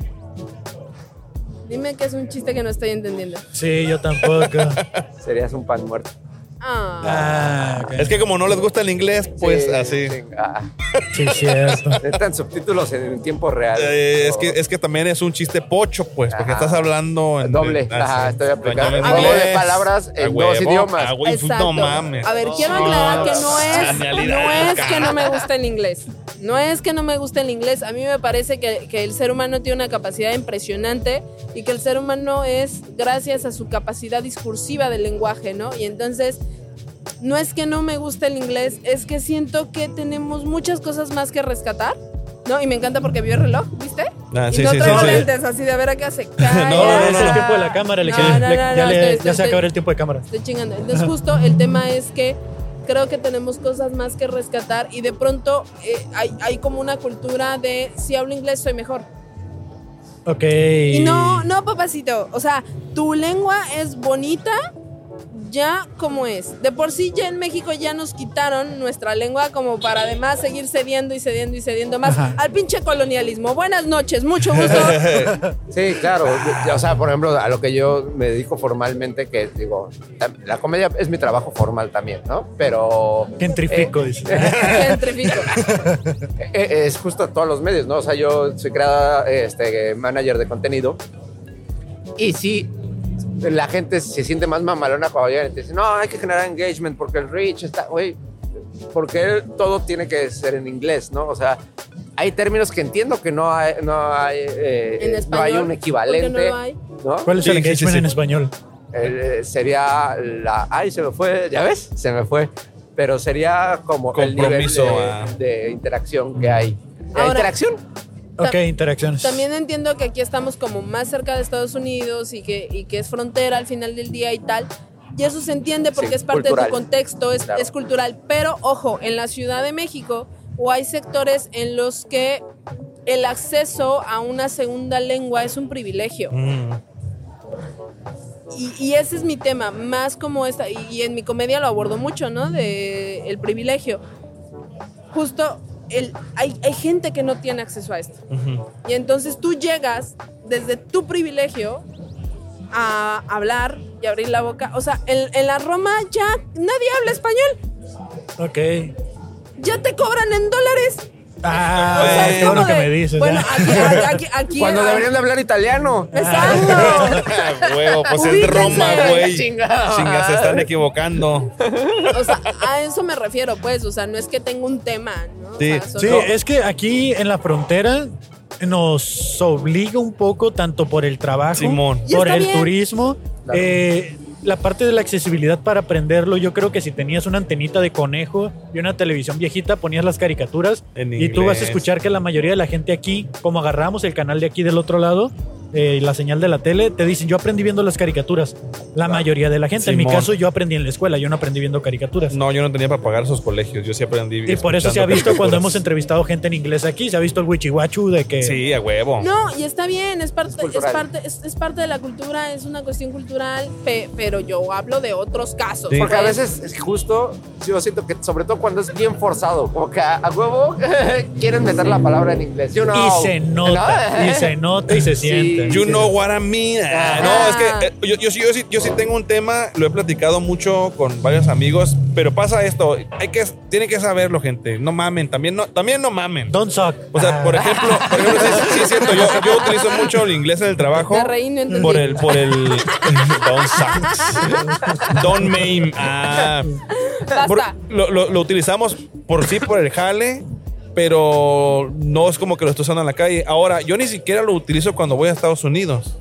S13: Dime que es un chiste que no estoy entendiendo.
S3: Sí, yo tampoco.
S14: serías un pan muerto.
S13: Ah.
S4: Es que como no les gusta el inglés, pues
S14: Sí,
S4: así.
S3: Sí, cierto.
S14: Necesitan subtítulos en tiempo real.
S4: Eh, es, que, es que también es un chiste pocho, pues, porque
S14: Ajá.
S4: estás hablando en
S14: Doble.
S4: en-
S14: Ajá,
S4: así,
S14: estoy
S4: español,
S14: aplicando.
S4: en
S14: Juego
S4: inglés.
S14: de palabras en
S4: A
S14: dos
S4: huevo,
S14: idiomas.
S4: a huevo,
S13: Exacto.
S4: pues, no mames.
S13: A ver, quiero
S4: Sí.
S13: aclarar que no es,
S4: Genialidad,
S13: no es que
S4: carajo.
S13: no me gusta el inglés. No es que no me guste el inglés. A mí me parece que, que el ser humano tiene una capacidad impresionante y que el ser humano es gracias a su capacidad discursiva del lenguaje, ¿no? Y entonces, no es que no me guste el inglés, es que siento que tenemos muchas cosas más que rescatar. No, y me encanta porque vio el reloj, ¿viste?
S4: Ah,
S13: y
S4: sí,
S13: no
S4: sí,
S13: traigo
S4: sí, sí.
S13: lentes así de a ver a qué hace.
S3: No, no, no, no,
S13: Cállate.
S3: es el tiempo de la cámara. le-
S13: No,
S3: que-
S13: no,
S3: le-
S13: no,
S3: ya
S13: no,
S3: le-
S13: estoy-
S3: ya se
S13: estoy-
S3: acabó el tiempo de cámara.
S13: Estoy chingando. Entonces, justo el tema es que creo que tenemos cosas más que rescatar y de pronto eh, hay, hay como una cultura de si hablo inglés soy mejor.
S3: Ok.
S13: Y no, no, papacito. O sea, tu lengua es bonita ya como es. De por sí ya en México ya nos quitaron nuestra lengua como para además seguir cediendo y cediendo y cediendo más
S14: Ajá.
S13: al pinche colonialismo. Buenas noches, mucho gusto.
S14: Sí, claro. O sea, por ejemplo, a lo que yo me dedico formalmente, que digo, la comedia es mi trabajo formal también, ¿no? Pero...
S3: Gentrifico, dice.
S14: Eh, eh, es justo todos los medios, ¿no? O sea, yo soy creada, eh, este, manager de contenido y sí, la gente se siente más mamalona cuando llegan y te dicen, no, hay que generar engagement porque el reach está, güey, porque todo tiene que ser en inglés, ¿no? O sea, hay términos que entiendo que no hay, no hay, eh,
S13: En
S14: no hay
S13: español,
S14: un equivalente.
S13: ¿por qué no lo hay?
S14: ¿no?
S3: ¿Cuál es el engagement en español?
S14: Eh, eh, sería la. Ay, se me fue, ¿ya ves? Se me fue. Pero sería como
S4: Compromiso, ah.
S14: el nivel de- de, interacción que hay. ¿Hay
S13: Ahora-
S14: interacción?
S3: Ok, interacciones.
S13: También entiendo que aquí estamos como más cerca de Estados Unidos y que, y que es frontera al final del día y tal. Y eso se entiende porque
S15: Sí,
S13: es parte
S15: cultural.
S13: de tu contexto, es,
S15: Claro.
S13: es cultural. Pero ojo, en la Ciudad de México o hay sectores en los que el acceso a una segunda lengua es un privilegio.
S14: Mm.
S3: Mm.
S13: Y, y ese es mi tema, más como esta, y, y en mi comedia lo abordo mucho, ¿no? De el privilegio. Justo el, hay, hay gente que no tiene acceso a esto. Y entonces tú llegas desde tu privilegio a hablar y abrir la boca. O sea, en, en la Roma ya nadie habla español.
S3: Ok.
S13: Ya te cobran en dólares.
S3: Ah,
S13: O sea, es
S3: qué bueno
S13: como
S3: que
S13: de-
S3: me dices. ¿eh?
S13: bueno,
S3: ya.
S13: aquí, aquí, aquí-
S14: Cuando
S13: aquí-
S14: deberían de hablar italiano.
S13: Exacto.
S4: Huevo, pues es de
S13: Ubíquense.
S4: Roma, güey.
S13: Chingada.
S4: Chinga, se están equivocando.
S13: O sea, a eso me refiero, pues. O sea, no es que tenga un tema, ¿no?
S3: Sí,
S13: solo-
S3: sí, es que aquí en la frontera nos obliga un poco tanto por el trabajo,
S4: Simón.
S13: Y
S3: por
S13: está
S3: el
S13: bien.
S3: turismo,
S13: Claro.
S3: eh, la parte de la accesibilidad para aprenderlo. Yo creo que si tenías una antenita de conejo y una televisión viejita, ponías las caricaturas y tú vas a
S4: inglés.
S3: escuchar que la mayoría de la gente aquí, como agarramos el canal de aquí del otro lado, eh, la señal de la tele, te dicen, yo aprendí viendo las caricaturas. La mayoría de la gente, en mi
S4: Simón.
S3: caso, yo aprendí en la escuela, yo no aprendí viendo caricaturas.
S4: No, yo no tenía para pagar esos colegios. Yo sí aprendí.
S3: Y por eso se ha visto cuando hemos entrevistado gente en inglés aquí, se ha visto el wichihuachu de que...
S4: Sí, a huevo.
S13: No, y está bien, es parte, es,
S3: cultural.
S13: parte, es, es parte de la cultura, es una cuestión cultural, pe- pero yo hablo de otros
S3: Ah,
S13: casos.
S14: Porque a
S13: pues.
S14: veces es justo, yo siento que sobre todo cuando es bien forzado, como que a, a huevo quieren meter la palabra en inglés. You know.
S3: Y se nota,
S14: ¿No?
S3: y se nota y se siente.
S4: You know what I mean. Ah, No, es que eh, yo, yo sí- yo sí, yo sí tengo un tema, lo he platicado mucho con varios amigos, pero pasa esto, hay que, tienen que saberlo, gente. No mamen, también no, también no mamen.
S3: Don't suck. Ah.
S4: O sea, por ejemplo, por ejemplo sí, sí es cierto, yo, yo utilizo mucho el inglés en el trabajo.
S13: Me reí, no entendí.
S4: Por el, por el Don't suck. Don't mame. Ah,
S13: Basta.
S4: por- lo, lo- lo utilizamos por sí, por el jale, pero no es como que lo estoy usando en la calle. Ahora, yo ni siquiera lo utilizo cuando voy a Estados Unidos.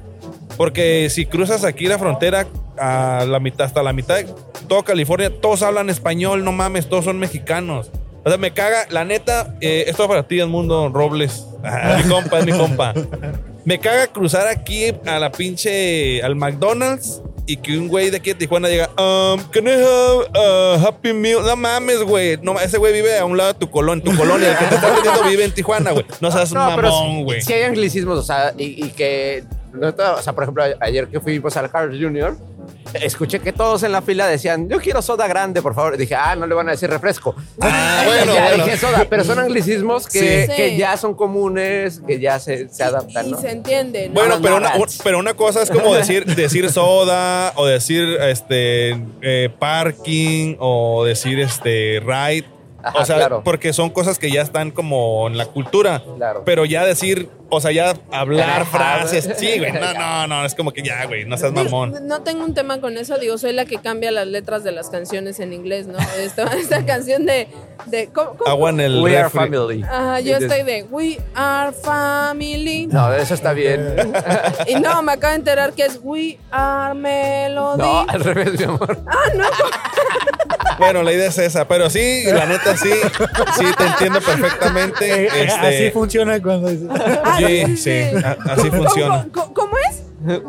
S4: Porque si cruzas aquí la frontera a la mitad, hasta la mitad de toda California, todos hablan español, no mames, todos son mexicanos. O sea, me caga, la neta, eh, esto es para ti, mundo Robles. Ah, mi compa, es mi compa. Me caga cruzar aquí a la pinche, al McDonald's y que un güey de aquí de Tijuana diga, um, can I have a Happy Meal? No mames, güey. No, ma- ese güey vive a un lado de tu colón, tu colonia. El que te está vendiendo vive en Tijuana, güey. No seas
S14: No, pero
S4: mamón,
S14: sí-
S4: güey.
S14: Sí hay anglicismos, o sea, y, y que... no to- o sea, por ejemplo, ayer que fuimos al Carl Jr., escuché que todos en la fila decían, yo quiero soda grande, por favor. Y dije, ah, no le van a decir refresco.
S4: Ah, bueno,
S14: ya
S4: bueno.
S14: dije soda, pero son anglicismos que,
S13: Sí.
S14: que
S13: Sí.
S14: ya son comunes, que ya se, se adaptan,
S13: Y
S14: ¿no?
S13: se entiende, ¿no?
S4: Bueno, pero una, un- pero una cosa es como decir, decir soda o decir este eh, parking o decir este ride.
S14: Ajá,
S4: o sea,
S14: claro.
S4: porque son cosas que ya están como en la cultura.
S14: Claro.
S4: Pero ya decir, o sea, ya hablar
S14: Ajá,
S4: frases.
S14: güey.
S4: Sí, güey. No, no, no. Es como que ya, güey. No seas mamón.
S13: Pues No tengo un tema con eso, digo, soy la que cambia las letras de las canciones en inglés, ¿no? Esta, esta canción de... de ¿cómo- cómo?
S4: Agua en el
S14: We are
S4: refri.
S14: family.
S13: Ajá, yo estoy de We are family.
S14: No, eso está bien.
S13: Y no, me acabo de enterar que es We are melody.
S14: No, al revés, mi amor.
S13: Ah, no.
S4: Bueno, la idea es esa. Pero sí, la neta, sí. Sí, te entiendo perfectamente.
S3: Eh,
S4: Este,
S3: Así funciona cuando...
S4: sí, sí, a- así
S13: ¿Cómo-
S4: funciona.
S13: ¿Cómo, cómo es?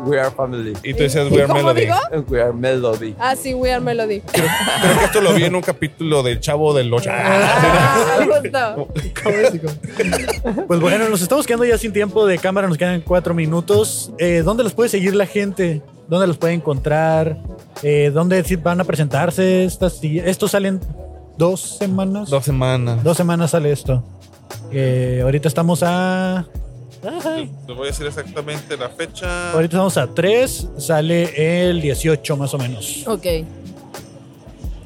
S14: We are family.
S4: Y tú dices, we are
S13: ¿Cómo
S4: melody.
S13: digo?
S14: We are melody.
S13: Ah, sí, We are melody.
S4: Creo que esto lo vi en un capítulo del Chavo del Ocho.
S13: Ah, justo.
S3: Pues bueno, nos estamos quedando ya sin tiempo de cámara, nos quedan cuatro minutos. Eh, ¿Dónde los puede seguir la gente? ¿Dónde los puede encontrar? Eh, ¿Dónde sí van a presentarse? Estas, si- estos salen dos semanas.
S4: Dos semanas.
S3: Dos semanas sale esto. Eh, ahorita estamos a.
S7: Te voy a decir exactamente la fecha.
S3: Ahorita estamos a 3, sale el 18 más o menos.
S13: Ok.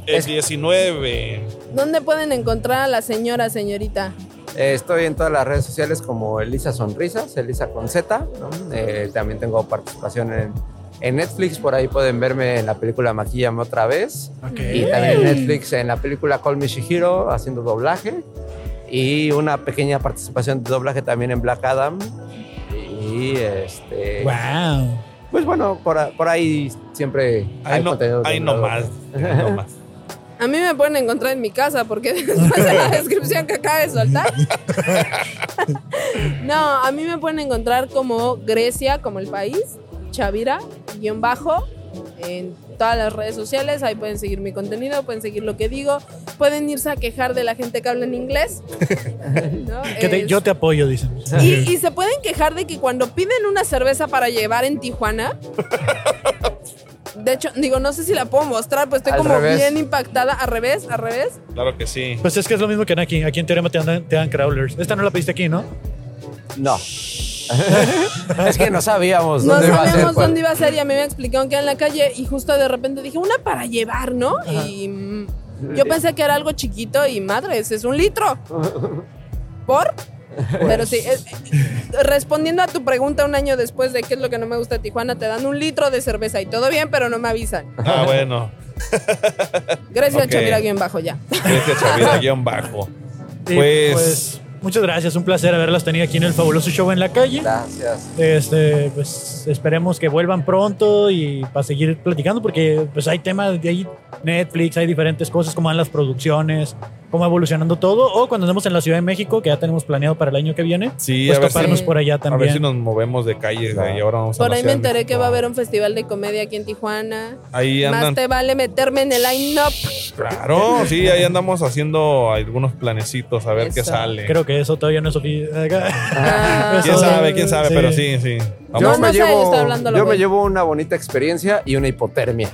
S4: El 19.
S13: ¿Dónde pueden encontrar a la señora, señorita?
S14: Eh, estoy en todas las redes sociales como Elisa Sonrisas, Elisa con Z. ¿no? Eh, también tengo participación en, en Netflix, por ahí pueden verme en la película Maquillame otra vez. Y también en Netflix en la película Call Me Shihiro haciendo doblaje. y una pequeña participación de doblaje también en Black Adam. Y este.
S3: Wow.
S14: Pues bueno, por, a- por ahí siempre hay contenido.
S4: ahí no más,
S14: no más.
S13: A mí me pueden encontrar en mi casa porque después de la descripción que acaba de soltar. no, a mí me pueden encontrar como Grecia, como el país, Chavira, guión bajo, en todas las redes sociales. Ahí pueden seguir mi contenido, pueden seguir lo que digo, pueden irse a quejar de la gente que habla en inglés. ¿no?
S3: Que te-
S13: Es-
S3: yo te apoyo, dicen.
S13: y, y se pueden quejar de que cuando piden una cerveza para llevar en Tijuana. De hecho, digo, no sé si la puedo mostrar, pues estoy
S4: Al
S13: como
S4: revés.
S13: bien impactada. Al revés, al revés.
S4: Claro que sí.
S3: Pues es que es lo mismo que en aquí. Aquí en Teorema te dan, te dan crawlers. Esta no la pediste aquí, ¿no?
S14: No. es que no sabíamos
S4: Pues,
S13: No
S14: dónde iba a ser. pues.
S13: sabíamos
S14: cuál.
S13: dónde iba a ser y a mí me explicaron que era en la calle y justo de repente dije, una para llevar, ¿no? Y mm, yo pensé que era algo chiquito y madres, es un litro. ¿Por? Pero sí, es- respondiendo a tu pregunta un año después de qué es lo que no me gusta de Tijuana, te dan un litro de cerveza y todo bien, pero no me avisan.
S4: Ah, bueno.
S13: Gracias
S4: Ok.
S13: Chavira guión bajo ya.
S4: Gracias, Chavira, guión bajo. Pues,
S3: Muchas gracias, un placer haberlas tenido aquí en el fabuloso show en la calle.
S14: Gracias.
S3: Este, pues esperemos que vuelvan pronto y para seguir platicando, porque pues hay temas de ahí, Netflix, hay diferentes cosas, cómo van las producciones, cómo va evolucionando todo, o cuando andemos en la Ciudad de México, que ya tenemos planeado para el año que viene,
S4: sí,
S3: pues
S4: a ver
S3: toparnos
S4: si,
S3: por allá
S4: A ver
S3: también.
S4: si nos movemos de calle güey, y ahora vamos a
S13: Por
S4: la
S13: ahí me
S4: Ciudad de
S13: enteré que va a haber un festival de comedia aquí en Tijuana.
S4: México. Ahí
S13: Más
S4: andan.
S13: te vale meterme en el line-up.
S4: Claro, sí, ahí andamos haciendo algunos planecitos a ver qué
S13: Eso.
S4: sale.
S3: Creo que eso todavía no es ofi-
S4: quién
S14: Ah.
S13: Ah,
S3: Eso-
S4: sabe, quién sabe, pero sí, sí.
S14: Yo,
S4: Vamos.
S14: me,
S13: sé,
S14: llevo,
S13: está hablando lo Ah,
S14: yo me
S13: güey.
S14: llevo una bonita experiencia y una hipotermia.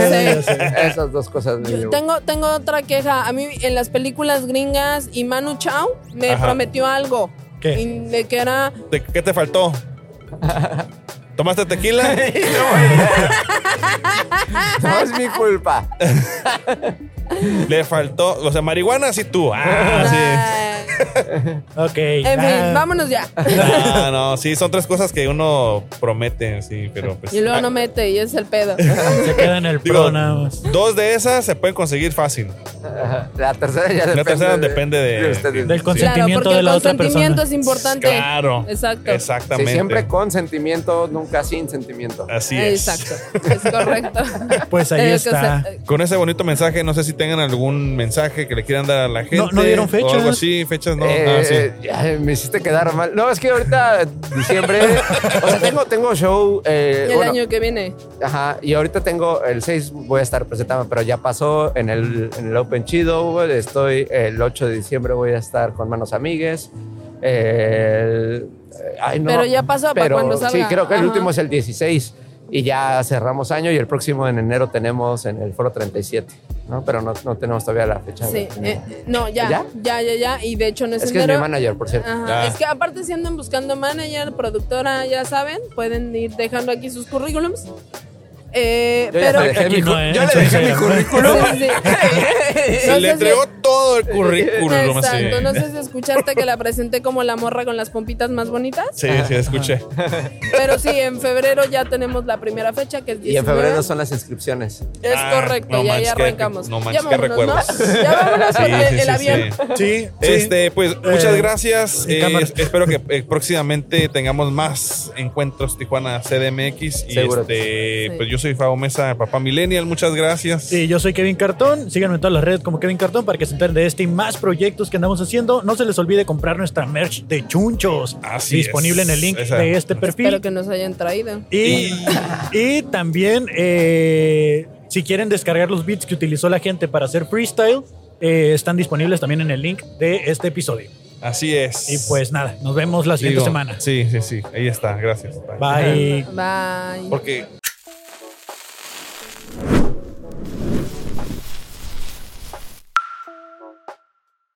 S14: Esas dos cosas me llevo.
S13: Tengo, tengo otra queja. A mí en las películas gringas y Manu Chao me
S4: Ajá.
S13: prometió algo.
S4: ¿Qué?
S13: Y de que era.
S4: ¿De ¿Qué te faltó? ¿Tomaste tequila?
S13: "Ah,
S14: No es mi culpa.
S4: Le faltó, o sea, marihuana sí tú. Ah, sí.
S3: ok. Ah.
S13: En fin, vámonos ya.
S4: No, Ah, no, sí, son tres cosas que uno promete, sí, pero pues.
S13: Y luego
S4: ah,
S13: no mete y ese es el pedo.
S14: Eh,
S3: Se queda en el
S4: digo,
S3: pro nada más.
S4: Dos de esas se pueden conseguir fácil.
S14: La tercera ya
S4: La
S14: depende
S4: tercera
S14: de-
S4: depende de,
S14: de ustedes.
S4: del
S13: claro, porque el consentimiento es importante.
S4: Claro.
S13: Exacto.
S4: Exactamente.
S14: Sí, siempre con sentimiento, nunca sin sentimiento.
S4: Así es.
S13: Exacto. Es correcto.
S3: Pues
S13: ahí Tengo eh, que está. hacer-
S4: Con ese bonito mensaje, no sé si tengan algún mensaje que le quieran dar a la gente.
S14: No, no dieron
S4: O algo
S14: fechas.
S4: así, fechas no.
S14: Eh,
S4: Ah, sí.
S14: eh, ya, me hiciste quedar mal. No, es que ahorita diciembre. o sea, tengo, tengo show. eh,
S13: el
S14: bueno,
S13: año que viene.
S14: Ajá, y ahorita tengo el 6, voy a estar presentando, pero ya pasó en el, en el Open Chido. Estoy el 8 de diciembre, voy a estar con Manos Amigues. El- ay, no,
S13: Pero ya pasó, para
S14: pero
S13: cuando salga.
S14: Sí, creo que el
S13: Ajá.
S14: último es el 16 y ya cerramos año y el próximo en enero tenemos en el Foro 37, ¿no? Pero no, no tenemos todavía la fecha.
S13: Sí,
S14: No.
S13: eh, no, ya,
S14: ¿Ya?
S13: ya, ya, ya, Y de hecho no es,
S14: Es que es
S13: enero.
S14: mi manager, por cierto.
S13: Ajá,
S14: Ah.
S13: Es que aparte si andan buscando manager, productora, ya saben, pueden ir dejando aquí sus currículums. Eh,
S14: Yo ya
S13: pero
S14: te dejé mi cu- yo le dejé mi currículum.
S13: Sí.
S4: Se le
S13: No sé si-
S4: entregó todo el currículum. así.
S13: Exacto, no sé si escuchaste que la presenté como la morra con las pompitas más bonitas,
S4: Sí, sí, escuché.
S13: pero sí, en febrero ya tenemos la primera fecha que es 19.
S14: Y en febrero son las inscripciones.
S13: Es
S14: Ah,
S13: correcto,
S14: no
S13: ya,
S14: manches,
S13: ya
S14: qué-
S13: arrancamos.
S14: no
S13: ya
S14: manches, qué
S13: vámonos, ¿no?
S14: recuerdos.
S13: Ya vámonos
S4: Sí,
S13: porque
S4: sí,
S13: el
S4: sí,
S13: avión.
S3: Sí,
S4: Este, pues muchas
S3: Eh,
S4: gracias.
S3: en
S4: Eh,
S3: cámara.
S4: es- espero que eh, próximamente tengamos más encuentros Tijuana CDMX. Y
S3: Seguro
S4: este, pues yo soy Fabo Mesa, papá Millennial. Muchas gracias.
S3: Sí, yo soy Kevin Cartón. Síganme en todas las redes como Kevin Cartón para que se enteren de este y más proyectos que andamos haciendo. No se les olvide comprar nuestra merch de chunchos.
S4: Así
S3: disponible
S4: es.
S3: en el link
S4: Esa.
S3: de este perfil.
S13: Espero que nos hayan traído.
S3: Y, y también, eh, si quieren descargar los beats que utilizó la gente para hacer freestyle, eh, están disponibles también en el link de este episodio.
S4: Así es.
S3: Y pues nada, nos vemos la siguiente
S4: Digo,
S3: semana.
S4: Sí, sí, sí. Ahí está. Gracias.
S3: Bye.
S13: Bye.
S4: Porque